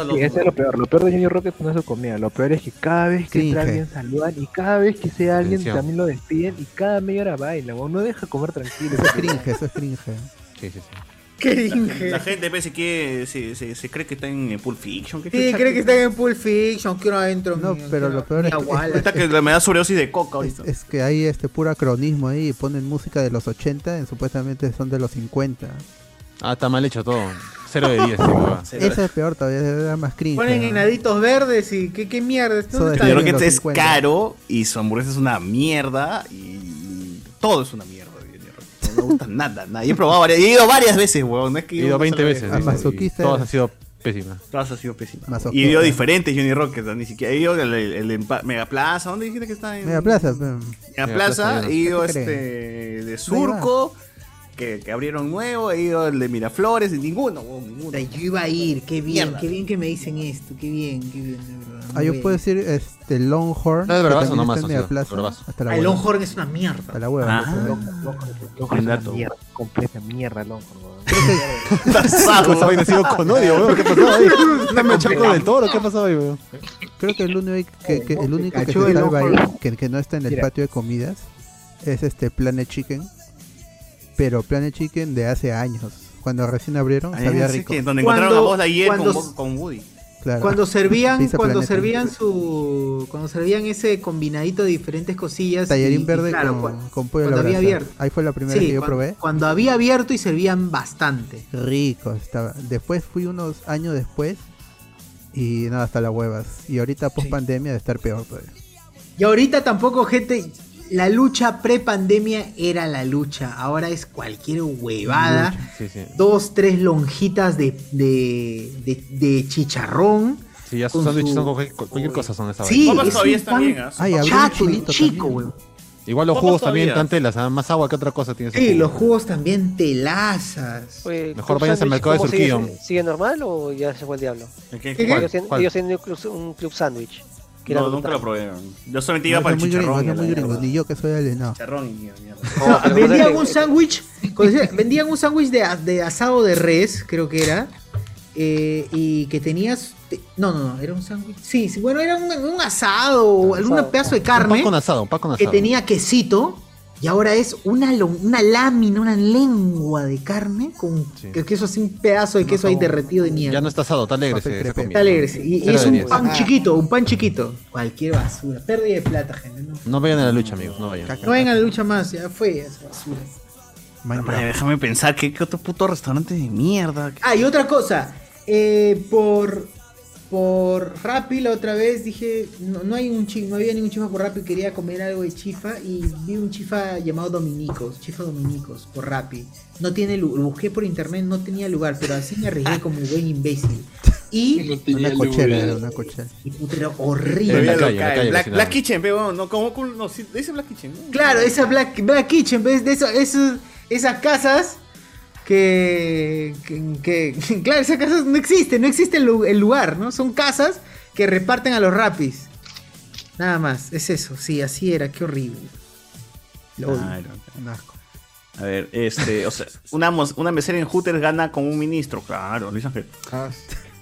Speaker 13: Sí,
Speaker 4: los
Speaker 13: eso es lo peor. Lo peor de Junior Rockets no es su comida. Lo peor es que cada vez que
Speaker 6: Sí,
Speaker 13: entra
Speaker 6: je.
Speaker 13: alguien saludan y cada vez que sea alguien
Speaker 6: Atención.
Speaker 13: también lo despiden y cada media hora baila. weón. No deja comer tranquilo.
Speaker 6: Eso es cringe, eso es cringe.
Speaker 1: Qué
Speaker 4: La, gente- la gente pues, se, quiere- se, se- se cree que está en eh, Pulp Fiction. ¿qué
Speaker 1: Sí,
Speaker 4: chucha?
Speaker 1: cree que están en Pulp Fiction, que uno adentro. No,
Speaker 6: pero lo peor es que-
Speaker 4: Ahorita que me da sobredosis de coca ahorita.
Speaker 6: Es que hay este puro acronismo ahí y ponen música de los 80, y supuestamente son de los 50.
Speaker 3: Ah, está mal hecho todo. 0
Speaker 1: [LAUGHS]
Speaker 3: de 10. huevada.
Speaker 6: Eso es peor todavía, es da más cringe. Ah,
Speaker 1: Ponen
Speaker 6: ¿no?
Speaker 1: enaditos verdes y qué, qué mierda. ¿Dónde está?
Speaker 4: Junior Rockets este es caro y su hamburguesa es una mierda y todo es una mierda. de Junior Rockets. No me gusta nada, nada. Y he probado varias, he ido varias veces, huevón. No es que
Speaker 3: He ido
Speaker 4: una
Speaker 3: 20
Speaker 4: sola
Speaker 3: veces.
Speaker 4: vez.
Speaker 3: dice, y Todas han sido pésimas.
Speaker 4: Todas han sido pésimas.
Speaker 6: Masoquista.
Speaker 4: Y dio diferentes Johnny Rockets, ¿no? ni siquiera. He ido al el, el empa- Megaplaza, ¿dónde dijiste que está? En
Speaker 6: Megaplaza. mm, pe.
Speaker 4: Megaplaza, he ido
Speaker 6: ¿Qué te crees?
Speaker 4: este de Surco, que, que abrieron nuevo, he ido al de Miraflores, y ninguno, huevón, ninguno.
Speaker 1: Yo iba a ir, qué bien,
Speaker 4: Mierda.
Speaker 1: qué bien que me dicen esto, qué bien, qué bien, de verdad.
Speaker 6: Ah, yo puedo decir este Longhorn.
Speaker 3: Ah, de
Speaker 6: que
Speaker 3: bravazo
Speaker 6: también está en
Speaker 3: nomás, ha sido,
Speaker 6: Megaplaza,
Speaker 3: bravazo.
Speaker 6: Hasta la
Speaker 1: Ah, el
Speaker 6: hueva.
Speaker 1: Longhorn es una mierda.
Speaker 6: Hasta la hueva.
Speaker 13: Ah. Longhorn es una mierda, completa mierda, Longhorn. weón.
Speaker 4: [LAUGHS]
Speaker 3: Esa vaina ha sido con odio, weón. ¿Qué pasó ahí?
Speaker 6: No me
Speaker 3: Chaco del toro, ¿qué pasó ahí, weón?
Speaker 6: Creo que el único que, que- el único que
Speaker 3: cachó
Speaker 6: se
Speaker 3: el
Speaker 6: salva
Speaker 3: ojo.
Speaker 6: ahí, que, que no está en el
Speaker 3: Mira.
Speaker 6: patio de comidas, es este Planet Chicken. Pero Planet Chicken de hace años. Cuando recién abrieron,
Speaker 4: Ah,
Speaker 6: sabía
Speaker 4: sí,
Speaker 6: rico.
Speaker 4: que donde encontraron
Speaker 1: Cuando-
Speaker 4: a Buzz Lightyear con,
Speaker 1: cuando-
Speaker 4: Bo- con Woody.
Speaker 6: Claro.
Speaker 1: Cuando servían,
Speaker 6: Pizza
Speaker 1: cuando
Speaker 6: Planeta.
Speaker 1: servían su, cuando servían ese combinadito de diferentes cosillas.
Speaker 6: Tallarín
Speaker 1: y- y
Speaker 6: verde
Speaker 1: claro,
Speaker 6: con,
Speaker 1: cuan-
Speaker 6: con pollo a la
Speaker 1: cuando había
Speaker 6: brasa.
Speaker 1: abierto.
Speaker 6: Ahí fue la primera
Speaker 1: Sí,
Speaker 6: que yo
Speaker 1: cuando-
Speaker 6: probé.
Speaker 1: Cuando había abierto y servían bastante.
Speaker 6: Rico estaba. Después fui unos años después y nada, hasta las huevas. Y ahorita post pandemia de estar peor pues. todavía.
Speaker 1: Y ahorita tampoco, gente, la lucha pre-pandemia era la lucha. Ahora es cualquier huevada.
Speaker 3: Sí, sí.
Speaker 1: Dos, tres lonjitas de, de, de- de chicharrón.
Speaker 3: Sí, ya
Speaker 1: Con
Speaker 3: sus sándwiches
Speaker 1: su-
Speaker 3: son cualquier, cualquier cosa son esa
Speaker 1: Sí,
Speaker 3: vaina.
Speaker 1: es un pan
Speaker 6: Ay, abrió un
Speaker 1: chato,
Speaker 6: culito
Speaker 1: chico,
Speaker 6: también.
Speaker 1: huevón.
Speaker 3: Igual los
Speaker 1: Papas
Speaker 3: jugos
Speaker 1: todavía.
Speaker 3: también están telas, ¿ah? más agua que otra cosa tiene
Speaker 1: Sí, los jugos también telazas.
Speaker 3: Mejor vayan al mercado de
Speaker 7: ¿Cómo sigue?
Speaker 3: Surquillo.
Speaker 7: ¿Sigue, normal o ya se fue el diablo?
Speaker 4: qué? ¿Cuál?
Speaker 7: Ellos, tienen-
Speaker 4: ¿Cuál?
Speaker 7: ellos tienen un club, un club sándwich. que era
Speaker 4: No,
Speaker 7: brutal.
Speaker 4: nunca lo probé. weón. Yo solamente iba
Speaker 6: No,
Speaker 4: para
Speaker 6: son
Speaker 4: el
Speaker 6: muy gringos,
Speaker 4: chicharrón.
Speaker 6: son
Speaker 4: y la
Speaker 6: muy
Speaker 4: mierda.
Speaker 6: gringos, ni yo que soy alienado.
Speaker 4: Chicharrón y mierda.
Speaker 1: [LAUGHS] No,
Speaker 4: pero
Speaker 1: vendían
Speaker 4: cosa
Speaker 1: un
Speaker 4: que-
Speaker 1: sándwich, con- [LAUGHS] vendían un sándwich de, a- de asado de res, creo que era. eh, y que tenías. te- No, no, no, era un sándwich. Sí, sí, bueno, era un, un asado o algún pedazo de
Speaker 3: Un
Speaker 1: carne
Speaker 3: pan con asado, un pan con
Speaker 1: que
Speaker 3: asado.
Speaker 1: tenía quesito. Y ahora es una, lo- una lámina, una lengua de carne con que- queso así, un pedazo de queso ahí derretido de nieve.
Speaker 3: Ya no está asado, está alegre ese- esa comida.
Speaker 1: Está alegre, sí. Y, y
Speaker 3: Cero
Speaker 1: es
Speaker 3: de
Speaker 1: un
Speaker 3: diez.
Speaker 4: Ah.
Speaker 1: pan chiquito, un pan chiquito. Cualquier basura. Pérdida de plata, gente. No,
Speaker 3: No vayan a la lucha, amigos, no vayan.
Speaker 1: no vengan a la lucha más, ya fue esa basura.
Speaker 4: Madre, déjame pensar, ¿qué, qué otro puto restaurante de mierda?
Speaker 1: Ah, y otra cosa. eh, por por Rappi la otra vez dije, no, no hay un chi- no había ningún chifa por Rappi, quería comer algo de chifa y vi un chifa llamado Dominicos, chifa Dominicos por Rappi. No tiene lu- lo busqué por internet, no tenía lugar, pero así
Speaker 6: [LAUGHS]
Speaker 1: me arriesgué como buen imbécil. Y
Speaker 6: Una cochera, era una cochera.
Speaker 1: y puta, era
Speaker 4: Pero
Speaker 1: horrible.
Speaker 4: mira, local, Black, Black Kitchen, pe, weón, no, como no, sí, dice Black Kitchen, ¿no?
Speaker 1: Claro, esa Black, Black Kitchen, ¿ves? De eso, eso- esas casas que, que, que- [LAUGHS] Claro, esas casas no existen, no existe el, lu- el lugar, ¿no? Son casas que reparten a los rapis. Nada más, es eso, sí, así era, qué horrible. Lo odio.
Speaker 4: Claro.
Speaker 1: Un asco.
Speaker 4: A ver, este, o sea, una, mos- una mesera en Hooters gana como un ministro, claro, Luis Ángel.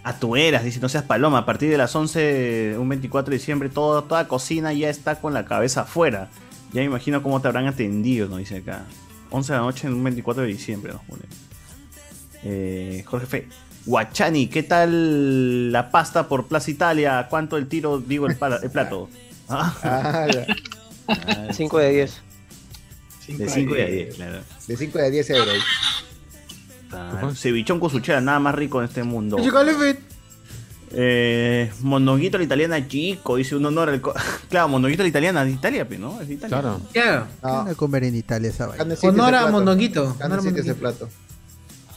Speaker 4: Atueras, dice, no seas paloma, a partir de las 11, un 24 de diciembre, toda, toda cocina ya está con la cabeza afuera. Ya me imagino cómo te habrán atendido, nos dice acá. 11 de la noche en un 24 de diciembre, nos pone. Eh, Jorge Fe. Guachani, ¿qué tal la pasta por Plaza Italia? ¿Cuánto el tiro, digo, el, pala- el plato? Ah.
Speaker 7: 5 de 10.
Speaker 4: de 5 y a 10, claro.
Speaker 5: De 5 a 10 euros.
Speaker 4: Ah, Cevichón con suchera, nada más rico en este mundo.
Speaker 5: Chicalefit.
Speaker 4: Eh, mondonguito a la italiana chico, dice un honor al co- [LAUGHS] Claro, mondonguito a la italiana, de Italia, pe, ¿no? Es de Italia.
Speaker 6: Claro.
Speaker 1: Claro.
Speaker 6: ¿Qué van a comer en Italia esa vaina?
Speaker 5: existe Honor ese a plato. mondonguito.
Speaker 6: Honor a mondonguito.
Speaker 5: plato.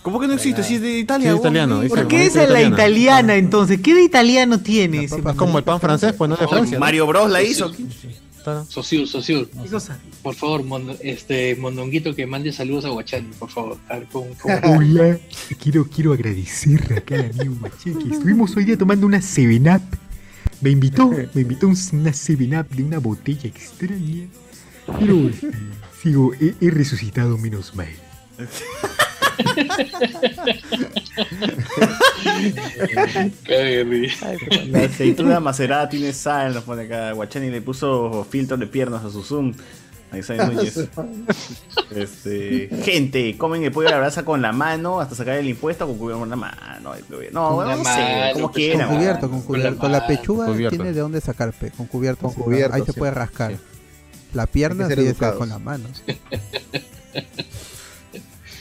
Speaker 4: ¿Cómo que no existe? Si es de Italia.
Speaker 3: es italiano, Ah. dice,
Speaker 1: ¿Por qué
Speaker 3: como
Speaker 1: esa es la
Speaker 3: italiana.
Speaker 1: italiana entonces? ¿Qué de italiano tiene? ese
Speaker 3: Como el pan francés, pues no de Francia. ¿no?
Speaker 1: [LAUGHS]
Speaker 13: Sosur, Sosur. Por favor, mondo- este mondonguito que mande saludos a Guachani, por favor. A ver, con, con-
Speaker 2: Hola, quiero, quiero agradecer acá al amigo Maché que estuvimos hoy día tomando una 7-Up. Me invitó, me invitó un- una 7-Up de una botella extraña. Pero este, sigo, he, he resucitado menos mal.
Speaker 4: La aceituna macerada tiene sal, nos pone acá. Guachani le puso filtro de piernas a su Zoom. Ahí sale
Speaker 6: [LAUGHS]
Speaker 4: Núñez. Este, gente, comen el pollo a la brasa con la mano hasta sacar el impuesto con cubierto con la mano. el pollo. No,
Speaker 6: Con
Speaker 4: bueno,
Speaker 6: la
Speaker 4: no sé,
Speaker 6: mano,
Speaker 4: Ah, como
Speaker 6: pues,
Speaker 4: quieran.
Speaker 6: Con cubierto,
Speaker 4: mano.
Speaker 6: con cubierto. La pechuga
Speaker 4: Cubierto.
Speaker 6: tiene de dónde sacar, pe, con cubierto.
Speaker 5: Con
Speaker 6: sí,
Speaker 5: cubierto,
Speaker 6: Ahí se
Speaker 5: sí.
Speaker 6: puede rascar. La pierna
Speaker 5: Hay que
Speaker 6: sí
Speaker 5: ser
Speaker 6: es
Speaker 5: educados.
Speaker 6: con la mano.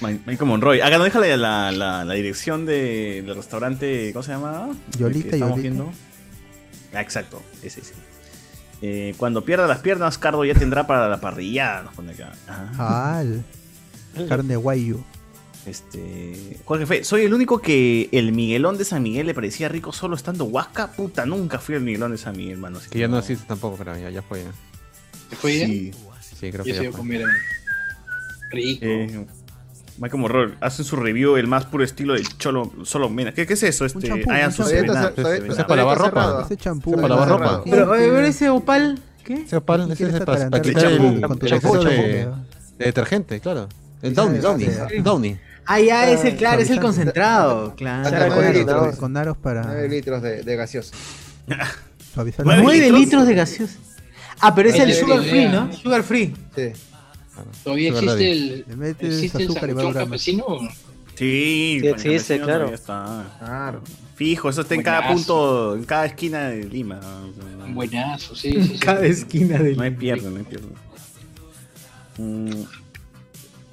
Speaker 4: Ma- Michael Monroy. Acá no déjale la, la, la dirección de- del restaurante, ¿cómo se llama?
Speaker 6: Yolita,
Speaker 4: Que estamos
Speaker 6: Yolita.
Speaker 4: viendo. Ah, exacto, ese, ese. Eh, cuando pierda las piernas, Cardo ya tendrá para la parrillada, nos pone acá. Ah.
Speaker 6: Al. Carne guayu.
Speaker 4: Este. Jorge Fe, soy el único que el Miguelón de San Miguel le parecía rico solo estando huasca. Puta, nunca fui al Miguelón de San Miguel, hermano.
Speaker 3: Que ya no existe tampoco, pero ya, ya fue.
Speaker 13: ¿Fue ya?
Speaker 4: Sí.
Speaker 3: Sí,
Speaker 13: Yo
Speaker 3: creo que
Speaker 13: sigo
Speaker 3: ya fue.
Speaker 13: con mira. Rico.
Speaker 4: Eh, Michael Monroy, hacen su review el más puro estilo de Cholo Solo Mena. ¿Qué, qué es eso? Este,
Speaker 6: champú,
Speaker 4: hagan
Speaker 6: un
Speaker 4: su
Speaker 6: champú.
Speaker 4: semenal,
Speaker 6: Eso- eso-
Speaker 4: su
Speaker 6: eso es
Speaker 4: semenal.
Speaker 6: para lavar ropa. Ese champú
Speaker 3: para lavar ropa.
Speaker 1: Pero, oye, pero ese opal, ¿qué?
Speaker 3: Ese opal, ese es para, para
Speaker 1: El
Speaker 3: quitar el,
Speaker 1: champú, con tu
Speaker 3: el exceso
Speaker 1: champú,
Speaker 3: de,
Speaker 1: champú.
Speaker 3: de detergente, claro. El Downy, Downy, Downy.
Speaker 1: Ah, ya, es el, claro, es el concentrado. Ah, Claro.
Speaker 5: Anda, nueve litros.
Speaker 6: Con aros para
Speaker 5: 9 litros de, de gaseosa.
Speaker 6: suavizar.
Speaker 1: 9 litros de gaseosa. Ah, pero es
Speaker 5: Ahí
Speaker 1: el
Speaker 5: te
Speaker 1: sugar
Speaker 5: digo,
Speaker 1: free,
Speaker 5: ya.
Speaker 1: ¿no? Sugar free.
Speaker 5: Sí.
Speaker 13: Todavía
Speaker 1: Sugar
Speaker 13: existe
Speaker 1: daddy.
Speaker 13: el.
Speaker 6: Le metes
Speaker 13: ¿Existe el
Speaker 6: azúcar y va
Speaker 13: sancocho
Speaker 6: grama.
Speaker 13: campesino?
Speaker 4: Sí,
Speaker 13: Sí,
Speaker 4: con el
Speaker 13: sí, sí,
Speaker 4: campesino
Speaker 13: claro.
Speaker 4: todavía está. Fijo, eso está en cada
Speaker 13: Buenazo.
Speaker 4: punto, en cada esquina de Lima.
Speaker 13: Buenazo, sí, sí, sí.
Speaker 1: Cada esquina de
Speaker 4: No hay pierde, no hay pierde. Mm.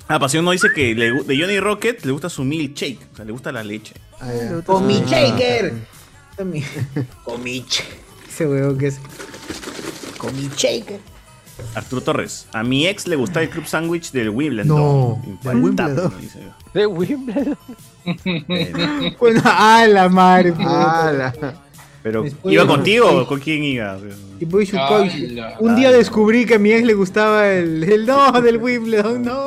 Speaker 4: Ah, Pasión no dice que le gu- de Johnny Rocket le gusta su milkshake, o sea, le gusta la leche.
Speaker 1: Con mi
Speaker 4: Ah.
Speaker 1: shaker. Con mi- Con mi ch- Ese huevo que es.
Speaker 4: Con mi shaker. Arturo Torres, a mi ex le gustaba el club sándwich del Wimbledon.
Speaker 1: No,
Speaker 4: Infaltable,
Speaker 1: del Wimbledon.
Speaker 4: ¿no? Dice.
Speaker 1: De Wimbledon.
Speaker 13: [LAUGHS]
Speaker 1: bueno, a la madre. puta.
Speaker 4: Pero
Speaker 1: Después-
Speaker 4: iba contigo, o ¿con quién iba?
Speaker 1: Y voy su
Speaker 4: Ah,
Speaker 1: coche.
Speaker 4: la-
Speaker 1: Un día descubrí que a mi ex le gustaba el, el no del Wimbledon, no.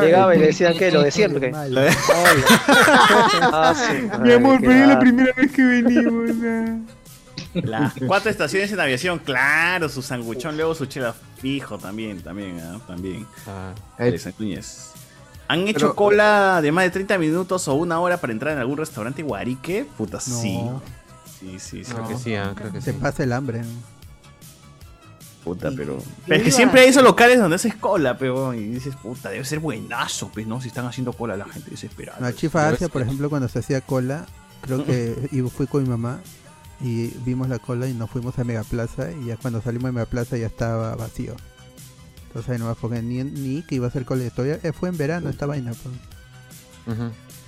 Speaker 7: Llegaba y le decían que lo de siempre. Ah, sí,
Speaker 1: Mi
Speaker 7: madre,
Speaker 1: amor,
Speaker 7: qué
Speaker 1: pero [LAUGHS] es la
Speaker 7: va.
Speaker 1: primera vez que venimos. ah.
Speaker 4: Las cuatro estaciones en aviación, claro, su sanguchón, luego su chela fijo también, también, ah, también. Alex Núñez. ¿Han hecho Pero- cola de más de 30 minutos o una hora para entrar en algún restaurante guarique? Puta, sí. Sí, sí, sí.
Speaker 3: Creo que sí, ah, creo que
Speaker 6: Se
Speaker 3: sí.
Speaker 6: pasa el hambre. ¿no?
Speaker 4: Puta, pero.
Speaker 6: yo
Speaker 4: Pero es que
Speaker 6: iba-
Speaker 4: siempre hay esos locales donde haces cola, pero y dices, puta, debe ser buenazo, pues, ¿no? Si están haciendo cola la gente desesperada.
Speaker 6: La chifa Asia, por ejemplo, cuando se hacía cola, creo
Speaker 3: [LAUGHS]
Speaker 6: que y fui con mi mamá y vimos la cola y nos fuimos a Megaplaza y ya cuando salimos de Megaplaza ya estaba vacío. Entonces ahí nomás porque ni, ni que iba a hacer cola y todavía eh, fue en verano esta vaina. pues.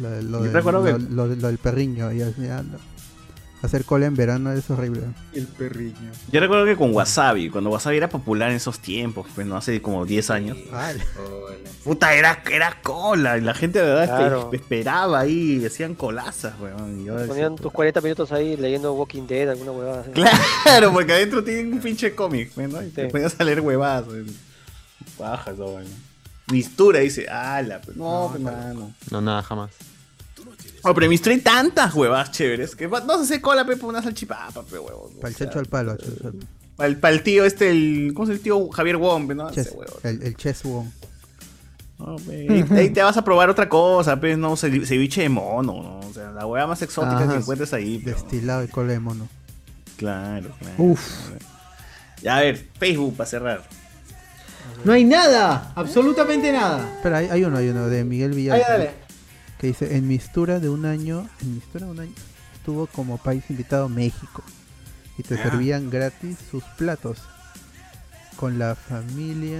Speaker 6: Lo, de- lo
Speaker 4: Yo
Speaker 6: del-
Speaker 4: recuerdo que-
Speaker 6: lo- lo de- lo del perriño. y al final, no. Hacer cola en verano es horrible.
Speaker 2: El perriño.
Speaker 4: Yo recuerdo que con Wasabi, cuando Wasabi era popular en esos tiempos, pues no hace como 10 años. Puta, era, era cola. Y la gente de verdad este,
Speaker 7: Claro.
Speaker 4: esperaba ahí, hacían colazas, weón. y yo decía,
Speaker 7: Ponían tus 40 minutos ahí leyendo Walking Dead, alguna huevada así.
Speaker 4: Claro, porque adentro tienen un pinche cómic, pues, ¿no? Y te
Speaker 7: Sí.
Speaker 4: ponías a leer huevadas. weón. Baja esa vaina. Mistura, dice, ala, pues, no, pues, mano.
Speaker 3: No, nada, jamás.
Speaker 4: Oh, pero en Mistura hay tantas huevadas chéveres que va- no se hace cola, pepe, una salchipapa, pe, huevón.
Speaker 6: Para el chancho al palo. al
Speaker 4: eh,
Speaker 6: chancho al-
Speaker 4: Para el, tío este, el, ¿cómo se llama el tío? Javier Wombe, ¿no?
Speaker 6: chess-
Speaker 4: Ese huevón.
Speaker 6: el, el chess wong.
Speaker 4: Ahí, ahí te vas a probar otra cosa, pues, no, ce- ceviche de mono, ¿no? O sea, la hueá más exótica
Speaker 6: Ajá,
Speaker 4: que encuentres ahí. pero-
Speaker 6: Destilado de cola de mono.
Speaker 4: Claro, claro.
Speaker 6: Uf.
Speaker 4: Ya, a ver, Facebook para cerrar.
Speaker 1: No hay nada, absolutamente nada.
Speaker 6: Espera, hay, hay uno, hay uno de Miguel Villar.
Speaker 1: Ahí, dale.
Speaker 6: Que dice, en mistura de un año, en mistura de un año, estuvo como país invitado México. Y te
Speaker 5: Ah.
Speaker 6: servían gratis sus platos. Con la familia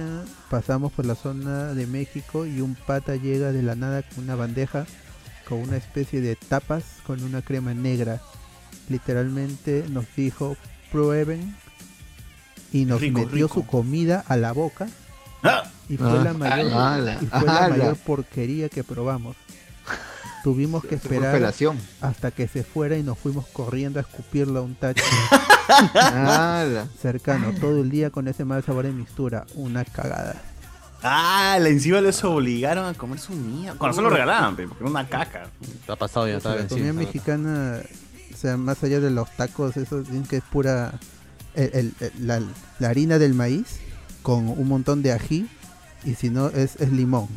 Speaker 6: pasamos por la zona de México y un pata llega de la nada con una bandeja con una especie de tapas con una crema negra. Literalmente nos dijo, prueben. Y nos
Speaker 5: Rico,
Speaker 6: metió
Speaker 5: rico.
Speaker 6: su comida a la boca. Y fue
Speaker 5: Ah.
Speaker 6: la mayor,
Speaker 5: Ala,
Speaker 6: y fue la
Speaker 5: ala.
Speaker 6: mayor porquería que probamos. Tuvimos que
Speaker 40: Eso fue
Speaker 6: esperar
Speaker 40: felación.
Speaker 6: hasta que se fuera y nos fuimos corriendo a escupirla a un tacho.
Speaker 40: Ala.
Speaker 6: Cercano, todo el día con ese mal sabor de mistura. Una cagada.
Speaker 4: Ah, la encima les obligaron a comer su mía. Cuando se lo regalaban, pe, porque era una caca.
Speaker 3: Está pasado ya, está
Speaker 6: la
Speaker 3: vencido.
Speaker 6: comida mexicana, o sea, más allá de los tacos, eso dicen que es pura el- el- el- la, la harina del maíz con un montón de ají y si no es, es limón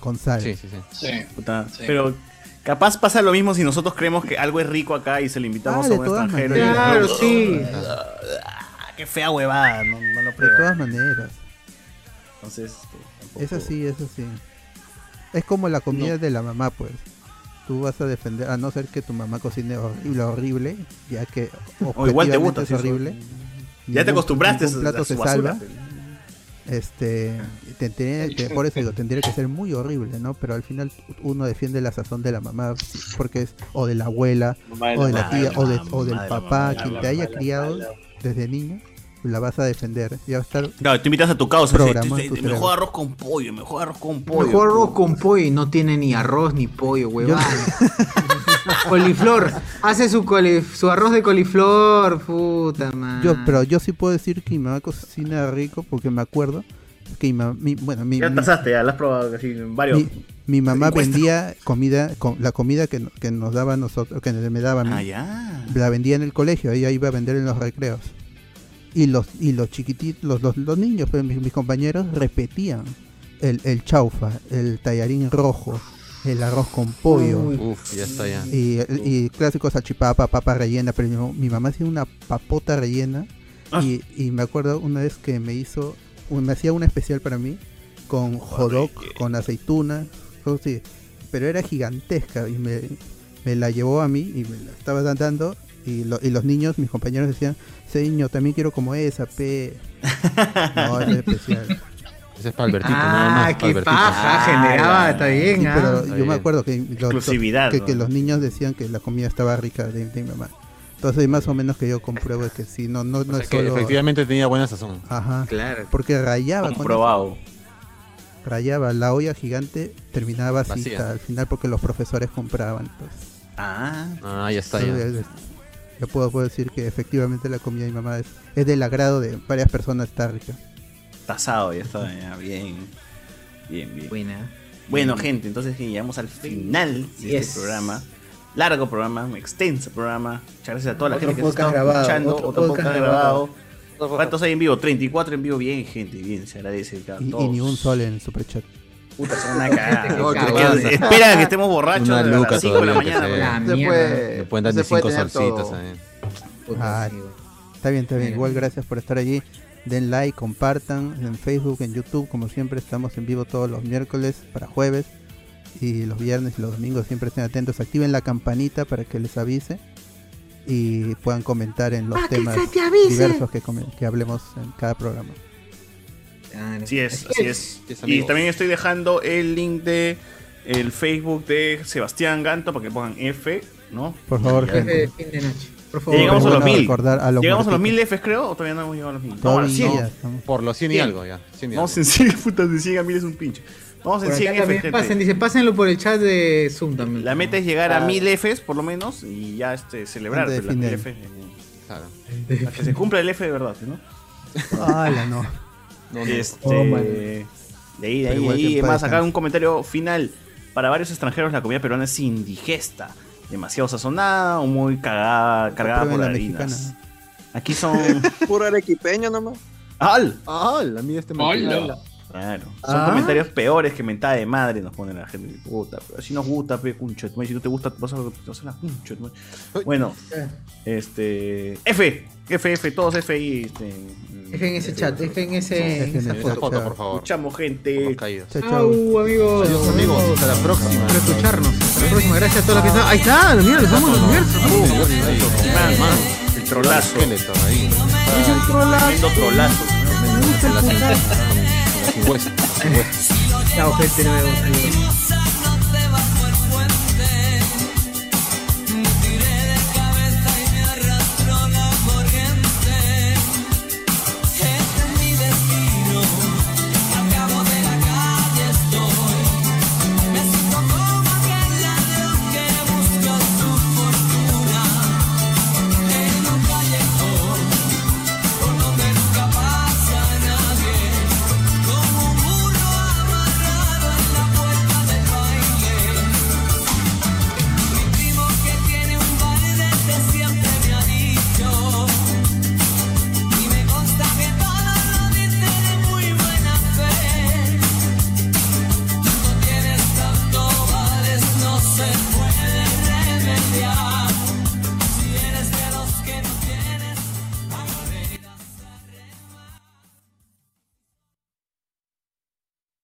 Speaker 6: con sal.
Speaker 4: Sí,
Speaker 6: sí.
Speaker 4: Puta,
Speaker 6: Sí.
Speaker 4: Pero capaz pasa lo mismo si nosotros creemos que algo es rico acá y se lo
Speaker 6: Ah,
Speaker 4: invitamos a
Speaker 6: de
Speaker 4: un
Speaker 6: todas
Speaker 4: extranjero.
Speaker 6: maneras.
Speaker 4: y-
Speaker 6: Claro, sí.
Speaker 4: Ah, Qué fea huevada, no, no lo
Speaker 6: De
Speaker 4: pruebas.
Speaker 6: todas maneras.
Speaker 4: Entonces, este, tampoco-
Speaker 6: Es así, es así. Es como la comida de la mamá, pues. Tú vas a defender, a no ser que tu mamá cocine horrible, horrible, ya que
Speaker 4: [LAUGHS] O igual te
Speaker 6: objetivamente
Speaker 4: gusta,
Speaker 6: es
Speaker 4: sí, eso.
Speaker 6: horrible.
Speaker 4: Ya te acostumbraste
Speaker 6: ningún
Speaker 4: a-
Speaker 6: plato
Speaker 4: a su
Speaker 6: se
Speaker 4: basura,
Speaker 6: salva. Este, tendría- te- por eso digo, tendría que ser muy horrible, ¿no? Pero al final uno defiende la sazón de la mamá, porque es o de la abuela,
Speaker 5: Mamá de
Speaker 6: o de
Speaker 5: la
Speaker 6: la tía,
Speaker 5: mamá,
Speaker 6: o, de-
Speaker 5: mamá
Speaker 6: o
Speaker 5: de
Speaker 6: del
Speaker 5: la
Speaker 6: papá,
Speaker 5: mamá,
Speaker 6: quien
Speaker 5: la
Speaker 6: te haya
Speaker 5: mamá, la
Speaker 6: criado
Speaker 5: mamá.
Speaker 6: desde niño, la vas a defender. Ya va a estar
Speaker 4: Claro, tú invitas a tu causa. sí,
Speaker 6: Programado
Speaker 4: sí,
Speaker 6: tu
Speaker 4: sí,
Speaker 6: cerebro.
Speaker 4: Este, mejor arroz con pollo, mejor arroz con pollo.
Speaker 1: Mejor arroz con pollo y no tiene ni arroz ni pollo, huevón. [LAUGHS] coliflor. Hace su, colif- su arroz de coliflor, puta madre.
Speaker 4: Mm.
Speaker 6: Yo, pero yo sí puedo decir que mi mamá cocina rico porque me acuerdo que mi mamá, bueno, mi,
Speaker 4: Ya
Speaker 6: mi-
Speaker 4: tasaste, ya la has probado así en varios.
Speaker 6: mi- mi mamá
Speaker 4: Encuesta.
Speaker 6: vendía comida, con, la comida que, no- que nos daba a nosotros, que me daba a mí,
Speaker 4: Ah, ya.
Speaker 6: la vendía en el colegio, ella iba a vender en los recreos. Y los, y los chiquititos, los, los, los niños, pues, mis, mis compañeros repetían el, el chaufa, el tallarín rojo, el arroz con pollo.
Speaker 3: Uf, ya está ya.
Speaker 6: Y, y clásico salchipapa, papa rellena, pero mi, mam- mi mamá hacía una papota rellena. Y, y me acuerdo una vez que me hizo, un- me hacía una especial para mí, con jodoc, con aceituna, cosas así. pero era gigantesca y me, me la llevó a mí y me la estaba dando. Y, lo- y los niños, mis compañeros decían, señor, también quiero como esa, pe. No, era especial.
Speaker 3: Ese es para Albertito,
Speaker 1: Ah,
Speaker 3: nada más. Ah, para Albertito.
Speaker 6: Ah, Sí, pero
Speaker 3: Está
Speaker 1: ah.
Speaker 6: yo me
Speaker 3: bien.
Speaker 6: acuerdo que los,
Speaker 3: Exclusividad,
Speaker 6: que,
Speaker 3: ¿no?
Speaker 6: que los niños decían que la comida estaba rica de, de mi mamá. Entonces más o menos que yo compruebo que sí, no, no, no
Speaker 3: O sea
Speaker 6: es
Speaker 3: que
Speaker 6: solo-
Speaker 3: efectivamente tenía buena sazón.
Speaker 6: Ajá. Porque rayaba con
Speaker 4: Comprobado.
Speaker 6: eso. Rayaba, la olla gigante terminaba así
Speaker 3: Vacía.
Speaker 6: hasta al final porque los profesores compraban. Pues.
Speaker 4: Ah.
Speaker 3: Ah, ya está ya.
Speaker 6: Entonces, Yo puedo, puedo decir que efectivamente la comida de mi mamá es, es del agrado de varias personas, está rica.
Speaker 4: Tasado, ya está, ya, bien. Bien, bien.
Speaker 1: Buena.
Speaker 4: Bueno, gente, entonces que llegamos al final de
Speaker 1: Yes.
Speaker 4: este programa. Largo programa, un extenso programa. Muchas gracias a toda la
Speaker 1: Otro
Speaker 4: gente que se está
Speaker 1: podcast grabado,
Speaker 4: escuchando.
Speaker 1: otro
Speaker 4: Otro,
Speaker 1: podcast
Speaker 4: podcast
Speaker 1: grabado.
Speaker 4: grabado. ¿Cuántos hay en vivo? 34 en vivo. Bien, gente, bien, se agradece a
Speaker 6: Y, y
Speaker 4: todos.
Speaker 6: ni un sol en el superchat.
Speaker 4: Puta, son una [LAUGHS] cagada.
Speaker 6: Oh, qué
Speaker 4: Porque
Speaker 6: pasa.
Speaker 4: Espera que estemos borrachos
Speaker 3: Una
Speaker 4: a
Speaker 3: luca
Speaker 4: las 5 de la
Speaker 3: todavía que se-
Speaker 4: mañana. pues.
Speaker 3: La Se mierda. puede- Le pueden dar se ni puede cinco tener solcitos, todo. eh.
Speaker 6: Ah, está bien, está bien. Igual gracias por estar allí. Den like, compartan en Facebook, en YouTube. Como siempre, estamos en vivo todos los miércoles para jueves. Y los viernes y los domingos siempre estén atentos. Activen la campanita para que les avise. Y puedan comentar en los
Speaker 1: ¡Para que
Speaker 6: temas
Speaker 1: se te avise!
Speaker 6: diversos que, come- que hablemos en cada programa.
Speaker 4: Ah, Así es, así es.
Speaker 6: Así es,
Speaker 4: Y
Speaker 6: amigos.
Speaker 4: también estoy dejando el link de el Facebook de Sebastián Ganto para que pongan F, ¿no?
Speaker 6: Por favor,
Speaker 4: Ya.
Speaker 6: gente.
Speaker 1: Por
Speaker 4: Ya llegamos a los
Speaker 6: Bueno,
Speaker 4: mil.
Speaker 6: recordar a los
Speaker 4: llegamos a los
Speaker 6: muertitos.
Speaker 4: mil Fs, creo, o todavía no hemos llegado a los mil.
Speaker 6: Todavía
Speaker 4: a los cien.
Speaker 6: no, estamos-
Speaker 3: Por los 100 y
Speaker 4: Cien.
Speaker 3: algo ya. 100 y
Speaker 4: Vamos
Speaker 3: algo.
Speaker 4: en 100, putas, de 100 a 1000 es un pinche. Vamos en
Speaker 1: Por acá
Speaker 4: 100 Fs,
Speaker 1: también
Speaker 4: gente.
Speaker 1: pasen, dice, pásenlo por el chat de Zoom también.
Speaker 4: La meta es llegar a
Speaker 1: Ah.
Speaker 4: 1000 Fs, por lo menos, y ya este, celebrar
Speaker 1: Antes de
Speaker 4: pues, las
Speaker 1: fin de
Speaker 4: 1000 Fs. eh, Para que se cumpla el F de verdad, ¿no?
Speaker 6: Ala, no.
Speaker 4: Este,
Speaker 6: Oh, man.
Speaker 4: de ahí, de
Speaker 6: Pero
Speaker 4: ahí,
Speaker 6: igual
Speaker 4: de
Speaker 6: que
Speaker 4: ahí.
Speaker 6: en paz
Speaker 4: Más acá
Speaker 6: descanse.
Speaker 4: un comentario final. Para varios extranjeros la comida peruana es indigesta, demasiado sazonada o muy cagada, cargada
Speaker 6: prueben
Speaker 4: por
Speaker 6: la
Speaker 4: harinas.
Speaker 6: mexicana.
Speaker 4: Aquí son
Speaker 41: Puro arequipeño nomás.
Speaker 4: ¡Al!
Speaker 3: ¡Al! La mía este
Speaker 41: ¡Hala!
Speaker 4: Claro. Son
Speaker 6: Ah.
Speaker 4: comentarios peores que mentada de madre nos ponen la gente. Puta, pero así nos gusta, pe, cuncho. de tu madre. Si no te gusta, te vas a, te vas a la cuncho. de tu madre. Bueno, este. F, F, F, todos F ahí. Este,
Speaker 1: F en ese chat, F en ese. en esa foto.
Speaker 4: por favor. Escuchamos, gente.
Speaker 1: Au, amigos.
Speaker 4: Adiós, amigos. Hasta la próxima.
Speaker 1: Por escucharnos. Hasta la próxima. Gracias a todos los que están. Ahí está, mira, lo somos los
Speaker 4: Ah, El trolazo.
Speaker 1: Es un trolazo.
Speaker 4: Tremendo trolazo.
Speaker 1: Chao, gente, nos vemos. Adiós.
Speaker 13: Este es mi destino, al cabo de la calle estoy. Me siento como aquel ladrón que busca su fortuna en un callejón por donde nunca pasa nadie. Como un burro amarrado en la puerta del baile. Mi primo que tiene un bar desde siempre me ha dicho. Y me consta que todo lo dice de muy buena fe. Tú no tienes tanto vales, no sé